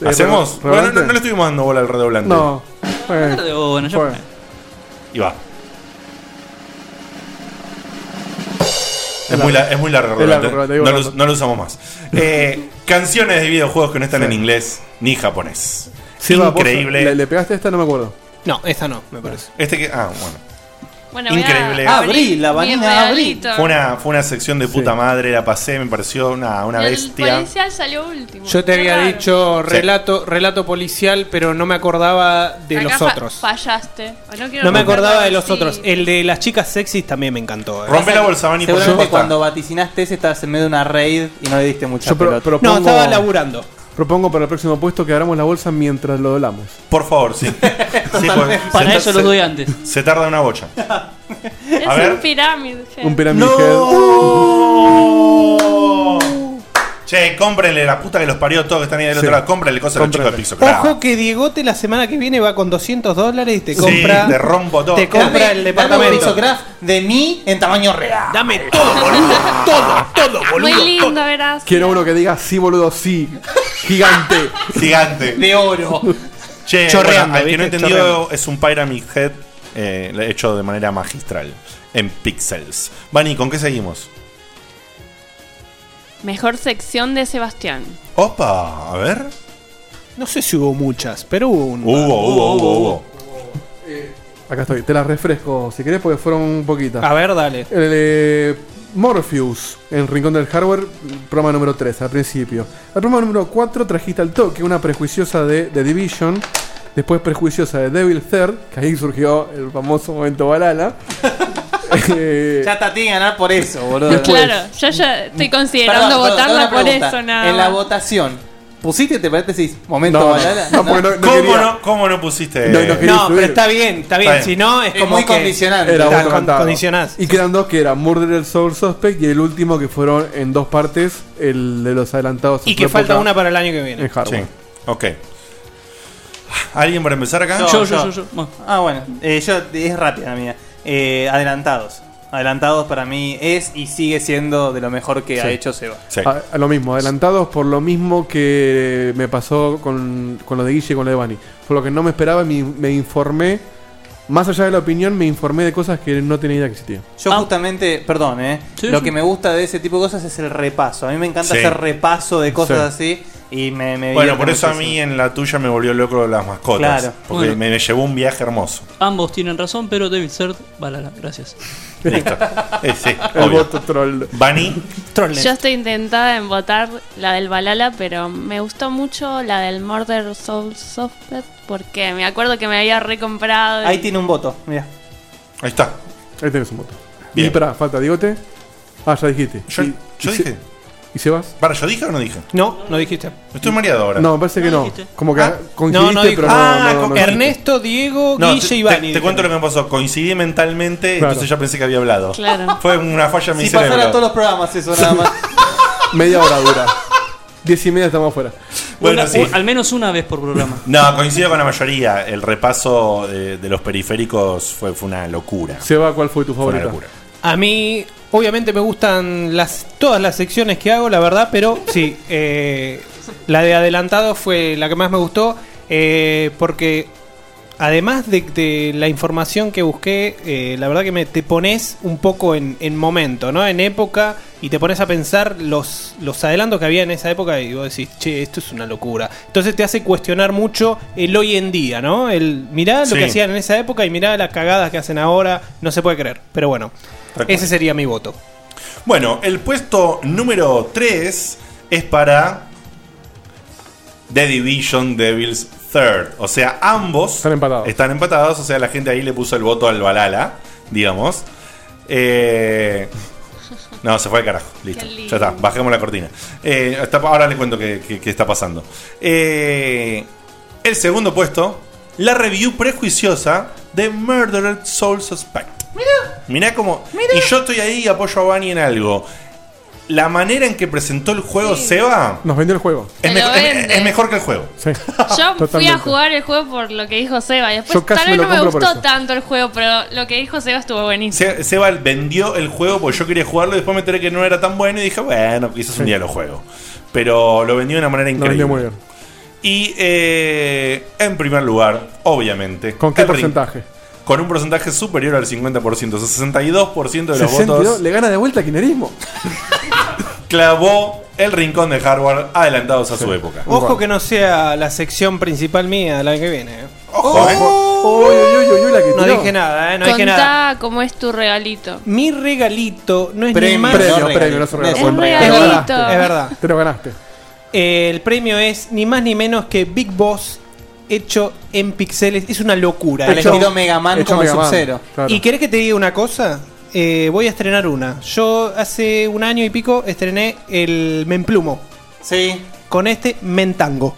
[SPEAKER 3] Eh,
[SPEAKER 1] ¿Hacemos?
[SPEAKER 3] re-
[SPEAKER 1] Bueno, no,
[SPEAKER 3] redoblante.
[SPEAKER 1] no le estuvimos dando bola al redoblante.
[SPEAKER 3] No. Bueno.
[SPEAKER 6] Bueno, ya
[SPEAKER 3] Bueno.
[SPEAKER 1] Y va. Es muy, la- es muy largo,
[SPEAKER 3] Es largo,
[SPEAKER 1] Roland,
[SPEAKER 3] te
[SPEAKER 1] ¿eh?
[SPEAKER 3] digo
[SPEAKER 1] no,
[SPEAKER 3] Roland.
[SPEAKER 1] lo, no lo usamos más. Eh, canciones de videojuegos que no están en inglés ni japonés.
[SPEAKER 3] Seba, vos,
[SPEAKER 1] Increíble.
[SPEAKER 3] ¿Le, le pegaste a esta? No me acuerdo.
[SPEAKER 14] No, esta no, me parece.
[SPEAKER 1] Este que. Ah, bueno.
[SPEAKER 5] Bueno, voy a
[SPEAKER 1] Increíble.
[SPEAKER 4] Ah,
[SPEAKER 5] abrir
[SPEAKER 1] Abrí, la
[SPEAKER 5] mi
[SPEAKER 1] banana, abrí.
[SPEAKER 5] realito.
[SPEAKER 1] Fue una, fue una sección de puta madre, la pasé, me pareció una, una
[SPEAKER 5] Y el
[SPEAKER 1] bestia.
[SPEAKER 5] policial salió último.
[SPEAKER 14] Yo te
[SPEAKER 5] Qué
[SPEAKER 14] había
[SPEAKER 5] raro.
[SPEAKER 14] dicho relato, relato policial, pero no me acordaba de
[SPEAKER 5] Acá
[SPEAKER 14] los
[SPEAKER 5] fa-
[SPEAKER 14] otros.
[SPEAKER 5] Fallaste. O No, quiero
[SPEAKER 14] No me
[SPEAKER 5] romper
[SPEAKER 14] acordaba
[SPEAKER 5] la-
[SPEAKER 14] de los
[SPEAKER 5] sí.
[SPEAKER 14] otros. El de las chicas sexys también me encantó. ¿eh?
[SPEAKER 4] Seguramente cuando vaticinaste ese estabas en medio de una raid y no le diste mucha
[SPEAKER 3] Yo pro-
[SPEAKER 4] pelota.
[SPEAKER 3] propongo-
[SPEAKER 14] laburando.
[SPEAKER 3] Propongo para el próximo puesto que abramos la bolsa mientras lo hablamos.
[SPEAKER 1] Por favor, sí. Sí, porque
[SPEAKER 6] Para
[SPEAKER 1] se-
[SPEAKER 6] eso
[SPEAKER 1] se-
[SPEAKER 6] los doy antes.
[SPEAKER 1] Se tarda una bocha. Eh,
[SPEAKER 5] Es
[SPEAKER 1] A ver. "Oh,
[SPEAKER 5] un pirámide. gente.
[SPEAKER 3] Un pirámide
[SPEAKER 1] Che, cómprenle la puta que los parió todos que están ahí del otro lado. Cómprenle cosas a los chicos de Pixo.
[SPEAKER 14] Ojo que Diegote la semana que viene va con 200 dólares y te compra.
[SPEAKER 1] te rompo todo.
[SPEAKER 14] Te compra
[SPEAKER 1] Dame-
[SPEAKER 14] el
[SPEAKER 1] dame
[SPEAKER 14] departamento.
[SPEAKER 1] un Pixocraft
[SPEAKER 4] de mí en tamaño real.
[SPEAKER 14] Dame todo, boludo. todo, todo,
[SPEAKER 5] Muy lindo, verás.
[SPEAKER 3] Quiero uno que diga sí, boludo, sí. Gigante.
[SPEAKER 1] Gigante.
[SPEAKER 4] De oro.
[SPEAKER 1] Che,
[SPEAKER 3] Chorreando,
[SPEAKER 1] bueno, al que
[SPEAKER 3] ¿viste?
[SPEAKER 1] no entendió,
[SPEAKER 3] Chorreando.
[SPEAKER 1] es un Pyramid Head eh, hecho de manera magistral. En pixels. Vani, ¿con qué seguimos?
[SPEAKER 5] Mejor sección de Sebastián.
[SPEAKER 1] Opa, a ver.
[SPEAKER 14] No sé si hubo muchas, pero hubo un.
[SPEAKER 1] Hubo, hubo, hubo, hubo.
[SPEAKER 3] Acá estoy, te las refresco si querés porque fueron poquitas.
[SPEAKER 14] A ver, dale.
[SPEAKER 3] El, eh, Morpheus, en Rincón del Hardware, programa número 3, al principio. Al programa número 4 trajiste al toque una prejuiciosa de The Division, después prejuiciosa de Devil Third, que ahí surgió el famoso momento Balala. Eh,
[SPEAKER 4] Ya está a ti ganar por eso, boludo.
[SPEAKER 14] Pues,
[SPEAKER 3] Después.
[SPEAKER 5] Claro, yo ya
[SPEAKER 14] mm,
[SPEAKER 5] estoy considerando
[SPEAKER 4] Perdón, perdón,
[SPEAKER 5] votarla
[SPEAKER 4] perdón,
[SPEAKER 5] por
[SPEAKER 4] pregunta.
[SPEAKER 5] eso, nada.
[SPEAKER 4] En la
[SPEAKER 5] más.
[SPEAKER 4] votación, ¿pusiste te paréntesis? Momento,
[SPEAKER 3] No, no,
[SPEAKER 4] balala.
[SPEAKER 3] no, porque no- no
[SPEAKER 1] ¿Cómo,
[SPEAKER 3] quería.
[SPEAKER 1] no, ¿Cómo no pusiste?
[SPEAKER 3] No, no quería
[SPEAKER 14] No, pero
[SPEAKER 3] subir.
[SPEAKER 14] está bien, está bien.
[SPEAKER 3] Está
[SPEAKER 14] Si
[SPEAKER 3] bien.
[SPEAKER 14] no, es,
[SPEAKER 4] Es
[SPEAKER 14] como
[SPEAKER 4] muy
[SPEAKER 14] que
[SPEAKER 4] condicionante.
[SPEAKER 3] Era
[SPEAKER 14] Está
[SPEAKER 3] voto
[SPEAKER 14] con-
[SPEAKER 3] cantado.
[SPEAKER 14] condicionás.
[SPEAKER 3] Y quedan dos que eran Murder el Soul Suspect y el último que fueron en dos partes, el de los adelantados.
[SPEAKER 14] Y que falta una para el año que viene.
[SPEAKER 3] En hardware.
[SPEAKER 1] Ok. ¿Alguien para empezar acá?
[SPEAKER 4] Ah, bueno. eh, yo, es rápida la mía. Eh, adelantados. Adelantados para mí es y sigue siendo de lo mejor que
[SPEAKER 3] Sí. Ah,
[SPEAKER 4] ha hecho Seba.
[SPEAKER 3] A- a lo mismo, adelantados por lo mismo que me pasó con, con lo de Guille y con lo de Bani. Por lo que no me esperaba, me, me informé, más allá de la opinión, me informé de cosas que no tenía idea que existían.
[SPEAKER 4] Yo justamente, perdón, ¿eh?
[SPEAKER 3] Sí,
[SPEAKER 4] lo
[SPEAKER 3] sí.
[SPEAKER 4] que me gusta de ese tipo de cosas es el repaso. A mí me encanta
[SPEAKER 1] Sí.
[SPEAKER 4] hacer repaso de cosas así y me... me
[SPEAKER 1] Bueno,
[SPEAKER 4] divierte
[SPEAKER 1] por eso a
[SPEAKER 4] muchísimo.
[SPEAKER 1] mí en la tuya me volvió loco las mascotas.
[SPEAKER 4] Claro.
[SPEAKER 1] Porque
[SPEAKER 4] Bueno.
[SPEAKER 1] me, me llevó un viaje hermoso.
[SPEAKER 6] Ambos tienen razón, pero David Cert, balala, gracias.
[SPEAKER 1] Listo. Eh, sí,
[SPEAKER 3] El
[SPEAKER 1] obvio.
[SPEAKER 3] voto troll.
[SPEAKER 1] Bani.
[SPEAKER 5] Yo estoy intentada en votar la del Balala, pero me gustó mucho la del Murder Soul Software porque me acuerdo que me había recomprado. y-
[SPEAKER 4] Ahí tiene un voto, mira.
[SPEAKER 1] Ahí está.
[SPEAKER 3] Ahí tenés un voto.
[SPEAKER 1] Bien.
[SPEAKER 3] Y pará, falta Digote. Ah, ya dijiste.
[SPEAKER 1] Yo-
[SPEAKER 3] Y-
[SPEAKER 1] yo
[SPEAKER 3] y
[SPEAKER 1] dije.
[SPEAKER 3] Se- ¿Y Sebas?
[SPEAKER 1] ¿Para, yo dije o no dije?
[SPEAKER 14] No, no dijiste.
[SPEAKER 1] Estoy mareado ahora.
[SPEAKER 3] No, me parece que no. Como que
[SPEAKER 14] No,
[SPEAKER 3] coincidiste,
[SPEAKER 14] no dijo.
[SPEAKER 3] pero no,
[SPEAKER 14] Ah,
[SPEAKER 3] no, no,
[SPEAKER 14] con-
[SPEAKER 3] no.
[SPEAKER 14] Ernesto, Diego,
[SPEAKER 1] No, te,
[SPEAKER 14] Guille y
[SPEAKER 1] te-
[SPEAKER 14] Vani.
[SPEAKER 1] te cuento lo que me pasó. Coincidí mentalmente, entonces ya pensé que había hablado.
[SPEAKER 14] Claro.
[SPEAKER 1] Fue una falla en mi
[SPEAKER 4] Si
[SPEAKER 1] cerebro.
[SPEAKER 4] pasara todos los programas eso nada más.
[SPEAKER 3] Media hora dura.
[SPEAKER 14] Ah.
[SPEAKER 3] Diez y media estamos afuera.
[SPEAKER 1] Bueno,
[SPEAKER 6] Una-
[SPEAKER 1] sí.
[SPEAKER 6] u- al menos una vez por programa.
[SPEAKER 1] No, coincido con la mayoría. El repaso de, de los periféricos fue, fue una locura.
[SPEAKER 3] Seba, ¿cuál fue tu
[SPEAKER 1] Fue una
[SPEAKER 3] favorita?
[SPEAKER 1] locura.
[SPEAKER 14] A mí,
[SPEAKER 2] Obviamente me gustan las, todas las secciones que hago, la verdad, pero sí, eh, la de adelantado fue la que más me gustó, eh, porque además de, de la información que busqué, eh, la verdad que me, te pones un poco en, en momento, ¿no? En época, y te pones a pensar los, los adelantos que había en esa época y vos decís, che, esto es una locura. Entonces te hace cuestionar mucho el hoy en día, ¿no? El mirá lo
[SPEAKER 1] Sí.
[SPEAKER 2] que hacían en esa época y mirá las cagadas que hacen ahora, no se puede creer, pero bueno. Ese sería mi voto.
[SPEAKER 1] Bueno, el puesto número 3 es para The Division Devils Third. O sea, ambos están empatados. o sea, la gente ahí le puso el voto al Balala, digamos. Eh, no, se fue al carajo. Listo.
[SPEAKER 16] Qué lindo.
[SPEAKER 1] Ya está, bajemos la cortina. Eh, está- ahora les cuento qué, qué- qué está pasando. Eh, el segundo puesto, la review prejuiciosa de Murdered Soul Suspect. Mirá como. Y yo estoy ahí y apoyo a Bani en algo. La manera en que presentó el juego Seba.
[SPEAKER 3] Nos vendió el juego.
[SPEAKER 1] Es, mejo- es- es mejor que el juego.
[SPEAKER 5] Yo fui
[SPEAKER 1] Totalmente.
[SPEAKER 5] a jugar el juego por lo que dijo Seba. y
[SPEAKER 1] Yo
[SPEAKER 5] Después,
[SPEAKER 1] casi
[SPEAKER 5] tal
[SPEAKER 1] me
[SPEAKER 5] vez no
[SPEAKER 1] lo
[SPEAKER 5] me
[SPEAKER 1] compro por
[SPEAKER 5] gustó
[SPEAKER 1] eso.
[SPEAKER 5] tanto el juego, pero lo que dijo Seba estuvo buenísimo.
[SPEAKER 1] Se- Seba vendió el juego porque yo quería jugarlo y después me enteré que no era tan bueno y dije, bueno, quizás un día lo juego. Pero lo vendió de una manera
[SPEAKER 3] Nos vendió muy
[SPEAKER 1] increíble.
[SPEAKER 3] bien.
[SPEAKER 1] Y eh, en primer lugar, obviamente.
[SPEAKER 3] ¿Con qué
[SPEAKER 1] el Ring.
[SPEAKER 3] porcentaje?
[SPEAKER 1] Con un porcentaje superior al 50%, o sea, 62% de los
[SPEAKER 3] 62,
[SPEAKER 1] votos.
[SPEAKER 3] Le gana de vuelta a Kinerismo.
[SPEAKER 1] clavó el rincón de hardware adelantados a su época.
[SPEAKER 2] Ojo que no sea la sección principal mía la que viene. ¿eh?
[SPEAKER 1] Ojo,
[SPEAKER 2] no dije nada, ¿eh? no dije
[SPEAKER 5] Contá
[SPEAKER 2] nada.
[SPEAKER 5] cómo es tu regalito.
[SPEAKER 2] Mi regalito no es
[SPEAKER 3] Premio,
[SPEAKER 2] ni más
[SPEAKER 3] premio, no premio, no es un regalo.
[SPEAKER 2] Es
[SPEAKER 3] Es un
[SPEAKER 2] verdad,
[SPEAKER 3] regalito.
[SPEAKER 2] Es verdad.
[SPEAKER 3] Te lo ganaste.
[SPEAKER 2] El premio es ni más ni menos que Big Boss hecho en pixeles. Es una locura.
[SPEAKER 4] Al
[SPEAKER 2] Hecho-
[SPEAKER 4] estilo Mega Man
[SPEAKER 2] hecho
[SPEAKER 4] como
[SPEAKER 2] Mega Man,
[SPEAKER 4] Sub-Zero.
[SPEAKER 2] claro. ¿Y querés que te diga una cosa? Eh, voy a estrenar una. Yo hace un año y pico estrené el Me Emplumo.
[SPEAKER 4] Sí.
[SPEAKER 2] Con este Mentango.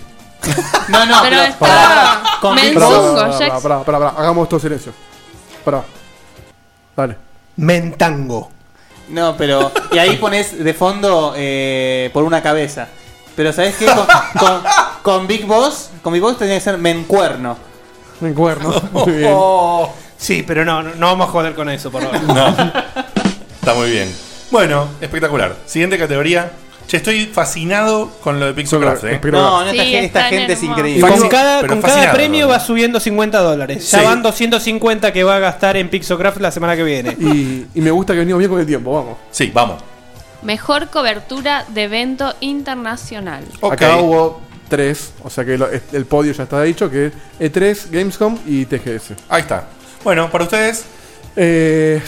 [SPEAKER 4] No, no,
[SPEAKER 5] pero,
[SPEAKER 2] Con
[SPEAKER 3] Pará,
[SPEAKER 2] Big
[SPEAKER 3] pará,
[SPEAKER 2] Boss.
[SPEAKER 3] pará, pará, pará, pará, pará. Hagamos todo silencio. Pará. Dale.
[SPEAKER 2] Mentango.
[SPEAKER 4] No, pero. Y ahí pones de fondo eh, por una cabeza. Pero ¿sabes qué? Con, con- con Big Boss, con Big Boss tenía que ser mencuerno.
[SPEAKER 3] Mencuerno.
[SPEAKER 4] Muy bien. oh.
[SPEAKER 2] Sí, pero no, no, no vamos a joder con eso, por favor.
[SPEAKER 1] Está muy bien. Bueno, espectacular. Siguiente categoría. Che, estoy fascinado con lo de Pixelcraft. ¿eh?
[SPEAKER 4] No, no, esta,
[SPEAKER 2] Sí,
[SPEAKER 4] gen- esta
[SPEAKER 2] están
[SPEAKER 4] gente es
[SPEAKER 2] hermosos.
[SPEAKER 4] increíble.
[SPEAKER 2] Con cada,
[SPEAKER 1] pero
[SPEAKER 2] con cada
[SPEAKER 1] fascinado,
[SPEAKER 2] premio
[SPEAKER 1] ¿no?
[SPEAKER 2] va subiendo 50 dólares. Ya
[SPEAKER 1] Sí.
[SPEAKER 2] van 250 que va a gastar en Pixocraft la semana que viene.
[SPEAKER 3] Y, y me gusta que venimos bien con el tiempo, vamos.
[SPEAKER 1] Sí, vamos.
[SPEAKER 5] Mejor cobertura de evento internacional.
[SPEAKER 3] Acá hubo tres, o sea que lo- es- el podio ya está dicho, que es E3, Gamescom y TGS.
[SPEAKER 1] Ahí está. Bueno, para ustedes.
[SPEAKER 3] Eh,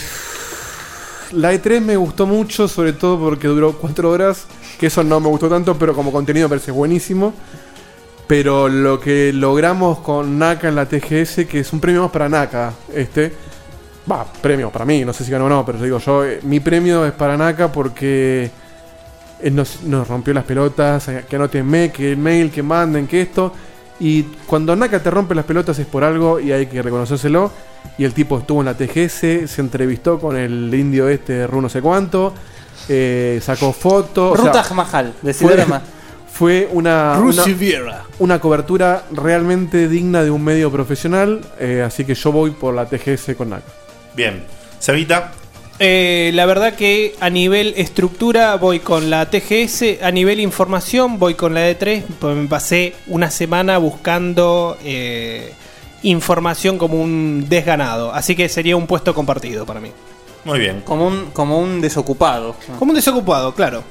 [SPEAKER 3] la E3 me gustó mucho, sobre todo porque duró cuatro horas, que eso no me gustó tanto, pero como contenido me parece buenísimo. Pero lo que logramos con Naka en la TGS, que es un premio más para Naka, este. Va, premio para mí, no sé si ganó o no, pero te digo yo, eh, mi premio es para Naka porque eh, nos, nos rompió las pelotas, eh, que anótenme, que el mail, que manden, que esto. Y cuando Naka te rompe las pelotas es por algo y hay que reconocérselo. Y el tipo estuvo en la TGS, se entrevistó con el indio este, Ru no sé cuánto, eh, sacó fotos.
[SPEAKER 4] Ruta Mahal,
[SPEAKER 3] fue,
[SPEAKER 4] de Sidorama.
[SPEAKER 3] fue una,
[SPEAKER 4] Ru
[SPEAKER 3] una-
[SPEAKER 4] Sivera.
[SPEAKER 3] una cobertura realmente digna de un medio profesional. eh, así que yo voy por la TGS con Naka.
[SPEAKER 1] Bien. Sevita.
[SPEAKER 2] Eh, la verdad que a nivel estructura voy con la TGS, a nivel información voy con la D3, pues me pasé una semana buscando eh, información como un desganado, así que sería un puesto compartido para mí.
[SPEAKER 1] Muy bien.
[SPEAKER 4] Como un, como un desocupado.
[SPEAKER 2] Como un desocupado, claro.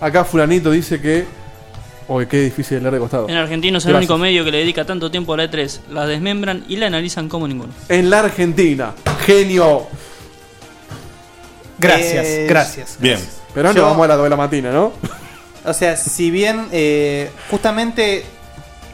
[SPEAKER 3] Acá Fulanito dice que. Oye, qué difícil leer de costado.
[SPEAKER 6] En Argentina es el
[SPEAKER 3] Gracias.
[SPEAKER 6] único medio que le dedica tanto tiempo a la E3. La desmembran y la analizan como ninguno.
[SPEAKER 3] En la Argentina. Genio.
[SPEAKER 4] Gracias, Eh, gracias.
[SPEAKER 1] Bien.
[SPEAKER 3] Pero no
[SPEAKER 4] Yo-
[SPEAKER 3] vamos a las 2 de la mañana, ¿no?
[SPEAKER 4] O sea, si bien eh, justamente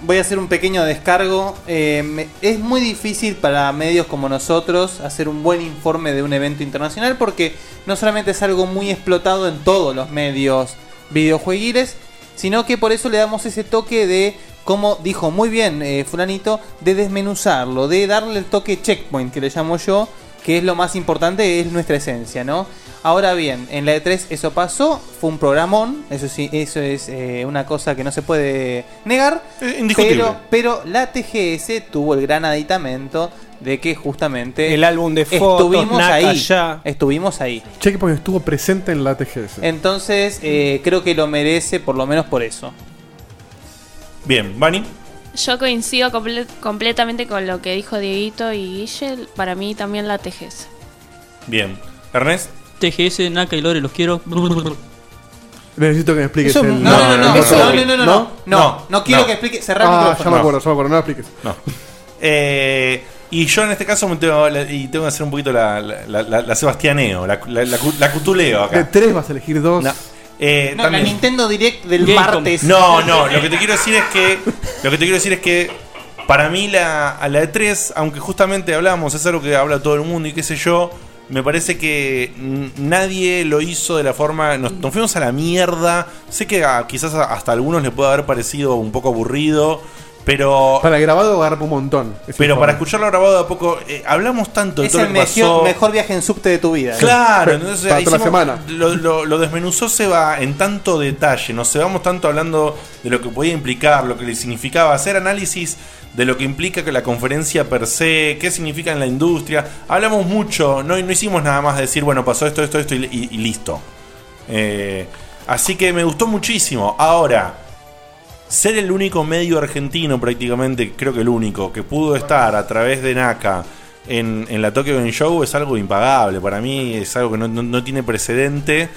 [SPEAKER 4] voy a hacer un pequeño descargo, eh, me- es muy difícil para medios como nosotros hacer un buen informe de un evento internacional porque no solamente es algo muy explotado en todos los medios videojueguiles, sino que por eso le damos ese toque de, como dijo muy bien eh, fulanito, de desmenuzarlo, de darle el toque checkpoint que le llamo yo, que es lo más importante, es nuestra esencia, ¿no? Ahora bien, en la E3 eso pasó, fue un programón, eso sí, eso es eh, una cosa que no se puede negar,
[SPEAKER 1] Eh, indiscutible.
[SPEAKER 4] pero, pero la TGS tuvo el gran aditamento de que justamente
[SPEAKER 14] El álbum de fotos,
[SPEAKER 4] estuvimos
[SPEAKER 14] Naka
[SPEAKER 4] ahí,
[SPEAKER 14] ya.
[SPEAKER 4] estuvimos ahí.
[SPEAKER 3] porque estuvo presente en la TGS.
[SPEAKER 4] Entonces eh, creo que lo merece por lo menos por eso.
[SPEAKER 1] Bien, Bani.
[SPEAKER 5] Yo coincido comple- completamente con lo que dijo Dieguito y Guille. Para mí también la TGS.
[SPEAKER 1] Bien. Ernest.
[SPEAKER 6] TGS, Naka y Lore, los quiero.
[SPEAKER 3] Necesito que me expliques.
[SPEAKER 6] Eso-
[SPEAKER 3] el-
[SPEAKER 6] no, no, no, no,
[SPEAKER 3] por
[SPEAKER 6] eso-
[SPEAKER 3] favor.
[SPEAKER 6] no, no, no,
[SPEAKER 4] no, no, no quiero que explique- cerrá el
[SPEAKER 3] Ah, ya
[SPEAKER 4] micrófono.
[SPEAKER 3] me
[SPEAKER 4] No.
[SPEAKER 3] acuerdo, ya me acuerdo, no lo expliques.
[SPEAKER 1] No. Eh, y yo en este caso me tengo, y tengo que hacer un poquito la, la, la- la sebastianeo, la, la, la cu- la cutuleo acá.
[SPEAKER 3] De tres vas a elegir dos.
[SPEAKER 1] No. Eh,
[SPEAKER 4] No, la
[SPEAKER 1] también-
[SPEAKER 4] Nintendo Direct del martes.
[SPEAKER 1] No, no, lo que te quiero decir es que. Lo que te quiero decir es que. Para mí, la, a la E3, aunque justamente hablamos, es algo que habla todo el mundo y qué sé yo. Me parece que n- nadie lo hizo de la forma. Nos, nos fuimos a la mierda. Sé que a- quizás a- hasta a algunos le puede haber parecido un poco aburrido. Pero.
[SPEAKER 3] Para el grabado agarra un montón. Ese
[SPEAKER 1] Pero
[SPEAKER 3] informe.
[SPEAKER 1] para escucharlo grabado de a poco, eh, hablamos tanto de
[SPEAKER 4] Es
[SPEAKER 1] todo
[SPEAKER 4] el
[SPEAKER 1] lo que pasó.
[SPEAKER 4] mejor, mejor viaje en subte de tu vida.
[SPEAKER 1] Claro, entonces
[SPEAKER 4] Para toda la
[SPEAKER 1] hicimos-
[SPEAKER 4] semana.
[SPEAKER 1] Lo, lo- lo desmenuzó Seba en tanto detalle, nos cebamos tanto hablando de lo que podía implicar, lo que le significaba, hacer análisis de lo que implica que la conferencia per se, qué significa en la industria. Hablamos mucho, no, no hicimos nada más decir, bueno, pasó esto, esto, esto y, y- y listo. Eh, así que me gustó muchísimo. Ahora, ser el único medio argentino prácticamente, creo que el único, que pudo estar a través de NACA en, en la Tokyo Game Show es algo impagable. Para mí es algo que no, no- no tiene precedente.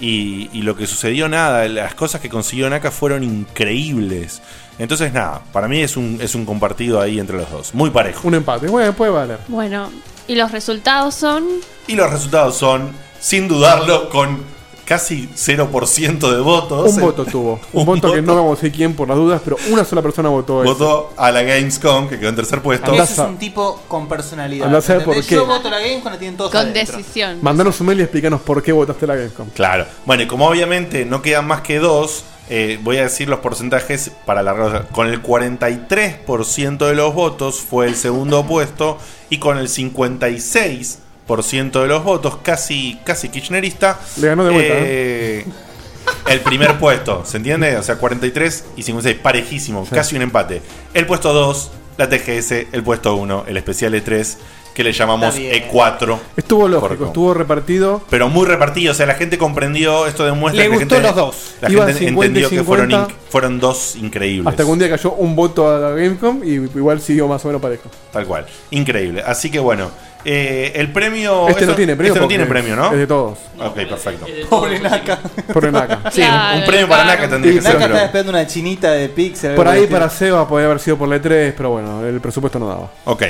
[SPEAKER 1] Y, y lo que sucedió, nada, las cosas que consiguió NACA fueron increíbles. Entonces, nada, para mí es un, es un compartido ahí entre los dos. Muy parejo.
[SPEAKER 3] Un empate. Bueno, puede valer.
[SPEAKER 5] Bueno, y los resultados son.
[SPEAKER 1] Y los resultados son, sin dudarlo, con casi 0% de votos.
[SPEAKER 3] Un voto tuvo. Un,
[SPEAKER 1] Un
[SPEAKER 3] voto, que no vamos a decir quién por las dudas, pero una sola persona votó eso.
[SPEAKER 1] Votó a la Gamescom, que quedó en tercer puesto.
[SPEAKER 4] Eso es un tipo con personalidad.
[SPEAKER 3] Andá a saber
[SPEAKER 4] ¿entendés?
[SPEAKER 3] por qué.
[SPEAKER 4] Yo voto la Game cuando tienen todos
[SPEAKER 5] Con
[SPEAKER 4] adentro.
[SPEAKER 5] decisión.
[SPEAKER 3] Mandanos un mail y explícanos por qué votaste la Gamescom.
[SPEAKER 1] Claro. Bueno, y como obviamente no quedan más que dos, eh, voy a decir los porcentajes para la Con el 43% de los votos fue el segundo puesto y con el 56% de los votos, casi, casi kirchnerista.
[SPEAKER 3] Le ganó de vuelta,
[SPEAKER 1] eh, El primer puesto, ¿se entiende? O sea, 43 y 56, parejísimo, casi un empate. El puesto 2, la TGS, el puesto 1, el especial E3, que le llamamos
[SPEAKER 3] bien.
[SPEAKER 1] E4.
[SPEAKER 3] Estuvo lógico,
[SPEAKER 1] Correcto.
[SPEAKER 3] estuvo repartido.
[SPEAKER 1] Pero muy repartido, o sea, la gente comprendió, esto
[SPEAKER 3] Le
[SPEAKER 1] demuestra que la
[SPEAKER 3] gustó
[SPEAKER 1] gente-
[SPEAKER 3] los dos.
[SPEAKER 1] La
[SPEAKER 3] Iban
[SPEAKER 1] gente
[SPEAKER 3] 50 y
[SPEAKER 1] entendió que fueron,
[SPEAKER 3] 50.
[SPEAKER 1] inc- fueron dos increíbles.
[SPEAKER 3] Hasta que un día cayó un voto a la Gamescom y igual siguió más o menos parejo.
[SPEAKER 1] Tal cual. Increíble. Así que bueno, eh, el premio.
[SPEAKER 3] Este
[SPEAKER 1] esto-
[SPEAKER 3] no tiene premio
[SPEAKER 1] Este no
[SPEAKER 3] porque
[SPEAKER 1] tiene premio, ¿no?
[SPEAKER 3] es de todos.
[SPEAKER 1] Ok, perfecto.
[SPEAKER 4] Pobre Naka.
[SPEAKER 3] Pobre Naka.
[SPEAKER 1] Sí, un- un, premio para Naka tendría que ser.
[SPEAKER 4] Naka
[SPEAKER 1] pero-
[SPEAKER 4] está esperando una chinita de Pixel.
[SPEAKER 3] Por
[SPEAKER 4] algo
[SPEAKER 3] ahí
[SPEAKER 4] por el
[SPEAKER 3] para Seba podía haber sido por la E3, pero bueno, el presupuesto no daba.
[SPEAKER 1] Ok.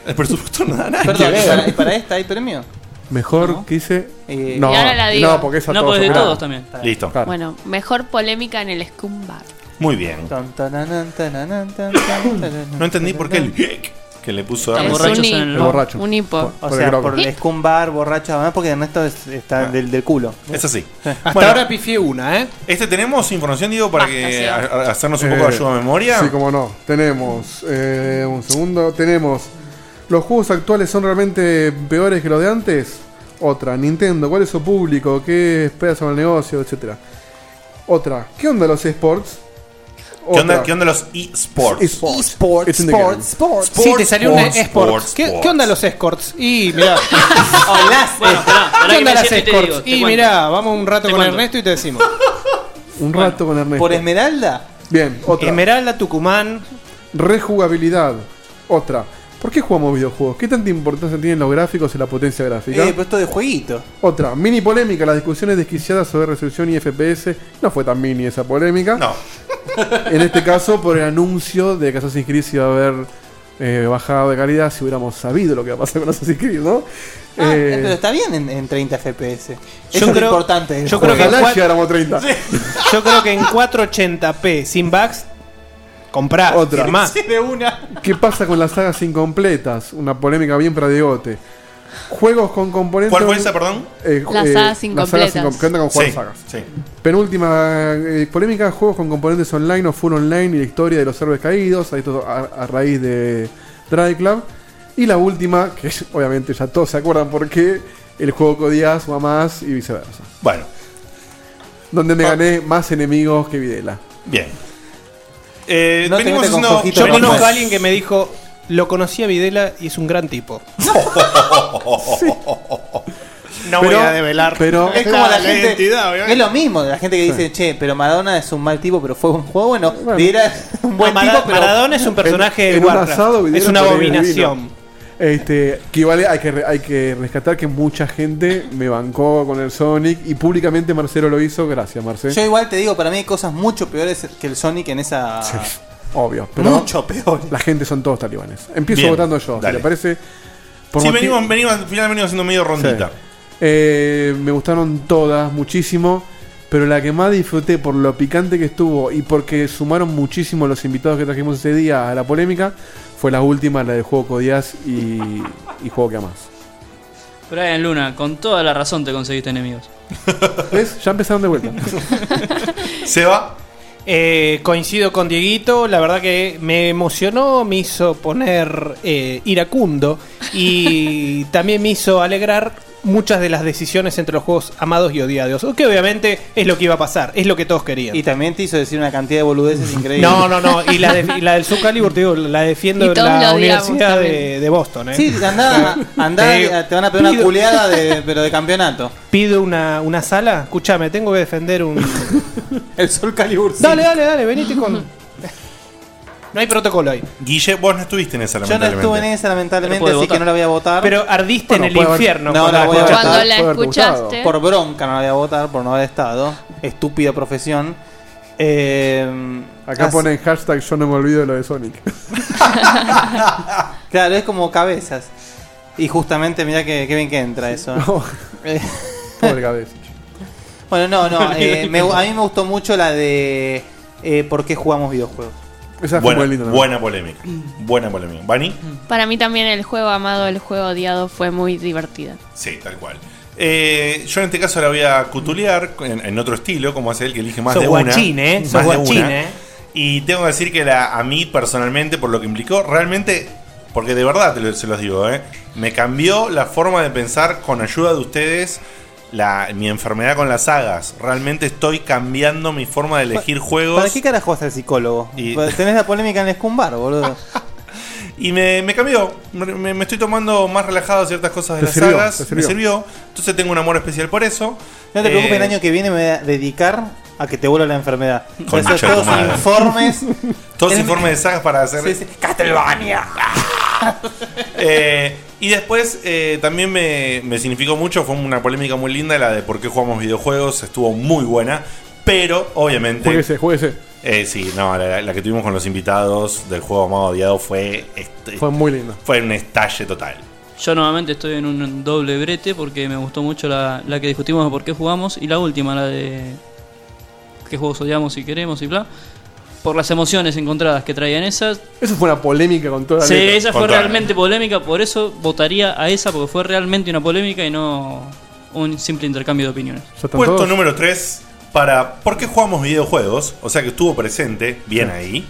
[SPEAKER 1] El presupuesto no da nada.
[SPEAKER 4] estilo. Perdón, ¿para, para esta hay premio?
[SPEAKER 3] Mejor quise.
[SPEAKER 4] Eh,
[SPEAKER 3] no,
[SPEAKER 5] Y ahora la digo.
[SPEAKER 3] no, porque esa
[SPEAKER 4] No, pues de
[SPEAKER 3] opinaron.
[SPEAKER 4] todos también.
[SPEAKER 1] Listo.
[SPEAKER 5] Bueno, mejor polémica en el Scumbag.
[SPEAKER 1] Muy bien.
[SPEAKER 4] Tan, tananan, tananan, tan, tan, tananan.
[SPEAKER 1] No entendí por qué el que le puso
[SPEAKER 4] Están
[SPEAKER 1] a
[SPEAKER 4] borrachos en el- El borracho.
[SPEAKER 5] Un hipo.
[SPEAKER 4] O sea, por el Ah. escumbar, borracho, además porque Ernesto es- está del, del culo.
[SPEAKER 1] Es así.
[SPEAKER 4] Hasta
[SPEAKER 1] ahora
[SPEAKER 14] pifié una, ¿eh?
[SPEAKER 1] Este tenemos información, digo,
[SPEAKER 4] Ah,
[SPEAKER 1] para que a- a- hacernos un poco de
[SPEAKER 3] Eh,
[SPEAKER 1] ayuda a memoria.
[SPEAKER 3] Sí, como no. Tenemos, eh, un segundo, tenemos. ¿Los juegos actuales son realmente peores que los de antes? Otra, Nintendo, ¿cuál es su público? ¿Qué esperas sobre el negocio? Etcétera. Otra, ¿qué onda los esports?
[SPEAKER 1] ¿Qué onda, qué onda los eSports?
[SPEAKER 3] Esports.
[SPEAKER 4] Sports,
[SPEAKER 3] It's in the game.
[SPEAKER 14] Sí, te salió una
[SPEAKER 1] sports,
[SPEAKER 14] escort.
[SPEAKER 1] sports,
[SPEAKER 14] ¿Qué,
[SPEAKER 1] sports.
[SPEAKER 14] qué onda los escorts? Y mirá.
[SPEAKER 4] Bueno,
[SPEAKER 6] pará, pará
[SPEAKER 14] ¿Qué
[SPEAKER 6] que
[SPEAKER 14] onda
[SPEAKER 6] me
[SPEAKER 14] las
[SPEAKER 6] siente y te
[SPEAKER 14] escorts?
[SPEAKER 6] digo, te
[SPEAKER 14] y
[SPEAKER 6] cuento.
[SPEAKER 14] mirá, vamos un rato
[SPEAKER 6] Te
[SPEAKER 14] con
[SPEAKER 6] cuento.
[SPEAKER 14] Ernesto y te decimos.
[SPEAKER 3] Un rato con Ernesto.
[SPEAKER 4] ¿Por Esmeralda?
[SPEAKER 3] Bien, otra.
[SPEAKER 14] Esmeralda, Tucumán.
[SPEAKER 3] Rejugabilidad. Otra. ¿Por qué jugamos videojuegos? ¿Qué tanta importancia tienen los gráficos y la potencia gráfica?
[SPEAKER 4] Eh, pues esto de jueguito.
[SPEAKER 3] Otra, mini polémica, las discusiones desquiciadas sobre resolución y FPS. No fue tan mini esa polémica.
[SPEAKER 1] No.
[SPEAKER 3] En este caso, por el anuncio de que Assassin's Creed se iba a haber eh, bajado de calidad si hubiéramos sabido lo que iba a pasar con Assassin's Creed, ¿no?
[SPEAKER 4] Ah,
[SPEAKER 3] Eh,
[SPEAKER 4] pero está bien en, en 30 FPS.
[SPEAKER 14] Yo
[SPEAKER 4] Eso es lo
[SPEAKER 14] creo-
[SPEAKER 4] importante.
[SPEAKER 14] yo creo que
[SPEAKER 3] ojalá
[SPEAKER 14] en cuat-
[SPEAKER 3] llegáramos a 30.
[SPEAKER 14] Yo creo que en 480p sin bugs, comprás.
[SPEAKER 3] Otra.
[SPEAKER 14] firmás.
[SPEAKER 4] de una.
[SPEAKER 3] ¿Qué pasa con las sagas incompletas? Una polémica bien pradigote. Juegos con componentes.
[SPEAKER 1] ¿Cuál fue esa, perdón?
[SPEAKER 3] Eh,
[SPEAKER 5] Las
[SPEAKER 3] eh,
[SPEAKER 5] sagas
[SPEAKER 3] Las sagas
[SPEAKER 5] incompletas.
[SPEAKER 3] incompletas con jugar
[SPEAKER 1] Sí,
[SPEAKER 3] sagas.
[SPEAKER 1] sí.
[SPEAKER 3] Penúltima eh, polémica: juegos con componentes online o full online y la historia de los héroes caídos. ahí todo a, a raíz de Drive Club. Y la última, que es- obviamente ya todos se acuerdan por qué: el juego que odias o más y viceversa.
[SPEAKER 1] Bueno, Ah.
[SPEAKER 3] Donde me gané más enemigos que Videla.
[SPEAKER 1] bien. Eh, venimos haciendo-
[SPEAKER 14] Yo conozco a alguien que me dijo: Lo conocí a Videla y es un gran tipo. No voy a develar.
[SPEAKER 4] Pero es como la,
[SPEAKER 14] la
[SPEAKER 4] gente.
[SPEAKER 14] identidad, obviamente.
[SPEAKER 4] es lo mismo de la gente que dice, che, pero Maradona es un mal tipo, pero fue un juego bueno. Videla es un buen
[SPEAKER 14] No, Mara-
[SPEAKER 4] tipo, pero.
[SPEAKER 14] Maradona es un personaje de
[SPEAKER 4] en- en un
[SPEAKER 14] Warcraft.
[SPEAKER 4] asado,
[SPEAKER 14] Es
[SPEAKER 4] Videla
[SPEAKER 14] una
[SPEAKER 4] pone-
[SPEAKER 14] abominación.
[SPEAKER 3] Este, que igual hay que, re- hay que rescatar que mucha gente me bancó con el Sonic y públicamente Marcelo lo hizo. Gracias, Marcelo.
[SPEAKER 4] Yo igual te digo, para mí hay cosas mucho peores que el Sonic en esa.
[SPEAKER 3] Ah, Obvio, pero
[SPEAKER 4] Mucho peor.
[SPEAKER 3] La gente son todos talibanes. Empiezo
[SPEAKER 1] Bien,
[SPEAKER 3] votando yo,
[SPEAKER 1] dale.
[SPEAKER 3] si le parece.
[SPEAKER 1] Sí,
[SPEAKER 3] motiv-
[SPEAKER 1] venimos, venimos, al final venimos haciendo medio rondita.
[SPEAKER 3] Sí. Eh, me gustaron todas, muchísimo. Pero la que más disfruté por lo picante que estuvo y porque sumaron muchísimo los invitados que trajimos ese día a la polémica, fue la última, la del juego Codias y, y juego que amas.
[SPEAKER 6] Brian Luna, con toda la razón te conseguiste enemigos.
[SPEAKER 3] ¿Ves? Ya empezaron de vuelta.
[SPEAKER 1] ¿Se va?
[SPEAKER 14] Eh, coincido con Dieguito, la verdad que me emocionó, me hizo poner eh, iracundo y también me hizo alegrar muchas de las decisiones entre los juegos amados y odiados, que obviamente es lo que iba a pasar, es lo que todos querían.
[SPEAKER 4] Y también te hizo decir una cantidad de boludeces increíbles.
[SPEAKER 14] No, no, no, y la, de- y la del Soul Calibur, te digo, la defiendo
[SPEAKER 4] Y
[SPEAKER 14] en
[SPEAKER 4] todos
[SPEAKER 14] la
[SPEAKER 4] lo odiamos
[SPEAKER 14] Universidad de,
[SPEAKER 4] también.
[SPEAKER 14] de Boston. ¿eh?
[SPEAKER 4] Sí, andá, andá, eh, te van a pegar una
[SPEAKER 14] pido-
[SPEAKER 4] culeada, de, pero de campeonato.
[SPEAKER 14] Pido una, una sala, escúchame, tengo que defender un...
[SPEAKER 4] El Sol Calibur.
[SPEAKER 14] Dale, dale, dale, venite con... No hay protocolo ahí.
[SPEAKER 1] Guille, vos no estuviste en esa,
[SPEAKER 4] Yo no
[SPEAKER 1] lamentablemente.
[SPEAKER 4] estuve en esa, lamentablemente,
[SPEAKER 1] Pero puede
[SPEAKER 4] así que
[SPEAKER 1] votar.
[SPEAKER 4] no la voy a votar.
[SPEAKER 14] Pero ardiste en el infierno
[SPEAKER 4] No,
[SPEAKER 14] cuando
[SPEAKER 4] la
[SPEAKER 14] la
[SPEAKER 4] voy a
[SPEAKER 14] escuchaste.
[SPEAKER 4] votar.
[SPEAKER 14] Cuando la
[SPEAKER 4] Puede haber gustado.
[SPEAKER 14] escuchaste.
[SPEAKER 4] Por bronca no la voy a votar, por no haber estado. Estúpida profesión. Eh,
[SPEAKER 3] Acá
[SPEAKER 4] así-
[SPEAKER 3] ponen hashtag yo no me olvido de lo de Sonic.
[SPEAKER 4] Claro, es como cabezas. Y justamente, mirá que, que bien que entra eso. Eh,
[SPEAKER 3] Pobre cabeza.
[SPEAKER 4] bueno, no, no. eh, me- a mí me gustó mucho la de eh, por qué jugamos videojuegos.
[SPEAKER 3] Esa
[SPEAKER 1] Buena, buena polémica. Buena polémica. ¿Bani?
[SPEAKER 5] Para mí también el juego amado, el juego odiado fue muy divertida.
[SPEAKER 1] Sí, tal cual. Eh, yo en este caso la voy a cutulear en, en otro estilo, como hace él que elige más
[SPEAKER 14] Sos
[SPEAKER 1] de una.
[SPEAKER 14] guachín, ¿eh? Sos
[SPEAKER 1] Más de
[SPEAKER 14] guachín,
[SPEAKER 1] una.
[SPEAKER 14] ¿eh?
[SPEAKER 1] Y tengo que decir que la, a mí personalmente, por lo que implicó, realmente, porque de verdad te lo- se los digo, ¿eh? me cambió la forma de pensar con ayuda de ustedes. La, mi enfermedad con las sagas. Realmente estoy cambiando mi forma de elegir juegos.
[SPEAKER 4] ¿Para qué carajo vas al psicólogo?
[SPEAKER 1] Y-
[SPEAKER 4] Tenés la polémica en el escumbar,
[SPEAKER 3] Ah.
[SPEAKER 4] boludo.
[SPEAKER 1] Y me, me cambió. Me, me estoy tomando más relajado ciertas cosas de
[SPEAKER 4] Te
[SPEAKER 1] las
[SPEAKER 4] sirvió,
[SPEAKER 1] sagas.
[SPEAKER 4] te
[SPEAKER 1] Me
[SPEAKER 4] sirvió.
[SPEAKER 1] sirvió. Entonces tengo un amor especial por eso.
[SPEAKER 4] No te
[SPEAKER 1] Eh,
[SPEAKER 4] preocupes, el año que viene me voy a dedicar a que te vuelva la enfermedad. Voy a
[SPEAKER 1] Concha
[SPEAKER 4] hacer
[SPEAKER 1] de tu
[SPEAKER 4] todos
[SPEAKER 1] madre.
[SPEAKER 4] informes.
[SPEAKER 1] Todos informes de sagas para hacer.
[SPEAKER 4] ¡Castlevania!
[SPEAKER 1] Eh, y después eh, también me, me significó mucho. Fue una polémica muy linda la de por qué jugamos videojuegos. Estuvo muy buena. Pero, obviamente.
[SPEAKER 3] Jueguese, jueguese.
[SPEAKER 1] Eh, sí, no, la, la que tuvimos con los invitados del juego más odiado fue. este-
[SPEAKER 3] Fue muy linda.
[SPEAKER 1] Fue un estalle total.
[SPEAKER 6] Yo nuevamente estoy en un doble brete porque me gustó mucho la, la que discutimos de por qué jugamos y la última, la de qué juegos odiamos y queremos y bla. Por las emociones encontradas que traían esas.
[SPEAKER 3] Eso fue una polémica con toda la
[SPEAKER 6] Sí,
[SPEAKER 3] letra.
[SPEAKER 6] esa fue realmente polémica, por eso votaría a esa porque fue realmente una polémica y no un simple intercambio de opiniones.
[SPEAKER 1] Puesto número 3 para ¿Por qué jugamos videojuegos? O sea que estuvo presente, bien ahí.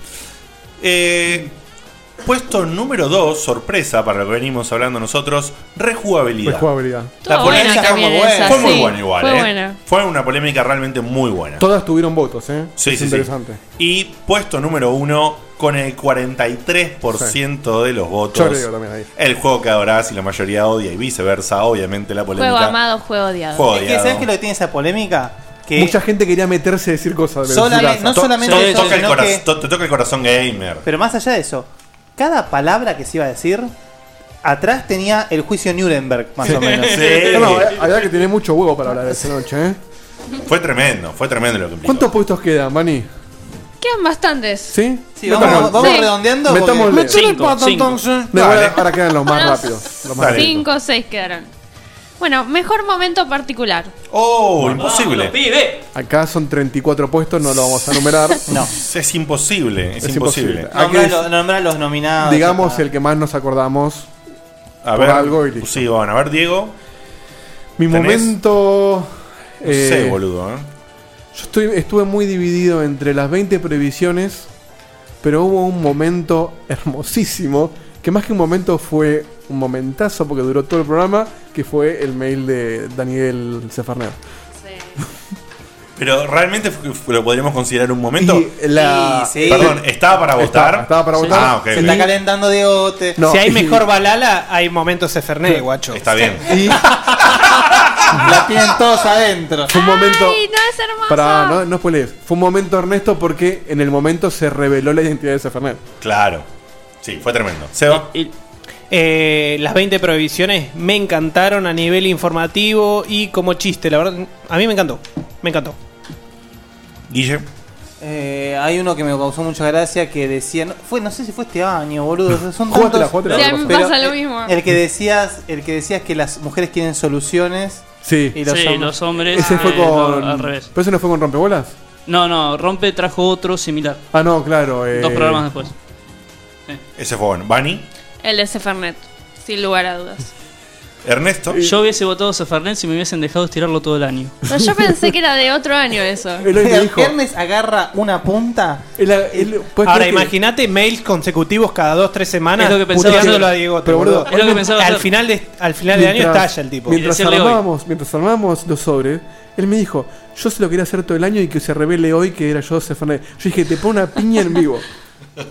[SPEAKER 1] Eh, puesto número 2, sorpresa para lo que venimos hablando nosotros, rejugabilidad.
[SPEAKER 3] Rejugabilidad.
[SPEAKER 1] La
[SPEAKER 3] Estuvo buena
[SPEAKER 1] polémica
[SPEAKER 3] también
[SPEAKER 1] fue muy buena.
[SPEAKER 3] esa,
[SPEAKER 1] Fue muy
[SPEAKER 3] sí.
[SPEAKER 1] buena igual,
[SPEAKER 3] Fue
[SPEAKER 1] eh.
[SPEAKER 3] buena.
[SPEAKER 1] Fue una polémica realmente muy buena.
[SPEAKER 3] Todas tuvieron votos, ¿eh?
[SPEAKER 1] Sí,
[SPEAKER 3] es
[SPEAKER 1] sí, sí.
[SPEAKER 3] interesante.
[SPEAKER 1] Y puesto número 1, con el 43% de los votos.
[SPEAKER 3] Yo le digo también ahí.
[SPEAKER 1] El juego que adorás y la mayoría odia y viceversa, obviamente la polémica.
[SPEAKER 5] Juego amado, juego odiado.
[SPEAKER 1] Juego
[SPEAKER 4] Es que, ¿sabes qué es lo que tiene esa polémica? Que
[SPEAKER 3] Mucha gente quería meterse a decir cosas. de
[SPEAKER 4] Solamente-
[SPEAKER 3] Zulasa.
[SPEAKER 4] no
[SPEAKER 3] To-
[SPEAKER 4] solamente
[SPEAKER 3] to-
[SPEAKER 4] eso,
[SPEAKER 3] toca el
[SPEAKER 4] sino
[SPEAKER 3] corazón.
[SPEAKER 4] que-
[SPEAKER 1] To- Te toca el corazón gamer.
[SPEAKER 4] Pero más allá de eso, cada palabra que se iba a decir, atrás tenía el juicio Nuremberg, más o menos.
[SPEAKER 3] No, no, la verdad que tiene mucho huevo para hablar esta noche, ¿eh?
[SPEAKER 1] Fue tremendo, fue tremendo lo que implicó.
[SPEAKER 3] ¿Cuántos puestos quedan, Mani?
[SPEAKER 5] Quedan bastantes.
[SPEAKER 3] ¿Sí?
[SPEAKER 5] Sí,
[SPEAKER 3] Metamos-
[SPEAKER 5] vamos- vamos Sí. redondeando porque-
[SPEAKER 3] Metámosle.
[SPEAKER 5] Metele el Cinco, pato, cinco. entonces.
[SPEAKER 3] De igual,
[SPEAKER 5] Dale.
[SPEAKER 3] ahora quedan los más rápidos. Los más rápidos.
[SPEAKER 5] Cinco o seis quedaron. Bueno, mejor momento particular.
[SPEAKER 1] Oh, imposible.
[SPEAKER 3] Acá son 34 puestos, no lo vamos a numerar.
[SPEAKER 4] no.
[SPEAKER 1] Es imposible, es,
[SPEAKER 3] Es
[SPEAKER 1] imposible.
[SPEAKER 3] imposible.
[SPEAKER 4] Nombrá
[SPEAKER 3] Hay que-
[SPEAKER 4] lo- nombrá los nominados.
[SPEAKER 3] Digamos
[SPEAKER 4] ya está.
[SPEAKER 3] el que más nos acordamos.
[SPEAKER 1] A
[SPEAKER 3] por
[SPEAKER 1] ver,
[SPEAKER 3] algo y listo.
[SPEAKER 1] sí, bueno, a ver, Diego.
[SPEAKER 3] Mi
[SPEAKER 1] ¿Tenés?
[SPEAKER 3] momento.
[SPEAKER 1] No
[SPEAKER 3] eh,
[SPEAKER 1] sé, boludo, ¿eh?
[SPEAKER 3] Yo estoy, estuve muy dividido entre las 20 previsiones, pero hubo un momento hermosísimo, que más que un momento fue un momentazo porque duró todo el programa, que fue el mail de Daniel Cefarner.
[SPEAKER 1] Pero realmente fue- fue- lo podríamos considerar un momento.
[SPEAKER 4] la- Sí, sí.
[SPEAKER 1] Perdón, ¿estaba para votar?
[SPEAKER 3] Estaba- estaba para votar.
[SPEAKER 1] Ah, ok.
[SPEAKER 4] Se
[SPEAKER 1] ok.
[SPEAKER 4] está calentando Diegote.
[SPEAKER 1] No.
[SPEAKER 2] Si hay mejor balala, hay momentos de Fernet, guacho.
[SPEAKER 1] Está bien.
[SPEAKER 4] La tienen todos adentro.
[SPEAKER 3] Fue un momento.
[SPEAKER 5] ¡Ay, no es hermoso!
[SPEAKER 3] Pará, no, no spoilees. Fue un momento, Ernesto, porque en el momento se reveló la identidad de Sefernet.
[SPEAKER 1] Claro. Sí, fue tremendo. Seba.
[SPEAKER 2] Eh, las 20 prohibiciones me encantaron a nivel informativo y como chiste, la verdad. A mí me encantó. Me encantó.
[SPEAKER 1] Guille.
[SPEAKER 4] Eh, hay uno que me causó mucha gracia que decía, no, fue, no sé si fue este año, boludo. Son
[SPEAKER 3] Jugátela,
[SPEAKER 4] tantos-
[SPEAKER 3] jugátela, Sí, a mí me
[SPEAKER 4] Pero
[SPEAKER 5] pasa lo
[SPEAKER 4] el-
[SPEAKER 5] mismo.
[SPEAKER 4] El que decías, el que decías que las mujeres quieren soluciones.
[SPEAKER 3] Sí.
[SPEAKER 4] Y los
[SPEAKER 6] Sí,
[SPEAKER 4] hombres.
[SPEAKER 6] los hombres.
[SPEAKER 4] Ese fue
[SPEAKER 6] eh,
[SPEAKER 4] con-
[SPEAKER 6] no, al revés.
[SPEAKER 3] ¿Pero ese no fue con rompebolas?
[SPEAKER 6] No, no, Rompe trajo otro similar.
[SPEAKER 3] Ah, no, claro. eh,
[SPEAKER 6] Dos programas después.
[SPEAKER 1] Ese fue bueno. Bani,
[SPEAKER 5] El de Sefernet, sin lugar a dudas.
[SPEAKER 1] Ernesto.
[SPEAKER 3] Eh,
[SPEAKER 6] Yo hubiese votado Sefernet si me hubiesen dejado estirarlo todo el año.
[SPEAKER 5] Pero yo pensé que era de otro año eso.
[SPEAKER 4] El viernes agarra una punta.
[SPEAKER 2] Ahora, imagínate mails consecutivos cada 2-3 semanas.
[SPEAKER 4] Pues Es lo que pensaba
[SPEAKER 2] puteándolo
[SPEAKER 4] hacer.
[SPEAKER 2] a Diego.
[SPEAKER 3] Pero, boludo, Es lo que pensaba
[SPEAKER 2] al
[SPEAKER 3] hacer.
[SPEAKER 2] final, de, al final del año estalla el tipo.
[SPEAKER 3] Mientras armábamos, mientras armábamos los sobres, él me dijo, yo se lo quería hacer todo el año y que se revele hoy que era yo Sefernet. Yo dije, te pongo una piña en vivo.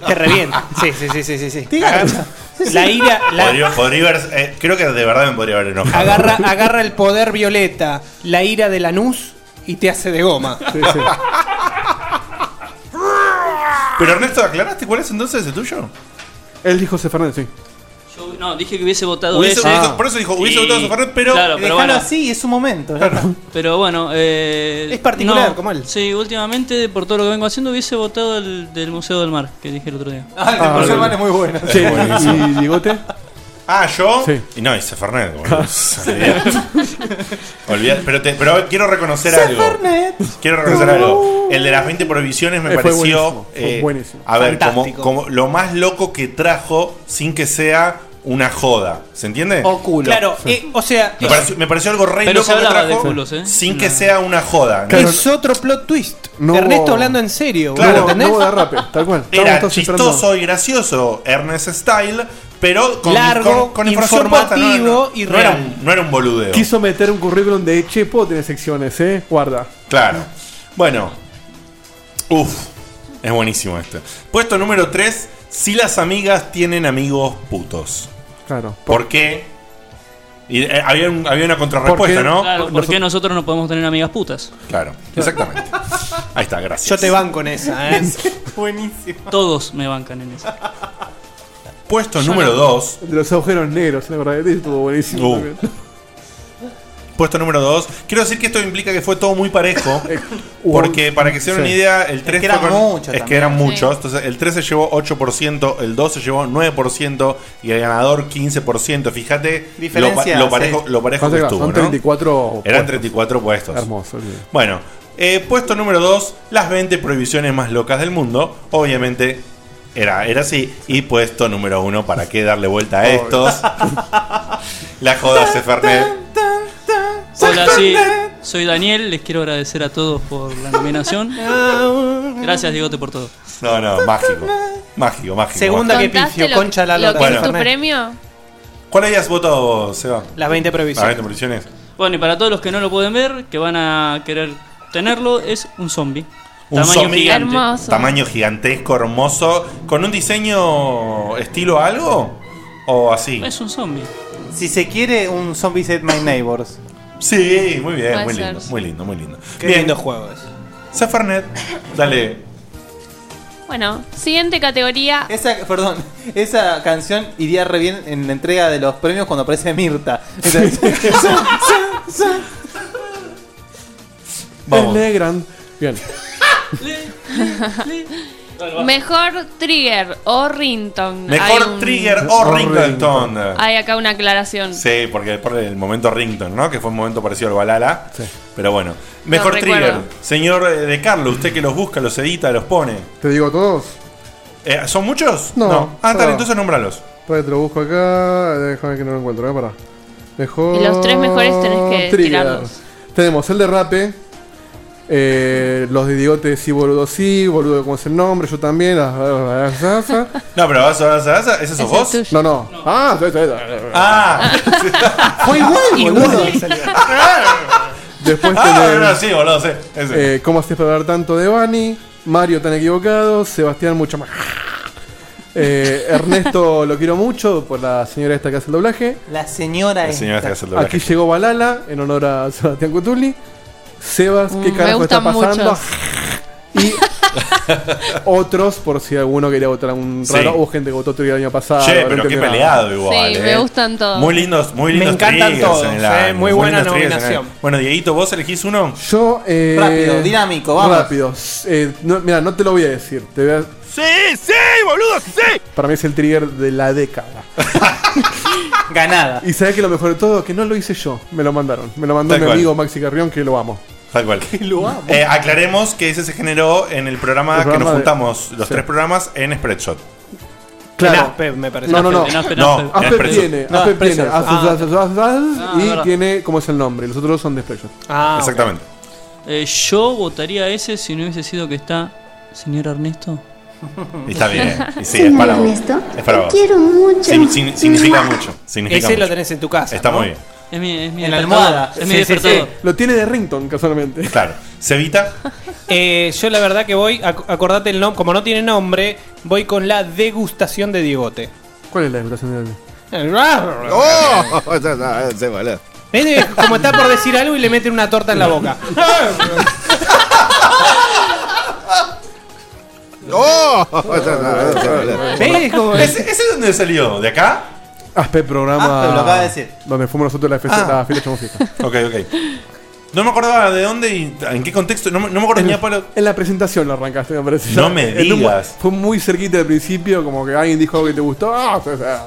[SPEAKER 2] Te revienta. Sí, sí, sí, sí, sí. sí. Agarra-
[SPEAKER 1] sí.
[SPEAKER 2] La ira. La,
[SPEAKER 1] Podría, podría haber- eh, creo que de verdad me podría haber enojado.
[SPEAKER 2] agarra, agarra el poder violeta, la ira de Lanús y te hace de goma.
[SPEAKER 1] Pero Ernesto, ¿aclaraste cuál es entonces el tuyo?
[SPEAKER 3] Él dijo Sefernet, sí.
[SPEAKER 6] Yo, no, dije que hubiese votado
[SPEAKER 1] Hubiese-
[SPEAKER 6] ese.
[SPEAKER 1] hubiese- por eso dijo, hubiese
[SPEAKER 6] Y-
[SPEAKER 1] votado Sefernet, pero-
[SPEAKER 6] Claro, pero
[SPEAKER 4] Dejalo
[SPEAKER 6] bueno.
[SPEAKER 4] así, es un momento. ya está.
[SPEAKER 6] Pero bueno, eh,
[SPEAKER 4] Es particular,
[SPEAKER 6] como él. Sí, últimamente por todo lo que vengo haciendo hubiese votado el del Museo del Mar, que dije el otro día.
[SPEAKER 4] Ah, el del Museo del Mar es muy bueno.
[SPEAKER 3] Sí, ¿Y Diegote?
[SPEAKER 1] Ah, yo. Y no, dice Fernet. boludo. Olvidate. Pero, te- pero quiero reconocer algo. Quiero reconocer algo. El de las 20 prohibiciones me
[SPEAKER 3] Eh, fue
[SPEAKER 1] pareció.
[SPEAKER 3] buenísimo, fue
[SPEAKER 1] eh,
[SPEAKER 3] buenísimo.
[SPEAKER 1] A ver, como,
[SPEAKER 3] Fantástico.
[SPEAKER 1] como lo más loco que trajo sin que sea una joda. ¿Se entiende?
[SPEAKER 2] Claro, eh, o sea.
[SPEAKER 1] Me pareció, me pareció algo re
[SPEAKER 2] Pero
[SPEAKER 1] loco
[SPEAKER 2] se
[SPEAKER 1] que
[SPEAKER 2] hablaba de
[SPEAKER 1] trajo
[SPEAKER 2] culos, ¿eh?
[SPEAKER 1] sin que sea una joda.
[SPEAKER 2] es otro plot twist.
[SPEAKER 1] No
[SPEAKER 2] Ernesto
[SPEAKER 1] hubo-
[SPEAKER 2] hablando en serio.
[SPEAKER 1] Claro,
[SPEAKER 2] boludo,
[SPEAKER 1] no
[SPEAKER 2] ¿entendés?
[SPEAKER 1] hubo
[SPEAKER 3] derrape, tal cual.
[SPEAKER 1] Era chistoso y gracioso, Ernest Style, pero con,
[SPEAKER 2] Largo,
[SPEAKER 1] con- con información posta, no-
[SPEAKER 2] informativo
[SPEAKER 1] no,
[SPEAKER 2] y
[SPEAKER 1] no era
[SPEAKER 2] real.
[SPEAKER 1] un- no era un boludeo.
[SPEAKER 3] Quiso meter un currículum de che, puedo tener secciones, eh. Guarda.
[SPEAKER 1] Claro. Bueno. Uf. Es buenísimo este. Puesto número 3. Si las amigas tienen amigos putos.
[SPEAKER 3] Claro.
[SPEAKER 1] ¿Por qué? Y, eh, había, un- había una contrarrespuesta,
[SPEAKER 6] Respuesta,
[SPEAKER 1] ¿no?
[SPEAKER 6] Claro, ¿por qué nosotros no podemos tener amigas putas?
[SPEAKER 1] Claro, exactamente. Ahí está, gracias.
[SPEAKER 6] Yo te
[SPEAKER 2] banco en esa, ¿eh?
[SPEAKER 4] Buenísimo.
[SPEAKER 6] Todos me bancan en esa.
[SPEAKER 1] Puesto número 2.
[SPEAKER 3] De los agujeros negros, la verdad, ese estuvo buenísimo.
[SPEAKER 1] Uh.
[SPEAKER 3] también.
[SPEAKER 1] Puesto número 2. Quiero decir que esto implica que fue todo muy parejo. porque para que se den una
[SPEAKER 3] Sí.
[SPEAKER 1] idea, el 3
[SPEAKER 4] que eran muchos
[SPEAKER 1] Es que
[SPEAKER 4] también.
[SPEAKER 1] eran
[SPEAKER 4] Sí.
[SPEAKER 1] muchos. Entonces, el 3 se llevó 8%, el 2 se llevó 9% y el ganador 15%. Fíjate lo, pa-
[SPEAKER 3] Diferencia,
[SPEAKER 1] lo parejo,
[SPEAKER 3] sí.
[SPEAKER 1] lo parejo
[SPEAKER 3] Son
[SPEAKER 1] que estuvo. ¿no?
[SPEAKER 3] 34
[SPEAKER 1] Eran
[SPEAKER 3] puestos.
[SPEAKER 1] 34 puestos.
[SPEAKER 3] Hermoso, bien.
[SPEAKER 1] Bueno, eh, puesto número 2, las 20 prohibiciones más locas del mundo. Obviamente era, era así. Y puesto número 1, ¿para qué darle vuelta a
[SPEAKER 6] Obvio.
[SPEAKER 1] estos? La joda Sefernet.
[SPEAKER 6] Hola, sí, soy Daniel, les quiero agradecer a todos por la nominación. Gracias, Diegote, por todo.
[SPEAKER 1] No, no, mágico. Mágico, mágico.
[SPEAKER 2] Segunda
[SPEAKER 1] mágico.
[SPEAKER 2] que
[SPEAKER 5] ¿Contaste
[SPEAKER 2] pifio,
[SPEAKER 5] lo,
[SPEAKER 2] concha la
[SPEAKER 5] lo
[SPEAKER 1] lora.
[SPEAKER 5] que es
[SPEAKER 1] Bueno.
[SPEAKER 5] tu premio?
[SPEAKER 1] ¿Cuál habías votado, vos, Seba?
[SPEAKER 2] Las 20 prohibiciones.
[SPEAKER 1] Las 20 prohibiciones.
[SPEAKER 6] Bueno, y para todos los que no lo pueden ver, que van a querer tenerlo, es un zombie.
[SPEAKER 1] Un
[SPEAKER 6] Tamaño
[SPEAKER 1] zombie
[SPEAKER 6] gigante.
[SPEAKER 1] Tamaño gigantesco, hermoso. ¿Con un diseño estilo algo? ¿O así?
[SPEAKER 6] Es un zombie.
[SPEAKER 4] Si se quiere, un zombie set my neighbors.
[SPEAKER 1] Sí, muy bien,
[SPEAKER 4] Puede
[SPEAKER 1] muy
[SPEAKER 4] ser.
[SPEAKER 1] lindo, muy lindo, muy lindo.
[SPEAKER 4] Qué
[SPEAKER 2] lindo juego
[SPEAKER 1] Sefernet, dale.
[SPEAKER 5] Bueno, siguiente categoría.
[SPEAKER 4] Esa, perdón, esa canción iría re bien en la entrega de los premios cuando aparece Mirta.
[SPEAKER 3] El Negran. Bien.
[SPEAKER 5] Mejor Trigger o Rington.
[SPEAKER 1] Mejor
[SPEAKER 5] Hay un-
[SPEAKER 1] trigger o ringtone.
[SPEAKER 5] Hay acá una aclaración.
[SPEAKER 1] Sí, porque por el momento ringtone, ¿no? Que fue un momento parecido al balala. Pero bueno. Mejor
[SPEAKER 5] Lo
[SPEAKER 1] trigger.
[SPEAKER 5] recuerdo.
[SPEAKER 1] Señor eh, de Carlos, usted que los busca, los edita, los pone.
[SPEAKER 3] ¿Te digo todos?
[SPEAKER 1] Eh, ¿Son muchos?
[SPEAKER 3] No.
[SPEAKER 1] Ah, tal,
[SPEAKER 3] Pará.
[SPEAKER 1] entonces nómbralos.
[SPEAKER 3] Pará, te lo busco acá. Déjame que no lo encuentro, acá, pará. Mejor.
[SPEAKER 5] Y los tres mejores tenés que tirarlos.
[SPEAKER 3] Tenemos el de Rape. eh, los de Diegote sí, boludo sí, boludo cómo es el nombre, yo también. ah, ah, ah, ah, ah.
[SPEAKER 1] No, pero vas a vas a- vas a- ¿Ese sos vos?
[SPEAKER 3] No, no. Ah, sí, sí, sí.
[SPEAKER 1] Ah.
[SPEAKER 3] Fue igual,
[SPEAKER 1] Igual.
[SPEAKER 3] boludo. Después
[SPEAKER 1] Ah,
[SPEAKER 3] tenés,
[SPEAKER 1] no, sí, boludo, sí, ese.
[SPEAKER 3] eh, ¿Cómo haces para hablar tanto de Bani? Mario tan equivocado, Sebastián mucho más. Eh, Ernesto lo quiero mucho por la señora esta que hace el doblaje.
[SPEAKER 4] La señora
[SPEAKER 3] La
[SPEAKER 4] esta.
[SPEAKER 3] señora esta que hace el doblaje. Aquí llegó Balala en honor a Sebastián Cutuli. Sebas, ¿qué
[SPEAKER 4] Mm, me
[SPEAKER 3] carajo está
[SPEAKER 4] gustan
[SPEAKER 3] pasando?
[SPEAKER 4] muchos.
[SPEAKER 3] Y otros, por si alguno quería votar a un
[SPEAKER 1] Sí.
[SPEAKER 3] raro o gente que votó Twitter el año pasado.
[SPEAKER 1] Che,
[SPEAKER 3] no
[SPEAKER 1] pero qué
[SPEAKER 3] entendió nada.
[SPEAKER 1] peleado igual.
[SPEAKER 5] Sí,
[SPEAKER 1] eh.
[SPEAKER 5] me gustan todos.
[SPEAKER 1] Muy lindos, muy
[SPEAKER 3] Me
[SPEAKER 1] lindos.
[SPEAKER 3] encantan
[SPEAKER 1] triggers
[SPEAKER 3] todos,
[SPEAKER 1] en el
[SPEAKER 3] eh,
[SPEAKER 1] año,
[SPEAKER 3] muy buena
[SPEAKER 1] lindos triggers en el
[SPEAKER 3] nominación.
[SPEAKER 1] año. Bueno, Dieguito, ¿vos elegís uno?
[SPEAKER 3] Yo, eh,
[SPEAKER 1] Rápido, dinámico, vamos.
[SPEAKER 3] Rápido. Eh, no, mira, no te lo voy a decir. Te voy a-
[SPEAKER 1] ¡Sí, sí, boludo, sí!
[SPEAKER 3] para mí es el trigger de la década.
[SPEAKER 4] Ganada.
[SPEAKER 3] Y sabes que lo mejor de todo es que no lo hice yo. Me lo mandaron. Me lo mandó
[SPEAKER 1] Tal
[SPEAKER 3] mi
[SPEAKER 1] cual.
[SPEAKER 3] amigo Maxi Carrión, que lo amo.
[SPEAKER 1] Tal cual.
[SPEAKER 3] lo amo.
[SPEAKER 1] Eh, aclaremos que ese se generó en el programa,
[SPEAKER 3] El
[SPEAKER 1] que nos
[SPEAKER 3] programa de-
[SPEAKER 1] juntamos los
[SPEAKER 3] sí.
[SPEAKER 1] tres programas en Spreadshot.
[SPEAKER 3] Claro.
[SPEAKER 14] Aspe, me parece.
[SPEAKER 3] No, no, no.
[SPEAKER 14] En Aspe, en
[SPEAKER 1] No,
[SPEAKER 14] Aspe.
[SPEAKER 1] en
[SPEAKER 3] Asper
[SPEAKER 1] Spreadshot.
[SPEAKER 3] tiene,
[SPEAKER 1] No,
[SPEAKER 3] Asper
[SPEAKER 1] Spreadshot.
[SPEAKER 3] tiene, Asper, Asper,
[SPEAKER 1] Ah,
[SPEAKER 3] Asper, Asper,
[SPEAKER 6] Ah,
[SPEAKER 3] y
[SPEAKER 6] verdad.
[SPEAKER 3] tiene, ¿cómo es el nombre? Los otros dos son de Spreadshot.
[SPEAKER 1] Ah,
[SPEAKER 6] Ah,
[SPEAKER 1] Exactamente.
[SPEAKER 6] Eh, yo votaría ese si no hubiese sido que está señor Ernesto.
[SPEAKER 1] Y está bien. Y sí, es para vos. Es para vos. Sin- sin- significa mucho. Significa
[SPEAKER 14] Ese lo
[SPEAKER 1] mucho.
[SPEAKER 14] tenés en tu casa.
[SPEAKER 1] Está
[SPEAKER 14] ¿no?
[SPEAKER 1] muy bien.
[SPEAKER 6] Es mi, es mi
[SPEAKER 14] En la
[SPEAKER 6] despertador.
[SPEAKER 14] almohada.
[SPEAKER 6] Es mi
[SPEAKER 14] Sí, sí,
[SPEAKER 6] despertador.
[SPEAKER 14] sí.
[SPEAKER 3] Lo tiene de Rington, casualmente.
[SPEAKER 1] Claro. ¿Cevita?
[SPEAKER 14] Eh, yo la verdad que voy, ac- acordate el nombre, como no tiene nombre, voy con la degustación de Diegote.
[SPEAKER 3] ¿Cuál es la degustación de Diegote?
[SPEAKER 14] ¡Oh! Vete, Como está por decir algo y le meten una torta en la boca.
[SPEAKER 1] ¡Oh!
[SPEAKER 14] ¿Ves cómo es?
[SPEAKER 1] ¿Ese, ese de dónde salió? ¿De acá?
[SPEAKER 3] Aspe programa.
[SPEAKER 1] Aspe, Ah, lo acaba de decir.
[SPEAKER 3] Donde fuimos nosotros a la fiesta,
[SPEAKER 1] Ah.
[SPEAKER 3] la fiesta, echamos fiesta.
[SPEAKER 1] Ok, ok. No me acordaba de dónde y en qué contexto. No, me- no me acuerdo ni a palo.
[SPEAKER 3] En la presentación lo arrancaste, me parece.
[SPEAKER 1] No me
[SPEAKER 3] En un-
[SPEAKER 1] digas.
[SPEAKER 3] fue muy cerquita al principio, como que alguien dijo algo que te gustó. Ah, o sea,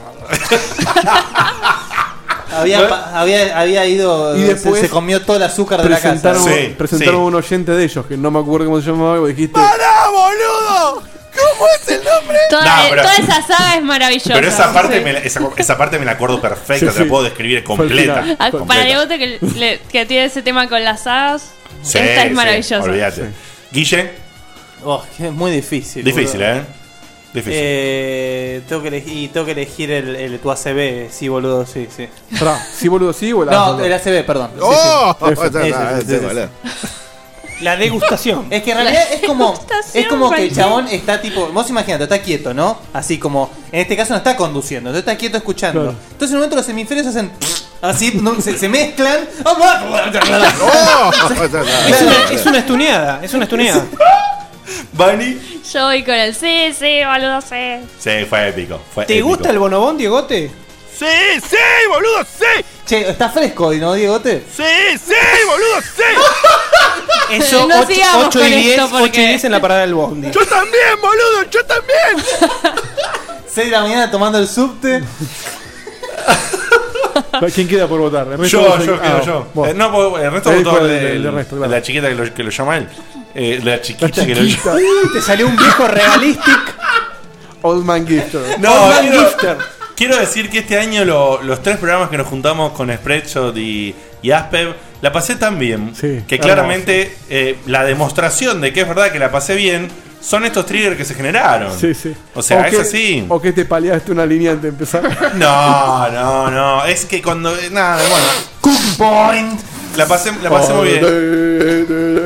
[SPEAKER 4] Había, pa- había, había ido.
[SPEAKER 3] Y
[SPEAKER 4] se-
[SPEAKER 3] después
[SPEAKER 4] se, comió todo el azúcar de la casa.
[SPEAKER 3] presentaron presentaron un oyente de ellos, que no me acuerdo cómo se llamaba, y vos dijiste.
[SPEAKER 1] Ah.
[SPEAKER 9] ¡Para, boludo! ¿Cómo es el nombre?
[SPEAKER 5] Toda,
[SPEAKER 1] No, pero-
[SPEAKER 5] toda esa saga es maravillosa.
[SPEAKER 1] Pero esa parte, me la, esa, esa parte me la acuerdo perfecta,
[SPEAKER 3] Sí,
[SPEAKER 1] te
[SPEAKER 3] sí.
[SPEAKER 1] la puedo describir
[SPEAKER 3] Fue el
[SPEAKER 1] completa.
[SPEAKER 3] final.
[SPEAKER 5] Ah, Para
[SPEAKER 1] completa.
[SPEAKER 5] Diegote que, le- que tiene ese tema con las sagas,
[SPEAKER 1] Sí,
[SPEAKER 5] esta es
[SPEAKER 1] sí,
[SPEAKER 5] maravillosa.
[SPEAKER 1] olvídate. Guille,
[SPEAKER 4] Oh, que es muy difícil.
[SPEAKER 1] difícil,
[SPEAKER 4] boludo.
[SPEAKER 1] ¿eh? Difícil.
[SPEAKER 4] Eh, tengo que elegir, y tengo que elegir el, el- tu ACB, sí, boludo, sí, sí.
[SPEAKER 3] Pará, sí, boludo, sí, o la-
[SPEAKER 4] No, el ACB, perdón. Sí, sí.
[SPEAKER 3] ¡Oh!
[SPEAKER 4] Ese, ese, ese, ese, ese.
[SPEAKER 14] La degustación.
[SPEAKER 4] Es que en realidad es como, es como que el
[SPEAKER 14] Frankie.
[SPEAKER 4] chabón está tipo, vos imagínate, está quieto, ¿no? Así como, en este caso no está conduciendo, entonces está quieto escuchando.
[SPEAKER 3] Claro.
[SPEAKER 4] Entonces en un momento los hemisferios hacen así, no, se, se mezclan.
[SPEAKER 1] Oh.
[SPEAKER 14] Es una, es una estuneada, es una estuneada.
[SPEAKER 1] Bani.
[SPEAKER 5] Yo voy con el sí, sí, boludo, sí.
[SPEAKER 1] Sí, fue épico. Fue
[SPEAKER 14] ¿Te
[SPEAKER 1] épico.
[SPEAKER 14] gusta el bonobón, Diegote?
[SPEAKER 1] ¡Sí, sí, boludo, sí!
[SPEAKER 4] Che, está fresco hoy, ¿no, Diegote?
[SPEAKER 1] ¡Sí, sí, boludo, sí!
[SPEAKER 14] Eso,
[SPEAKER 9] No
[SPEAKER 14] 8,
[SPEAKER 9] sigamos
[SPEAKER 14] y
[SPEAKER 9] con
[SPEAKER 14] 10,
[SPEAKER 9] esto, porque-
[SPEAKER 14] 8 y 10 en la parada del bondi.
[SPEAKER 9] ¡Yo también, boludo! ¡Yo también!
[SPEAKER 4] 6 de la mañana tomando el subte.
[SPEAKER 3] ¿Quién queda por votar? Ernesto,
[SPEAKER 1] Yo,
[SPEAKER 3] vos-
[SPEAKER 1] yo,
[SPEAKER 3] ah,
[SPEAKER 1] quedo yo.
[SPEAKER 3] vos.
[SPEAKER 1] Eh, no, pues, el resto
[SPEAKER 3] Él
[SPEAKER 1] votó
[SPEAKER 3] fue
[SPEAKER 1] el,
[SPEAKER 3] el- el
[SPEAKER 1] el-
[SPEAKER 3] resto,
[SPEAKER 1] la chiquita que lo, que lo llama él. Eh, la chiquita, que lo
[SPEAKER 3] chiquita.
[SPEAKER 1] llama.
[SPEAKER 14] Te salió un viejo realistic.
[SPEAKER 3] Old Man Gifter.
[SPEAKER 1] No,
[SPEAKER 3] Old Man
[SPEAKER 1] quiero-
[SPEAKER 3] Gifter.
[SPEAKER 1] Quiero decir que este año lo- los tres programas que nos juntamos con Spreadshot y, y Aspev, la pasé tan bien que
[SPEAKER 3] hermoso.
[SPEAKER 1] claramente eh, la demostración de que es verdad que la pasé bien son estos triggers que se generaron.
[SPEAKER 3] Sí, sí.
[SPEAKER 1] O sea, es
[SPEAKER 3] que-
[SPEAKER 1] así.
[SPEAKER 3] O que te paliaste una línea antes de empezar.
[SPEAKER 1] No, no, no. Es que cuando. eh, Nada, bueno.
[SPEAKER 4] Cook Point.
[SPEAKER 1] La pasé, la pasé muy bien.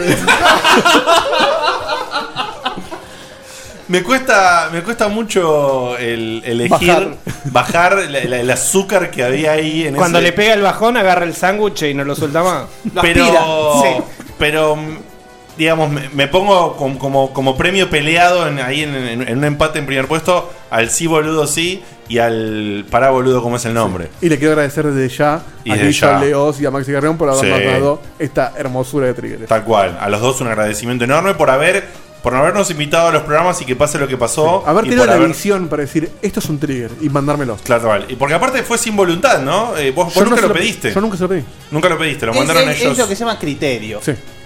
[SPEAKER 1] Me cuesta, me cuesta mucho el, elegir bajar, la- la- el azúcar que había ahí en
[SPEAKER 14] Cuando
[SPEAKER 1] ese-
[SPEAKER 14] le pega el bajón, agarra el sándwich y no lo suelta más.
[SPEAKER 1] pero, pero mm, digamos, me, me pongo com- como, como premio peleado en- ahí en, en- en un empate en primer puesto al sí boludo sí y al pará boludo como es el nombre.
[SPEAKER 3] Y le quiero agradecer desde ya
[SPEAKER 1] Y
[SPEAKER 3] a
[SPEAKER 1] desde
[SPEAKER 3] Guillo
[SPEAKER 1] ya.
[SPEAKER 3] Leos y a Maxi Carrión por haber
[SPEAKER 1] Sí.
[SPEAKER 3] mandado esta hermosura de Trigger.
[SPEAKER 1] Tal cual. A los dos un agradecimiento enorme por haber, por habernos invitado a los programas y que pase lo que pasó.
[SPEAKER 3] Haber
[SPEAKER 1] y
[SPEAKER 3] tenido
[SPEAKER 1] por
[SPEAKER 3] la
[SPEAKER 1] haber-
[SPEAKER 3] visión para decir esto es un trigger y mandármelo.
[SPEAKER 1] Claro, tal cual. Y porque aparte fue sin voluntad, ¿no? Eh, vos vos
[SPEAKER 3] Yo no
[SPEAKER 1] nunca
[SPEAKER 3] se lo-
[SPEAKER 1] lo, pediste.
[SPEAKER 3] yo nunca se lo pedí.
[SPEAKER 1] Nunca lo pediste, lo
[SPEAKER 4] Es,
[SPEAKER 1] mandaron
[SPEAKER 4] es- es
[SPEAKER 1] ellos.
[SPEAKER 4] lo que se llama criterio.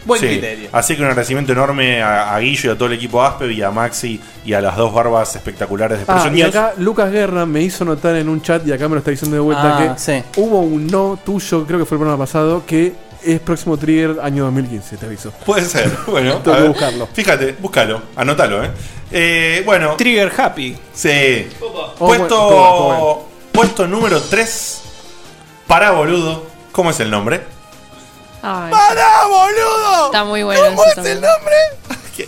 [SPEAKER 4] Buen
[SPEAKER 1] Sí.
[SPEAKER 4] criterio.
[SPEAKER 1] Así que un agradecimiento enorme a, a Guillo y a todo el equipo Aspe y a Maxi y a las dos barbas espectaculares de
[SPEAKER 3] Ah,
[SPEAKER 1] Expresión
[SPEAKER 3] y acá Lucas Guerra me hizo notar en un chat y acá me lo está diciendo de vuelta
[SPEAKER 4] Ah,
[SPEAKER 3] que hubo un no tuyo, creo que fue el programa pasado, que es próximo trigger año 2015, te aviso.
[SPEAKER 1] Puede ser, bueno.
[SPEAKER 3] Tengo
[SPEAKER 1] a
[SPEAKER 3] que
[SPEAKER 1] ver.
[SPEAKER 3] buscarlo.
[SPEAKER 1] Fíjate, búscalo, anótalo, ¿eh? Eh, bueno.
[SPEAKER 14] Trigger Happy.
[SPEAKER 1] Sí.
[SPEAKER 14] Oh, bueno,
[SPEAKER 1] Puesto,
[SPEAKER 14] todo bueno, todo
[SPEAKER 1] puesto número 3. Para boludo. ¿Cómo es el nombre?
[SPEAKER 5] ¡Para, boludo! Está muy bueno. ¿Cómo es el nombre?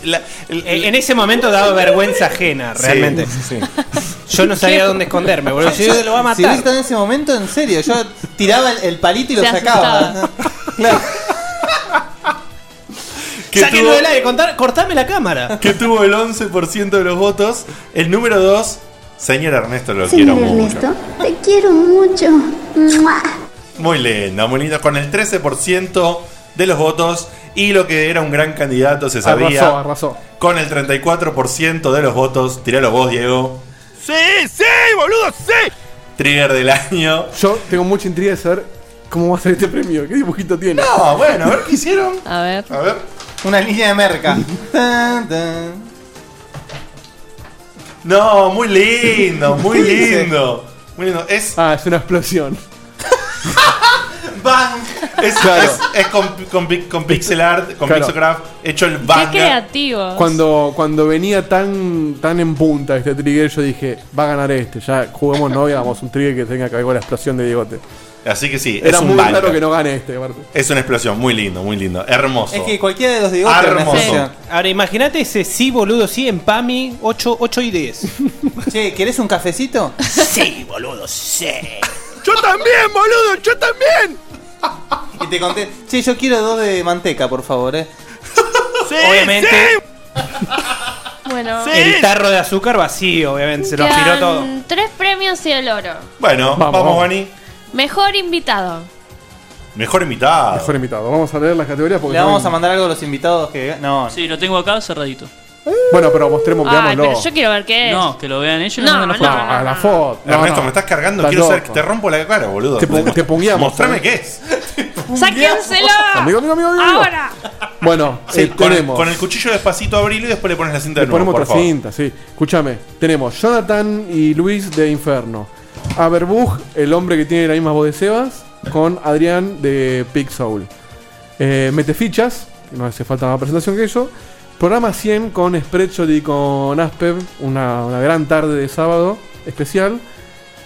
[SPEAKER 2] Eh, En ese momento daba vergüenza ajena,
[SPEAKER 1] Sí,
[SPEAKER 2] realmente.
[SPEAKER 1] sí.
[SPEAKER 2] Yo no sabía dónde esconderme, boludo. Yo digo, lo va a
[SPEAKER 4] Si hubiese
[SPEAKER 2] matar.
[SPEAKER 4] estado en ese momento, en serio, yo tiraba el, el palito y lo
[SPEAKER 2] Se
[SPEAKER 4] sacaba.
[SPEAKER 2] asustaba. Sáquenlo del aire, contar- cortame la cámara.
[SPEAKER 1] que tuvo el 11% de los votos. El número 2, señor Ernesto, lo
[SPEAKER 9] Señor
[SPEAKER 1] quiero mucho.
[SPEAKER 9] Ernesto, te quiero mucho. ¡Mua!
[SPEAKER 1] Muy linda, muy linda. Con el 13% de los votos y lo que era un gran candidato se sabía.
[SPEAKER 3] Arrasó, arrasó.
[SPEAKER 1] Con el 34% de los votos, tiralo vos, Diego.
[SPEAKER 3] ¡Sí, sí, boludo, sí!
[SPEAKER 1] Trigger del año.
[SPEAKER 3] Yo tengo mucha intriga de saber cómo va a ser este premio. ¿Qué dibujito tiene?
[SPEAKER 1] No, bueno, a ver qué hicieron.
[SPEAKER 17] A ver.
[SPEAKER 1] A ver.
[SPEAKER 4] Una línea de merca. Tan, tan.
[SPEAKER 1] No, muy lindo, muy lindo. Muy lindo. Es,
[SPEAKER 3] ah, es una explosión.
[SPEAKER 1] ¡Bang! Es,
[SPEAKER 3] Claro.
[SPEAKER 1] es- es con, con pic- con pixel art, con
[SPEAKER 3] Claro.
[SPEAKER 1] pixograph, hecho el bang.
[SPEAKER 5] Qué creativos.
[SPEAKER 3] Cuando, cuando venía tan, tan en punta este trigger, yo dije, va a ganar este. Ya juguemos no y hagamos un trigger que tenga que ver con la explosión de Diegote.
[SPEAKER 1] Así que sí,
[SPEAKER 3] Era
[SPEAKER 1] es un
[SPEAKER 3] muy
[SPEAKER 1] banger.
[SPEAKER 3] claro que no gane este, aparte.
[SPEAKER 1] Es una explosión, muy lindo, muy lindo. Hermoso.
[SPEAKER 4] cualquiera de los
[SPEAKER 1] Diegotes era una Hermoso. excepción.
[SPEAKER 2] Ahora imagínate ese sí, boludo, sí, en PAMI, 8, 8 y 10.
[SPEAKER 4] Che, ¿querés un cafecito?
[SPEAKER 2] Sí, boludo, sí.
[SPEAKER 4] ¡Yo también, boludo! ¡Yo también! Y te conté, che, yo quiero dos de manteca, por favor, eh.
[SPEAKER 2] Obviamente,
[SPEAKER 5] Bueno,
[SPEAKER 2] el tarro de azúcar vacío, obviamente, se lo aspiró
[SPEAKER 5] quedan
[SPEAKER 2] todo.
[SPEAKER 5] tres premios y el oro.
[SPEAKER 1] Bueno, vamos,
[SPEAKER 3] vamos.
[SPEAKER 1] Bani.
[SPEAKER 5] Mejor invitado.
[SPEAKER 1] Mejor invitado.
[SPEAKER 3] Mejor invitado. Vamos a leer las categorías porque.
[SPEAKER 4] Le
[SPEAKER 3] son-
[SPEAKER 4] vamos a mandar algo a los invitados que. No.
[SPEAKER 6] Sí, lo tengo acá cerradito.
[SPEAKER 3] Bueno, pero mostremos,
[SPEAKER 5] Ay,
[SPEAKER 3] veámoslo.
[SPEAKER 5] pero yo quiero ver qué es.
[SPEAKER 6] No, que lo vean ellos. y
[SPEAKER 5] No,
[SPEAKER 6] nos mandan la
[SPEAKER 5] no,
[SPEAKER 6] foto.
[SPEAKER 3] A la foto. No,
[SPEAKER 1] Ernesto,
[SPEAKER 3] no.
[SPEAKER 1] me estás cargando,
[SPEAKER 3] Estás
[SPEAKER 1] quiero saber que
[SPEAKER 3] loco.
[SPEAKER 1] te rompo la cara, boludo.
[SPEAKER 3] Te pu- te pungueamos,
[SPEAKER 1] Mostrame
[SPEAKER 3] ¿eh?
[SPEAKER 1] qué es.
[SPEAKER 5] ¡Sáquensela!
[SPEAKER 3] Amigo, amigo, amigo, amigo.
[SPEAKER 5] Ahora.
[SPEAKER 3] Bueno,
[SPEAKER 1] Sí,
[SPEAKER 3] eh,
[SPEAKER 1] con, el,
[SPEAKER 3] tenemos.
[SPEAKER 1] con el cuchillo despacito abrilo y después le pones la cinta de
[SPEAKER 3] Le
[SPEAKER 1] nuevo,
[SPEAKER 3] ponemos
[SPEAKER 1] por
[SPEAKER 3] otra
[SPEAKER 1] favor.
[SPEAKER 3] cinta, sí. Escúchame. Tenemos Jonathan y Luis de Inferno. Averbuch, el hombre que tiene la misma voz de Sebas, con Adrián de Pig Soul. Eh, Mete fichas, que no hace falta más presentación que eso. Programa 100 con Spreadshot y con Aspev, una, una gran tarde de sábado especial.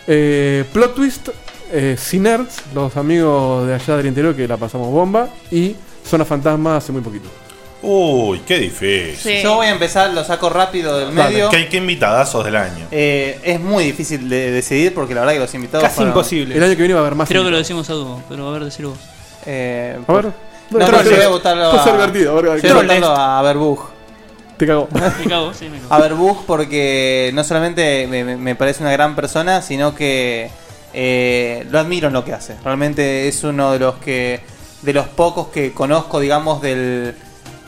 [SPEAKER 3] Eh, Plot Twist, eh, Sinerts, los amigos de allá del interior que la pasamos bomba. Y Zona Fantasma hace muy poquito.
[SPEAKER 1] Uy, qué difícil.
[SPEAKER 4] Yo voy a empezar, lo saco rápido del
[SPEAKER 1] Dale.
[SPEAKER 4] medio.
[SPEAKER 1] Qué, qué invitadazos del año.
[SPEAKER 4] Eh, es muy difícil de decidir porque la verdad que los invitados.
[SPEAKER 1] Casi imposible. El año
[SPEAKER 3] que viene va a haber más
[SPEAKER 6] Creo que lo decimos a dúo, pero a ver, decirlo vos.
[SPEAKER 4] Eh,
[SPEAKER 3] A ver.
[SPEAKER 4] No, no, yo voy a votarlo
[SPEAKER 3] Esto es
[SPEAKER 4] a-
[SPEAKER 3] divertido, a ver, a ver.
[SPEAKER 4] yo voy a votarlo a Verbuj.
[SPEAKER 3] Te cago.
[SPEAKER 6] Me cago, sí, me cago.
[SPEAKER 4] a Verbuj porque no solamente me, me- me parece una gran persona, sino que eh, lo admiro en lo que hace. Realmente es uno de los que de los pocos que conozco, digamos, del,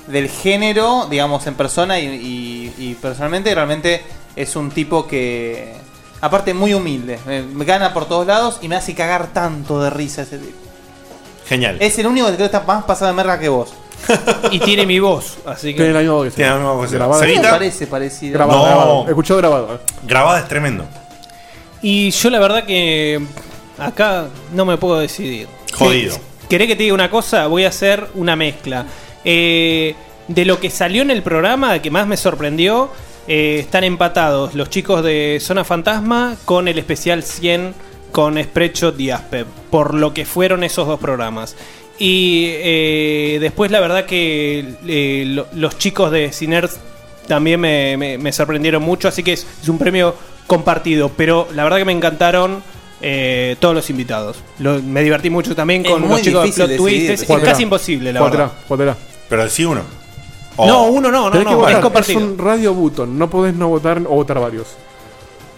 [SPEAKER 4] del género, digamos, en persona y, y- y personalmente realmente es un tipo que, aparte, muy humilde. Me, me gana por todos lados y me hace cagar tanto de risa ese tipo.
[SPEAKER 1] Genial.
[SPEAKER 4] Es el único que creo que está más pasado de merda que vos.
[SPEAKER 2] Y tiene mi voz, así que.
[SPEAKER 3] Tiene la misma voz que
[SPEAKER 1] Tiene la misma voz que
[SPEAKER 3] Grabada.
[SPEAKER 1] Sebas. ¿Sevita?
[SPEAKER 4] Parece parecido.
[SPEAKER 3] Grabado,
[SPEAKER 1] No.
[SPEAKER 3] grabado. Escuchado grabado. eh.
[SPEAKER 1] Grabada es tremendo.
[SPEAKER 2] Y yo la verdad que acá no me puedo decidir.
[SPEAKER 1] Jodido.
[SPEAKER 2] ¿Querés que te diga una cosa? Voy a hacer una mezcla. Eh, de lo que salió en el programa, que más me sorprendió, eh, están empatados los chicos de Zona Fantasma con el especial 100 con Sprecho Diaspe, por lo que fueron esos dos programas. Y eh, después la verdad que eh, lo- los chicos de Sinerz también me, me- me sorprendieron mucho, así que es, es un premio compartido, pero la verdad que me encantaron eh, todos los invitados. Lo- me divertí mucho también
[SPEAKER 4] Es
[SPEAKER 2] con
[SPEAKER 4] muy
[SPEAKER 2] los chicos de
[SPEAKER 4] difícil
[SPEAKER 2] Plot Twist,
[SPEAKER 4] decidir.
[SPEAKER 2] es- es,
[SPEAKER 3] Jugátela.
[SPEAKER 2] casi imposible la
[SPEAKER 3] Jugátela,
[SPEAKER 2] verdad.
[SPEAKER 3] jugátela.
[SPEAKER 1] Pero sí uno.
[SPEAKER 2] No, uno no, no,
[SPEAKER 3] Tenés que
[SPEAKER 2] no, es
[SPEAKER 3] votar. es
[SPEAKER 2] compartido.
[SPEAKER 3] un radio button, no podés no votar o votar varios.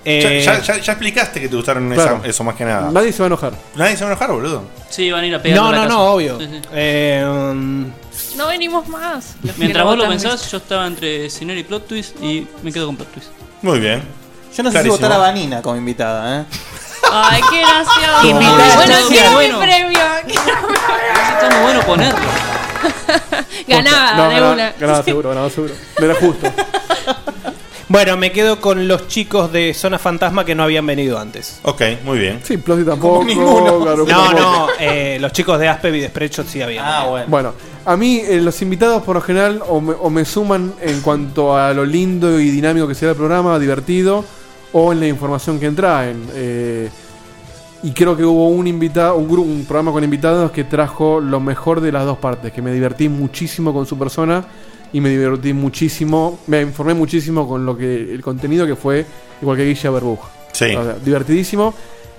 [SPEAKER 1] Ya,
[SPEAKER 2] Eh,
[SPEAKER 1] ya- ya- ya explicaste que te gustaron esa-
[SPEAKER 3] Claro.
[SPEAKER 1] eso más que nada.
[SPEAKER 3] Nadie se va a enojar.
[SPEAKER 1] Nadie se va a enojar, boludo.
[SPEAKER 6] Sí, van a ir a pegar.
[SPEAKER 2] No,
[SPEAKER 6] a la
[SPEAKER 2] no,
[SPEAKER 6] casa.
[SPEAKER 2] no, obvio.
[SPEAKER 6] Sí, sí.
[SPEAKER 2] Eh, um,
[SPEAKER 5] No venimos más. Los que
[SPEAKER 6] Mientras
[SPEAKER 5] no
[SPEAKER 6] vos lo
[SPEAKER 5] votan
[SPEAKER 6] pensás, yo estaba entre Ciner y Plot Twist y me quedo con Plot Twist.
[SPEAKER 1] Muy bien.
[SPEAKER 4] Yo no sé
[SPEAKER 1] Clarísimo.
[SPEAKER 4] si votar a Vanina como invitada, ¿eh?
[SPEAKER 5] Ay, qué gracioso.
[SPEAKER 4] Invitada
[SPEAKER 5] bueno,
[SPEAKER 4] especial.
[SPEAKER 5] quiero
[SPEAKER 4] Bueno.
[SPEAKER 5] mi premio.
[SPEAKER 6] Está muy bueno ponerlo.
[SPEAKER 5] Ganaba,
[SPEAKER 3] No,
[SPEAKER 5] de
[SPEAKER 3] ganaba,
[SPEAKER 5] una.
[SPEAKER 3] ganaba seguro, ganaba seguro. Me era justo.
[SPEAKER 2] bueno, me quedo con los chicos de Zona Fantasma que no habían venido antes.
[SPEAKER 1] Ok, muy bien.
[SPEAKER 3] Sí, Plossi tampoco. Garupo
[SPEAKER 2] No, no,
[SPEAKER 3] tampoco.
[SPEAKER 2] eh, los chicos de Aspe y de Spreadshot sí habían. Ah,
[SPEAKER 4] bueno.
[SPEAKER 3] Bueno, a mí eh, los invitados por lo general o me, o me suman en cuanto a lo lindo y dinámico que sea el programa, divertido, o en la información que traen. Eh, Y creo que hubo un invitado, un, gru- un programa con invitados que trajo lo mejor de las dos partes, que me divertí muchísimo con su persona y me divertí muchísimo, me informé muchísimo con lo que el contenido que fue igual que Guilla Berbuj.
[SPEAKER 1] Sí.
[SPEAKER 3] O sea, divertidísimo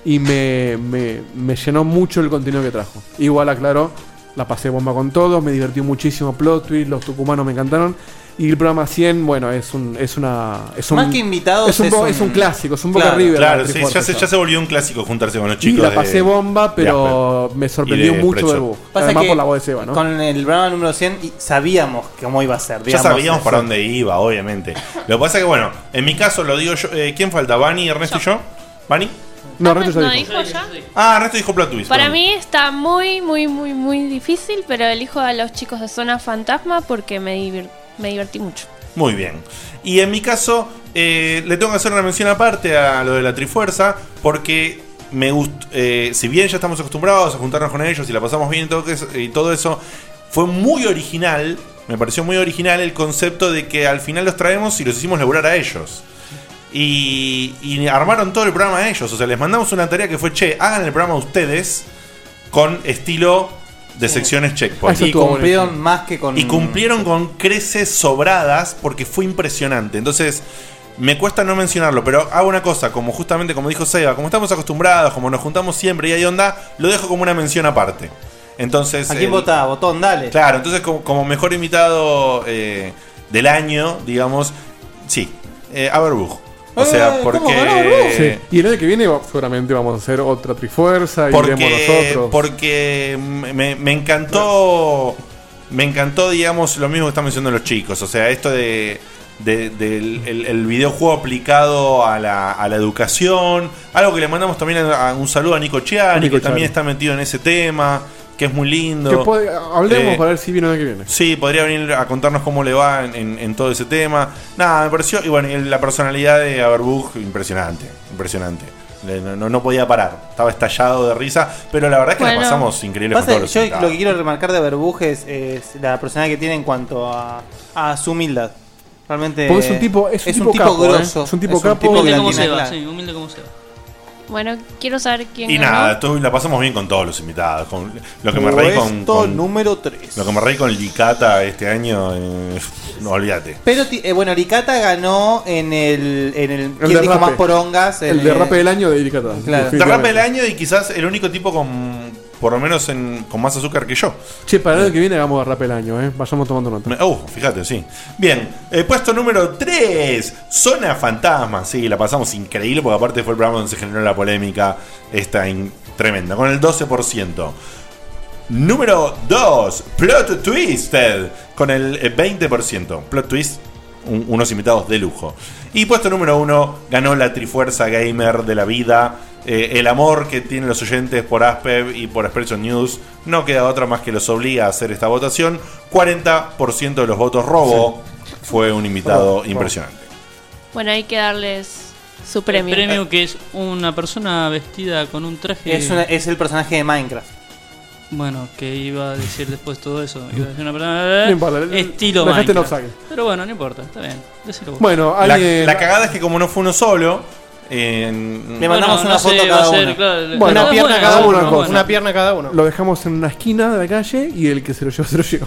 [SPEAKER 3] y me, me- me llenó mucho el contenido que trajo. Igual aclaro, la pasé bomba con todos, me divertí muchísimo plot twist, los tucumanos me encantaron. Y el programa 100, bueno, es un es una es un
[SPEAKER 4] Más que invitados,
[SPEAKER 3] es un,
[SPEAKER 4] es
[SPEAKER 3] bo-
[SPEAKER 4] un-
[SPEAKER 3] es un clásico, es un Boca River.
[SPEAKER 1] Claro,
[SPEAKER 3] la
[SPEAKER 1] sí,
[SPEAKER 3] Trifuerza,
[SPEAKER 1] ya, se, ya se volvió un clásico juntarse con los
[SPEAKER 3] y
[SPEAKER 1] chicos.
[SPEAKER 3] la
[SPEAKER 1] de-
[SPEAKER 3] pasé bomba, pero
[SPEAKER 1] de
[SPEAKER 3] me
[SPEAKER 1] Asper
[SPEAKER 3] sorprendió
[SPEAKER 1] y de
[SPEAKER 3] mucho
[SPEAKER 1] Pretzel.
[SPEAKER 3] Berbu.
[SPEAKER 4] Pasa
[SPEAKER 3] Además
[SPEAKER 4] que
[SPEAKER 3] por la voz de Seba, ¿no?
[SPEAKER 4] Con el programa número 100 y sabíamos cómo iba a ser.
[SPEAKER 1] Ya
[SPEAKER 4] digamos,
[SPEAKER 1] sabíamos
[SPEAKER 4] eso.
[SPEAKER 1] para dónde iba, obviamente. Lo que pasa es que, bueno, en mi caso lo digo yo. eh, ¿Quién falta? ¿Bani, Ernesto y yo? ¿Bani?
[SPEAKER 3] No, Ernesto
[SPEAKER 5] ¿No dijo ya?
[SPEAKER 1] Ah, Ernesto dijo Plot Twist.
[SPEAKER 5] Para
[SPEAKER 1] perdón.
[SPEAKER 5] mí está muy, muy, muy, muy difícil, pero elijo a los chicos de Zona Fantasma porque me, divir- me divertí mucho.
[SPEAKER 1] Muy bien. Y en mi caso, eh, le tengo que hacer una mención aparte a lo de la Trifuerza, porque me gust- eh, si bien ya estamos acostumbrados a juntarnos con ellos y la pasamos bien y todo, que es- y todo eso, fue muy original, me pareció muy original el concepto de que al final los traemos y los hicimos laburar a ellos. Y, y armaron todo el programa a ellos, o sea, les mandamos una tarea que fue, che, hagan el programa ustedes con estilo de secciones checkpoint.
[SPEAKER 4] Y cumplieron más que con.
[SPEAKER 1] Y cumplieron con creces sobradas porque fue impresionante. Entonces, me cuesta no mencionarlo, pero hago una cosa, como justamente como dijo Seba, como estamos acostumbrados, como nos juntamos siempre y hay onda, lo dejo como una mención aparte. Entonces,
[SPEAKER 4] ¿A quién
[SPEAKER 1] el-
[SPEAKER 4] votaba? Botón, dale.
[SPEAKER 1] Claro, entonces como, como mejor invitado eh, del año, digamos, sí, eh, Averbuch. O
[SPEAKER 4] Eh,
[SPEAKER 1] sea, porque...
[SPEAKER 3] Sí. Y el año que viene va- seguramente vamos a hacer otra Trifuerza y iremos
[SPEAKER 1] porque,
[SPEAKER 3] nosotros.
[SPEAKER 1] porque me, me encantó me encantó digamos lo mismo que están mencionando los chicos o sea esto de de- del el, el videojuego aplicado a la, a la educación algo que le mandamos también a, a un saludo a Nico Chiani
[SPEAKER 3] Nico
[SPEAKER 1] que también
[SPEAKER 3] Chiani.
[SPEAKER 1] está metido en ese tema que es muy lindo
[SPEAKER 3] Que puede- hablemos
[SPEAKER 1] Eh,
[SPEAKER 3] para ver si viene el año que viene.
[SPEAKER 1] Sí, podría venir a contarnos cómo le va en, en- en todo ese tema. Nada, me pareció. Y bueno, y la personalidad de Averbuch, impresionante. Impresionante. Le- No, no- no podía parar. Estaba estallado de risa. Pero la verdad es que
[SPEAKER 4] Bueno.
[SPEAKER 1] la pasamos increíble
[SPEAKER 4] Pasa
[SPEAKER 1] con todos
[SPEAKER 4] que
[SPEAKER 1] los
[SPEAKER 4] yo
[SPEAKER 1] invitados.
[SPEAKER 4] lo que quiero remarcar de Berbujes es, la personalidad que tiene en cuanto a, a su humildad. Realmente
[SPEAKER 3] Porque es un tipo- es un tipo capo,
[SPEAKER 4] grosso.
[SPEAKER 3] ¿eh? Es un tipo capo.
[SPEAKER 4] tipo
[SPEAKER 6] Humilde como
[SPEAKER 4] grandilocuente.
[SPEAKER 6] Seba,
[SPEAKER 4] Claro.
[SPEAKER 6] sí, humilde como Seba.
[SPEAKER 5] Bueno, quiero saber quién
[SPEAKER 1] Y
[SPEAKER 5] ganó.
[SPEAKER 1] nada, todo- la pasamos bien con todos los invitados. Con, lo que me
[SPEAKER 4] Puesto
[SPEAKER 1] reí con, con-
[SPEAKER 4] número 3.
[SPEAKER 1] Lo que me reí con Licata este año. eh, no olvídate.
[SPEAKER 4] Pero ti- eh, bueno, Ricata ganó en el. En el, ¿quién
[SPEAKER 1] derrape.
[SPEAKER 4] dijo más porongas?
[SPEAKER 1] El derrape
[SPEAKER 3] del año de Iricata.
[SPEAKER 4] Claro.
[SPEAKER 1] Derrape del año y quizás el único tipo con. Por lo menos en- con más azúcar que yo. Eh.
[SPEAKER 3] Che, para el año que viene hagamos derrape del año, ¿eh? Vayamos tomando nota.
[SPEAKER 1] Me- Oh, fíjate, sí. Bien, eh, puesto número 3, Zona Fantasma. Sí, la pasamos increíble porque aparte fue el programa donde se generó la polémica esta in- tremenda, con el 12%. Número 2, Plot Twisted, con el eh, 20%. Plot Twist, un- unos invitados de lujo. Y puesto número 1, ganó la Trifuerza Gamer de la vida. Eh, el amor que tienen los oyentes por Aspev y por Expression News no queda otra más que los obliga a hacer esta votación. 40% de los votos robo. Fue un invitado impresionante.
[SPEAKER 5] Bueno, hay que darles su premio.
[SPEAKER 6] El premio que es una persona vestida con un traje.
[SPEAKER 4] Es, una- eh, es el personaje de Minecraft.
[SPEAKER 6] Bueno, que iba a decir después todo eso. Iba a decir una
[SPEAKER 4] No
[SPEAKER 6] persona.
[SPEAKER 4] importa, lo-
[SPEAKER 6] estilo
[SPEAKER 4] lo dejaste en
[SPEAKER 6] Minecraft.
[SPEAKER 4] offside.
[SPEAKER 6] Pero bueno, no importa, está bien. Decilo vos.
[SPEAKER 1] la,
[SPEAKER 3] Eh,
[SPEAKER 1] la cagada es que como no fue uno solo, en-
[SPEAKER 4] Le mandamos
[SPEAKER 6] Bueno,
[SPEAKER 4] una
[SPEAKER 6] no sé,
[SPEAKER 4] foto a
[SPEAKER 6] va a
[SPEAKER 4] cada
[SPEAKER 6] ser,
[SPEAKER 4] uno.
[SPEAKER 6] claro, le-
[SPEAKER 3] Bueno,
[SPEAKER 6] Una pierna
[SPEAKER 3] cada uno,
[SPEAKER 6] una cosa.
[SPEAKER 3] Una
[SPEAKER 14] pierna cada uno.
[SPEAKER 3] Lo dejamos en una esquina de la calle y el que se lo lleva, se lo lleva.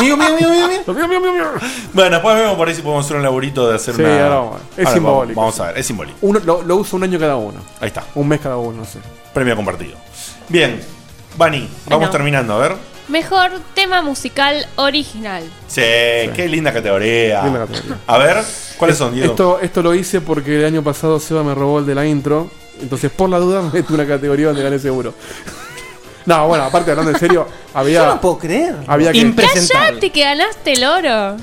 [SPEAKER 4] mío, mío, mío, mío,
[SPEAKER 3] mío. mío, mío, mío.
[SPEAKER 1] Bueno, después vemos por ahí si podemos hacer un laburito de hacer
[SPEAKER 3] Sí,
[SPEAKER 1] una.
[SPEAKER 3] ahora vamos a ver. Es
[SPEAKER 1] Ahora
[SPEAKER 3] simbólico.
[SPEAKER 1] Vamos, vamos a ver, es simbólico.
[SPEAKER 3] Uno, lo, lo uso un año cada uno.
[SPEAKER 1] Ahí está.
[SPEAKER 3] Un mes cada uno, no sé.
[SPEAKER 1] Premio compartido. Bien, Bani, vamos
[SPEAKER 5] Bueno.
[SPEAKER 1] terminando, a ver.
[SPEAKER 5] Mejor tema musical original.
[SPEAKER 1] Sí, qué linda categoría.
[SPEAKER 3] Linda categoría.
[SPEAKER 1] A ver, ¿cuáles son, Diego?
[SPEAKER 3] Esto, esto lo hice porque el año pasado Seba me robó el de la intro. Entonces, por la duda, metí una categoría donde gané seguro. No, bueno, aparte, hablando en serio, había.
[SPEAKER 4] Yo no puedo creer.
[SPEAKER 3] Había que.
[SPEAKER 5] ¡Cállate que ganaste el oro!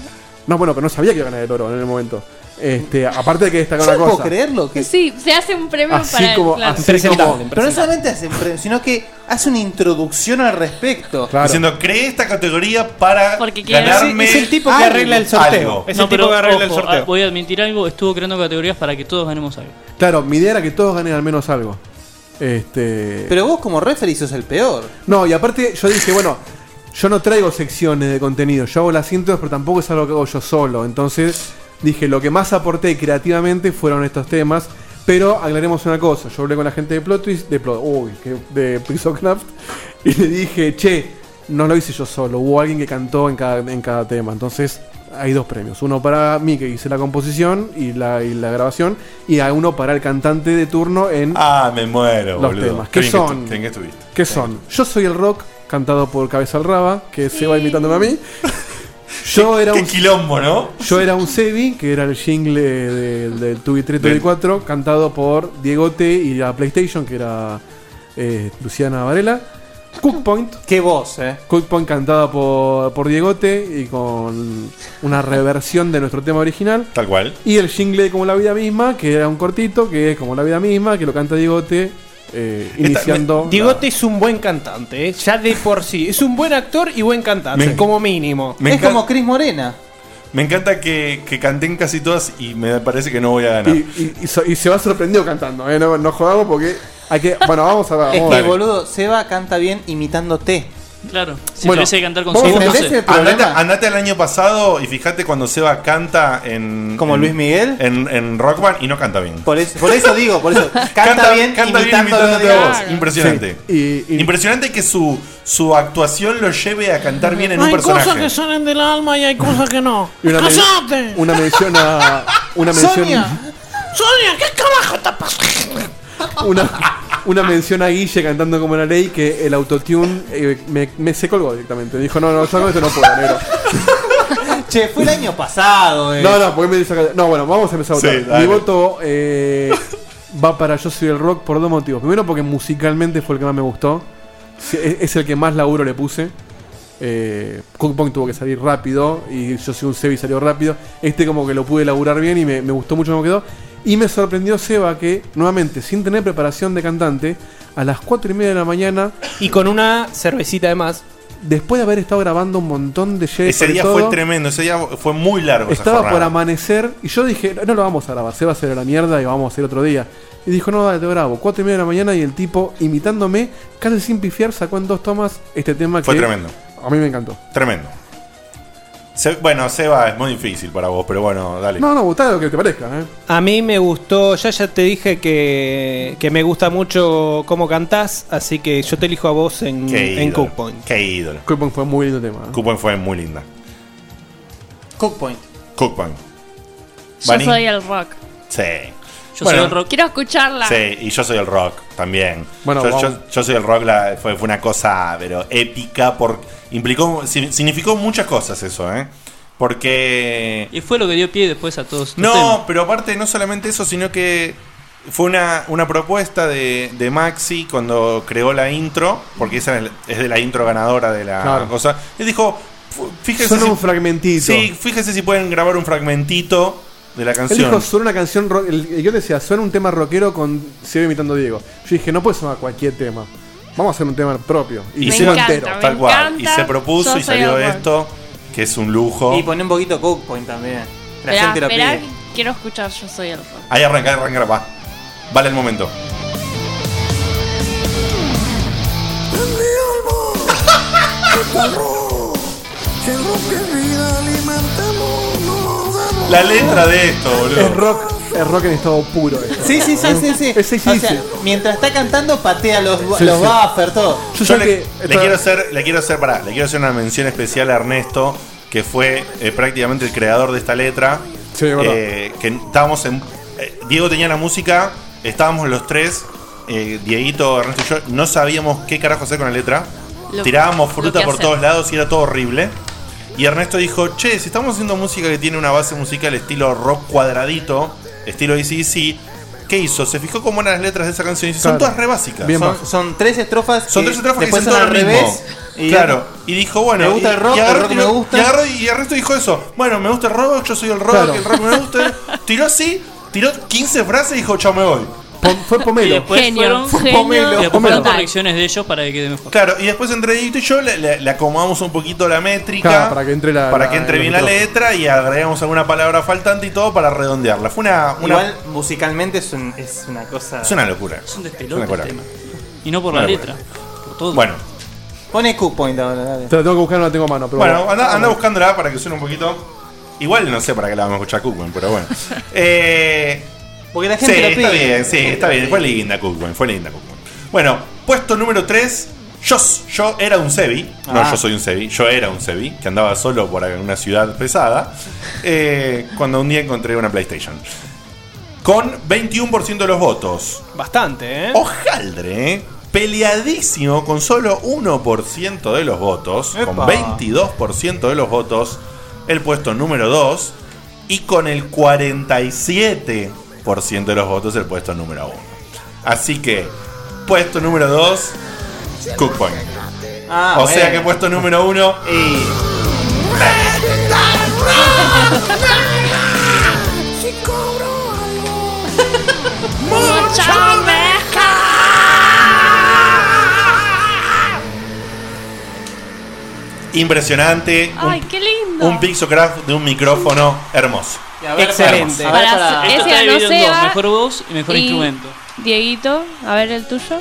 [SPEAKER 3] No, bueno, pero no sabía que iba a ganar el oro en el momento. Este, aparte de que destacar
[SPEAKER 4] Yo
[SPEAKER 3] una
[SPEAKER 4] no
[SPEAKER 3] cosa.
[SPEAKER 4] puedo creerlo. Que
[SPEAKER 5] Sí, se hace un premio
[SPEAKER 3] Así
[SPEAKER 5] para
[SPEAKER 3] como-
[SPEAKER 5] claro.
[SPEAKER 3] así Impresentable, como-
[SPEAKER 4] pero no solamente hace un premio, sino que hace una introducción al respecto.
[SPEAKER 1] Diciendo, creé esta categoría para
[SPEAKER 5] Eh,
[SPEAKER 6] quiere-
[SPEAKER 1] ganarme.
[SPEAKER 6] Es el- es el tipo que arregla el
[SPEAKER 1] sorteo.
[SPEAKER 6] No, pero, ojo, ah, Voy a admitir algo, estuvo creando categorías para que todos ganemos algo.
[SPEAKER 3] Claro, mi idea era que todos ganen al menos algo. Este.
[SPEAKER 4] Pero vos como referee sos el peor.
[SPEAKER 3] No, y aparte yo dije, bueno, yo no traigo secciones de contenido, yo hago las intros, pero tampoco es algo que hago yo solo. Entonces dije, lo que más aporté creativamente fueron estos temas. Pero aclaremos una cosa, yo hablé con la gente de Plot Twist, de Plot, uy, que- de Pixocraft, y le dije, che, no lo hice yo solo, hubo alguien que cantó en cada, en cada tema. Entonces, hay dos premios. Uno para mí, que hice la composición y la, y la grabación, y a uno para el cantante de turno en
[SPEAKER 1] Ah, me muero,
[SPEAKER 3] los
[SPEAKER 1] boludo.
[SPEAKER 3] temas. ¿Qué
[SPEAKER 1] Qué bien que
[SPEAKER 3] son?
[SPEAKER 1] estu- qué bien que estuviste.
[SPEAKER 3] ¿Qué son? Yo soy el rock, cantado por Cabeza al Raba, que se va imitándome a mí. Yo era un
[SPEAKER 1] quilombo, ¿no?
[SPEAKER 3] Yo era un Sebi, que era el jingle del de, del Tubi 3, Tubi 4, cantado por Diegote y la PlayStation, que era eh, Luciana Varela. Cookpoint.
[SPEAKER 4] Qué voz, eh.
[SPEAKER 3] Cookpoint cantada por, por Diegote y con una reversión de nuestro tema original.
[SPEAKER 1] Tal cual.
[SPEAKER 3] Y el jingle de Como la vida misma, que era un cortito, que es Como la vida misma, que lo canta Diegote, eh, iniciando.
[SPEAKER 14] Diegote es un buen cantante, ¿eh? ya de por sí. Es un buen actor y buen cantante,
[SPEAKER 1] Me-
[SPEAKER 14] como mínimo.
[SPEAKER 1] me Es encanta- como
[SPEAKER 4] Cris Morena.
[SPEAKER 1] Me encanta que, que canten casi todas y me parece que no voy a ganar.
[SPEAKER 3] y, y so- y se va sorprendido cantando, ¿eh? no, no jodamos porque hay que. Bueno, vamos a
[SPEAKER 4] Es
[SPEAKER 3] vamos
[SPEAKER 4] que,
[SPEAKER 3] a-
[SPEAKER 4] boludo, Seba canta bien imitándote.
[SPEAKER 6] Claro. Si
[SPEAKER 1] Bueno,
[SPEAKER 6] tuviese que cantar con
[SPEAKER 1] vos
[SPEAKER 6] su voz,
[SPEAKER 1] entendés
[SPEAKER 6] no sé.
[SPEAKER 1] el problema. andate, andate al año pasado y fíjate cuando Seba canta en.
[SPEAKER 4] ¿Como
[SPEAKER 1] en-
[SPEAKER 4] Luis Miguel?
[SPEAKER 1] En, en Rock Band y no canta bien.
[SPEAKER 4] Por eso, por eso digo, por eso. Canta, bien
[SPEAKER 1] canta bien
[SPEAKER 4] imitándote
[SPEAKER 1] imitándote
[SPEAKER 4] a
[SPEAKER 1] a
[SPEAKER 4] vos.
[SPEAKER 1] vos. Impresionante. Impresionante que su, su actuación lo lleve a cantar bien en un
[SPEAKER 18] hay
[SPEAKER 1] personaje.
[SPEAKER 18] cosas que salen del alma y hay cosas que no.
[SPEAKER 1] Y una men-
[SPEAKER 18] ¡Casate!
[SPEAKER 3] Una mención a. Una mención.
[SPEAKER 18] Sonia, ¿qué carajo está pasando?
[SPEAKER 3] una, una mención a Guille cantando como una ley que el autotune eh, me, me se colgó directamente. Dijo, no, no, yo con esto no puedo, negro.
[SPEAKER 4] Che, fue el año pasado, eh.
[SPEAKER 3] No, no, porque me dice- No, bueno, vamos a empezar a
[SPEAKER 4] Sí,
[SPEAKER 3] votar.
[SPEAKER 4] dale.
[SPEAKER 3] Mi voto eh, va para Yo Soy el Rock por dos motivos. Primero, porque musicalmente fue el que más me gustó. Sí, Es, es el que más laburo le puse. Eh, Cookpong tuvo que salir rápido y yo soy un Sebi salió rápido. Este como que lo pude laburar bien y me, me gustó mucho cómo quedó. Y me sorprendió Seba que, nuevamente, sin tener preparación de cantante, a las 4 y media de la mañana...
[SPEAKER 14] Y con una cervecita de más.
[SPEAKER 3] Después de haber estado grabando un montón de Jedi
[SPEAKER 1] Ese
[SPEAKER 3] sobre
[SPEAKER 1] día
[SPEAKER 3] todo,
[SPEAKER 1] fue tremendo, ese día fue muy largo. esa
[SPEAKER 3] estaba
[SPEAKER 1] jornada.
[SPEAKER 3] por amanecer y yo dije, no lo vamos a grabar, se va a hacer a la mierda y vamos a hacer otro día. Y dijo, no, dale, te grabo. Cuatro y media de la mañana y el tipo, imitándome, casi sin pifiar, sacó en dos tomas este tema
[SPEAKER 1] Fue
[SPEAKER 3] que
[SPEAKER 1] tremendo.
[SPEAKER 3] a mí me encantó.
[SPEAKER 1] Tremendo. Se- bueno, Seba es muy difícil para vos, pero bueno, dale.
[SPEAKER 3] No, no, gustá lo que te parezca. ¿eh?
[SPEAKER 14] A mí me gustó, ya ya te dije que, que me gusta mucho cómo cantás, así que yo te elijo a vos
[SPEAKER 2] Mm.
[SPEAKER 14] en,
[SPEAKER 1] Qué
[SPEAKER 14] en
[SPEAKER 1] ídolo.
[SPEAKER 14] Cookpoint.
[SPEAKER 1] Qué ídolo.
[SPEAKER 3] Cookpoint fue muy lindo tema.
[SPEAKER 1] Cookpoint fue muy linda.
[SPEAKER 4] Cookpoint.
[SPEAKER 1] Cookpoint.
[SPEAKER 5] Yo
[SPEAKER 1] Bani.
[SPEAKER 5] soy el rock.
[SPEAKER 1] Sí.
[SPEAKER 5] Yo
[SPEAKER 1] Bueno,
[SPEAKER 5] soy el rock. Quiero escucharla.
[SPEAKER 1] Sí, y yo soy el rock también.
[SPEAKER 3] Bueno,
[SPEAKER 1] yo,
[SPEAKER 3] vamos.
[SPEAKER 1] yo- yo soy el rock, la- fue, fue una cosa, pero épica, porque implicó, si- significó muchas cosas eso, ¿eh? Porque...
[SPEAKER 6] Y fue lo que dio pie después a todos.
[SPEAKER 1] No, pero aparte no solamente eso, sino que fue una, una propuesta de, de Maxi cuando creó la intro, porque esa es, es de la intro ganadora de la
[SPEAKER 3] Claro.
[SPEAKER 1] cosa. Y dijo, fu- fíjense
[SPEAKER 3] Solo
[SPEAKER 1] si-
[SPEAKER 3] un fragmentito.
[SPEAKER 1] Sí, fíjense si pueden grabar un fragmentito de la
[SPEAKER 3] Él dijo,
[SPEAKER 1] canción.
[SPEAKER 3] suena una canción rock. el- Yo decía, suena un tema rockero con Seba imitando a Diego. Yo dije, no puede sonar cualquier tema. Vamos a hacer un tema propio.
[SPEAKER 1] Y
[SPEAKER 3] lo
[SPEAKER 1] se-
[SPEAKER 3] hicimos
[SPEAKER 1] tal cual. Y se propuso
[SPEAKER 4] Yo
[SPEAKER 1] y
[SPEAKER 4] soy
[SPEAKER 1] salió
[SPEAKER 4] el rock.
[SPEAKER 1] esto, que es un lujo.
[SPEAKER 4] Y poné un poquito Cookpoint también. La
[SPEAKER 5] Esperá,
[SPEAKER 4] gente lo
[SPEAKER 5] esperá,
[SPEAKER 4] pide.
[SPEAKER 5] que quiero escuchar Yo soy el rock.
[SPEAKER 1] Ahí arranca, arranca, va. Vale el momento. La letra de esto, boludo.
[SPEAKER 3] Es rock, es rock en estado puro. esto.
[SPEAKER 4] Sí, sí, sí, sí, sí.
[SPEAKER 3] Es
[SPEAKER 4] O sea,
[SPEAKER 3] difícil.
[SPEAKER 4] mientras está cantando, patea los, los
[SPEAKER 1] Sí, sí.
[SPEAKER 4] buffers, todo.
[SPEAKER 1] Yo, le, le quiero hacer, le quiero hacer, pará, le quiero hacer una mención especial a Ernesto, que fue eh, prácticamente el creador de esta letra.
[SPEAKER 3] Sí, verdad.
[SPEAKER 1] Eh, que estábamos en. eh, Diego tenía la música, estábamos los tres, eh, Dieguito, Ernesto y yo, no sabíamos qué carajo hacer con la letra.
[SPEAKER 11] Lo-
[SPEAKER 1] Tirábamos
[SPEAKER 11] lo
[SPEAKER 1] fruta
[SPEAKER 11] que
[SPEAKER 1] por
[SPEAKER 11] hacer.
[SPEAKER 1] todos lados y era todo horrible. Y Ernesto dijo, che, si estamos haciendo música que tiene una base musical estilo rock cuadradito, estilo ACDC, ¿qué hizo? Se fijó cómo eran las letras de esa canción y dice, son
[SPEAKER 4] Claro.
[SPEAKER 1] todas re básicas.
[SPEAKER 4] Bien
[SPEAKER 1] son,
[SPEAKER 4] bajo. son tres estrofas.
[SPEAKER 1] son
[SPEAKER 4] que
[SPEAKER 1] tres estrofas que
[SPEAKER 4] después
[SPEAKER 1] son todas
[SPEAKER 4] son
[SPEAKER 1] al
[SPEAKER 4] al
[SPEAKER 1] revés.
[SPEAKER 4] revés, y-
[SPEAKER 1] claro. Y dijo, bueno.
[SPEAKER 4] Me gusta
[SPEAKER 1] y-
[SPEAKER 4] el rock,
[SPEAKER 1] y agarró
[SPEAKER 4] el rock
[SPEAKER 1] tiró-
[SPEAKER 4] me gusta.
[SPEAKER 1] Y, agarró y el resto dijo eso. Bueno, me gusta el rock, yo soy el rock,
[SPEAKER 3] Claro.
[SPEAKER 1] el rock me gusta. tiró así, tiró 15 frases y dijo, chao, me voy.
[SPEAKER 3] fue
[SPEAKER 6] Y después fueron, y después fueron correcciones de ellos para que quede mejor.
[SPEAKER 1] Claro, y después entre Edito y yo le, le- le acomodamos un poquito la métrica.
[SPEAKER 3] Claro, para que entre la-
[SPEAKER 1] para
[SPEAKER 3] la-
[SPEAKER 1] que entre
[SPEAKER 3] los
[SPEAKER 1] bien la
[SPEAKER 3] micrófonos.
[SPEAKER 1] letra y agregamos alguna palabra faltante y todo para redondearla. Fue una. una
[SPEAKER 4] Igual musicalmente es, un- es una cosa.
[SPEAKER 1] es una locura.
[SPEAKER 4] Es un
[SPEAKER 1] Es
[SPEAKER 4] despelote
[SPEAKER 1] una locura.
[SPEAKER 4] el tema.
[SPEAKER 6] este Y no por
[SPEAKER 1] Una
[SPEAKER 6] la
[SPEAKER 1] locura.
[SPEAKER 6] letra. Por todo.
[SPEAKER 1] Bueno,
[SPEAKER 4] Pone Cookpoint ahora, dale.
[SPEAKER 3] Te la tengo que buscar, no la tengo a mano. Pero
[SPEAKER 1] bueno, anda, anda buscándola para que suene un poquito. Igual no sé para qué la vamos a escuchar Cookman, pero bueno. Eh,
[SPEAKER 4] Porque la gente
[SPEAKER 1] sí,
[SPEAKER 4] lo
[SPEAKER 1] está
[SPEAKER 4] pide.
[SPEAKER 1] bien, sí, está bien. Fue linda Cookman, fue linda Cookman. Bueno, puesto número 3. Yo, yo era un Sebi. No,
[SPEAKER 4] Ah.
[SPEAKER 1] yo soy un Sebi. Yo era un Sebi que andaba solo por una ciudad pesada. eh, cuando un día encontré una PlayStation. Con 21% de los votos.
[SPEAKER 14] Bastante, ¿eh?
[SPEAKER 1] Hojaldre, ¿eh? peleadísimo con solo 1% de los votos, con
[SPEAKER 14] Epa.
[SPEAKER 1] 22% de los votos, el puesto número 2 y con el 47% de los votos el puesto número 1. Así que, puesto número 2, Cookpoint.
[SPEAKER 4] Ah,
[SPEAKER 1] o sea
[SPEAKER 4] bueno.
[SPEAKER 1] que puesto número 1
[SPEAKER 18] ¡Mucha oveja!
[SPEAKER 1] impresionante, un-
[SPEAKER 5] Ay, qué lindo.
[SPEAKER 1] un, pixocraft de un micrófono hermoso.
[SPEAKER 4] Y a ver,
[SPEAKER 1] Hermoso.
[SPEAKER 6] Excelente.
[SPEAKER 5] Para- ese
[SPEAKER 6] Esto está
[SPEAKER 5] ganó
[SPEAKER 6] dividido en
[SPEAKER 5] Seba
[SPEAKER 6] dos, mejor voz y mejor
[SPEAKER 5] y-
[SPEAKER 6] instrumento.
[SPEAKER 5] Dieguito, a ver el tuyo.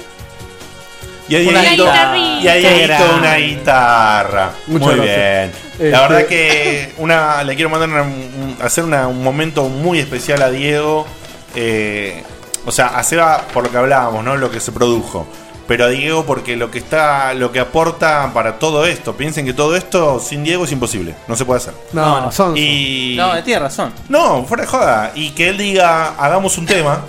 [SPEAKER 1] Y ahí
[SPEAKER 5] Una
[SPEAKER 1] editó-
[SPEAKER 5] guitarrita.
[SPEAKER 1] y ahí
[SPEAKER 5] Qué
[SPEAKER 1] editó
[SPEAKER 5] grande.
[SPEAKER 1] una guitarra.
[SPEAKER 3] Muchas
[SPEAKER 1] muy
[SPEAKER 3] gracias.
[SPEAKER 1] bien.
[SPEAKER 3] Este-
[SPEAKER 1] La verdad que una, le quiero mandar una- un- hacer una- un momento muy especial a Diego. Eh, o sea, a Seba por lo que hablábamos, ¿no? Lo que se produjo. Pero a Diego porque lo que está, lo que aporta para todo esto. Piensen que todo esto sin Diego es imposible. No se puede hacer.
[SPEAKER 3] No, no, son.
[SPEAKER 1] Y
[SPEAKER 4] No, tiene razón.
[SPEAKER 1] no, fuera de joda. Ah, Y que él diga, hagamos un tema.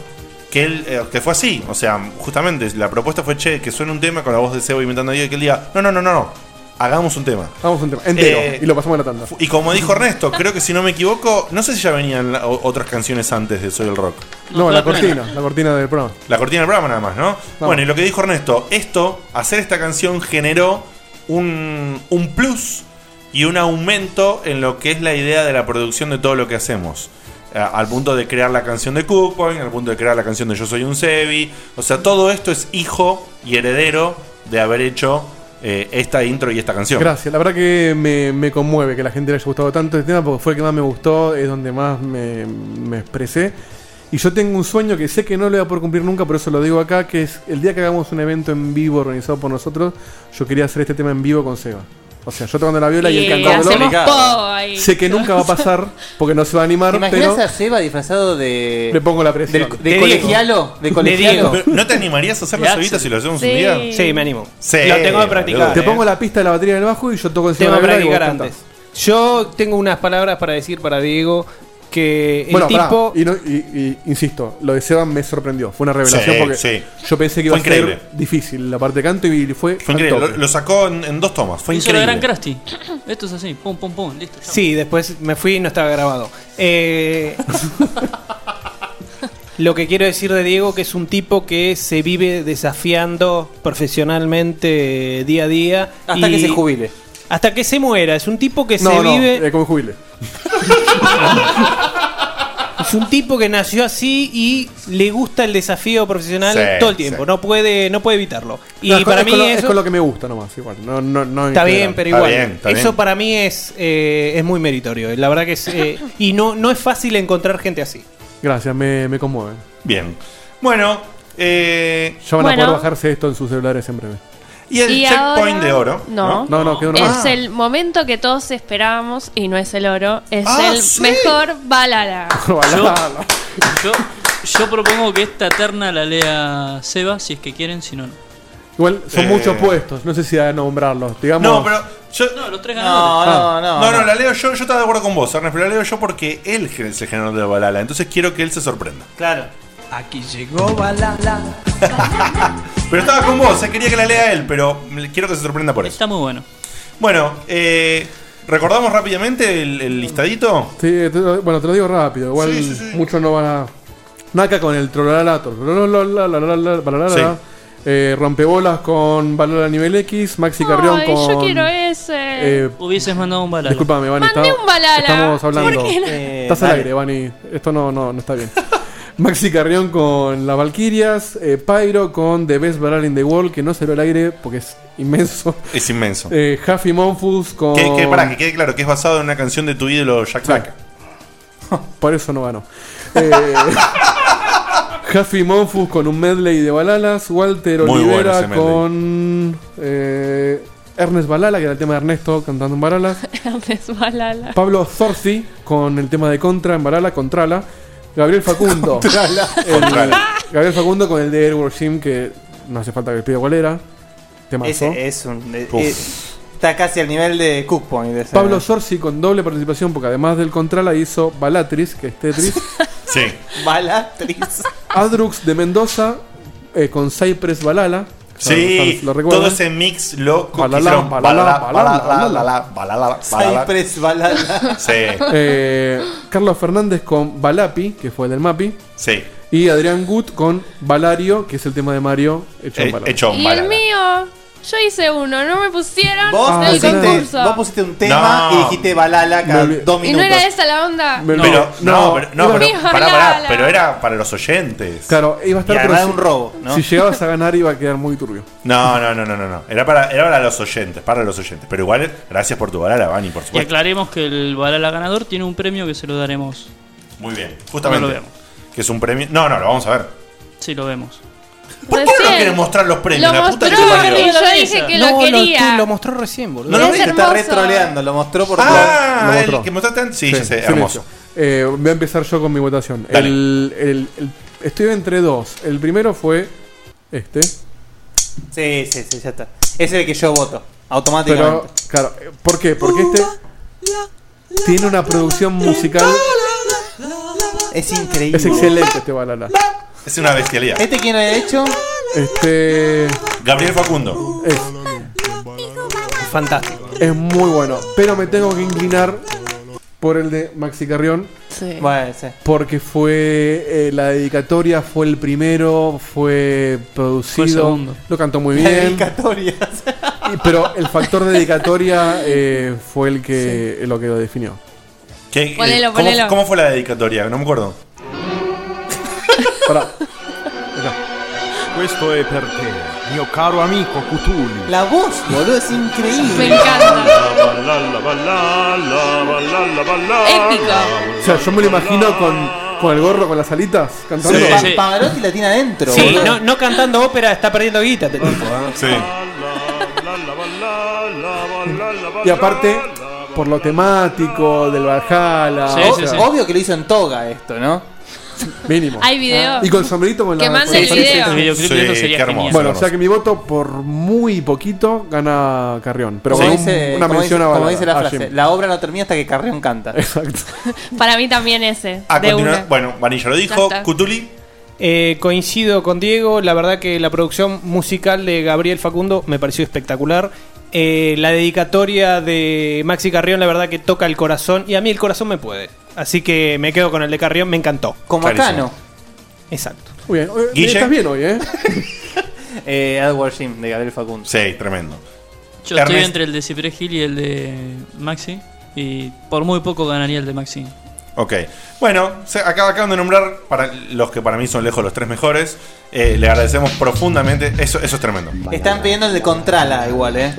[SPEAKER 1] Que él, eh, que fue así. O sea, justamente la propuesta fue, che, que suene un tema con la voz de Sebo inventando a Diego y que él diga, no, no, no, no, no. Hagamos un tema.
[SPEAKER 3] Vamos a un tema entero
[SPEAKER 1] Eh,
[SPEAKER 3] y lo pasamos en la tanda.
[SPEAKER 1] Y como dijo Ernesto, creo que si no me equivoco, no sé si ya venían la- o- otras canciones antes de Soy el Rock.
[SPEAKER 3] No, la cortina, la cortina del programa.
[SPEAKER 1] La cortina del programa nada más, ¿no? Bueno, y lo que dijo Ernesto, esto, hacer esta canción generó un, un plus y un aumento en lo que es la idea de la producción de todo lo que hacemos. A- Al punto de crear la canción de Cookpoint, al punto de crear la canción de Yo Soy un Sebi. O sea, todo esto es hijo y heredero de haber hecho eh, esta intro y esta canción.
[SPEAKER 3] Gracias, la verdad que me, me conmueve que la gente le haya gustado tanto este tema porque fue el que más me gustó, es donde más me, me expresé. Y yo tengo un sueño que sé que no lo voy a poder cumplir nunca, por eso lo digo acá, que es el día que hagamos un evento en vivo organizado por nosotros, yo quería hacer este tema en vivo con Seba. O sea, yo tocando la viola y,
[SPEAKER 5] Y
[SPEAKER 3] el cantándolo.
[SPEAKER 5] hacemos todo ahí.
[SPEAKER 3] Sé que nunca va a pasar porque no se va a animar,
[SPEAKER 4] ¿Te imaginas
[SPEAKER 3] pero
[SPEAKER 4] a Seba disfrazado de.
[SPEAKER 3] le pongo la presión.
[SPEAKER 4] Del- de De colegialo, Diego. de colegialo.
[SPEAKER 1] Pero, ¿No te animarías a hacer la solita si lo hacemos un día?
[SPEAKER 14] Sí, me animo.
[SPEAKER 1] Sí,
[SPEAKER 14] Lo tengo que practicar.
[SPEAKER 1] boludo.
[SPEAKER 3] Te pongo la pista de la batería del bajo y yo toco encima
[SPEAKER 14] Tengo
[SPEAKER 3] de
[SPEAKER 14] que
[SPEAKER 3] la viola y vos
[SPEAKER 14] practicar
[SPEAKER 3] cantás.
[SPEAKER 14] antes. Yo tengo unas palabras para decir para Diego que el
[SPEAKER 3] Bueno, pará,
[SPEAKER 14] tipo.
[SPEAKER 3] y, no- y- y insisto, lo de Seba me sorprendió. Fue una revelación
[SPEAKER 1] Sí,
[SPEAKER 3] porque
[SPEAKER 1] sí.
[SPEAKER 3] yo pensé que iba
[SPEAKER 1] Fue
[SPEAKER 3] a
[SPEAKER 1] increíble.
[SPEAKER 3] ser difícil la parte de canto y fue.
[SPEAKER 1] Fue increíble, lo, lo sacó en, en dos tomas, fue
[SPEAKER 6] Hizo la
[SPEAKER 1] increíble.
[SPEAKER 6] gran Krusty. Esto es así, pum, pum, pum, listo.
[SPEAKER 14] Sí, después me fui y no estaba grabado. Eh, lo que quiero decir de Diego que es un tipo que se vive desafiando profesionalmente día a día.
[SPEAKER 4] Hasta
[SPEAKER 14] y-
[SPEAKER 4] que se jubile.
[SPEAKER 14] Hasta que se muera. Es un tipo que
[SPEAKER 3] No,
[SPEAKER 14] se
[SPEAKER 3] no,
[SPEAKER 14] vive.
[SPEAKER 3] eh, como jubile.
[SPEAKER 14] Es un tipo que nació así y le gusta el desafío profesional
[SPEAKER 3] Sí,
[SPEAKER 14] todo el tiempo. No puede, no puede evitarlo. Y
[SPEAKER 3] No, es con-
[SPEAKER 14] para
[SPEAKER 3] es
[SPEAKER 14] mí
[SPEAKER 3] con lo-
[SPEAKER 14] eso
[SPEAKER 3] es con lo que me gusta nomás, igual. No, no, no en
[SPEAKER 14] está
[SPEAKER 3] general.
[SPEAKER 14] bien, pero igual eso para mí es eh, es muy meritorio. La verdad que es eh, y no no es fácil encontrar gente así.
[SPEAKER 3] Gracias, me, me conmueve.
[SPEAKER 1] Bien. Bueno, eh,
[SPEAKER 3] Ya van a
[SPEAKER 5] Bueno.
[SPEAKER 3] poder bajarse esto en sus celulares en breve.
[SPEAKER 1] Y el
[SPEAKER 5] Y
[SPEAKER 1] checkpoint
[SPEAKER 5] ahora-
[SPEAKER 1] de oro.
[SPEAKER 5] No.
[SPEAKER 3] No, no, quedó nomás.
[SPEAKER 5] Es el momento que todos esperábamos y no es el oro, es
[SPEAKER 18] Ah,
[SPEAKER 5] el
[SPEAKER 18] sí.
[SPEAKER 5] mejor balada.
[SPEAKER 6] Yo, yo, yo propongo que esta terna la lea Seba si es que quieren, si no, no.
[SPEAKER 3] Igual son
[SPEAKER 1] Eh.
[SPEAKER 3] muchos puestos, no sé si a nombrarlos. Digamos,
[SPEAKER 1] No, pero yo.
[SPEAKER 6] No, los tres
[SPEAKER 4] No,
[SPEAKER 6] ganadores.
[SPEAKER 3] Ah.
[SPEAKER 4] no, no.
[SPEAKER 1] No, no, la leo yo, yo estaba de acuerdo con vos, Ernest, pero la leo yo porque él es el generador de Balala, entonces quiero que él se sorprenda.
[SPEAKER 4] Claro.
[SPEAKER 9] Aquí llegó Balala.
[SPEAKER 1] Pero estaba con vos, eh, quería que la lea él, pero me- quiero que se sorprenda por eso. Está
[SPEAKER 6] muy bueno.
[SPEAKER 1] Bueno, eh, ¿recordamos rápidamente el, el listadito?
[SPEAKER 3] Sí, eh, te lo- bueno, te lo digo rápido. Igual
[SPEAKER 1] Sí, sí, sí.
[SPEAKER 3] muchos no van a. Naca con el trolalato.
[SPEAKER 1] Sí.
[SPEAKER 3] eh, rompebolas con valor a nivel X. Maxi Carrión
[SPEAKER 5] Ay,
[SPEAKER 3] con.
[SPEAKER 5] yo quiero ese.
[SPEAKER 3] Eh,
[SPEAKER 6] Hubieses mandado un balada.
[SPEAKER 3] Disculpame, Vani.
[SPEAKER 5] Mandé
[SPEAKER 3] está-
[SPEAKER 5] un balala.
[SPEAKER 3] Estamos hablando.
[SPEAKER 5] ¿Por qué no?
[SPEAKER 3] Eh, Estás al
[SPEAKER 5] dale.
[SPEAKER 3] aire, Vani. Esto no, no, no está bien. Maxi Carrión con las Valkyrias. eh, Pyro con The Best Balala in the World, que no salió al aire porque es inmenso.
[SPEAKER 1] Es inmenso.
[SPEAKER 3] Eh, Huffy Monfus con.
[SPEAKER 1] Que, que- pará, que quede claro que es basado en una canción de tu ídolo Jack Black.
[SPEAKER 3] Por eso no ganó. Eh, Huffy Monfus con un medley de balalas. Walter
[SPEAKER 1] Muy bueno
[SPEAKER 3] Olivera
[SPEAKER 1] ese medley.
[SPEAKER 3] con eh, Ernest Balala, que era el tema de Ernesto cantando en balalas.
[SPEAKER 5] Ernest Balala.
[SPEAKER 3] Pablo Zorzi con el tema de Contra en balala, Contrala. Gabriel Facundo.
[SPEAKER 19] Contrala.
[SPEAKER 3] El-
[SPEAKER 19] Contrala.
[SPEAKER 3] Gabriel Facundo con el de Airworld Sim, que no hace falta que les pida cuál era. Temazo.
[SPEAKER 4] Ese es un. eh,
[SPEAKER 3] Uf.
[SPEAKER 4] eh, está casi al nivel de Cookpoint. de ese-
[SPEAKER 3] Pablo Sorsi con doble participación, porque además del Contrala hizo Balatris, que es Tetris.
[SPEAKER 20] sí.
[SPEAKER 4] Balatris.
[SPEAKER 3] Adrux de Mendoza eh, con Cypress Balala.
[SPEAKER 1] Sí,
[SPEAKER 3] ¿Lo ¿eh? recuerdan?
[SPEAKER 1] todo ese mix loco
[SPEAKER 3] Balala,
[SPEAKER 1] que hicieron.
[SPEAKER 3] balala,
[SPEAKER 1] Balala,
[SPEAKER 3] balala,
[SPEAKER 1] balala,
[SPEAKER 3] balala.
[SPEAKER 1] balala, balala.
[SPEAKER 4] Cypress Balala.
[SPEAKER 1] Sí.
[SPEAKER 3] Eh, Carlos Fernández con Balapi, que fue el del Mapi.
[SPEAKER 1] Sí.
[SPEAKER 3] Y Adrián Gut con Balario, que es el tema de Mario hecho
[SPEAKER 1] Eh,
[SPEAKER 3] en Balapi.
[SPEAKER 1] hecho
[SPEAKER 5] Y el mío, yo hice uno, no me pusieron
[SPEAKER 4] Vos,
[SPEAKER 5] del
[SPEAKER 4] pusiste,
[SPEAKER 5] concurso.
[SPEAKER 4] vos pusiste un tema
[SPEAKER 1] No.
[SPEAKER 4] y dijiste Balala cada
[SPEAKER 1] Me olvidé.
[SPEAKER 4] dos
[SPEAKER 5] Y no
[SPEAKER 4] minutos.
[SPEAKER 5] era esa la onda.
[SPEAKER 1] No, pero, no, pero, no,
[SPEAKER 5] Iba-
[SPEAKER 1] pero,
[SPEAKER 5] Ah, Dijo
[SPEAKER 1] pará,
[SPEAKER 5] nada.
[SPEAKER 1] pará, pero era para los oyentes.
[SPEAKER 3] Claro, iba a estar
[SPEAKER 1] Y
[SPEAKER 3] pero
[SPEAKER 1] además
[SPEAKER 3] si-
[SPEAKER 1] un robo, ¿no?
[SPEAKER 3] Si llegabas a ganar iba a quedar muy turbio.
[SPEAKER 1] No, no, no, no, no, no. Era para, era para los oyentes, para los oyentes. Pero igual, gracias por tu balala, Vani, por
[SPEAKER 6] Y
[SPEAKER 1] supuesto.
[SPEAKER 6] aclaremos que el Balala ganador tiene un premio que se lo daremos.
[SPEAKER 1] Muy bien,
[SPEAKER 6] No
[SPEAKER 1] justamente.
[SPEAKER 6] lo vemos.
[SPEAKER 1] que es un premio. No, no, lo vamos a ver.
[SPEAKER 6] Sí, lo vemos.
[SPEAKER 1] ¿Por qué no nos quieren mostrar los premios?
[SPEAKER 6] Lo
[SPEAKER 1] la puta que
[SPEAKER 6] mostró
[SPEAKER 1] te parió?
[SPEAKER 6] y yo dije que lo
[SPEAKER 2] No,
[SPEAKER 6] quería.
[SPEAKER 2] tú lo mostró recién, boludo.
[SPEAKER 1] No lo
[SPEAKER 2] Es
[SPEAKER 1] viste,
[SPEAKER 4] está
[SPEAKER 2] hermoso.
[SPEAKER 4] retroleando, lo mostró por
[SPEAKER 1] Ah,
[SPEAKER 3] Lo
[SPEAKER 1] el
[SPEAKER 3] mostró.
[SPEAKER 1] que mostraste antes. Sí, ya sé,
[SPEAKER 3] silencio.
[SPEAKER 1] hermoso.
[SPEAKER 3] Eh, voy a empezar yo con mi votación.
[SPEAKER 1] Dale.
[SPEAKER 3] El- el- el- estoy entre dos. El primero fue este.
[SPEAKER 4] Sí, sí, sí, ya está. Es el que yo voto, automáticamente.
[SPEAKER 3] Pero, claro, ¿por qué? Porque este tiene una producción musical.
[SPEAKER 4] Es increíble.
[SPEAKER 3] Es excelente este balala.
[SPEAKER 1] Es una bestialidad.
[SPEAKER 4] ¿Este quién ha hecho?
[SPEAKER 3] Este.
[SPEAKER 1] Gabriel Facundo.
[SPEAKER 3] Es.
[SPEAKER 2] Fantástico.
[SPEAKER 3] Es muy bueno. Pero me tengo que inclinar por el de Maxi Carrión.
[SPEAKER 4] Sí. Bueno, sí.
[SPEAKER 3] Porque fue eh, la dedicatoria, fue el primero, fue producido.
[SPEAKER 4] segundo.
[SPEAKER 3] Lo cantó muy
[SPEAKER 4] La
[SPEAKER 3] bien.
[SPEAKER 4] dedicatoria.
[SPEAKER 3] Y- Pero el factor dedicatoria eh, fue el que lo que lo definió.
[SPEAKER 1] ¿Qué- eh,
[SPEAKER 5] Ponelo,
[SPEAKER 1] ¿cómo,
[SPEAKER 5] ponelo.
[SPEAKER 1] cómo fue la dedicatoria? No me acuerdo.
[SPEAKER 21] Questo è per te, mio caro amico Cutuli.
[SPEAKER 4] La voz, boludo, es increíble.
[SPEAKER 5] Me encanta.
[SPEAKER 4] Épico.
[SPEAKER 3] O sea, yo me lo imagino con, con el gorro, con las alitas, cantando.
[SPEAKER 4] Pa- Pavarotti la tiene adentro.
[SPEAKER 2] Sí,
[SPEAKER 4] boludo.
[SPEAKER 2] no, no cantando ópera está perdiendo guita este tipo. ¿eh?
[SPEAKER 1] Sí.
[SPEAKER 3] Y aparte, por lo temático, del Valhalla.
[SPEAKER 4] Sí,
[SPEAKER 3] O-
[SPEAKER 4] sí, sí. Obvio que lo hizo en toga esto, ¿no?
[SPEAKER 3] Mínimo.
[SPEAKER 5] Hay video.
[SPEAKER 3] Ah, Y con sombrerito con la.
[SPEAKER 5] Que mande
[SPEAKER 3] con la
[SPEAKER 5] el video.
[SPEAKER 3] salita.
[SPEAKER 5] El
[SPEAKER 1] videoclip de esto Sí, sería qué hermoso, genial.
[SPEAKER 3] Bueno, o
[SPEAKER 1] hermoso.
[SPEAKER 3] sea que mi voto por muy poquito gana Carrión. Pero
[SPEAKER 4] como
[SPEAKER 3] con un-
[SPEAKER 4] dice,
[SPEAKER 3] una
[SPEAKER 4] como
[SPEAKER 3] mención
[SPEAKER 4] dice-
[SPEAKER 3] a
[SPEAKER 4] como
[SPEAKER 3] Balada,
[SPEAKER 4] dice la
[SPEAKER 3] a
[SPEAKER 4] frase,
[SPEAKER 3] Jim.
[SPEAKER 4] la obra no termina hasta que Carrión canta.
[SPEAKER 3] Exacto.
[SPEAKER 5] Para mí también ese.
[SPEAKER 1] A
[SPEAKER 5] de
[SPEAKER 1] continuar-
[SPEAKER 5] una.
[SPEAKER 1] Ah, Bueno, Vanilla lo
[SPEAKER 5] Ya
[SPEAKER 1] dijo.
[SPEAKER 5] está.
[SPEAKER 1] Cutuli.
[SPEAKER 2] Eh, coincido con Diego, la verdad que la producción musical de Gabriel Facundo me pareció espectacular. Eh, la dedicatoria de Maxi Carrión, la verdad que toca el corazón y a mí el corazón me puede. Así que me quedo con el de Carrión, me encantó.
[SPEAKER 4] Como a Clarísimo. Cano.
[SPEAKER 2] Exacto.
[SPEAKER 3] Muy bien. Eh,
[SPEAKER 1] Guille.
[SPEAKER 3] Estás bien hoy, ¿eh?
[SPEAKER 4] eh,
[SPEAKER 2] Este
[SPEAKER 4] Edward Jim de Gabriel Facundo.
[SPEAKER 1] Sí, tremendo.
[SPEAKER 6] Yo estoy
[SPEAKER 1] Ernest.
[SPEAKER 6] entre el de Cypress Hill y el de Maxi. Y por muy poco ganaría el de Maxi.
[SPEAKER 1] Ok. Bueno, se acá- acaban de nombrar para los que para mí son lejos los tres mejores. Eh, le agradecemos profundamente. Eso, eso es tremendo.
[SPEAKER 4] Están pidiendo el de Contrala igual, eh.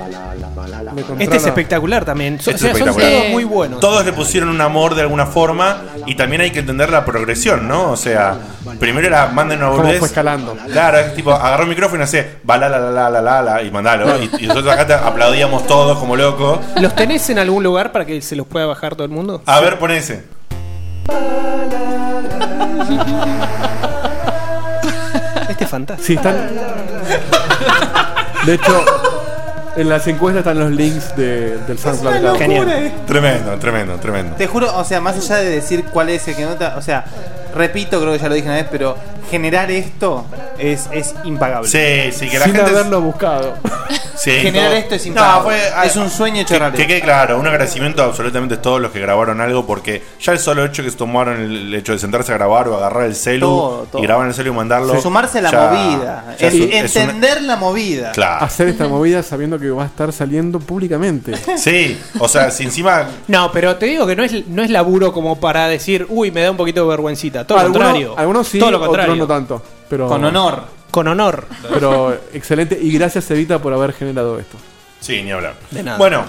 [SPEAKER 2] Este es espectacular también. So-
[SPEAKER 1] Esto Este es
[SPEAKER 2] o sea, son
[SPEAKER 1] espectacular.
[SPEAKER 2] todos muy buenos.
[SPEAKER 1] Todos le pusieron un amor de alguna forma y también hay que entender la progresión, ¿no? O sea, primero era manden una
[SPEAKER 3] Cómo
[SPEAKER 1] boludez.
[SPEAKER 3] fue escalando.
[SPEAKER 1] Claro, es tipo, agarró el micrófono y hace balala la la la la la y mandalo. Y, y nosotros acá te aplaudíamos todos como locos.
[SPEAKER 2] ¿Los tenés en algún lugar para que se los pueda bajar todo el mundo?
[SPEAKER 1] A ver, pon ese.
[SPEAKER 2] Este es fantástico.
[SPEAKER 3] Sí, están. De hecho, en las encuestas están los links de- del SoundCloud.
[SPEAKER 4] una locura
[SPEAKER 3] Genial.
[SPEAKER 4] esto.
[SPEAKER 1] Tremendo, tremendo, tremendo.
[SPEAKER 4] Te juro, o sea, más allá de decir cuál es el que nota, o sea, repito, creo que ya lo dije una vez, pero generar esto es, es impagable.
[SPEAKER 1] Sí, sí, que la Sin gente- haberlo
[SPEAKER 3] buscado.
[SPEAKER 1] Sí,
[SPEAKER 4] generar
[SPEAKER 1] todo-
[SPEAKER 4] esto es
[SPEAKER 1] No,
[SPEAKER 4] impagable.
[SPEAKER 1] fue- ah,
[SPEAKER 4] es un sueño hecho
[SPEAKER 1] Que,
[SPEAKER 4] realidad.
[SPEAKER 1] que quede claro, un agradecimiento a absolutamente todos los que grabaron algo, porque ya el solo hecho que se tomaron el, el hecho de sentarse a grabar o agarrar el celu
[SPEAKER 4] Todo, todo.
[SPEAKER 1] y grabar el celu y mandarlo.
[SPEAKER 4] Sumarse a la
[SPEAKER 1] ya-
[SPEAKER 4] movida.
[SPEAKER 1] Ah, ya
[SPEAKER 4] Es-
[SPEAKER 1] es un- es una-
[SPEAKER 4] entender la movida.
[SPEAKER 1] Claro.
[SPEAKER 3] Hacer esta movida sabiendo que va a estar saliendo públicamente.
[SPEAKER 1] Sí, o sea, si encima.
[SPEAKER 2] No, pero te digo que no es, no es laburo como para decir, uy, me da un poquito de vergüencita. Todo lo
[SPEAKER 3] Algunos-
[SPEAKER 2] contrario.
[SPEAKER 3] Algunos sí,
[SPEAKER 2] Todo lo contrario.
[SPEAKER 3] otros no tanto. Pero,
[SPEAKER 2] Con honor. Con honor.
[SPEAKER 3] Pero excelente. Y gracias, Evita, por haber generado esto.
[SPEAKER 1] Sí, ni hablar.
[SPEAKER 3] De nada.
[SPEAKER 1] Bueno,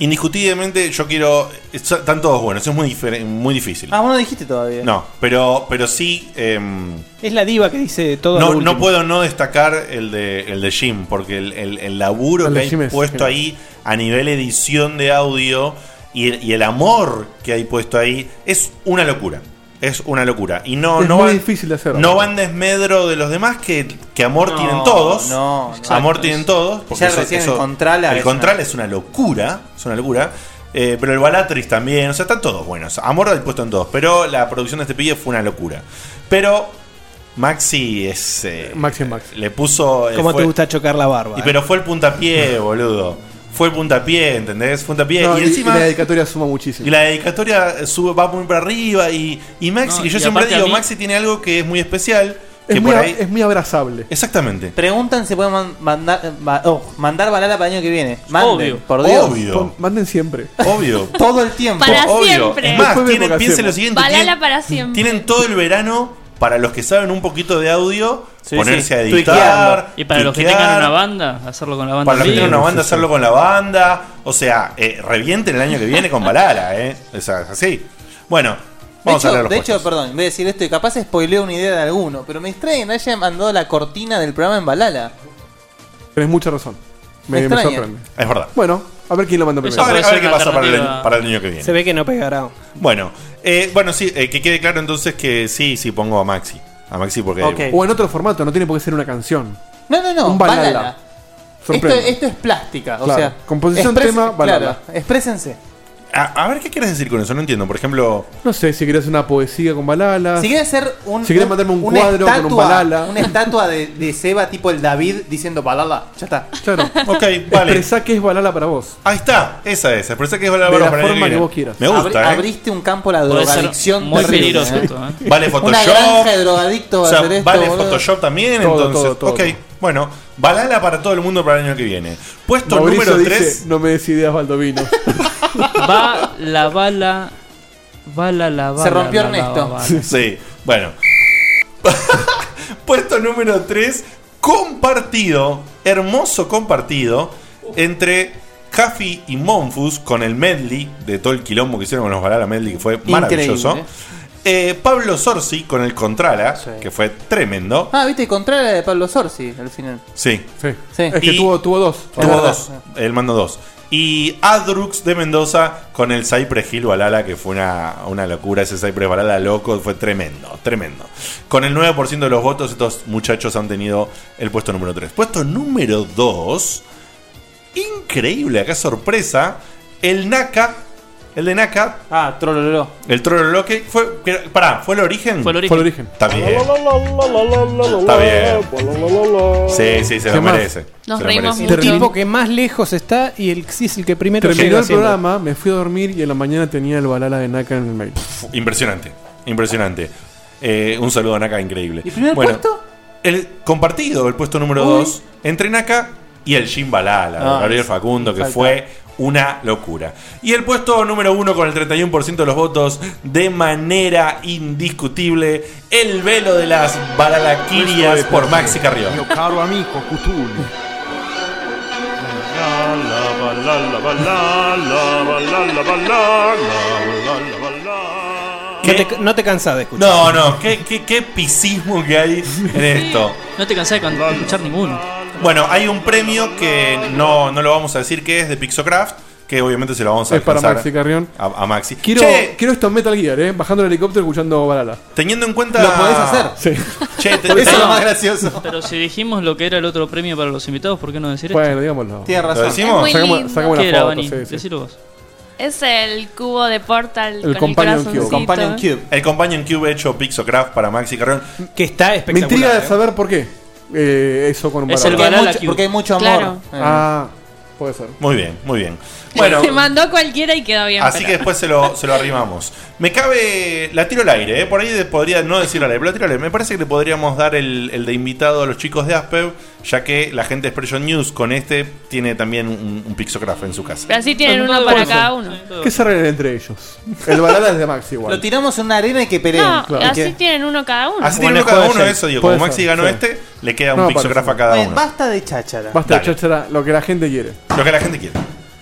[SPEAKER 1] indiscutiblemente yo quiero. Están todos buenos, eso es muy, difer- muy difícil.
[SPEAKER 4] Ah, vos no dijiste todavía.
[SPEAKER 1] No, pero, pero sí. em,
[SPEAKER 2] Es la diva que dice todo
[SPEAKER 1] no,
[SPEAKER 2] lo
[SPEAKER 1] no
[SPEAKER 2] último.
[SPEAKER 1] puedo no destacar el de, el de Jim, porque el, el- el laburo
[SPEAKER 2] El de
[SPEAKER 1] que
[SPEAKER 2] Jim
[SPEAKER 1] hay
[SPEAKER 2] es
[SPEAKER 1] puesto
[SPEAKER 2] genial.
[SPEAKER 1] ahí a nivel edición de audio y el, y el amor que hay puesto ahí es una locura. Es una locura. Y no,
[SPEAKER 3] Es
[SPEAKER 1] no,
[SPEAKER 3] muy
[SPEAKER 1] va,
[SPEAKER 3] difícil de hacer.
[SPEAKER 1] no va en desmedro de los demás que, que amor
[SPEAKER 4] No,
[SPEAKER 1] tienen todos.
[SPEAKER 4] no,
[SPEAKER 1] amor
[SPEAKER 4] exacto.
[SPEAKER 1] tienen todos. porque
[SPEAKER 4] Ya recién el Contrala
[SPEAKER 1] el
[SPEAKER 4] es
[SPEAKER 1] Contrala
[SPEAKER 4] una-
[SPEAKER 1] es una locura. Es una locura. Eh, pero el Balatris también. O sea, están todos buenos. Amor del puesto en todos. Pero la producción de este pibe fue una locura. Pero Maxi es. eh,
[SPEAKER 3] Maxi en Maxi.
[SPEAKER 1] Le puso. eh,
[SPEAKER 2] ¿Cómo
[SPEAKER 1] fue-
[SPEAKER 2] te gusta chocar la barba?
[SPEAKER 1] y
[SPEAKER 2] eh?
[SPEAKER 1] pero fue el puntapié, boludo. Fue el puntapié, ¿entendés? Fue el puntapié.
[SPEAKER 3] No,
[SPEAKER 1] y,
[SPEAKER 3] y-
[SPEAKER 1] encima.
[SPEAKER 3] y la dedicatoria suma muchísimo.
[SPEAKER 1] y la dedicatoria eh, sube, va muy para arriba. Y, y Maxi,
[SPEAKER 3] No,
[SPEAKER 1] que yo
[SPEAKER 3] y
[SPEAKER 1] siempre
[SPEAKER 3] aparte a
[SPEAKER 1] digo,
[SPEAKER 3] mí-
[SPEAKER 1] Maxi tiene algo que es muy especial.
[SPEAKER 3] Es
[SPEAKER 1] que
[SPEAKER 3] muy,
[SPEAKER 1] por
[SPEAKER 3] a-
[SPEAKER 1] ahí.
[SPEAKER 3] es muy abrazable.
[SPEAKER 1] Exactamente.
[SPEAKER 4] Preguntan si pueden man- mandar, eh, ba- oh, mandar balada para el año que viene. Manden, por Dios.
[SPEAKER 3] Pon- Manden siempre.
[SPEAKER 1] Obvio.
[SPEAKER 4] Todo el tiempo.
[SPEAKER 5] Para siempre.
[SPEAKER 1] Es más,
[SPEAKER 5] Después vemos
[SPEAKER 1] tienen-
[SPEAKER 5] qué
[SPEAKER 1] piensen lo
[SPEAKER 5] hacemos.
[SPEAKER 1] siguiente:
[SPEAKER 5] Balala
[SPEAKER 1] tienen,
[SPEAKER 5] para siempre.
[SPEAKER 1] tienen todo el verano para los que saben un poquito de audio, ponerse
[SPEAKER 6] sí.
[SPEAKER 1] a
[SPEAKER 6] Tuiqueando.
[SPEAKER 1] editar.
[SPEAKER 6] Y para los que
[SPEAKER 1] tuiquear.
[SPEAKER 6] tengan una banda, hacerlo con la banda.
[SPEAKER 1] Para los que
[SPEAKER 6] libre.
[SPEAKER 1] tienen una banda, hacerlo con la banda. O sea, eh, revienten el año que viene con Balala, ¿eh? O sea, es así. Bueno,
[SPEAKER 4] De
[SPEAKER 1] vamos
[SPEAKER 4] hecho,
[SPEAKER 1] a hablar
[SPEAKER 4] de hecho, perdón, voy a decir esto y capaz spoileo una idea de alguno, pero me extraña que no hayan mandado la cortina del programa en Balala.
[SPEAKER 3] Tenés mucha razón.
[SPEAKER 4] Me
[SPEAKER 3] Me, me
[SPEAKER 4] extraña.
[SPEAKER 3] sorprende.
[SPEAKER 1] Es verdad.
[SPEAKER 3] Bueno, a ver quién lo manda primero.
[SPEAKER 1] A ver, a ver qué pasa para el, año- para el año que viene.
[SPEAKER 2] Se ve que no pegará.
[SPEAKER 1] Bueno, eh, bueno, sí, eh, que quede claro entonces que sí, sí, pongo a Maxi. A Maxi porque.
[SPEAKER 3] O en otro formato, no tiene por qué ser una canción.
[SPEAKER 4] No, no, no,
[SPEAKER 3] Un
[SPEAKER 4] Balala.
[SPEAKER 3] balala.
[SPEAKER 4] Esto,
[SPEAKER 3] Sorprende.
[SPEAKER 4] esto es plástica, o
[SPEAKER 1] Claro.
[SPEAKER 4] sea.
[SPEAKER 1] Composición, tema, Balala.
[SPEAKER 4] Claro, exprésense.
[SPEAKER 1] A, a ver qué quieres decir con eso, no entiendo. Por ejemplo,
[SPEAKER 3] No sé, si querés una poesía con balala.
[SPEAKER 4] Si quieres hacer un.
[SPEAKER 3] Si querés mandarme un
[SPEAKER 4] una
[SPEAKER 3] cuadro con un balala.
[SPEAKER 4] Una estatua de, de Seba tipo el David diciendo balala. Ya está.
[SPEAKER 3] Claro.
[SPEAKER 1] ok, vale.
[SPEAKER 3] Expresá que es balala para vos.
[SPEAKER 1] Ahí está, esa es. Expresá que es la
[SPEAKER 3] De la
[SPEAKER 1] para el año
[SPEAKER 3] forma que
[SPEAKER 1] viene.
[SPEAKER 3] vos quieras.
[SPEAKER 1] Me gusta,
[SPEAKER 4] Abri-
[SPEAKER 1] ¿eh?
[SPEAKER 4] Abriste un campo a la
[SPEAKER 1] Puede ser
[SPEAKER 4] drogadicción.
[SPEAKER 1] muy
[SPEAKER 4] terrible,
[SPEAKER 1] peligroso
[SPEAKER 4] ¿eh?
[SPEAKER 1] esto, ¿eh? Vale
[SPEAKER 4] Una
[SPEAKER 1] Photoshop.
[SPEAKER 4] granja de drogadictos va
[SPEAKER 1] O
[SPEAKER 4] a
[SPEAKER 1] sea,
[SPEAKER 4] hacer esto.
[SPEAKER 1] vale
[SPEAKER 4] boludo.
[SPEAKER 1] Photoshop también,
[SPEAKER 4] Todo,
[SPEAKER 1] entonces.
[SPEAKER 4] todo, todo.
[SPEAKER 1] ok, bueno, balala para todo el mundo para el año que viene. Puesto
[SPEAKER 3] Mauricio
[SPEAKER 1] número
[SPEAKER 3] dice,
[SPEAKER 1] 3.
[SPEAKER 3] No me des ideas, Baldovino.
[SPEAKER 6] Va la bala. Bala la bala. la, la, bala.
[SPEAKER 1] sí, bueno. Puesto número 3, compartido, hermoso compartido, entre Jaffi y Monfus con el medley de todo el quilombo que hicieron con los Balala Medley, que fue maravilloso.
[SPEAKER 4] Increíble.
[SPEAKER 1] Eh, Pablo Sorsi con el Contrala, que fue tremendo.
[SPEAKER 4] Ah, viste, contra la de Pablo Sorsi al final.
[SPEAKER 1] Sí.
[SPEAKER 4] Sí. Es que
[SPEAKER 1] tuvo,
[SPEAKER 3] dos.
[SPEAKER 1] Tuvo
[SPEAKER 4] Es verdad.
[SPEAKER 1] dos. Él mandó dos. Y Adrux de Mendoza con el Cypress Hill Balala, que fue una, una locura. Ese Cypress Balala loco fue tremendo, tremendo. Con el 9% de los votos, estos muchachos han tenido el puesto número 3. Puesto número 2. Increíble, acá sorpresa. El Naka. El de Naka.
[SPEAKER 4] Ah, Trololó.
[SPEAKER 1] El Trololó que fue. que- pará, ¿fue el origen? Fue el
[SPEAKER 6] origen. Fue el
[SPEAKER 1] origen. Está bien. Sí, sí, se
[SPEAKER 3] ¿Qué
[SPEAKER 1] lo
[SPEAKER 3] más?
[SPEAKER 1] merece.
[SPEAKER 3] Nos
[SPEAKER 1] se lo
[SPEAKER 3] reímos
[SPEAKER 1] merece.
[SPEAKER 2] El tipo que más lejos está y el, sí es el que primero
[SPEAKER 3] Terminó
[SPEAKER 2] llega
[SPEAKER 3] el
[SPEAKER 2] siempre.
[SPEAKER 3] programa, me fui a dormir y en la mañana tenía el balala de Naka en el mail.
[SPEAKER 1] Impresionante, impresionante. Eh, un saludo a Naka, increíble.
[SPEAKER 3] ¿Y primer
[SPEAKER 1] puesto? El compartido, el puesto número
[SPEAKER 3] Uy.
[SPEAKER 1] 2, entre Naka y el Jim Balala, de
[SPEAKER 3] Ah,
[SPEAKER 1] Gabriel
[SPEAKER 3] sí,
[SPEAKER 1] Facundo, que
[SPEAKER 3] falta.
[SPEAKER 1] fue una locura. Y el puesto número 1 con el 31% de los votos, de manera indiscutible, el velo de las Balalaquirias por Maxi Carrión.
[SPEAKER 8] Mio caro amico Cutulli.
[SPEAKER 2] No te, no te cansás de escuchar.
[SPEAKER 1] No, no, qué, qué, qué pisismo que hay en esto.
[SPEAKER 6] No te cansás de can- de escuchar ninguno.
[SPEAKER 1] Bueno, hay un premio que no, no lo vamos a decir que es de Pixocraft, que obviamente se lo vamos a
[SPEAKER 3] Es para
[SPEAKER 1] alcanzar
[SPEAKER 3] Maxi Carrión.
[SPEAKER 1] A, a Maxi.
[SPEAKER 3] Quiero,
[SPEAKER 1] Che,
[SPEAKER 3] quiero esto en Metal Gear, eh, bajando el helicóptero escuchando balala.
[SPEAKER 1] teniendo en cuenta.
[SPEAKER 3] ¿Lo podés hacer? Sí.
[SPEAKER 1] Ah. Che, te-
[SPEAKER 3] Por eso
[SPEAKER 1] te-
[SPEAKER 3] es lo más
[SPEAKER 4] gracioso.
[SPEAKER 6] Pero si dijimos lo que era el otro premio para los invitados, ¿por qué no decir
[SPEAKER 3] Bueno, digámoslo.
[SPEAKER 6] esto?
[SPEAKER 3] ¿Lo decimos?
[SPEAKER 5] muy
[SPEAKER 3] Sacamos-
[SPEAKER 5] lindo.
[SPEAKER 3] sacamos la
[SPEAKER 6] ¿Qué era,
[SPEAKER 3] foto,
[SPEAKER 6] Vani?
[SPEAKER 3] sí, sí.
[SPEAKER 6] Decilo vos.
[SPEAKER 5] Es el cubo de Portal con el corazoncito.
[SPEAKER 1] El Companion Cube hecho Pixocraft para Maxi Carrión.
[SPEAKER 2] Que está
[SPEAKER 3] Me intriga saber por qué eh, eso con un
[SPEAKER 1] Es el
[SPEAKER 3] balala.
[SPEAKER 1] balala Porque hay mucho- Cube. porque hay
[SPEAKER 4] mucho
[SPEAKER 5] amor. Claro.
[SPEAKER 3] Ah, puede ser.
[SPEAKER 1] Muy bien, muy bien. Bueno,
[SPEAKER 5] Se mandó cualquiera y quedó bien.
[SPEAKER 1] así
[SPEAKER 5] pero-
[SPEAKER 1] que después se lo, se lo arrimamos. Me cabe. La tiro al aire, ¿eh? Por ahí de- podría no decirlo al aire, pero la tiro al aire. Me parece que le podríamos dar el, el de invitado a los chicos de Aspev, ya que la gente de Expression News con este tiene también un, un Pixocraft en su casa.
[SPEAKER 5] Pero así tienen
[SPEAKER 4] Son
[SPEAKER 5] uno
[SPEAKER 4] todos
[SPEAKER 5] para
[SPEAKER 4] bolsos.
[SPEAKER 5] cada uno.
[SPEAKER 3] ¿Qué se arreglan entre ellos? El balala es de Maxi
[SPEAKER 4] Lo
[SPEAKER 3] igual.
[SPEAKER 4] tiramos en una arena y que peleen.
[SPEAKER 5] No,
[SPEAKER 4] Y
[SPEAKER 5] así
[SPEAKER 4] que-
[SPEAKER 5] tienen uno cada uno.
[SPEAKER 1] Así tiene uno cada uno eso, digo. Como Maxi ganó este, le queda un
[SPEAKER 3] No,
[SPEAKER 1] Pixocraft a
[SPEAKER 3] parece.
[SPEAKER 1] cada
[SPEAKER 4] Oye,
[SPEAKER 1] uno.
[SPEAKER 4] Basta de cháchara.
[SPEAKER 3] Eh, Basta,
[SPEAKER 1] Dale.
[SPEAKER 3] cháchara, lo que la gente quiere.
[SPEAKER 1] Lo que la gente quiere.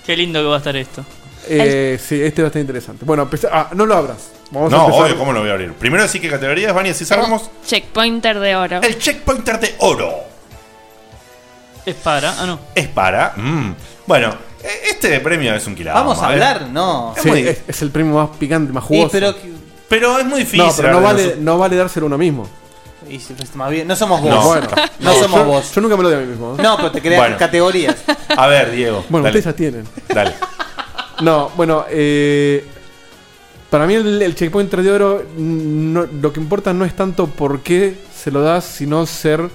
[SPEAKER 6] Qué lindo que va a estar esto.
[SPEAKER 3] Eh, sí, este va a estar interesante. Bueno, empezá- ah, no lo abras. Vamos a
[SPEAKER 1] no,
[SPEAKER 3] empezar.
[SPEAKER 1] obvio, ¿cómo lo voy a abrir? Primero decir qué categorías, Vani, así salgamos.
[SPEAKER 5] Checkpointer de oro.
[SPEAKER 1] El checkpointer de oro.
[SPEAKER 6] Es para. Ah, no.
[SPEAKER 1] Es para. mm. Bueno, eh, este premio es un quilado.
[SPEAKER 4] Vamos a hablar, no.
[SPEAKER 1] Es
[SPEAKER 3] ¿eh? Sí,
[SPEAKER 1] muy-
[SPEAKER 3] es, es el premio más picante, más jugoso.
[SPEAKER 4] pero,
[SPEAKER 22] Pero es muy difícil.
[SPEAKER 3] No, pero no
[SPEAKER 22] hablar de
[SPEAKER 3] vale,
[SPEAKER 22] nosotros.
[SPEAKER 3] no vale dárselo a uno mismo.
[SPEAKER 4] Y si- pues, más bien, no somos vos.
[SPEAKER 22] No.
[SPEAKER 4] Bueno, no
[SPEAKER 22] No,
[SPEAKER 4] somos
[SPEAKER 22] yo-
[SPEAKER 4] vos.
[SPEAKER 3] Yo nunca me lo doy a mí mismo. ¿eh?
[SPEAKER 4] No, pero te creas
[SPEAKER 22] Bueno.
[SPEAKER 4] categorías.
[SPEAKER 22] A ver, Diego.
[SPEAKER 3] Bueno,
[SPEAKER 22] dale,
[SPEAKER 3] ustedes ya tienen.
[SPEAKER 22] dale.
[SPEAKER 3] No, bueno, eh, para mí el, el checkpoint de oro mm, no- lo que importa no es tanto por qué se lo das, sino ser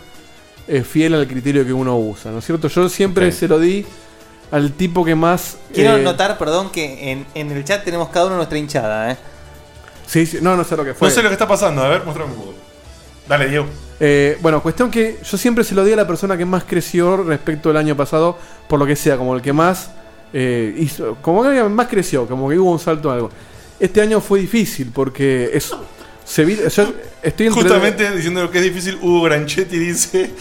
[SPEAKER 3] eh, fiel al criterio que uno usa, ¿no es cierto? Yo siempre
[SPEAKER 4] Ok.
[SPEAKER 3] se lo di al tipo que más...
[SPEAKER 4] Quiero
[SPEAKER 3] eh,
[SPEAKER 4] notar, perdón, que en, en el chat tenemos cada uno nuestra hinchada, ¿eh?
[SPEAKER 3] Sí, sí, no, no sé lo que fue.
[SPEAKER 22] No sé lo que está pasando. A ver, mostrame un poco. Dale, Diego.
[SPEAKER 3] Eh, bueno, cuestión que yo siempre se lo di a la persona que más creció respecto al año pasado, por lo que sea, como el que más eh, hizo, como que más creció, como que hubo un salto en algo. Este año fue difícil porque es, se vi- yo estoy entre-
[SPEAKER 22] Justamente diciendo lo que es difícil, Hugo Granchetti dice: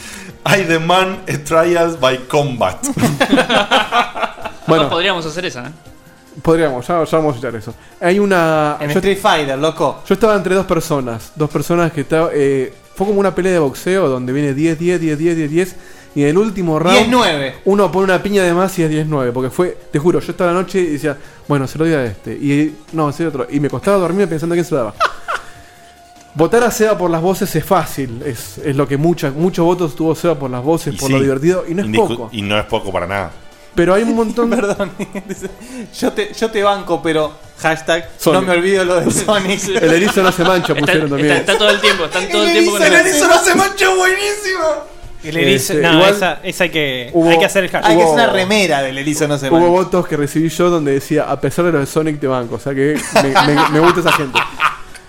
[SPEAKER 22] I demand a trial by combat.
[SPEAKER 3] Bueno.
[SPEAKER 6] podríamos hacer esa, ¿eh?
[SPEAKER 3] Podríamos, ya, ya vamos a echar eso. Hay una.
[SPEAKER 4] En Street Fighter, loco.
[SPEAKER 3] Yo estaba entre dos personas. Dos personas que estaba. eh, fue como una pelea de boxeo donde viene 10, 10, 10, 10, 10, 10. Y en el último round.
[SPEAKER 4] 10-9.
[SPEAKER 3] Uno pone una piña de más y es 10-9. Porque fue. Te juro, yo estaba la noche y decía, bueno, se lo doy a este. Y no, se lo doy a otro. Y me costaba dormirme pensando quién se lo daba. Votar a Seba por las voces es fácil. Es, es lo que mucha, muchos votos tuvo Seba por las voces, por lo
[SPEAKER 22] sí,
[SPEAKER 3] divertido. Y no es
[SPEAKER 22] indiscu-
[SPEAKER 3] poco.
[SPEAKER 22] Y no es poco para nada.
[SPEAKER 3] Pero hay un montón.
[SPEAKER 4] Perdón, dice, yo te, yo te banco, pero hashtag
[SPEAKER 3] Sonic.
[SPEAKER 4] no me olvido lo de Sonic.
[SPEAKER 3] El erizo no se mancha,
[SPEAKER 4] Está-
[SPEAKER 3] pusieron
[SPEAKER 4] está-
[SPEAKER 3] también.
[SPEAKER 6] Está todo el tiempo, están todo el
[SPEAKER 4] El
[SPEAKER 6] tiempo con
[SPEAKER 4] erizo,
[SPEAKER 6] el-
[SPEAKER 4] el erizo no se
[SPEAKER 22] mancha buenísimo.
[SPEAKER 14] El erizo-
[SPEAKER 3] Este,
[SPEAKER 14] no,
[SPEAKER 3] igual
[SPEAKER 14] esa, esa hay que,
[SPEAKER 3] hubo-
[SPEAKER 14] hay que hacer el hashtag.
[SPEAKER 3] Hay que hacer una
[SPEAKER 4] remera del erizo no se
[SPEAKER 3] Hubo votos que recibí yo donde decía, a pesar de lo de Sonic te banco. O sea que me, me- me gusta esa gente.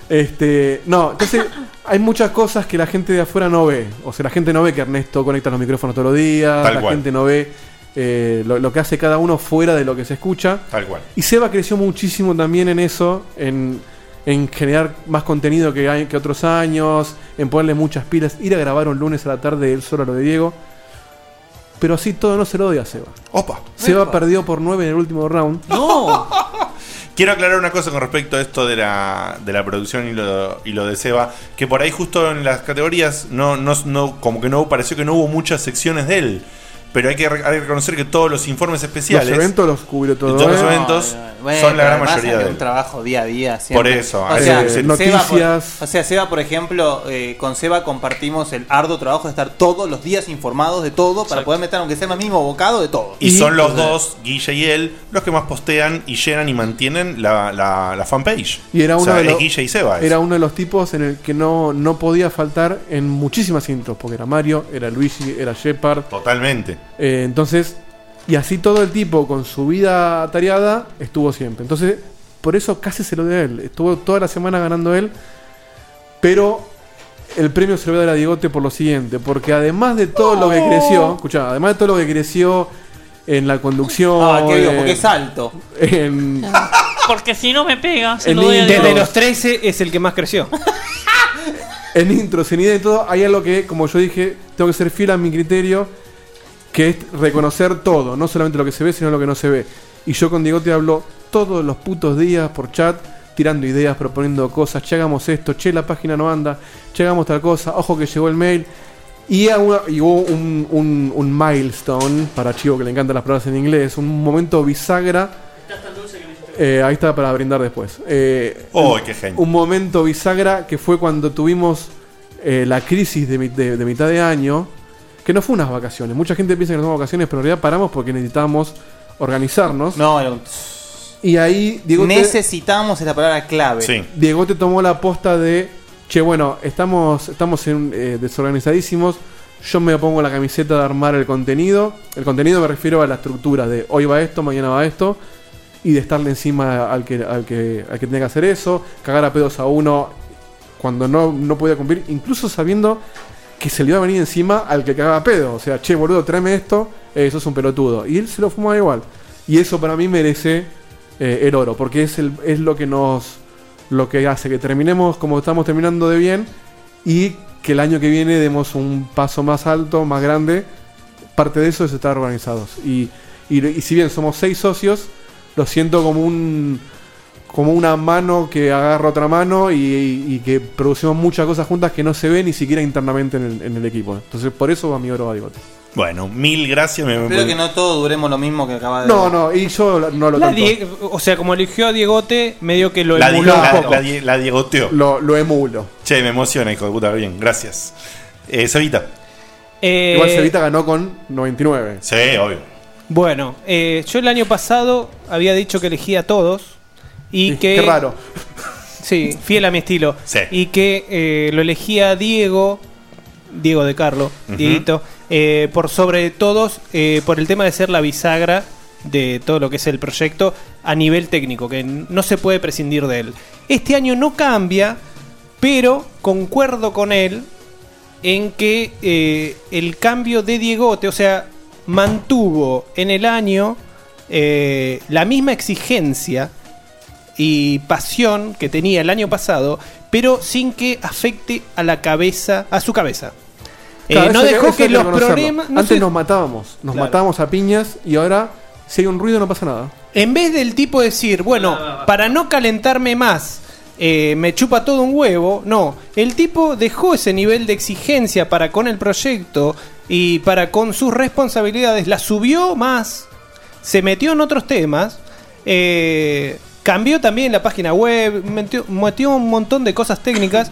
[SPEAKER 3] Este, no, entonces hay muchas cosas que la gente de afuera no ve. O sea, la gente no ve que Ernesto conecta los micrófonos todos los días.
[SPEAKER 22] Tal
[SPEAKER 3] la
[SPEAKER 22] cual.
[SPEAKER 3] gente no ve eh, lo, lo que hace cada uno fuera de lo que se escucha.
[SPEAKER 22] Tal cual.
[SPEAKER 3] Y Seba creció muchísimo también en eso, en, en generar más contenido que, hay- que otros años, en ponerle muchas pilas, ir a grabar un lunes a la tarde él solo a lo de Diego. Pero así todo no se lo doy a Seba.
[SPEAKER 22] Opa.
[SPEAKER 3] Seba
[SPEAKER 22] Epa.
[SPEAKER 3] perdió por 9 en el último round.
[SPEAKER 4] ¡No!
[SPEAKER 22] Quiero aclarar una cosa con respecto a esto de la, de la producción y lo, y lo de Seba, que por ahí justo en las categorías no, no, no- como que no pareció que no hubo muchas secciones de él. Pero hay que, re- hay que reconocer que todos los informes
[SPEAKER 3] Los
[SPEAKER 22] especiales,
[SPEAKER 3] eventos los cubrió todo.
[SPEAKER 22] todos los
[SPEAKER 3] ¿eh?
[SPEAKER 22] eventos,
[SPEAKER 4] Bueno,
[SPEAKER 22] son la gran
[SPEAKER 4] pero pasa
[SPEAKER 22] mayoría
[SPEAKER 4] que
[SPEAKER 22] de
[SPEAKER 4] un
[SPEAKER 22] él.
[SPEAKER 4] trabajo día a día. siempre.
[SPEAKER 22] Por eso, eh,
[SPEAKER 4] O
[SPEAKER 22] hay
[SPEAKER 4] sea,
[SPEAKER 22] que decir-
[SPEAKER 4] Seba, por-
[SPEAKER 3] eh, noticias.
[SPEAKER 4] o sea, Seba, por ejemplo, eh, con Seba compartimos el arduo trabajo de estar todos los días informados de todo para poder meter, aunque sea el mismo bocado, de todo.
[SPEAKER 22] Y son los
[SPEAKER 4] Entonces,
[SPEAKER 22] dos, Guille y él, los que más postean y llenan y mantienen la, la- la fanpage.
[SPEAKER 3] Y era
[SPEAKER 22] O
[SPEAKER 3] uno,
[SPEAKER 22] sea,
[SPEAKER 3] de
[SPEAKER 22] es
[SPEAKER 3] los,
[SPEAKER 22] Guille y Seba. es.
[SPEAKER 3] era uno de los tipos en el que no, no podía faltar en muchísimas intros, porque era Mario, era Luigi, era Shepard.
[SPEAKER 22] Totalmente.
[SPEAKER 3] Eh, entonces, y así todo el tipo con su vida atareada estuvo siempre. Entonces, por eso casi se lo dio a él. Estuvo toda la semana ganando él. Pero el premio se lo voy a dar a Diegote por lo siguiente. Porque además de todo lo
[SPEAKER 4] Oh.
[SPEAKER 3] que creció, escuchá, además de todo lo que creció en la conducción.
[SPEAKER 4] Ah, qué digo,
[SPEAKER 3] en-
[SPEAKER 4] porque es alto.
[SPEAKER 3] en-
[SPEAKER 6] Porque si no me pega, se
[SPEAKER 3] El
[SPEAKER 6] lo doy a
[SPEAKER 3] lindo.
[SPEAKER 6] Diego.
[SPEAKER 3] Desde los
[SPEAKER 14] 13 es el que más creció.
[SPEAKER 3] en intros, en idea y todo, hay algo que, como yo dije, tengo que ser fiel a mi criterio, que es reconocer todo, no solamente lo que se ve, sino lo que no se ve. Y yo con Diego te hablo todos los putos días por chat, tirando ideas, proponiendo cosas, che hagamos esto, che la página no anda, che hagamos tal cosa, ojo que llegó el mail. Y, a una- y hubo un, un- un milestone, para Chivo que le encantan las palabras en inglés, un momento bisagra. Eh, ahí está para brindar después. Eh,
[SPEAKER 22] Oh,
[SPEAKER 3] un-
[SPEAKER 22] qué genio.
[SPEAKER 3] Un momento bisagra que fue cuando tuvimos eh, la crisis de, mi- de- de mitad de año, que no fue unas vacaciones. Mucha gente piensa que no son vacaciones, pero en realidad paramos porque necesitábamos organizarnos.
[SPEAKER 4] No,
[SPEAKER 3] Y ahí Diego te,
[SPEAKER 4] necesitamos es la palabra clave.
[SPEAKER 3] Diego te tomó la posta de, che, bueno, estamos, estamos en, eh, desorganizadísimos. Yo me pongo la camiseta de armar el contenido. El contenido me refiero a la estructura de hoy va esto, mañana va esto y de estarle encima al que, al que, al que tenía que hacer eso, cagar a pedos a uno cuando no, no podía cumplir, incluso sabiendo que se le iba a venir encima al que cagaba a pedo. O sea, che, boludo, tráeme esto, eso es un pelotudo. Y él se lo fumaba igual. Y eso para mí merece eh, el oro, porque es, el, es lo que nos. lo que hace que terminemos como estamos terminando de bien y que el año que viene demos un paso más alto, más grande. Parte de eso es estar organizados. Y, y- y si bien somos seis socios, lo siento como un como una mano que agarra otra mano y, y que producimos muchas cosas juntas que no se ve ni siquiera internamente en el, en el equipo. Entonces por eso va mi oro a Digote.
[SPEAKER 1] Bueno, mil gracias. me-
[SPEAKER 4] Espero que no todos duremos lo mismo que
[SPEAKER 1] Ah,
[SPEAKER 4] acaba de.
[SPEAKER 3] No, no, y yo no lo
[SPEAKER 4] La
[SPEAKER 3] tanto.
[SPEAKER 4] die-
[SPEAKER 2] O sea, como eligió a Diegote, medio que lo
[SPEAKER 1] La,
[SPEAKER 2] emuló un
[SPEAKER 1] la,
[SPEAKER 2] poco.
[SPEAKER 1] la die- la diegoteó.
[SPEAKER 3] Lo, emulo.
[SPEAKER 1] Che, me emociona, hijo de puta. Bien, gracias. Eh, Cevita.
[SPEAKER 2] Eh,
[SPEAKER 3] Igual Cevita ganó con 99.
[SPEAKER 1] Sí, obvio.
[SPEAKER 2] Bueno, eh, yo el año pasado había dicho que elegía a todos y que...
[SPEAKER 3] qué raro.
[SPEAKER 2] Sí, fiel a mi estilo.
[SPEAKER 1] Sí.
[SPEAKER 2] Y que eh, lo elegía a Diego, Diego de Carlo,
[SPEAKER 1] Ujú.
[SPEAKER 2] Dieguito, eh, por sobre todos, eh, por el tema de ser la bisagra de todo lo que es el proyecto a nivel técnico, que no se puede prescindir de él. Este año no cambia, pero concuerdo con él en que eh, el cambio de Diegote, o sea, mantuvo en el año eh, la misma exigencia y pasión que tenía el año pasado, pero sin que afecte a la cabeza, a su cabeza. Eh,
[SPEAKER 3] Claro,
[SPEAKER 2] no
[SPEAKER 3] eso- eso
[SPEAKER 2] dejó
[SPEAKER 3] hay
[SPEAKER 2] que los
[SPEAKER 3] reconocerlo.
[SPEAKER 2] problemas. no
[SPEAKER 3] Antes
[SPEAKER 2] sé,
[SPEAKER 3] nos matábamos. Nos
[SPEAKER 2] Claro.
[SPEAKER 3] matábamos a piñas y ahora, si hay un ruido, no pasa nada.
[SPEAKER 2] En vez del tipo decir, bueno, para no calentarme más, eh, me chupa todo un huevo, no, el tipo dejó ese nivel de exigencia para con el proyecto y para con sus responsabilidades, la subió más, se metió en otros temas, eh, cambió también la página web, metió, metió un montón de cosas técnicas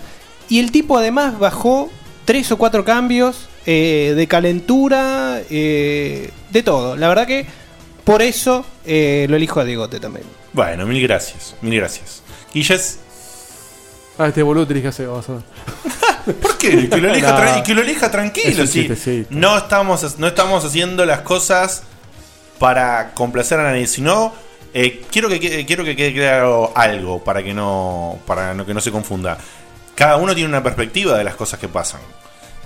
[SPEAKER 2] y el tipo además bajó tres o cuatro cambios eh, de calentura, eh, de todo. La verdad que por eso eh, lo elijo a Diegote también.
[SPEAKER 1] Bueno, mil gracias. Mil gracias. Guilles.
[SPEAKER 3] Ah, este boludo tenés que hacer, vas a ver.
[SPEAKER 1] ¿Por qué? Que lo elija,
[SPEAKER 3] Nah.
[SPEAKER 1] tra- que lo elija tranquilo.
[SPEAKER 3] Es un
[SPEAKER 1] sí.
[SPEAKER 3] chistecito.
[SPEAKER 1] No, estamos, no estamos haciendo las cosas para complacer a nadie, sino eh, quiero, que, quede- quiero que quede claro algo para que no, para no, que no se confunda. Cada uno tiene una perspectiva de las cosas que pasan.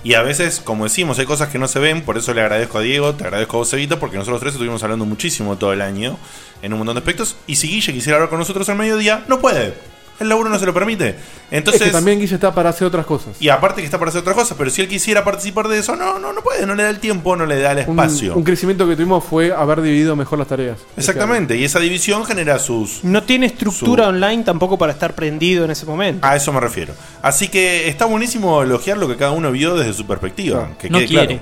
[SPEAKER 1] Y a veces, como decimos, hay cosas que no se ven, por eso le agradezco a Diego, te agradezco a vos, Evita, porque nosotros tres estuvimos hablando muchísimo todo el año en un montón de aspectos. Y si Guille quisiera hablar con nosotros al mediodía, no puede. El laburo no se lo permite. Entonces,
[SPEAKER 3] es que también Guille está para hacer otras cosas.
[SPEAKER 1] y aparte que está para hacer otras cosas, pero si él quisiera participar de eso, no, no, no puede, no le da el tiempo, no le da el
[SPEAKER 3] Un,
[SPEAKER 1] espacio.
[SPEAKER 3] un crecimiento que tuvimos fue haber dividido mejor las tareas.
[SPEAKER 1] Exactamente, y esa división genera sus...
[SPEAKER 2] No tiene estructura online tampoco para estar prendido en ese momento.
[SPEAKER 1] A eso me refiero. Así que está buenísimo elogiar lo que cada uno vio desde su perspectiva. Que quede claro.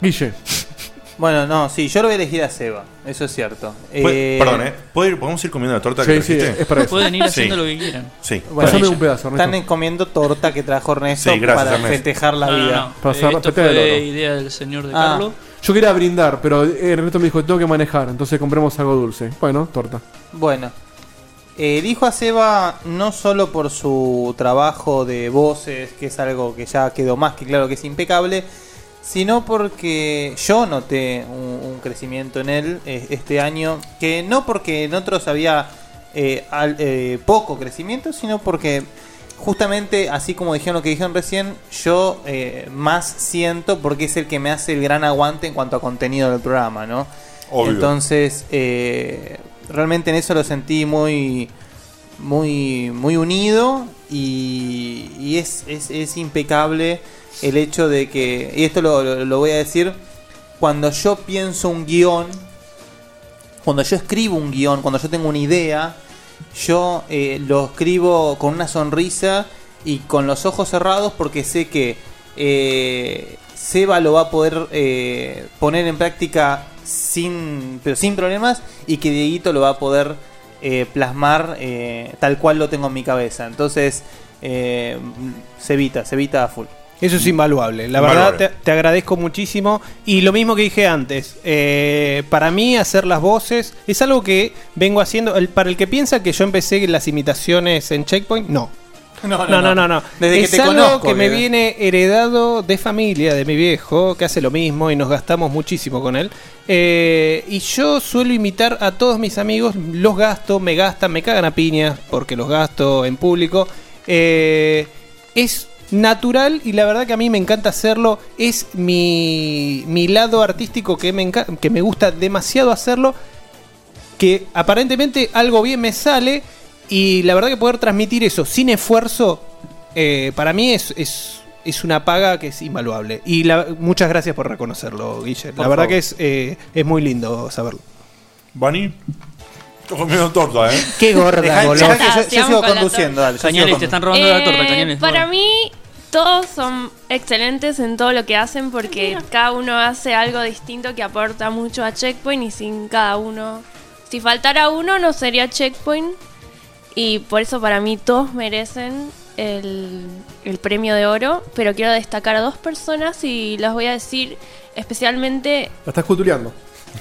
[SPEAKER 3] Guille.
[SPEAKER 4] Bueno, no, sí, yo lo voy a elegir a Seba, eso es cierto.
[SPEAKER 1] Puede- Perdón, ¿eh? ¿Puedo ir- ¿Podemos ir comiendo la torta que trajiste? Sí. Sí.
[SPEAKER 4] Bueno,
[SPEAKER 1] Bueno,
[SPEAKER 4] Están comiendo torta que trajo Ernesto
[SPEAKER 1] Sí, gracias,
[SPEAKER 4] para
[SPEAKER 1] Ernesto.
[SPEAKER 4] festejar la
[SPEAKER 5] No, no,
[SPEAKER 4] vida.
[SPEAKER 5] no. Eh, esto fue idea del señor de
[SPEAKER 4] Ah.
[SPEAKER 5] Carlos.
[SPEAKER 3] Yo quería brindar, pero Ernesto me dijo, tengo que manejar, entonces compremos algo dulce. Bueno, torta.
[SPEAKER 4] Bueno, eh, elijo a Seba no solo por su trabajo de voces, que es algo que ya quedó más que claro que es impecable, sino porque yo noté un, un crecimiento en él eh, este año, que no porque en otros había eh, al- eh, poco crecimiento, sino porque justamente así como dijeron lo que dijeron recién, yo eh, más siento porque es el que me hace el gran aguante en cuanto a contenido del programa, ¿no?
[SPEAKER 1] Obvio.
[SPEAKER 4] Entonces, eh, realmente en eso lo sentí muy, muy, muy unido y, y es, es- es impecable el hecho de que, y esto lo, lo- lo voy a decir, cuando yo pienso un guión, cuando yo escribo un guión, cuando yo tengo una idea, yo eh, lo escribo con una sonrisa y con los ojos cerrados porque sé que eh, Seba lo va a poder eh, poner en práctica sin, pero sin problemas y que Dieguito lo va a poder eh, plasmar eh, tal cual lo tengo en mi cabeza. Entonces, eh, Cebita, Cebita a full.
[SPEAKER 2] Eso es invaluable. La verdad, te, te agradezco muchísimo. Y lo mismo que dije antes, eh, para mí hacer las voces es algo que vengo haciendo. El- para el que piensa que yo empecé las imitaciones en Checkpoint, no. No, no, no, no.
[SPEAKER 4] Desde
[SPEAKER 2] es
[SPEAKER 4] que te
[SPEAKER 2] algo
[SPEAKER 4] conozco,
[SPEAKER 2] que me
[SPEAKER 4] que-
[SPEAKER 2] viene heredado de familia, de mi viejo, que hace lo mismo y nos gastamos muchísimo con él. Eh, y yo suelo imitar a todos mis amigos, los gasto, me gastan, me cagan a piñas porque los gasto en público. Eh, es natural y la verdad que a mí me encanta hacerlo. Es mi, mi lado artístico que me, enca- que me gusta demasiado hacerlo que aparentemente algo bien me sale y la verdad que poder transmitir eso sin esfuerzo eh, para mí es, es, es una paga que es invaluable. Y la- muchas gracias por reconocerlo, Guille. la
[SPEAKER 1] Por
[SPEAKER 2] verdad
[SPEAKER 1] favor.
[SPEAKER 2] que es, eh, es muy lindo saberlo.
[SPEAKER 1] Bani, estoy comiendo torta, ¿eh?
[SPEAKER 2] Qué gorda,
[SPEAKER 4] Dejá-
[SPEAKER 2] boludo.
[SPEAKER 4] dejá que yo-
[SPEAKER 23] Ya está,
[SPEAKER 4] yo,
[SPEAKER 23] sigamos
[SPEAKER 4] sigo
[SPEAKER 23] con la
[SPEAKER 4] conduciendo, dale, yo sigo
[SPEAKER 5] Cañales,
[SPEAKER 4] condu-
[SPEAKER 5] te están robando la torta, Cañales.
[SPEAKER 23] Para mí,
[SPEAKER 5] Eh, Todos son excelentes en todo lo que hacen porque cada uno hace algo distinto que aporta mucho a Checkpoint y sin cada uno. Si faltara uno no sería Checkpoint y por eso para mí todos merecen el, el premio de oro, pero quiero destacar a dos personas y las voy a decir especialmente
[SPEAKER 3] La estás cultureando.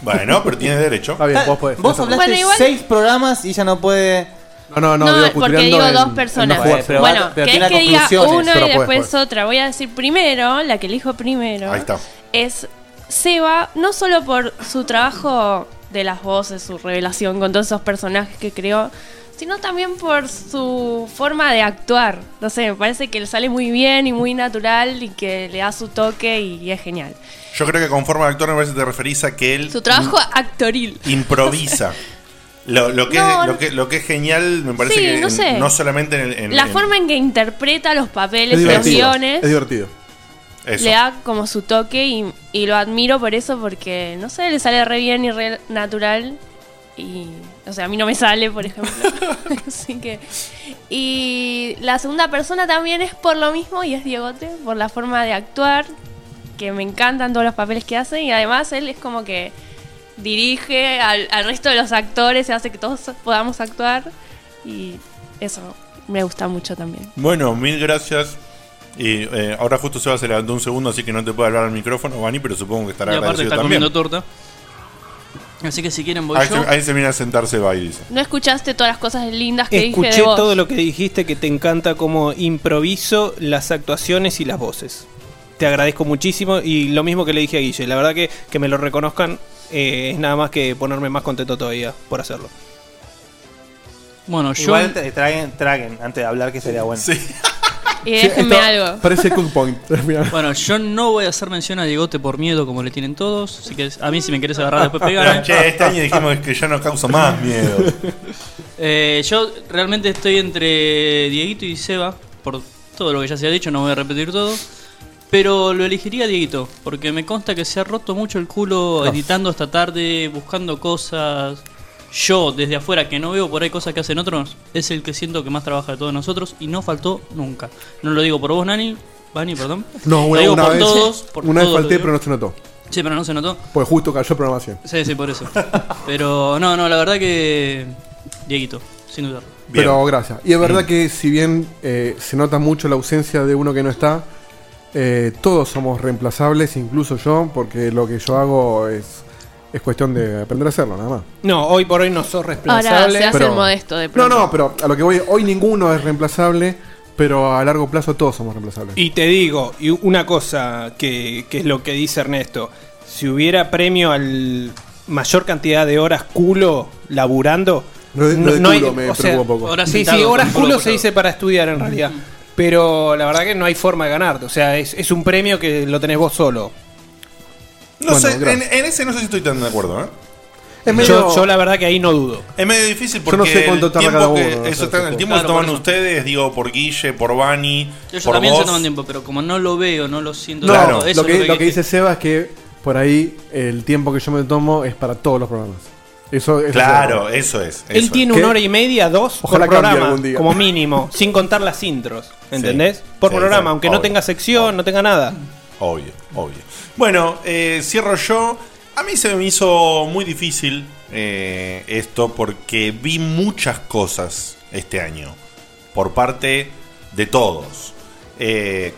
[SPEAKER 1] Bueno, pero tienes derecho.
[SPEAKER 3] Está bien, vos podés.
[SPEAKER 4] Eh, Vos hablaste
[SPEAKER 5] Bueno, igual-
[SPEAKER 4] seis programas y ella no puede.
[SPEAKER 3] No, no,
[SPEAKER 5] No,
[SPEAKER 3] no, digo,
[SPEAKER 5] porque
[SPEAKER 3] cultureando
[SPEAKER 5] digo
[SPEAKER 3] en-
[SPEAKER 5] dos
[SPEAKER 3] en
[SPEAKER 5] personas.
[SPEAKER 3] los juegos.
[SPEAKER 5] bueno, ¿querés que diga uno y
[SPEAKER 3] Pero
[SPEAKER 5] después
[SPEAKER 3] puedes, puedes.
[SPEAKER 5] otra? Voy a decir primero, la que elijo primero.
[SPEAKER 1] Ahí está.
[SPEAKER 5] Es Seba, no solo por su trabajo de las voces, su revelación con todos esos personajes que creó, sino también por su forma de actuar. No sé, me parece que le sale muy bien y muy natural y que le da su toque y, y es genial.
[SPEAKER 1] Yo creo que con forma de actor me parece que te referís a que él
[SPEAKER 5] Su trabajo actoril.
[SPEAKER 1] improvisa. Lo, lo que
[SPEAKER 5] No,
[SPEAKER 1] es,
[SPEAKER 5] no.
[SPEAKER 1] lo, que, lo que es genial me parece
[SPEAKER 5] Sí,
[SPEAKER 1] que
[SPEAKER 5] no
[SPEAKER 1] en-
[SPEAKER 5] sé.
[SPEAKER 1] no solamente en el. en-
[SPEAKER 5] la
[SPEAKER 1] en-
[SPEAKER 5] forma en que interpreta los papeles
[SPEAKER 1] Es
[SPEAKER 5] y los
[SPEAKER 1] divertido,
[SPEAKER 5] guiones.
[SPEAKER 1] es divertido. Eso.
[SPEAKER 5] le da como su toque y, y lo admiro por eso porque, no sé, le sale re bien y re natural. Y, o sea, a mí no me sale, por ejemplo. Así que... Y la segunda persona también es por lo mismo y es Diegote, por la forma de actuar, que me encantan todos los papeles que hace y además él es como que dirige al, al resto de los actores, se hace que todos podamos actuar y eso me gusta mucho también.
[SPEAKER 1] Bueno, mil gracias. Y eh, ahora justo Seba se levantó un segundo, así que no te puede hablar al micrófono, Vani, pero supongo que estará
[SPEAKER 6] Y aparte
[SPEAKER 1] agradecido
[SPEAKER 6] está
[SPEAKER 1] también.
[SPEAKER 6] comiendo torta. Así que si quieren voy
[SPEAKER 1] Ahí se,
[SPEAKER 6] yo.
[SPEAKER 1] ahí se viene a sentarse Seba y dice.
[SPEAKER 5] ¿No escuchaste todas las cosas lindas que dije
[SPEAKER 2] Escuché
[SPEAKER 5] de vos?
[SPEAKER 2] todo lo que dijiste, que te encanta como improviso las actuaciones y las voces. Te agradezco muchísimo y lo mismo que le dije a Guille, la verdad que, que me lo reconozcan eh, es nada más que ponerme más contento todavía por hacerlo.
[SPEAKER 6] Bueno,
[SPEAKER 2] yo-
[SPEAKER 4] Igual eh, traguen, traguen antes de hablar que sería bueno.
[SPEAKER 5] Y déjenme algo.
[SPEAKER 3] Parece Cookpoint.
[SPEAKER 6] Bueno, yo no voy a hacer mención a Diegote por miedo como le tienen todos. Así que a mí si me quieres agarrar después pegame.
[SPEAKER 1] Che, este año dijimos que ya no causa más miedo.
[SPEAKER 6] Eh, yo realmente estoy entre Dieguito y Seba, por todo lo que ya se ha dicho, no voy a repetir todo. Pero lo elegiría a Dieguito, porque me consta que se ha roto mucho el culo
[SPEAKER 4] Ah.
[SPEAKER 6] editando esta tarde, buscando cosas. Yo, desde afuera, que no veo por ahí cosas que hacen otros, es el que siento que más trabaja de todos nosotros y no faltó nunca. No lo digo por vos, Nani, Vani, perdón.
[SPEAKER 3] No,
[SPEAKER 6] lo
[SPEAKER 3] una,
[SPEAKER 6] digo
[SPEAKER 3] una
[SPEAKER 6] por
[SPEAKER 3] vez,
[SPEAKER 6] todos. Por
[SPEAKER 3] una vez
[SPEAKER 6] todos lo
[SPEAKER 3] falté,
[SPEAKER 6] digo.
[SPEAKER 3] pero no se notó.
[SPEAKER 6] Sí, pero no se notó.
[SPEAKER 3] Pues justo cayó programación.
[SPEAKER 6] Sí, sí, por eso. Pero no, no, la verdad que. Dieguito, sin duda.
[SPEAKER 3] Pero gracias. Y es verdad que si bien eh, se nota mucho la ausencia de uno que no está, eh, todos somos reemplazables, incluso yo, porque lo que yo hago es, es cuestión de aprender a hacerlo, nada más.
[SPEAKER 2] No, hoy por hoy no sos
[SPEAKER 5] Ahora
[SPEAKER 2] responsable.
[SPEAKER 5] se hace
[SPEAKER 3] Pero-
[SPEAKER 5] el modesto de
[SPEAKER 3] No,
[SPEAKER 5] pronto.
[SPEAKER 3] no, pero a lo que voy, hoy ninguno es reemplazable, pero a largo plazo todos somos reemplazables.
[SPEAKER 2] Y te digo, y una cosa que, que es lo que dice Ernesto, si hubiera premio al mayor cantidad de horas culo laburando,
[SPEAKER 3] Lo de- lo de culo me
[SPEAKER 2] o sea,
[SPEAKER 3] preocupa un poco. Horas
[SPEAKER 2] Sí, sí,
[SPEAKER 3] sentado,
[SPEAKER 2] horas
[SPEAKER 3] con culo
[SPEAKER 2] culo se
[SPEAKER 3] apoyado.
[SPEAKER 2] dice para estudiar en realidad. Pero la verdad que no hay forma de ganarte. O sea, es, es un premio que lo tenés vos solo.
[SPEAKER 1] No
[SPEAKER 2] Bueno,
[SPEAKER 1] sé, en,
[SPEAKER 2] gracias.
[SPEAKER 1] en ese no sé si estoy tan de acuerdo, ¿eh?
[SPEAKER 2] Yo- yo, la verdad que ahí no dudo.
[SPEAKER 1] Es medio difícil
[SPEAKER 2] Yo no
[SPEAKER 1] porque
[SPEAKER 2] sé cuánto
[SPEAKER 1] el
[SPEAKER 2] tarda
[SPEAKER 1] tiempo
[SPEAKER 2] cada
[SPEAKER 1] que-
[SPEAKER 2] uno, o sea,
[SPEAKER 1] eso está- el
[SPEAKER 2] supongo.
[SPEAKER 1] tiempo que
[SPEAKER 6] Claro,
[SPEAKER 1] toman
[SPEAKER 6] por eso.
[SPEAKER 1] ustedes, digo, por Guille, por Vani,
[SPEAKER 6] Yo
[SPEAKER 1] por
[SPEAKER 6] también se
[SPEAKER 1] vos.
[SPEAKER 6] toman tiempo, pero como no lo veo, no lo siento.
[SPEAKER 3] No,
[SPEAKER 6] tanto, eso
[SPEAKER 3] lo,
[SPEAKER 6] es
[SPEAKER 3] que, lo que
[SPEAKER 6] dije.
[SPEAKER 3] dice Seba es que por ahí el tiempo que yo me tomo es para todos los programas. Eso, eso
[SPEAKER 1] Claro, eso es.
[SPEAKER 2] Él tiene
[SPEAKER 3] ¿Qué?
[SPEAKER 2] una hora y media, dos
[SPEAKER 3] Ojalá
[SPEAKER 2] por
[SPEAKER 3] cambie
[SPEAKER 2] programa,
[SPEAKER 3] algún día.
[SPEAKER 2] como mínimo, sin contar las intros. ¿Entendés?
[SPEAKER 1] Sí,
[SPEAKER 2] por
[SPEAKER 1] sí,
[SPEAKER 2] programa,
[SPEAKER 1] sí,
[SPEAKER 2] aunque
[SPEAKER 1] obvio,
[SPEAKER 2] no tenga sección, no tenga nada.
[SPEAKER 1] Obvio, obvio. Bueno, eh, cierro yo. A mí se me hizo muy difícil eh, esto porque vi muchas cosas este año por parte de todos. Eh,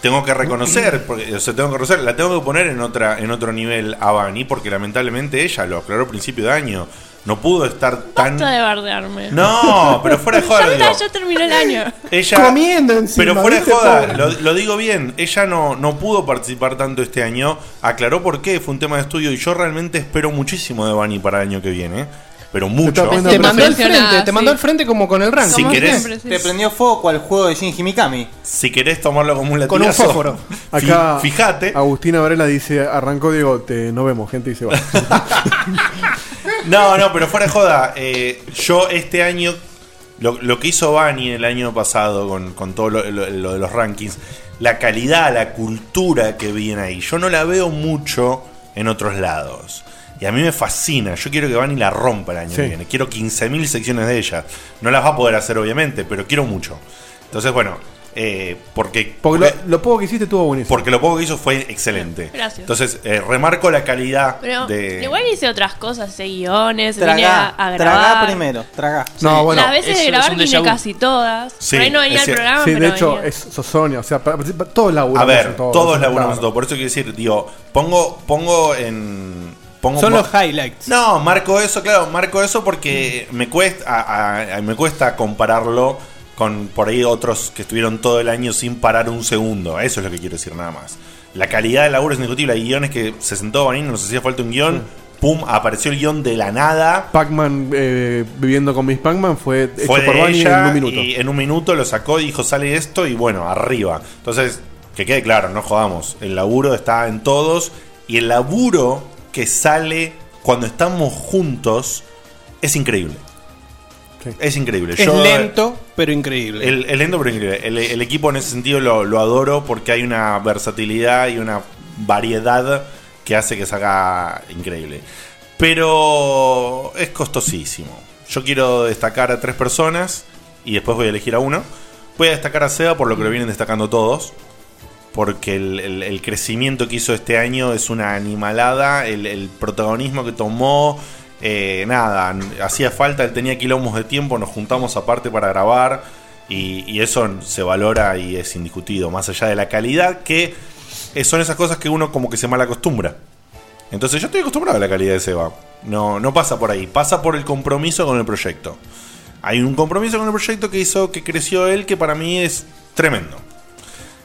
[SPEAKER 1] tengo que reconocer, porque, o sea, tengo que reconocer, la tengo que poner en otra, en otro nivel a Bani, porque lamentablemente ella lo aclaró a principio de año. No pudo estar tan.
[SPEAKER 5] Basta de bardearme.
[SPEAKER 1] No, pero fuera de joda.
[SPEAKER 5] Ya está,
[SPEAKER 1] digo.
[SPEAKER 5] ya terminó el año.
[SPEAKER 1] Ella,
[SPEAKER 5] Comiendo encima,
[SPEAKER 1] Pero fuera de
[SPEAKER 5] ¿viste,
[SPEAKER 1] joda,
[SPEAKER 5] pobre?
[SPEAKER 1] lo, lo digo bien. Ella no, no pudo participar tanto este año. Aclaró por qué, fue un tema de estudio. Y yo realmente espero muchísimo de Bani para el año que viene. ¿eh? Pero mucho.
[SPEAKER 2] Te mandó al frente, te mandó al frente como con el rango.
[SPEAKER 1] Si querés-
[SPEAKER 4] Te prendió fuego cual juego de Shinji Mikami.
[SPEAKER 1] Si querés tomarlo como un latigazo. Fi-
[SPEAKER 3] Acá,
[SPEAKER 1] fi-
[SPEAKER 3] Agustina Varela dice: arrancó Diego, te no vemos, gente, y se va.
[SPEAKER 1] No, no, pero fuera de joda. eh, yo este año, lo, lo que hizo Bani el año pasado con, con todo lo, lo- lo de los rankings, la calidad, la cultura que viene ahí, yo no la veo mucho en otros lados. Y a mí me fascina. Yo quiero que Bani la rompa el año
[SPEAKER 3] Sí.
[SPEAKER 1] que viene. Quiero 15.000 secciones de ella. No las va a poder hacer, obviamente, pero quiero mucho. Entonces, bueno, eh, porque,
[SPEAKER 3] Porque lo, lo poco que hiciste estuvo buenísimo.
[SPEAKER 1] porque lo poco que hizo fue excelente.
[SPEAKER 5] Gracias.
[SPEAKER 1] Entonces, eh, remarco la calidad
[SPEAKER 5] Pero
[SPEAKER 1] de.
[SPEAKER 5] igual hice otras cosas, hice guiones,
[SPEAKER 4] Tragá,
[SPEAKER 5] vine a, a
[SPEAKER 4] tragá
[SPEAKER 5] grabar.
[SPEAKER 4] primero, tragá.
[SPEAKER 6] Ah,
[SPEAKER 3] No, bueno.
[SPEAKER 5] Las veces de grabar vine casi todas. Por ahí no venía
[SPEAKER 3] es
[SPEAKER 5] el
[SPEAKER 3] cierto.
[SPEAKER 5] programa,
[SPEAKER 3] Sí,
[SPEAKER 5] pero
[SPEAKER 3] de hecho,
[SPEAKER 5] venía.
[SPEAKER 3] es Sosonia. O sea, pa- pa- todos laburamos.
[SPEAKER 1] A ver,
[SPEAKER 3] en todo,
[SPEAKER 1] todos
[SPEAKER 3] eso,
[SPEAKER 1] laburamos en
[SPEAKER 3] claro.
[SPEAKER 1] todo. Por eso quiero decir, digo, pongo, pongo en. Pongo
[SPEAKER 3] Son los
[SPEAKER 1] highlights. No, marco eso, claro, marco eso porque me cuesta, a- a- a- me cuesta compararlo con por ahí otros que estuvieron todo el año sin parar un segundo. Eso es lo que quiero decir nada más. La calidad del laburo es indiscutible. Hay guiones que se sentó Vanino, nos hacía falta un guión, pum, apareció el guión de la nada.
[SPEAKER 3] Pac-Man eh, viviendo con Miss Pac-Man fue,
[SPEAKER 1] fue
[SPEAKER 3] hecho por
[SPEAKER 1] de
[SPEAKER 3] Bunny en
[SPEAKER 1] ella
[SPEAKER 3] un minuto.
[SPEAKER 1] y en un minuto lo sacó y dijo sale esto y bueno, arriba. Entonces, que quede claro, no jodamos. El laburo está en todos y el laburo que sale cuando estamos juntos es increíble. Es increíble.
[SPEAKER 2] Es lento, pero increíble.
[SPEAKER 1] eh, El, el lento pero increíble. El, el equipo en ese sentido lo, lo adoro porque hay una versatilidad y una variedad que hace que salga increíble. Pero es costosísimo. Yo quiero destacar a tres personas y después voy a elegir a uno. Voy a destacar a Seba por lo que lo vienen destacando todos. Porque el, el- el crecimiento que hizo este año es una animalada. El, el protagonismo que tomó. eh, nada, n- hacía falta, él tenía quilombos de tiempo, nos juntamos aparte para grabar. Y, y eso se valora y es indiscutido. Más allá de la calidad, que eh, son esas cosas que uno como que se mal acostumbra. Entonces yo estoy acostumbrado a la calidad de Seba. No, no pasa por ahí, pasa por el compromiso con el proyecto. Hay un compromiso con el proyecto que hizo que creció él, que para mí es tremendo.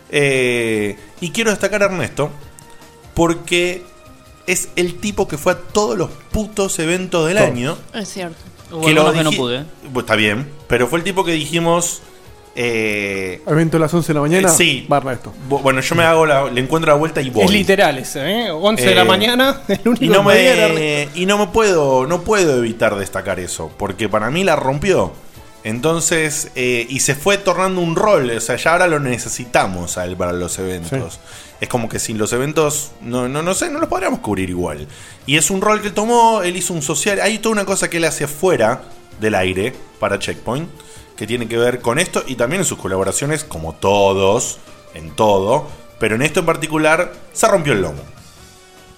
[SPEAKER 1] Eh, y quiero destacar a Ernesto, porque es el tipo que fue a todos los putos eventos del
[SPEAKER 24] Todos.
[SPEAKER 1] año.
[SPEAKER 5] Es cierto.
[SPEAKER 24] Hubo algunos que no
[SPEAKER 1] diji-
[SPEAKER 24] pude, ¿eh?
[SPEAKER 1] Pues está bien, pero fue el tipo que dijimos... eh,
[SPEAKER 3] Evento a las 11 de la mañana.
[SPEAKER 1] Eh, sí.
[SPEAKER 3] Barra esto.
[SPEAKER 1] bu- bueno, yo me hago la, le encuentro la vuelta y voy.
[SPEAKER 2] Es literal ese, ¿eh? 11 de
[SPEAKER 1] Eh,
[SPEAKER 2] la mañana, el único
[SPEAKER 1] Y no,
[SPEAKER 2] que podía era-
[SPEAKER 1] me, y no me puedo, no puedo evitar destacar eso, porque para mí la rompió. Entonces, eh, y se fue tornando un rol, o sea, ya ahora lo necesitamos a él para los eventos. Es como que sin los eventos, no, no, no sé, no los podríamos cubrir igual. Y es un rol que tomó, él hizo un social, hay toda una cosa que él hace fuera del aire para Checkpoint, que tiene que ver con esto y también en sus colaboraciones, como todos, en todo, pero en esto en particular, se rompió el lomo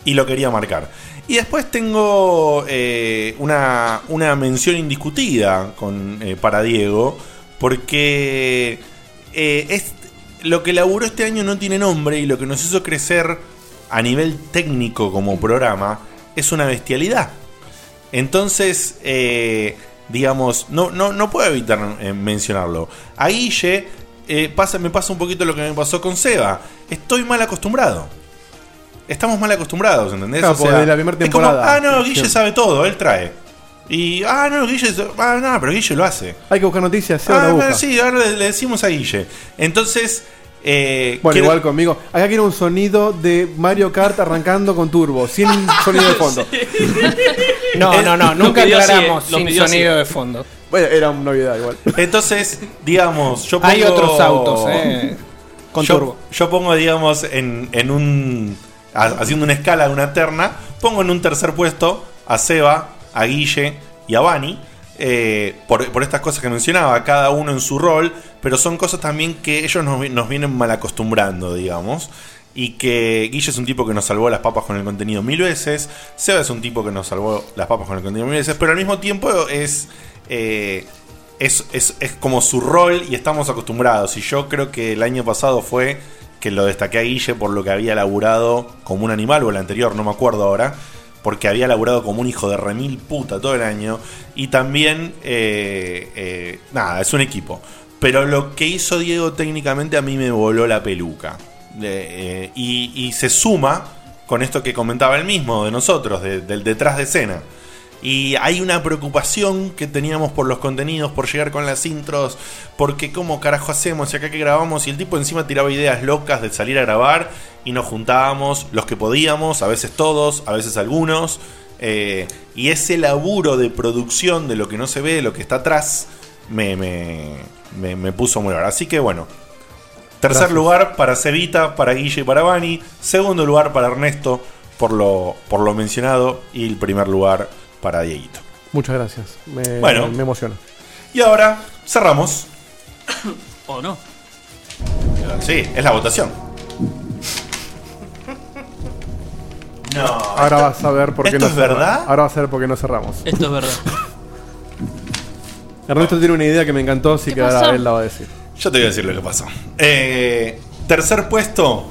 [SPEAKER 1] y lo quería marcar. Y después tengo eh, una, una mención indiscutida con, eh, para Diego, porque eh, es, lo que laburó este año no tiene nombre y lo que nos hizo crecer a nivel técnico como programa es una bestialidad. Entonces, eh, digamos, no, no, no puedo evitar eh, mencionarlo. A Guille eh, pasa, me pasa un poquito lo que me pasó con Seba. Estoy mal acostumbrado. Estamos mal acostumbrados, ¿entendés?
[SPEAKER 3] Claro, porque de la primera
[SPEAKER 1] es como,
[SPEAKER 3] temporada.
[SPEAKER 1] ah, no, Guille
[SPEAKER 3] Siempre.
[SPEAKER 1] sabe todo, él trae. Y, ah, no, Guille, ah, no, pero Guille lo hace.
[SPEAKER 3] Hay que buscar noticias. Seba
[SPEAKER 1] Ah,
[SPEAKER 3] la busca.
[SPEAKER 1] bueno, sí, ahora le, le decimos a Guille. Entonces, eh,
[SPEAKER 3] Bueno,
[SPEAKER 1] quiero-
[SPEAKER 3] igual conmigo. Acá quiero un sonido de Mario Kart arrancando con turbo, sin sonido de fondo.
[SPEAKER 2] No, no, no,
[SPEAKER 3] Lo
[SPEAKER 2] nunca
[SPEAKER 3] pidió así,
[SPEAKER 2] aclaramos
[SPEAKER 3] eh, lo
[SPEAKER 2] sin
[SPEAKER 3] pidió así.
[SPEAKER 2] sonido de fondo.
[SPEAKER 3] Bueno,
[SPEAKER 1] eh,
[SPEAKER 3] era una novedad igual.
[SPEAKER 1] Entonces, digamos, yo
[SPEAKER 2] Hay otros autos, eh, con
[SPEAKER 1] yo,
[SPEAKER 2] turbo.
[SPEAKER 1] Yo pongo, digamos, en, en un. ha- haciendo una escala de una terna, pongo en un tercer puesto a Seba, a Guille y a Bani. eh, por, por estas cosas que mencionaba, cada uno en su rol, pero son cosas también que ellos nos, vi- nos vienen mal acostumbrando, digamos. Y que Guille es un tipo que nos salvó las papas con el contenido mil veces. Seba es un tipo que nos salvó las papas con el contenido mil veces. Pero al mismo tiempo es. eh, es, es- es como su rol y estamos acostumbrados. Y yo creo que el año pasado fue que lo destaqué a Guille por lo que había laburado como un animal, o el anterior, no me acuerdo ahora, porque había laburado como un hijo de remil puta todo el año. Y también, eh, eh, nada, es un equipo. Pero lo que hizo Diego técnicamente a mí me voló la peluca. Eh, eh, y, y se suma con esto que comentaba él mismo de nosotros, de- del detrás de escena. Y hay una preocupación que teníamos por los contenidos, por llegar con las intros, porque cómo carajo hacemos y acá que grabamos. Y el tipo encima tiraba ideas locas de salir a grabar y nos juntábamos los que podíamos, a veces todos, a veces algunos. eh, y ese laburo de producción de lo que no se ve, de lo que está atrás, me, me, me, me puso muy raro. Así que bueno, Tercer
[SPEAKER 3] Gracias.
[SPEAKER 1] lugar para Cevita, para Guille y para Bani. Segundo lugar para Ernesto, por lo, por lo mencionado. Y el primer lugar para Dieguito.
[SPEAKER 3] Muchas gracias. Me,
[SPEAKER 1] Bueno.
[SPEAKER 3] me emociona.
[SPEAKER 1] Y ahora cerramos.
[SPEAKER 24] ¿O no?
[SPEAKER 1] Sí, es la votación. No.
[SPEAKER 3] Ahora vas a ver por qué no
[SPEAKER 1] ¿Esto es
[SPEAKER 3] cerra-
[SPEAKER 1] verdad?
[SPEAKER 3] Ahora vas a ver por qué no cerramos.
[SPEAKER 6] Esto es verdad.
[SPEAKER 3] Ernesto tiene una idea que me encantó, así que
[SPEAKER 1] pasó?
[SPEAKER 3] ahora él la va a decir.
[SPEAKER 1] Yo te voy a decir lo que pasó. Eh, tercer puesto,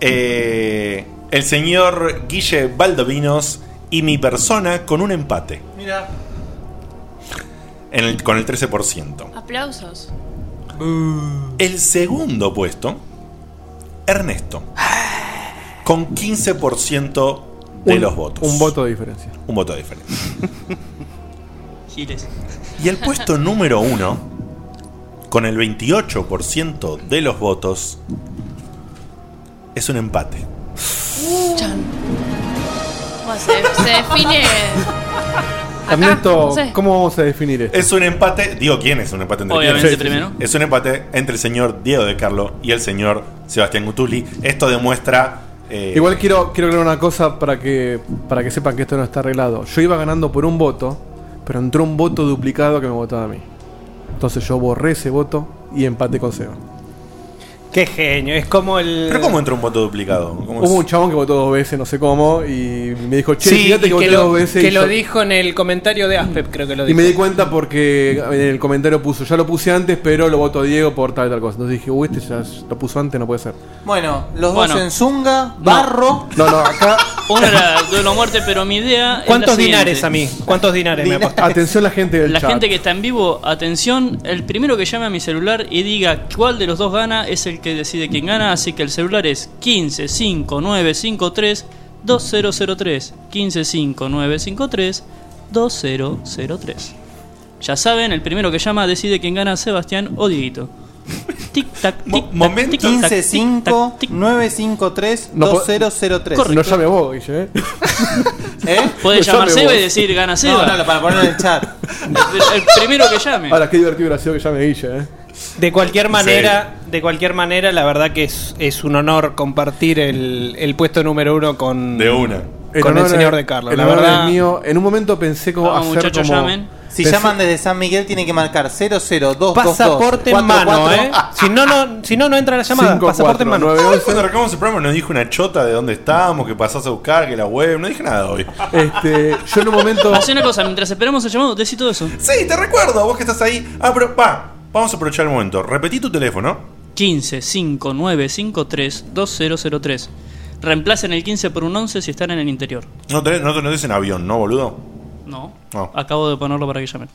[SPEAKER 1] eh, el señor Guille Baldovinos y mi persona con un empate.
[SPEAKER 5] Mira.
[SPEAKER 1] en el- con el 13%.
[SPEAKER 5] Aplausos.
[SPEAKER 1] El segundo puesto, Ernesto, con 15% de
[SPEAKER 3] Un-
[SPEAKER 1] los votos.
[SPEAKER 3] Un voto de diferencia.
[SPEAKER 1] Un voto de diferencia.
[SPEAKER 6] Giles.
[SPEAKER 1] Y el puesto número uno, con el 28% de los votos, es un empate.
[SPEAKER 5] Chan. Bueno, se, se define.
[SPEAKER 1] Ernesto,
[SPEAKER 5] no sé.
[SPEAKER 3] ¿cómo vamos a definir esto?
[SPEAKER 1] Es un empate, digo quién es un empate entre
[SPEAKER 6] Obviamente,
[SPEAKER 1] quiénes.
[SPEAKER 6] primero.
[SPEAKER 1] Es un empate entre el señor Diego de Carlo y el señor Sebastián Gutuli. Esto demuestra. eh,
[SPEAKER 3] Igual quiero, quiero aclarar una cosa para que, para que sepan que esto no está arreglado. Yo iba ganando por un voto, pero entró un voto duplicado que me votaba a mí. Entonces yo borré ese voto y empate con Seba.
[SPEAKER 2] Qué genio, es como el.
[SPEAKER 1] ¿Pero cómo entra un voto duplicado? ¿Cómo
[SPEAKER 3] Hubo
[SPEAKER 1] es?
[SPEAKER 3] un chabón que votó dos veces, no sé cómo, y me dijo, che,
[SPEAKER 2] Sí, y
[SPEAKER 3] fíjate
[SPEAKER 2] que,
[SPEAKER 3] que voté
[SPEAKER 2] lo,
[SPEAKER 3] dos veces.
[SPEAKER 2] que
[SPEAKER 3] y
[SPEAKER 2] lo
[SPEAKER 3] yo-
[SPEAKER 2] dijo en el comentario de Aspep, creo que lo
[SPEAKER 3] Y
[SPEAKER 2] dijo.
[SPEAKER 3] me di cuenta porque en el comentario puso, ya lo puse antes, pero lo votó Diego por tal y tal cosa. Entonces dije, uy, este ya lo puso antes, no puede ser.
[SPEAKER 4] Bueno, los
[SPEAKER 6] Bueno.
[SPEAKER 4] dos en Zunga, Barro.
[SPEAKER 3] No, no, acá.
[SPEAKER 6] Uno era duelo a muerte, pero mi idea. es la
[SPEAKER 2] ¿Cuántos
[SPEAKER 6] siguiente.
[SPEAKER 2] dinares a mí? ¿Cuántos dinares me apostó?
[SPEAKER 3] Atención la gente del
[SPEAKER 6] La
[SPEAKER 3] chat.
[SPEAKER 6] gente que está en vivo, atención, el primero que llame a mi celular y diga cuál de los dos gana es el que decide quién gana, así que el celular es 155953 2003 155953 2003. Ya saben, el primero que llama decide quién gana, Sebastián o Dieguito. Tic tac, tic tac,
[SPEAKER 4] Momento
[SPEAKER 6] tic tac, tic tac,
[SPEAKER 4] 15 5 953
[SPEAKER 3] No po-
[SPEAKER 4] 2003.
[SPEAKER 3] No llame vos, Guille, ¿eh?
[SPEAKER 6] Puede
[SPEAKER 3] No
[SPEAKER 6] llamar
[SPEAKER 3] llame
[SPEAKER 6] Seba
[SPEAKER 3] vos.
[SPEAKER 6] y decir gana Seba.
[SPEAKER 4] No, no, para poner en el chat.
[SPEAKER 6] El, el primero que llame.
[SPEAKER 2] Ah,
[SPEAKER 3] Ahora, qué divertido hubiera sido que llame Guille, ¿eh?
[SPEAKER 2] De cualquier manera, de cualquier manera, la verdad que es, es un honor compartir el, el puesto número uno con,
[SPEAKER 1] De una.
[SPEAKER 2] con el
[SPEAKER 3] honor
[SPEAKER 2] señor
[SPEAKER 3] a-
[SPEAKER 2] de Carlos.
[SPEAKER 3] el
[SPEAKER 2] La
[SPEAKER 3] honor
[SPEAKER 2] verdad,
[SPEAKER 3] es mío. En un momento pensé como hacer como-
[SPEAKER 4] Si
[SPEAKER 3] pensé-
[SPEAKER 4] llaman desde San Miguel tienen que marcar 00222.
[SPEAKER 2] pasaporte en mano, ¿eh?
[SPEAKER 4] Ah.
[SPEAKER 2] Si no, no, si no, no entra la llamada. pasaporte en mano.
[SPEAKER 1] Ah, Cuando arrancamos el programa nos dijo una chota de dónde estábamos, que pasás a buscar, que la web, no dije nada hoy.
[SPEAKER 3] Este, yo en un momento.
[SPEAKER 6] Hacé una cosa, mientras esperamos el llamado, decí todo eso.
[SPEAKER 1] Sí, te recuerdo, vos que estás ahí. Ah, pero va, vamos a aprovechar el momento. Repetí tu teléfono.
[SPEAKER 6] 15-5953-2003. Reemplacen el 15 por un 11 si están en el interior.
[SPEAKER 1] No te no te notes en avión, ¿no, boludo?
[SPEAKER 6] No.
[SPEAKER 1] No.
[SPEAKER 6] Acabo de ponerlo para que llamen.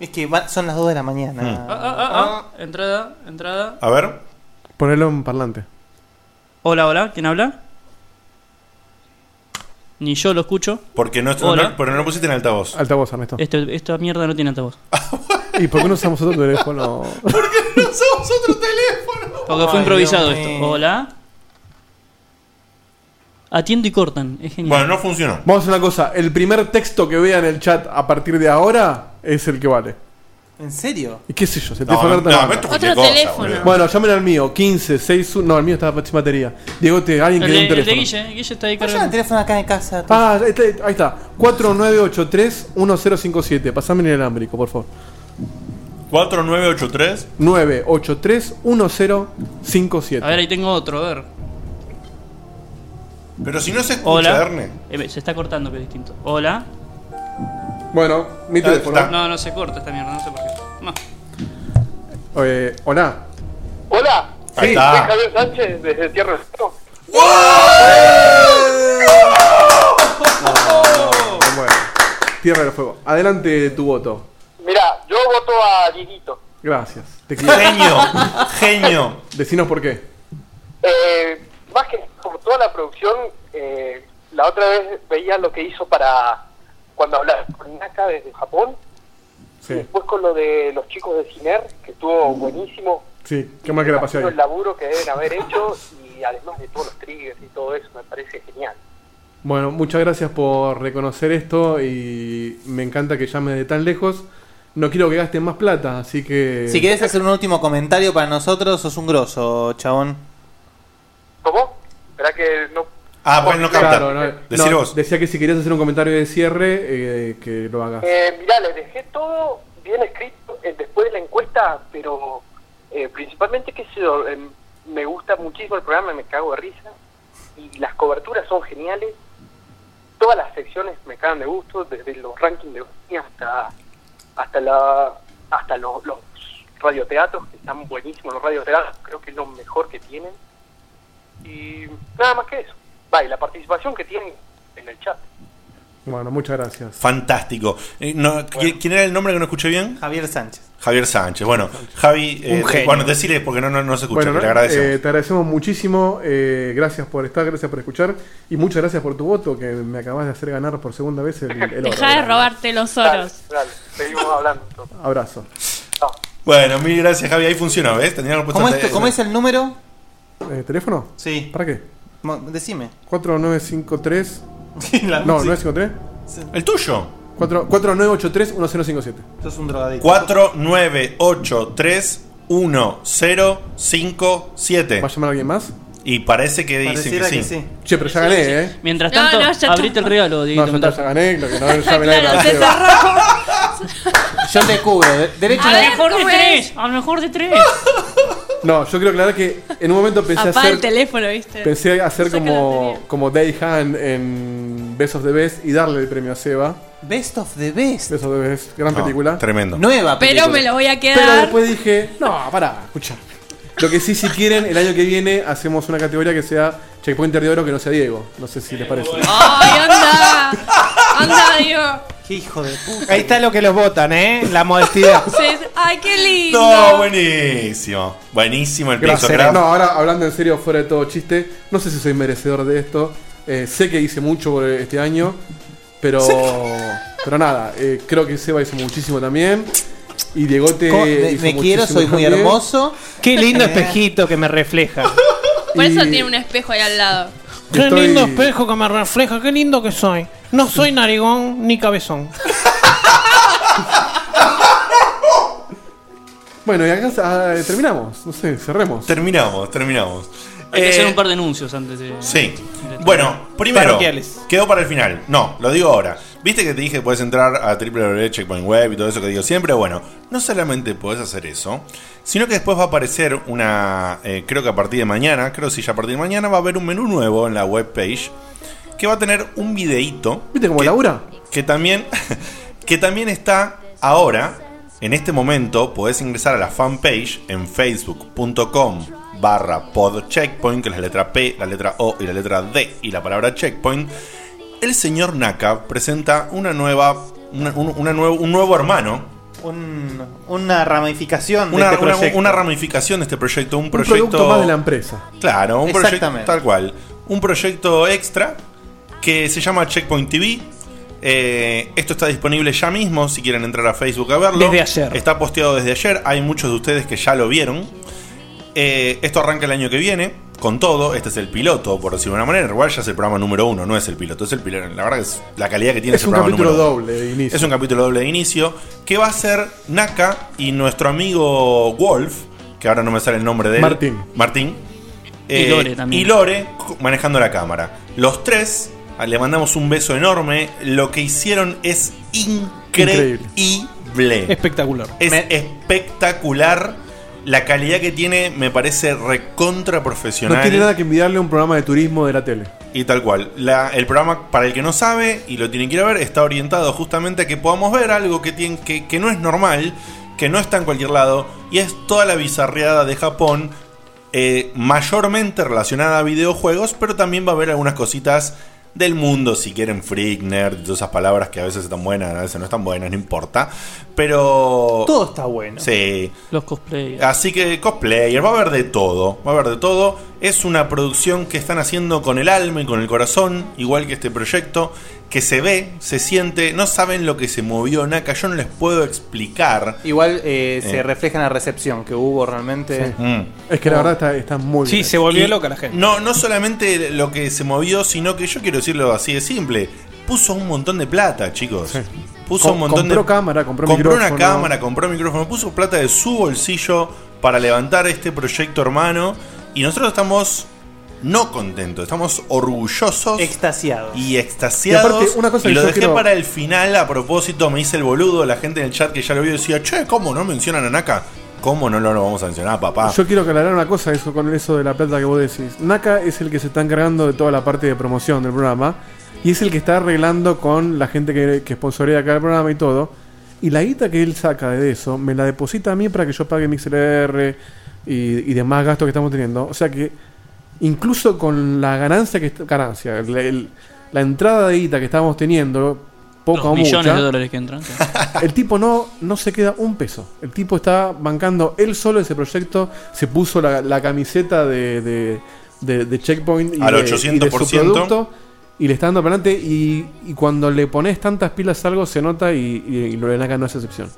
[SPEAKER 4] Es que va- son las 2 de la mañana.
[SPEAKER 6] Ah, ah, ah, ah. Entrada, entrada.
[SPEAKER 1] A ver.
[SPEAKER 3] Ponelo en parlante.
[SPEAKER 6] Hola, hola, ¿quién habla? Ni yo lo escucho.
[SPEAKER 1] Porque no,
[SPEAKER 6] Hola.
[SPEAKER 1] no- pero no lo pusiste en altavoz. Ah,
[SPEAKER 3] Altavoz, Ernesto.
[SPEAKER 6] Este- esta mierda no tiene altavoz.
[SPEAKER 3] ¿Y por qué no usamos otro teléfono?
[SPEAKER 1] Usamos otro teléfono.
[SPEAKER 6] Porque fue improvisado esto. Hola. Atiendo y cortan. Es genial.
[SPEAKER 1] Bueno, no funcionó.
[SPEAKER 3] Vamos a hacer una cosa. El primer texto que vea en el chat a partir de ahora es el que vale.
[SPEAKER 1] Hmm.
[SPEAKER 4] ¿En serio?
[SPEAKER 3] ¿Y qué sé yo? Se
[SPEAKER 4] No,
[SPEAKER 3] empieza a hablar
[SPEAKER 4] no,
[SPEAKER 3] de la
[SPEAKER 4] no,
[SPEAKER 3] banda.
[SPEAKER 4] esto es cualquier Otro cosa, teléfono. boludo.
[SPEAKER 3] Bueno, llamen al mío. 15, 6, 1. No, el mío está sin batería. Diego, te, alguien que dé un teléfono.
[SPEAKER 6] Guille, Guille está ahí
[SPEAKER 4] cargando. el teléfono acá en casa.
[SPEAKER 3] Ah, este- ahí está. 4983-1057. Pasame el inalámbrico, por favor.
[SPEAKER 1] 4983.
[SPEAKER 3] 983-1057.
[SPEAKER 6] A ver, ahí tengo otro, a ver.
[SPEAKER 1] Pero si no se escucha,
[SPEAKER 6] Hola.
[SPEAKER 1] Erne.
[SPEAKER 6] Eh, se está cortando, que es distinto. Hola.
[SPEAKER 3] Bueno, mi teléfono.
[SPEAKER 6] No, no se corta esta mierda, no sé por qué. No.
[SPEAKER 3] Eh, hola.
[SPEAKER 9] Hola,
[SPEAKER 3] Ahí
[SPEAKER 9] sí,
[SPEAKER 3] está.
[SPEAKER 9] soy Javier Sánchez desde Tierra del Fuego.
[SPEAKER 3] Bueno, tierra del fuego. Adelante tu voto.
[SPEAKER 9] Mira, yo voto a Dieguito.
[SPEAKER 3] Gracias. Te
[SPEAKER 1] Genio, genio.
[SPEAKER 3] Decinos por qué.
[SPEAKER 9] Eh, más que por toda la producción, eh, la otra vez veía lo que hizo para cuando hablaba con Naka desde Japón.
[SPEAKER 3] Sí.
[SPEAKER 9] Y después pues con lo de los chicos de Ciner, que estuvo buenísimo.
[SPEAKER 3] Sí, qué mal que la pasé
[SPEAKER 9] Imagino
[SPEAKER 3] ahí.
[SPEAKER 9] el laburo que deben haber hecho y además de todos los triggers y todo eso, me parece genial.
[SPEAKER 3] Bueno, muchas gracias por reconocer esto y me encanta que llames de tan lejos. No quiero que gasten más plata, así que.
[SPEAKER 4] Si querés hacer un último comentario para nosotros, sos un grosso, chabón.
[SPEAKER 9] ¿Verdad que no?
[SPEAKER 1] Ah, pues no capta.
[SPEAKER 3] Claro, no,
[SPEAKER 1] Decir
[SPEAKER 3] no,
[SPEAKER 1] vos.
[SPEAKER 3] Decía que si querías hacer un comentario de cierre, eh, que lo hagas.
[SPEAKER 9] Eh, mirá, les dejé todo bien escrito eh, después de la encuesta, pero
[SPEAKER 25] Eh, principalmente, que yo, em, me gusta muchísimo el programa, me cago de risa. Y las coberturas son geniales. Todas las secciones me cagan de gusto, desde los rankings de Bosnia hasta hasta la hasta lo- los radioteatros, que están buenísimos los radioteatros, creo que es lo mejor que tienen. Y nada más que eso. Va, y la participación que tienen en el chat.
[SPEAKER 3] Bueno, muchas gracias.
[SPEAKER 1] Fantástico. Eh, no, ¿qui- ¿Quién era el nombre que no escuché bien?
[SPEAKER 4] Javier Sánchez.
[SPEAKER 1] Javier Sánchez. Bueno, Javi, eh,
[SPEAKER 3] Un genio.
[SPEAKER 1] bueno, decirle porque no, no, no se escucha,
[SPEAKER 3] Bueno,
[SPEAKER 1] que le
[SPEAKER 3] ¿no?
[SPEAKER 1] agradecemos.
[SPEAKER 3] Eh, te agradecemos muchísimo. eh, gracias por estar, gracias por escuchar. Y muchas gracias por tu voto, que me acabas de hacer ganar por segunda vez el, el oro.
[SPEAKER 5] Deja de robarte los oros.
[SPEAKER 25] Dale, seguimos hablando.
[SPEAKER 3] Abrazo.
[SPEAKER 1] Bueno, mil gracias, Javi. Ahí funcionó, ¿ves? Tendríamos puesto
[SPEAKER 4] ¿Cómo, es,
[SPEAKER 1] antes-
[SPEAKER 4] tu- cómo es el número?
[SPEAKER 3] Eh, ¿Teléfono?
[SPEAKER 4] Sí.
[SPEAKER 3] ¿Para qué?
[SPEAKER 4] Mo- Decime.
[SPEAKER 3] 4953.
[SPEAKER 4] la
[SPEAKER 3] no,
[SPEAKER 4] música.
[SPEAKER 3] 953.
[SPEAKER 1] ¿El tuyo?
[SPEAKER 3] 4983-1057.
[SPEAKER 4] Esto es un drogadicto.
[SPEAKER 1] 49831057. ¿Va a
[SPEAKER 3] llamar a alguien más?
[SPEAKER 1] Y parece que dicen que
[SPEAKER 4] Pareciera
[SPEAKER 1] sí.
[SPEAKER 4] que sí.
[SPEAKER 3] Che, pero ya gané, ¿eh?
[SPEAKER 6] Mientras
[SPEAKER 3] No,
[SPEAKER 6] tanto,
[SPEAKER 3] no, ya está.
[SPEAKER 6] abrite el regalo, Dieguito,
[SPEAKER 3] No, yo
[SPEAKER 6] mientras-
[SPEAKER 3] ya gané, lo que no sabe nadie
[SPEAKER 6] Claro,
[SPEAKER 3] nada.
[SPEAKER 6] se
[SPEAKER 3] Seba.
[SPEAKER 4] Yo te cubro. de- Derecho
[SPEAKER 6] A
[SPEAKER 4] a
[SPEAKER 6] lo
[SPEAKER 4] la-
[SPEAKER 6] mejor de tres, a lo mejor de tres.
[SPEAKER 3] No, yo quiero aclarar que en un momento pensé
[SPEAKER 5] Apá el
[SPEAKER 3] hacer,
[SPEAKER 5] teléfono, ¿viste?
[SPEAKER 3] pensé hacer como, como Day Han en Best of the Best y darle el premio a Seba.
[SPEAKER 4] Best of the Best.
[SPEAKER 3] Best of the Best, gran
[SPEAKER 1] No,
[SPEAKER 3] película.
[SPEAKER 1] Tremendo.
[SPEAKER 4] Nueva
[SPEAKER 5] Pero me lo voy a
[SPEAKER 3] Pero
[SPEAKER 5] quedar.
[SPEAKER 3] después dije, no, pará, escucha. Lo que sí, si quieren, el año que viene hacemos una categoría que sea Checkpointer de Oro que no sea Diego. No sé si les parece.
[SPEAKER 5] ¡Ay, anda! ¡Anda, Dios!
[SPEAKER 4] hijo de puta!
[SPEAKER 2] Ahí está lo que los votan, ¿eh? La modestia.
[SPEAKER 5] Se- ¡Ay, qué lindo!
[SPEAKER 1] No, buenísimo. Buenísimo el piso,
[SPEAKER 3] Gracias.
[SPEAKER 1] Graf.
[SPEAKER 3] No, ahora hablando en serio, fuera de todo chiste, no sé si soy merecedor de esto. Eh, sé que hice mucho por este año, pero. Pero nada, eh, creo que Seba hizo muchísimo también. Y Diegote.
[SPEAKER 4] ¿Cómo? Me-
[SPEAKER 3] hizo
[SPEAKER 4] me quiero,
[SPEAKER 3] muchísimo
[SPEAKER 4] soy muy
[SPEAKER 3] también.
[SPEAKER 4] hermoso. Eh,
[SPEAKER 2] Qué lindo
[SPEAKER 3] Eh.
[SPEAKER 2] espejito que me refleja.
[SPEAKER 5] Por eso
[SPEAKER 2] Y-
[SPEAKER 5] tiene un espejo ahí al lado.
[SPEAKER 2] Qué
[SPEAKER 3] Estoy-
[SPEAKER 2] lindo espejo que me refleja, qué lindo que soy. No soy narigón ni cabezón.
[SPEAKER 3] Bueno, y acá ah, terminamos. No sé, cerremos.
[SPEAKER 1] Terminamos, terminamos.
[SPEAKER 6] Hay que
[SPEAKER 1] Eh,
[SPEAKER 6] hacer un par de anuncios antes de.
[SPEAKER 1] Sí. Bueno, primero,
[SPEAKER 6] Parroquiales.
[SPEAKER 1] quedó para el final. No, lo digo ahora. Viste que te dije que puedes entrar a www.checkpoint web y todo eso que digo siempre. Bueno, no solamente podés hacer eso, sino que después va a aparecer una. eh, creo que a partir de mañana, creo si ya a partir de mañana, va a haber un menú nuevo en la webpage que va a tener un videíto.
[SPEAKER 3] ¿Viste cómo labura?
[SPEAKER 1] Que también, que también está ahora, en este momento, podés ingresar a la fanpage en facebook.com barra podcheckpoint, que es la letra P, la letra O y la letra D y la palabra checkpoint. El señor Naka presenta una nueva, una- un, una nuevo, un nuevo hermano,
[SPEAKER 4] Un- una ramificación de
[SPEAKER 1] una,
[SPEAKER 4] este
[SPEAKER 1] una-
[SPEAKER 4] proyecto.
[SPEAKER 1] una ramificación de este proyecto, un
[SPEAKER 3] Un
[SPEAKER 1] proyecto...
[SPEAKER 3] producto más de la empresa.
[SPEAKER 1] Claro, un proyecto
[SPEAKER 3] Exactamente.
[SPEAKER 1] tal cual. Un proyecto extra que se llama Checkpoint TV. Eh, esto está disponible ya mismo si quieren entrar a Facebook a verlo.
[SPEAKER 2] Desde ayer.
[SPEAKER 1] Está posteado desde ayer. Hay muchos de ustedes que ya lo vieron. Eh, esto arranca el año que viene. Con todo, este es el piloto, por decirlo de una manera. Igual ya es el programa número uno, no es el piloto, es el piloto. La verdad que es la calidad que tiene
[SPEAKER 3] es
[SPEAKER 1] ese
[SPEAKER 3] un
[SPEAKER 1] programa
[SPEAKER 3] capítulo
[SPEAKER 1] número uno.
[SPEAKER 3] doble de inicio.
[SPEAKER 1] Es un capítulo doble de inicio que va a ser Naka y nuestro amigo Wolf, que ahora no me sale el nombre de él.
[SPEAKER 3] Martín.
[SPEAKER 1] Martín.
[SPEAKER 6] Y Lore
[SPEAKER 1] Eh,
[SPEAKER 6] también.
[SPEAKER 1] y Lore co- manejando la cámara. Los tres ah, le mandamos un beso enorme. Lo que hicieron es increíble.
[SPEAKER 2] Espectacular.
[SPEAKER 1] Es espectacular. La calidad que tiene me parece recontra profesional.
[SPEAKER 3] No tiene nada que enviarle a un programa de turismo de la tele.
[SPEAKER 1] Y tal cual. La- el programa, para el que no sabe y lo tiene que ir a ver, está orientado justamente a que podamos ver algo que, tiene, que, que no es normal, que no está en cualquier lado, y es toda la bizarreada de Japón, eh, mayormente relacionada a videojuegos, pero también va a haber algunas cositas del mundo, si quieren, freak, nerd, todas esas palabras que a veces están buenas, a veces no están buenas, no importa. Pero...
[SPEAKER 4] Todo está bueno.
[SPEAKER 1] Sí.
[SPEAKER 6] Los cosplayers.
[SPEAKER 1] Así que cosplayer, va a haber de todo, va a haber de todo. Es una producción que están haciendo con el alma y con el corazón, igual que este proyecto, que se ve, se siente, no saben lo que se movió Naka, yo no les puedo explicar.
[SPEAKER 4] Igual eh, se
[SPEAKER 1] Eh.
[SPEAKER 4] refleja en la recepción que hubo realmente.
[SPEAKER 3] Es que la verdad está, está muy bien.
[SPEAKER 1] Y No, no solamente lo que se movió, sino que yo quiero decirlo así de simple, puso un montón de plata, chicos. Puso
[SPEAKER 3] Com-
[SPEAKER 1] un montón
[SPEAKER 3] compró
[SPEAKER 1] de
[SPEAKER 3] cámara, compró,
[SPEAKER 1] compró una
[SPEAKER 3] micrófono.
[SPEAKER 1] cámara, compró micrófono, puso plata de su bolsillo para levantar este proyecto hermano. Y nosotros estamos no contentos, estamos orgullosos.
[SPEAKER 4] Extasiados.
[SPEAKER 1] Y extasiados.
[SPEAKER 3] Y aparte, una cosa
[SPEAKER 1] Y
[SPEAKER 3] que
[SPEAKER 1] lo
[SPEAKER 3] yo
[SPEAKER 1] dejé
[SPEAKER 3] quiero-
[SPEAKER 1] para el final a propósito, me hice el boludo, la gente en el chat que ya lo vio decía, che, ¿cómo no mencionan a Naka? ¿Cómo no lo, lo vamos a mencionar, papá?
[SPEAKER 3] Yo quiero aclarar una cosa eso con eso de la plata que vos decís. Naka es el que se está encargando de toda la parte de promoción del programa y es el que está arreglando con la gente que, que sponsorea acá el programa y todo. Y la guita que él saca de eso me la deposita a mí para que yo pague mi XLR y, y demás gastos que estamos teniendo. O sea que incluso con la ganancia que est- ganancia, el- el- la entrada de guita que estamos teniendo, poco
[SPEAKER 6] Los
[SPEAKER 3] o
[SPEAKER 6] millones
[SPEAKER 3] mucha,
[SPEAKER 6] de dólares que entran. claro.
[SPEAKER 3] el tipo no, no se queda un peso. El tipo está bancando él solo ese proyecto. Se puso la, la camiseta de, de- de- de Checkpoint
[SPEAKER 1] Al
[SPEAKER 3] de-
[SPEAKER 1] 800%.
[SPEAKER 3] y le está dando para adelante. Y, y cuando le pones tantas pilas a algo, se nota. Y, y, y Lorena acá no es excepción.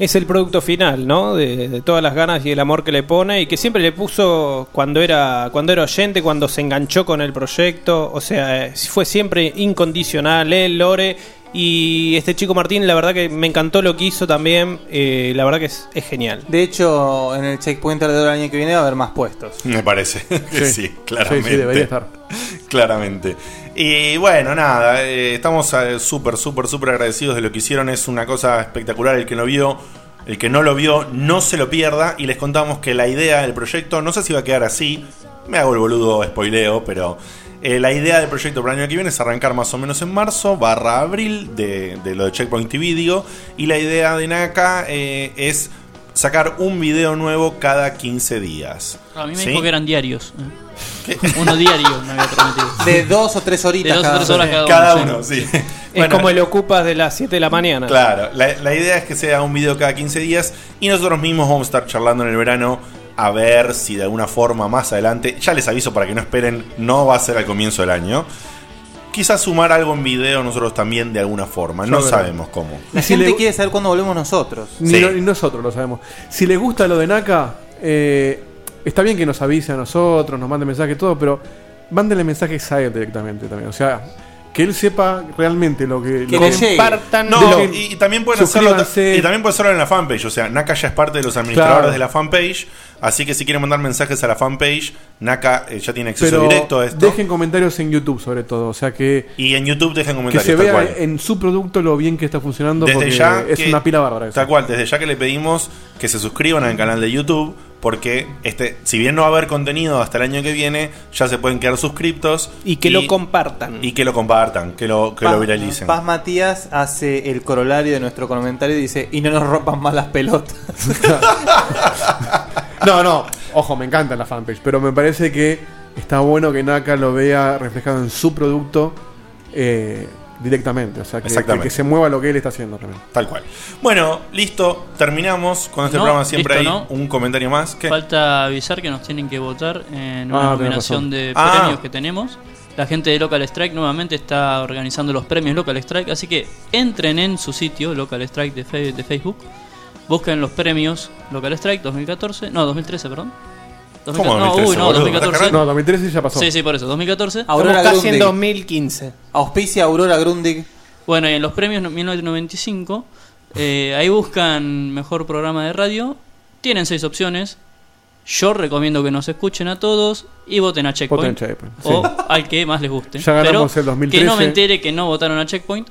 [SPEAKER 2] Es el producto final, ¿no? De, de todas las ganas y el amor que le pone y que siempre le puso cuando era cuando era oyente, cuando se enganchó con el proyecto, o sea, eh, fue siempre incondicional él, Lore y este chico Martín, la verdad que me encantó lo que hizo también, eh, la verdad que es, es genial.
[SPEAKER 4] De hecho, en el checkpoint alrededor del año que viene va a haber más puestos.
[SPEAKER 1] Me parece que sí, claramente.
[SPEAKER 4] Sí, sí, debería estar.
[SPEAKER 1] Claramente. Y bueno, nada, eh, estamos eh, súper, súper, súper agradecidos de lo que hicieron. Es una cosa espectacular. El que lo vio, el que no lo vio, no se lo pierda. Y les contamos que la idea del proyecto, no sé si va a quedar así, me hago el boludo spoileo, pero eh, la idea del proyecto para el año que viene es arrancar más o menos en marzo, barra abril, de, de lo de Checkpoint TV, digo. Y la idea de Naka eh, es sacar un video nuevo cada 15 días.
[SPEAKER 6] A mí me
[SPEAKER 1] ¿Sí?
[SPEAKER 6] dijo que eran ¿eh? diarios. Uno diario me había prometido.
[SPEAKER 4] De dos o tres
[SPEAKER 6] De dos o tres horas cada, uno. sí.
[SPEAKER 1] sí.
[SPEAKER 2] Es
[SPEAKER 1] Bueno,
[SPEAKER 2] como el ocupas de las 7 de la mañana.
[SPEAKER 1] Claro, la, la idea es que sea un video cada 15 días y nosotros mismos vamos a estar charlando en el verano a ver si de alguna forma más adelante, ya les aviso para que no esperen, no va a ser al comienzo del año. Quizás sumar algo en video nosotros también de alguna forma,
[SPEAKER 3] Ya
[SPEAKER 1] no
[SPEAKER 3] veremos.
[SPEAKER 1] sabemos cómo.
[SPEAKER 4] La gente quiere saber cuándo volvemos nosotros.
[SPEAKER 3] Ni lo- ni nosotros lo sabemos. Si les gusta lo de Naka, eh, está bien que nos avise a nosotros, nos mande mensajes, todo, pero mándenle mensajes a él directamente también. O sea, que él sepa realmente lo que.
[SPEAKER 1] Que
[SPEAKER 3] lo
[SPEAKER 1] le llegue. No, y, y también pueden hacerlo
[SPEAKER 3] Suscríbanse.
[SPEAKER 1] y también pueden hacerlo en la fanpage, o sea, Naka ya es parte de los administradores
[SPEAKER 3] Claro.
[SPEAKER 1] de la fanpage, así que si quieren mandar mensajes a la fanpage, Naka eh, ya tiene acceso
[SPEAKER 3] Pero
[SPEAKER 1] directo a esto.
[SPEAKER 3] dejen comentarios en YouTube sobre todo, o sea que
[SPEAKER 1] Y en YouTube dejen
[SPEAKER 3] que
[SPEAKER 1] comentarios.
[SPEAKER 3] se
[SPEAKER 1] tal
[SPEAKER 3] vea
[SPEAKER 1] cual.
[SPEAKER 3] en su producto lo bien que está funcionando
[SPEAKER 1] Desde
[SPEAKER 3] porque
[SPEAKER 1] ya
[SPEAKER 3] es
[SPEAKER 1] que-
[SPEAKER 3] una pila bárbara.
[SPEAKER 1] Tal cual, desde ya que le pedimos que se suscriban al canal de YouTube, porque este, si bien no va a haber contenido hasta el año que viene, ya se pueden quedar suscriptos.
[SPEAKER 2] Y que lo compartan.
[SPEAKER 1] Y que lo compartan, que lo, que lo
[SPEAKER 4] Paz-
[SPEAKER 1] viralicen.
[SPEAKER 4] Paz Matías hace el corolario de nuestro comentario y dice, y no nos rompan más las pelotas.
[SPEAKER 3] No, no, ojo, me encanta la fanpage, pero me parece que está bueno que Naka lo vea reflejado en su producto eh, directamente, o sea, que,
[SPEAKER 1] Exactamente.
[SPEAKER 3] que- que se mueva lo que él está haciendo también.
[SPEAKER 1] Tal cual. Bueno, listo, terminamos con este
[SPEAKER 6] No,
[SPEAKER 1] programa. Siempre
[SPEAKER 6] listo,
[SPEAKER 1] hay un comentario más. que
[SPEAKER 6] Falta avisar que nos tienen que votar en
[SPEAKER 1] Ah,
[SPEAKER 6] una
[SPEAKER 1] tenés razón.
[SPEAKER 6] nominación de
[SPEAKER 1] Ah.
[SPEAKER 6] premios que tenemos. La gente de Local Strike nuevamente está organizando los premios Local Strike, así que entren en su sitio, Local Strike de, fe- de Facebook, busquen los premios Local Strike 2014, no, 2013, perdón.
[SPEAKER 3] ¿Cómo
[SPEAKER 6] no,
[SPEAKER 3] 2013,
[SPEAKER 6] uy, no,
[SPEAKER 3] boludo?
[SPEAKER 6] 2014.
[SPEAKER 3] No, 2013 ya pasó.
[SPEAKER 6] Sí, sí, por eso, 2014.
[SPEAKER 4] Aurora Estamos casi en Grundig.
[SPEAKER 2] 2015.
[SPEAKER 4] Auspicia Aurora Grundig.
[SPEAKER 6] Bueno, y en los premios no- 1995, eh, ahí buscan mejor programa de radio. Tienen seis opciones. Yo recomiendo que nos escuchen a todos y voten a
[SPEAKER 3] Voten a
[SPEAKER 6] Checkpoint.
[SPEAKER 3] Checkpoint, sí.
[SPEAKER 6] O al que más les guste.
[SPEAKER 3] Ya ganamos
[SPEAKER 6] Pero
[SPEAKER 3] el 2013.
[SPEAKER 6] Que no me entere que no votaron a Checkpoint.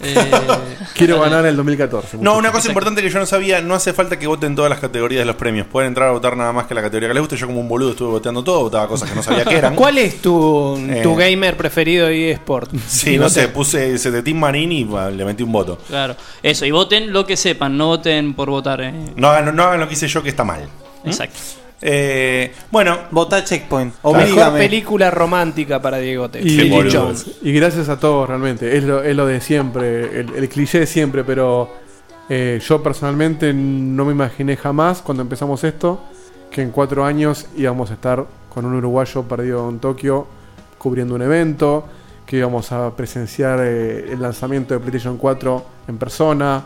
[SPEAKER 6] Eh,
[SPEAKER 3] Quiero ganar el 2014.
[SPEAKER 1] No, una cosa importante que yo no sabía, no hace falta que voten todas las categorías de los premios. Pueden entrar a votar nada más que la categoría que les guste. Yo como un boludo estuve voteando todo, votaba cosas que no sabía que eran.
[SPEAKER 2] ¿Cuál es tu, tu
[SPEAKER 1] Eh.
[SPEAKER 2] gamer preferido de eSport?
[SPEAKER 1] Sí, no sé, puse ese de Tim Marín y bah, le metí un voto.
[SPEAKER 6] claro. Eso, y voten lo que sepan, no voten por votar. eh.
[SPEAKER 3] ¿Mm?
[SPEAKER 1] No hagan, no hagan lo que hice yo que está mal. ¿Mm?
[SPEAKER 6] Exacto.
[SPEAKER 1] Eh, bueno.
[SPEAKER 4] Vota Checkpoint.
[SPEAKER 2] Mejor película romántica para Diego T.
[SPEAKER 3] Y, y- y gracias a todos realmente, es lo, es lo de siempre, el, el cliché de siempre, pero eh, yo personalmente no me imaginé jamás cuando empezamos esto que en cuatro años íbamos a estar con un uruguayo perdido en Tokio cubriendo un evento, que íbamos a presenciar eh, el lanzamiento de PlayStation 4 en persona,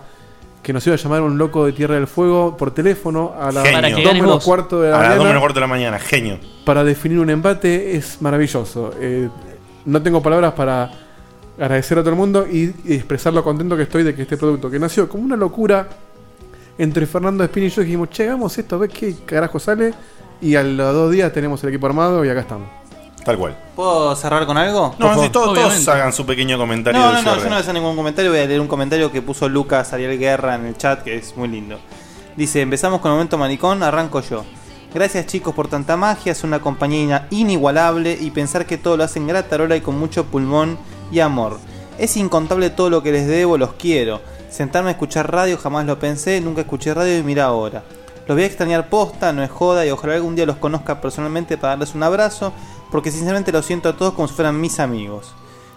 [SPEAKER 3] que nos iba a llamar un loco de Tierra del Fuego por teléfono a las
[SPEAKER 1] Genio. Para que
[SPEAKER 3] 2
[SPEAKER 1] ganes
[SPEAKER 3] menos
[SPEAKER 1] vos.
[SPEAKER 3] cuarto de la
[SPEAKER 1] A las
[SPEAKER 3] mañana
[SPEAKER 1] 2 menos cuarto de la mañana, genio.
[SPEAKER 3] para definir un empate es maravilloso. Eh, no tengo palabras para agradecer a todo el mundo y, y expresar lo contento que estoy de que este producto que nació como una locura entre Fernando Espina y yo dijimos, che, hagamos esto, a ver qué carajo sale. Y a los dos días tenemos el equipo armado y acá estamos.
[SPEAKER 1] Tal cual.
[SPEAKER 4] ¿Puedo cerrar con algo?
[SPEAKER 1] No,
[SPEAKER 4] Por
[SPEAKER 1] si todos,
[SPEAKER 4] favor.
[SPEAKER 1] todos hagan su pequeño comentario.
[SPEAKER 4] No,
[SPEAKER 1] de
[SPEAKER 4] no, no,
[SPEAKER 1] cierre.
[SPEAKER 4] yo no voy a hacer ningún comentario. Voy a leer un comentario que puso Lucas Ariel Guerra en el chat, que es muy lindo. Dice, empezamos con el momento maricón, arranco yo. Gracias chicos por tanta magia, es una compañía ina- inigualable y pensar que todo lo hacen gratarola y con mucho pulmón y amor. Es incontable todo lo que les debo, los quiero. Sentarme a escuchar radio jamás lo pensé, nunca escuché radio y mira ahora. Los voy a extrañar posta, no es joda y ojalá algún día los conozca personalmente para darles un abrazo, porque sinceramente los siento a todos como si fueran mis amigos.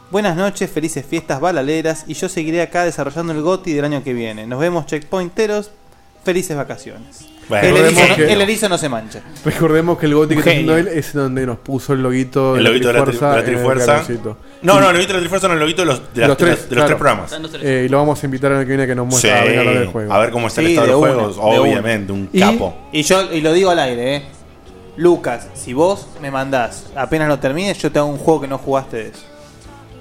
[SPEAKER 4] Buenas noches, felices fiestas balaleras y yo seguiré acá desarrollando el GOTI del año que viene. Nos vemos checkpointeros, felices vacaciones.
[SPEAKER 3] Bueno,
[SPEAKER 4] el,
[SPEAKER 3] recordemos
[SPEAKER 4] erizo,
[SPEAKER 3] que-
[SPEAKER 4] el erizo no se mancha.
[SPEAKER 3] Recordemos que el goti que está
[SPEAKER 4] Genio.
[SPEAKER 3] haciendo él es donde nos puso el loguito,
[SPEAKER 1] El loguito de la, tri- de la
[SPEAKER 3] en el
[SPEAKER 1] Trifuerza.
[SPEAKER 3] carboncito.
[SPEAKER 1] No, no, el loguito de la Trifuerza no, el loguito de los, de las-
[SPEAKER 3] eh, los
[SPEAKER 1] de
[SPEAKER 3] tres,
[SPEAKER 1] las- de los tres
[SPEAKER 3] claro.
[SPEAKER 1] programas.
[SPEAKER 3] Eh, y lo vamos a invitar el año que viene que nos muestre
[SPEAKER 1] Sí,
[SPEAKER 3] a ver, a ver el juego.
[SPEAKER 1] a ver cómo está el
[SPEAKER 4] Sí,
[SPEAKER 1] estado de
[SPEAKER 4] de
[SPEAKER 1] los
[SPEAKER 4] una,
[SPEAKER 1] juegos,
[SPEAKER 4] de una.
[SPEAKER 1] obviamente, un
[SPEAKER 4] Y-
[SPEAKER 1] capo.
[SPEAKER 4] Y, yo y lo digo al aire, eh. Lucas, si vos me mandás, apenas lo termines, yo te hago un juego que no jugaste de eso.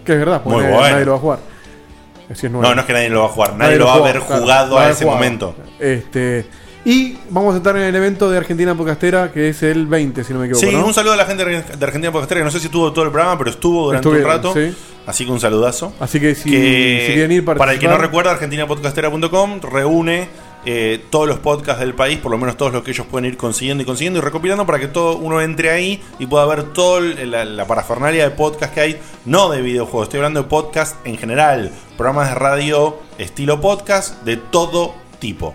[SPEAKER 3] Que es verdad, porque
[SPEAKER 1] Muy
[SPEAKER 3] nadie,
[SPEAKER 1] bueno.
[SPEAKER 3] nadie lo va a jugar. Así es nuevo.
[SPEAKER 1] No, no es que nadie lo va a jugar, nadie lo va a
[SPEAKER 3] juega,
[SPEAKER 1] haber
[SPEAKER 3] claro,
[SPEAKER 1] jugado
[SPEAKER 3] lo va
[SPEAKER 1] a
[SPEAKER 3] haber
[SPEAKER 1] ese momento.
[SPEAKER 3] Este, y vamos a estar en el evento de Argentina Podcastera, que es el 20, si no me equivoco.
[SPEAKER 1] Sí,
[SPEAKER 3] ¿no?
[SPEAKER 1] un saludo a la gente de Argentina Podcastera, que no sé si estuvo todo el programa, pero estuvo durante un
[SPEAKER 3] Estuvieron,
[SPEAKER 1] rato.
[SPEAKER 3] sí.
[SPEAKER 1] Así que un saludazo.
[SPEAKER 3] Así que si,
[SPEAKER 1] Que,
[SPEAKER 3] si quieren ir
[SPEAKER 1] para el que no
[SPEAKER 3] participar-
[SPEAKER 1] recuerda, argentinapodcastera.com reúne eh, todos los podcasts del país, por lo menos todos los que ellos pueden ir consiguiendo y consiguiendo y recopilando para que todo uno entre ahí y pueda ver toda la, la parafernalia de podcast que hay, no de videojuegos, estoy hablando de podcast en general, programas de radio estilo podcast de todo tipo.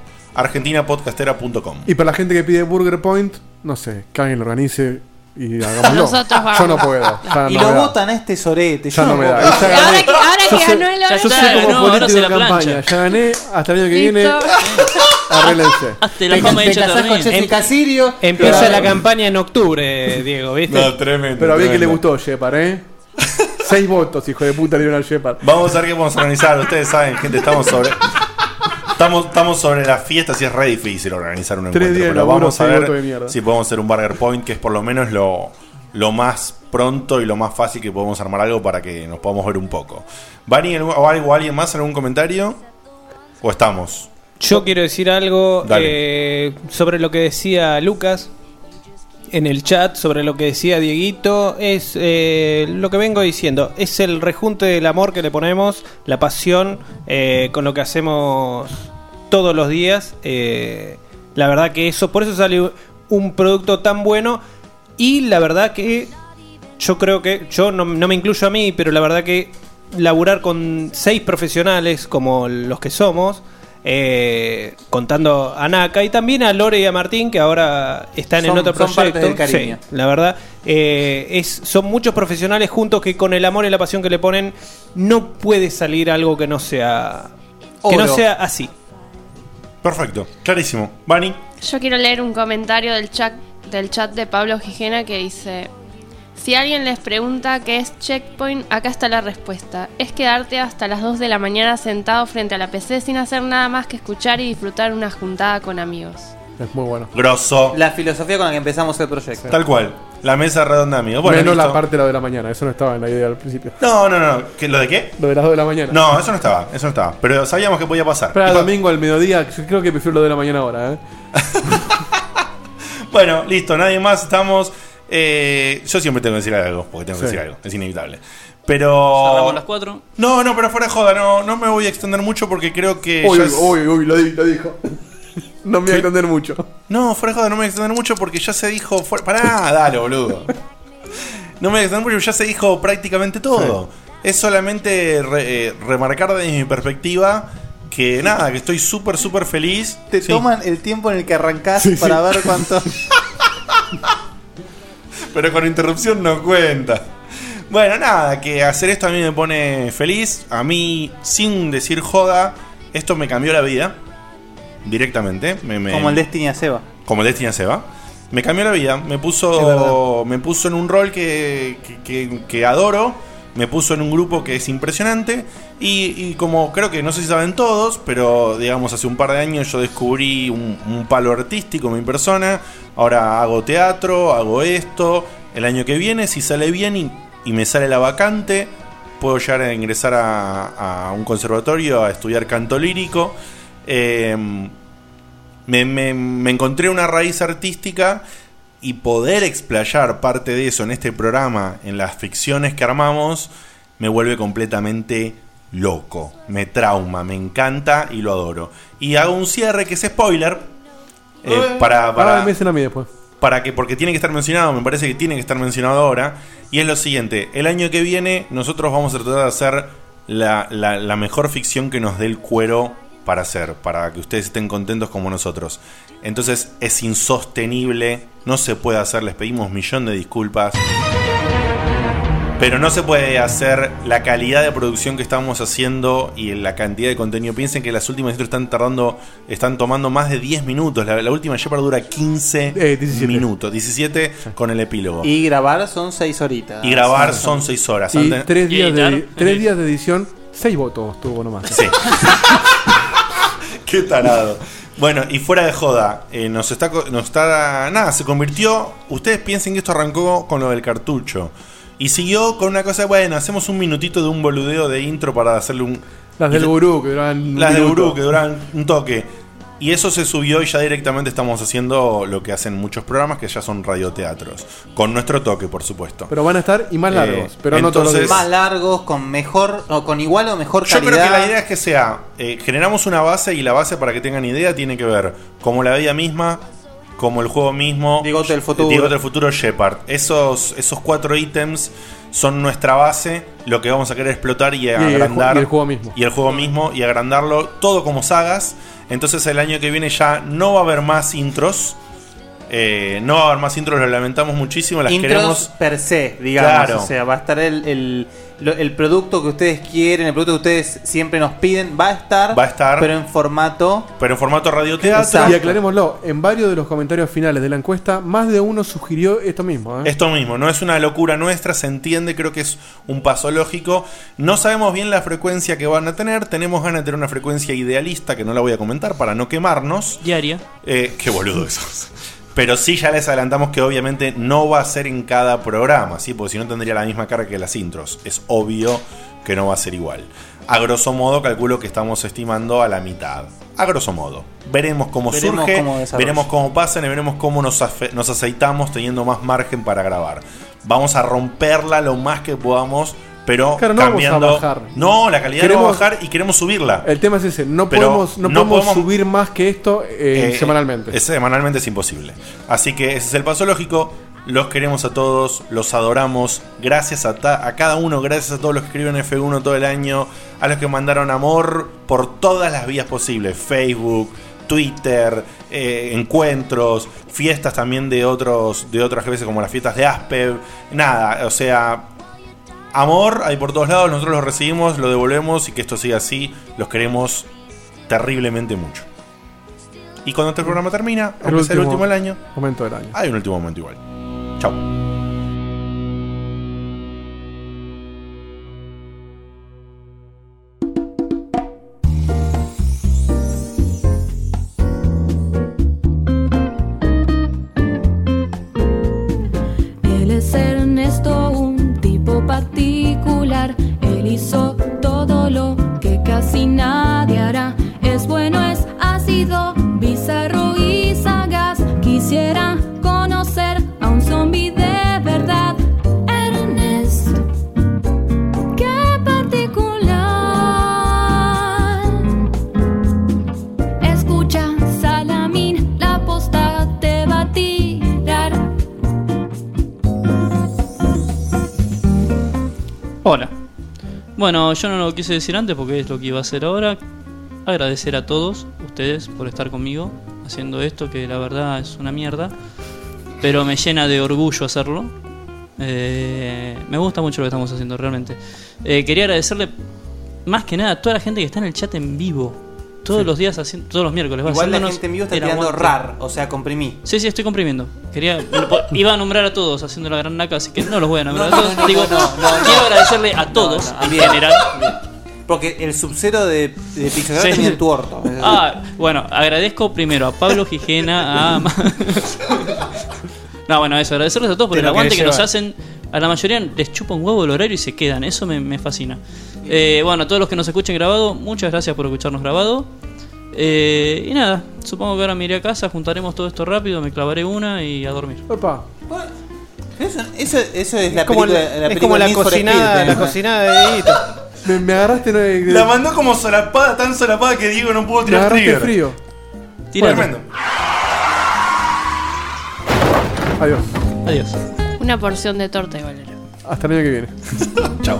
[SPEAKER 1] argentinapodcastera.com
[SPEAKER 3] Y para la gente que pide Burger Point, no sé, que alguien lo organice y hagámoslo.
[SPEAKER 5] Nosotros vamos.
[SPEAKER 3] Yo no puedo. ya
[SPEAKER 4] Y
[SPEAKER 3] no
[SPEAKER 4] lo
[SPEAKER 3] me da.
[SPEAKER 4] votan a este sorete.
[SPEAKER 3] Ya
[SPEAKER 4] yo
[SPEAKER 3] no me da. Y ya gané.
[SPEAKER 5] Ahora que, ahora
[SPEAKER 3] Yo
[SPEAKER 5] que
[SPEAKER 3] sé-
[SPEAKER 5] ganó el
[SPEAKER 3] Ya yo
[SPEAKER 5] oro,
[SPEAKER 3] sé
[SPEAKER 6] ganó,
[SPEAKER 3] como
[SPEAKER 6] ahora
[SPEAKER 3] político
[SPEAKER 6] se
[SPEAKER 3] de
[SPEAKER 6] la plancha.
[SPEAKER 3] campaña. Ya gané, hasta el año que
[SPEAKER 5] Listo.
[SPEAKER 3] viene, arréglense.
[SPEAKER 6] Hazte la fama y échate a dormir.
[SPEAKER 4] Sirio.
[SPEAKER 2] Empieza
[SPEAKER 3] Claro.
[SPEAKER 2] la campaña en octubre, Diego, ¿viste?
[SPEAKER 1] No, tremendo.
[SPEAKER 3] Pero a bien que le
[SPEAKER 1] tremendo.
[SPEAKER 3] gustó Shepard, ¿eh? Seis votos, hijo de puta, le dieron al Shepard.
[SPEAKER 1] Vamos a ver qué vamos a organizar. Ustedes saben, gente, estamos sobre. Estamos, estamos sobre las fiestas y es re difícil organizar un
[SPEAKER 3] Tres
[SPEAKER 1] encuentro.
[SPEAKER 3] días de
[SPEAKER 1] pero
[SPEAKER 3] laburo,
[SPEAKER 1] vamos a
[SPEAKER 3] seis votos de
[SPEAKER 1] ver
[SPEAKER 3] mierda.
[SPEAKER 1] si podemos hacer un Burger Point, que es por lo menos lo, lo más pronto y lo más fácil que podemos armar algo para que nos podamos ver un poco. ¿Bani algu- o algo, alguien más? ¿Algún comentario? ¿O estamos?
[SPEAKER 2] Yo quiero decir algo
[SPEAKER 1] Dale.
[SPEAKER 2] eh, sobre lo que decía Lucas en el chat, sobre lo que decía Dieguito. Es eh, lo que vengo diciendo. Es el rejunte del amor que le ponemos, la pasión eh, con lo que hacemos todos los días. Eh, la verdad que eso, por eso sale un producto tan bueno. Y la verdad que yo creo que, yo no, no me incluyo a mí, pero la verdad que laburar con seis profesionales como los que somos, eh, contando a Naka y también a Lore y a Martín, que ahora están
[SPEAKER 4] Son-
[SPEAKER 2] en otro
[SPEAKER 4] son
[SPEAKER 2] proyecto.
[SPEAKER 4] parte del cariño.
[SPEAKER 2] Sí, la verdad, eh, es, son muchos profesionales juntos que con el amor y la pasión que le ponen, no puede salir algo que no sea, que no
[SPEAKER 1] Oro.
[SPEAKER 2] sea así.
[SPEAKER 1] Perfecto, clarísimo. ¿Bani?
[SPEAKER 5] Yo quiero leer un comentario del chat, del chat de Pablo Gijena que dice: Si alguien les pregunta qué es checkpoint, acá está la respuesta. Es quedarte hasta las 2 de la mañana sentado frente a la PC sin hacer nada más que escuchar y disfrutar una juntada con amigos.
[SPEAKER 3] Es muy bueno.
[SPEAKER 1] Grosso.
[SPEAKER 4] La filosofía con la que empezamos el proyecto.
[SPEAKER 1] Tal cual. La mesa redonda, amigo. Bueno,
[SPEAKER 3] Menos
[SPEAKER 1] listo.
[SPEAKER 3] la parte de la de la mañana, eso no estaba en la idea al principio.
[SPEAKER 1] No, no, no. ¿Qué- ¿Lo de qué?
[SPEAKER 3] Lo de las 2 de la mañana.
[SPEAKER 1] No, eso no estaba. Eso no estaba. Pero sabíamos que podía pasar.
[SPEAKER 3] Para domingo al mediodía, yo creo que prefiero lo de la mañana ahora, ¿eh?
[SPEAKER 1] Bueno, listo, nadie más, estamos. eh, yo siempre tengo que decir algo, porque tengo que
[SPEAKER 6] Sí.
[SPEAKER 1] decir algo, es inevitable. Pero.
[SPEAKER 6] Cerramos las cuatro.
[SPEAKER 1] No, no, pero fuera de joda, no, no me voy a extender mucho porque creo que.
[SPEAKER 3] Uy,
[SPEAKER 1] ya es-
[SPEAKER 3] uy, uy, lo, di- lo dijo. No me voy a entender mucho.
[SPEAKER 1] No, fuera de joda, no me voy a extender mucho porque ya se dijo. fuera- Pará, dale, boludo. No me voy a extender mucho, ya se dijo prácticamente todo. Es solamente re- eh, remarcar desde mi perspectiva que nada, que estoy súper, súper feliz.
[SPEAKER 4] Te
[SPEAKER 1] Sí.
[SPEAKER 4] toman el tiempo en el que arrancás
[SPEAKER 1] Sí, sí.
[SPEAKER 4] para ver cuánto.
[SPEAKER 1] Pero con interrupción no cuenta. Bueno, nada, que hacer esto a mí me pone feliz. A mí, sin decir joda, esto me cambió la vida. Directamente. Me- me-
[SPEAKER 4] Como el Destiny a Seba.
[SPEAKER 1] como el Destiny a Seba. Me cambió la vida. Me puso, me puso en un rol que, que- que- que adoro. Me puso en un grupo que es impresionante. Y, y como creo que no sé si saben todos, pero digamos hace un par de años yo descubrí un, un palo artístico en mi persona. Ahora hago teatro, hago esto. El año que viene, si sale bien y, y me sale la vacante, puedo llegar a ingresar a, a un conservatorio a estudiar canto lírico. Em, me, me- me encontré una raíz artística y poder explayar parte de eso en este programa, en las ficciones que armamos, me vuelve completamente loco, me trauma, me encanta y lo adoro. Y hago un cierre que es spoiler, Eh, para, para,
[SPEAKER 3] Ah, me dicen a mí después.
[SPEAKER 1] para que, porque tiene que estar mencionado, me parece que tiene que estar mencionado ahora. Y es lo siguiente: el año que viene, nosotros vamos a tratar de hacer la, la- la mejor ficción que nos dé el cuero para hacer, para que ustedes estén contentos como nosotros. Entonces es insostenible, no se puede hacer, les pedimos un millón de disculpas. Pero no se puede hacer la calidad de producción que estamos haciendo y la cantidad de contenido. Piensen que las últimas historias están tardando, están tomando más de 10 minutos. La, la última Shepard dura 15 minutos, 17 con el epílogo. Y,
[SPEAKER 4] Y grabar son 6 horitas.
[SPEAKER 1] grabar son 6 horas.
[SPEAKER 3] Y
[SPEAKER 1] Antes-
[SPEAKER 3] tres días, de, tres días de edición, seis votos tuvo nomás.
[SPEAKER 1] Sí. Qué tarado. Bueno, y fuera de joda, eh, nos está co- nos está nada, se convirtió, ustedes piensen que esto arrancó con lo del cartucho y siguió con una cosa, bueno, hacemos un minutito de un boludeo de intro para hacerle un
[SPEAKER 3] Las del gurú que duran. un
[SPEAKER 1] las de
[SPEAKER 3] minuto.
[SPEAKER 1] Gurú que duran un toque. Y eso se subió y ya directamente estamos haciendo lo que hacen muchos programas que ya son radioteatros. Con nuestro toque, por supuesto.
[SPEAKER 3] Pero van a estar y más
[SPEAKER 1] Eh,
[SPEAKER 3] largos. pero no todos los
[SPEAKER 1] entonces-
[SPEAKER 3] días.
[SPEAKER 4] Más largos, con mejor, o con igual o mejor
[SPEAKER 1] Yo
[SPEAKER 4] calidad.
[SPEAKER 1] creo que la idea es que sea, eh, generamos una base y la base para que tengan idea tiene que ver como la vida misma, como el juego mismo, Digote del
[SPEAKER 4] futuro.
[SPEAKER 1] del futuro Shepard. Esos, esos cuatro ítems son nuestra base, lo que vamos a querer explotar y
[SPEAKER 3] el ju-
[SPEAKER 1] agrandar.
[SPEAKER 3] y el juego mismo.
[SPEAKER 1] Y el juego mismo y agrandarlo todo como sagas. Entonces el año que viene ya no va a haber más intros. Eh, no va a haber más intros, lo lamentamos muchísimo, las
[SPEAKER 4] Intros
[SPEAKER 1] queremos
[SPEAKER 4] per se, digamos.
[SPEAKER 1] Claro.
[SPEAKER 4] O sea, va a estar el, el, lo- el producto que ustedes quieren, el producto que ustedes siempre nos piden, va a estar,
[SPEAKER 1] Va a estar.
[SPEAKER 4] pero en formato.
[SPEAKER 1] Pero en formato radioteatro.
[SPEAKER 3] Exacto. Y aclarémoslo, en varios de los comentarios finales de la encuesta, más de uno sugirió esto mismo. ¿eh?
[SPEAKER 1] Esto mismo, no es una locura nuestra, se entiende, creo que es un paso lógico. No sabemos bien la frecuencia que van a tener, tenemos ganas de tener una frecuencia idealista, que no la voy a comentar para no quemarnos.
[SPEAKER 6] Diaria.
[SPEAKER 1] Eh, qué boludo que sos. Pero sí ya les adelantamos que obviamente no va a ser en cada programa, ¿sí? Porque si no tendría la misma carga que las intros. Es obvio que no va a ser igual. A grosso modo calculo que estamos estimando a la mitad. A grosso modo. Veremos cómo
[SPEAKER 4] Veremos
[SPEAKER 1] surge,
[SPEAKER 4] cómo desarrolla.
[SPEAKER 1] veremos cómo pasan y veremos cómo nos, afe- nos aceitamos teniendo más margen para grabar. Vamos a romperla lo más que podamos, pero
[SPEAKER 3] Claro, no vamos a
[SPEAKER 1] cambiando...
[SPEAKER 3] bajar.
[SPEAKER 1] No, la calidad no va a
[SPEAKER 3] Queremos-
[SPEAKER 1] bajar y queremos subirla.
[SPEAKER 3] El tema es ese, no
[SPEAKER 1] Pero
[SPEAKER 3] podemos, no
[SPEAKER 1] no
[SPEAKER 3] podemos
[SPEAKER 1] podemos-
[SPEAKER 3] subir más que esto eh,
[SPEAKER 1] Eh,
[SPEAKER 3] semanalmente.
[SPEAKER 1] es- semanalmente es imposible. Así que ese es el paso lógico. Los queremos a todos, los adoramos. Gracias a, ta- a cada uno, gracias a todos los que escriben F1 todo el año, a los que mandaron amor por todas las vías posibles: Facebook, Twitter, eh, encuentros, fiestas también de, otros, de otras veces, como las fiestas de Aspev. Nada, o sea, amor hay por todos lados. Nosotros los recibimos, lo devolvemos y que esto siga así. Los queremos terriblemente mucho. Y cuando este programa termina, aunque sea el último del año,
[SPEAKER 3] Momento del año.
[SPEAKER 1] hay un último momento igual. Chau.
[SPEAKER 26] Él es Ernesto, un tipo particular. Él hizo todo lo que casi nadie hará. Es bueno, es ácido, bizarro y sagaz. Quisiera conocer a un zombi de verdad. Ernest, qué particular. Escucha, Salamín, la posta te va a tirar.
[SPEAKER 6] Hola. Bueno, yo no lo quise decir antes porque es lo que iba a hacer ahora. Agradecer a todos ustedes por estar conmigo haciendo esto, que la verdad es una mierda. Pero me llena de orgullo hacerlo. Eh, me gusta mucho lo que estamos haciendo, realmente. Eh, quería agradecerle más que nada a toda la gente que está en el chat en vivo. Todos los días, haciendo, todos los miércoles. va
[SPEAKER 4] Igual la
[SPEAKER 6] haciéndonos
[SPEAKER 4] gente en vivo está
[SPEAKER 6] el
[SPEAKER 4] tirando
[SPEAKER 6] aguante.
[SPEAKER 4] RAR, o sea, comprimí.
[SPEAKER 6] Sí, sí, estoy comprimiendo. Quería, lo po- iba a nombrar a todos haciendo la gran naca, así que no los voy a nombrar
[SPEAKER 4] No,
[SPEAKER 6] a todos.
[SPEAKER 4] no, no,
[SPEAKER 6] Digo,
[SPEAKER 4] no, no, no.
[SPEAKER 6] quiero agradecerle a todos
[SPEAKER 4] No, no,
[SPEAKER 6] en
[SPEAKER 4] bien,
[SPEAKER 6] general.
[SPEAKER 4] Porque el subcero de, de Pixar
[SPEAKER 6] Sí.
[SPEAKER 4] tenía en tu orto.
[SPEAKER 6] Ah, bueno, agradezco primero a Pablo Gijena, a. Ma- no, bueno, eso, agradecerles a todos por
[SPEAKER 4] Te
[SPEAKER 6] el
[SPEAKER 4] lo
[SPEAKER 6] aguante
[SPEAKER 4] querés
[SPEAKER 6] que nos
[SPEAKER 4] llevar.
[SPEAKER 6] hacen. A la mayoría les chupa un huevo el horario y se quedan, eso me, me fascina. Eh, bueno, a todos los que nos escuchen grabado, muchas gracias por escucharnos grabado. Eh, y nada, supongo que ahora me iré a casa, juntaremos todo esto rápido, me clavaré una y a dormir.
[SPEAKER 3] Opa.
[SPEAKER 4] Eso, eso, eso es, la
[SPEAKER 3] como
[SPEAKER 4] película.
[SPEAKER 3] la-
[SPEAKER 4] la
[SPEAKER 3] es
[SPEAKER 4] película
[SPEAKER 3] como la
[SPEAKER 4] Need for
[SPEAKER 3] cocinada,
[SPEAKER 4] Speed,
[SPEAKER 3] la
[SPEAKER 4] ¿eh?
[SPEAKER 3] cocinada Me, me agarraste. no, eh,
[SPEAKER 1] La mandó como solapada, tan solapada que Diego no pudo
[SPEAKER 3] me
[SPEAKER 1] tirar
[SPEAKER 3] agarraste
[SPEAKER 1] trigger.
[SPEAKER 3] frío.
[SPEAKER 1] Tremendo.
[SPEAKER 27] Adiós.
[SPEAKER 6] Adiós.
[SPEAKER 26] Una porción de torta de Valero.
[SPEAKER 27] Hasta el año que viene.
[SPEAKER 28] Chao.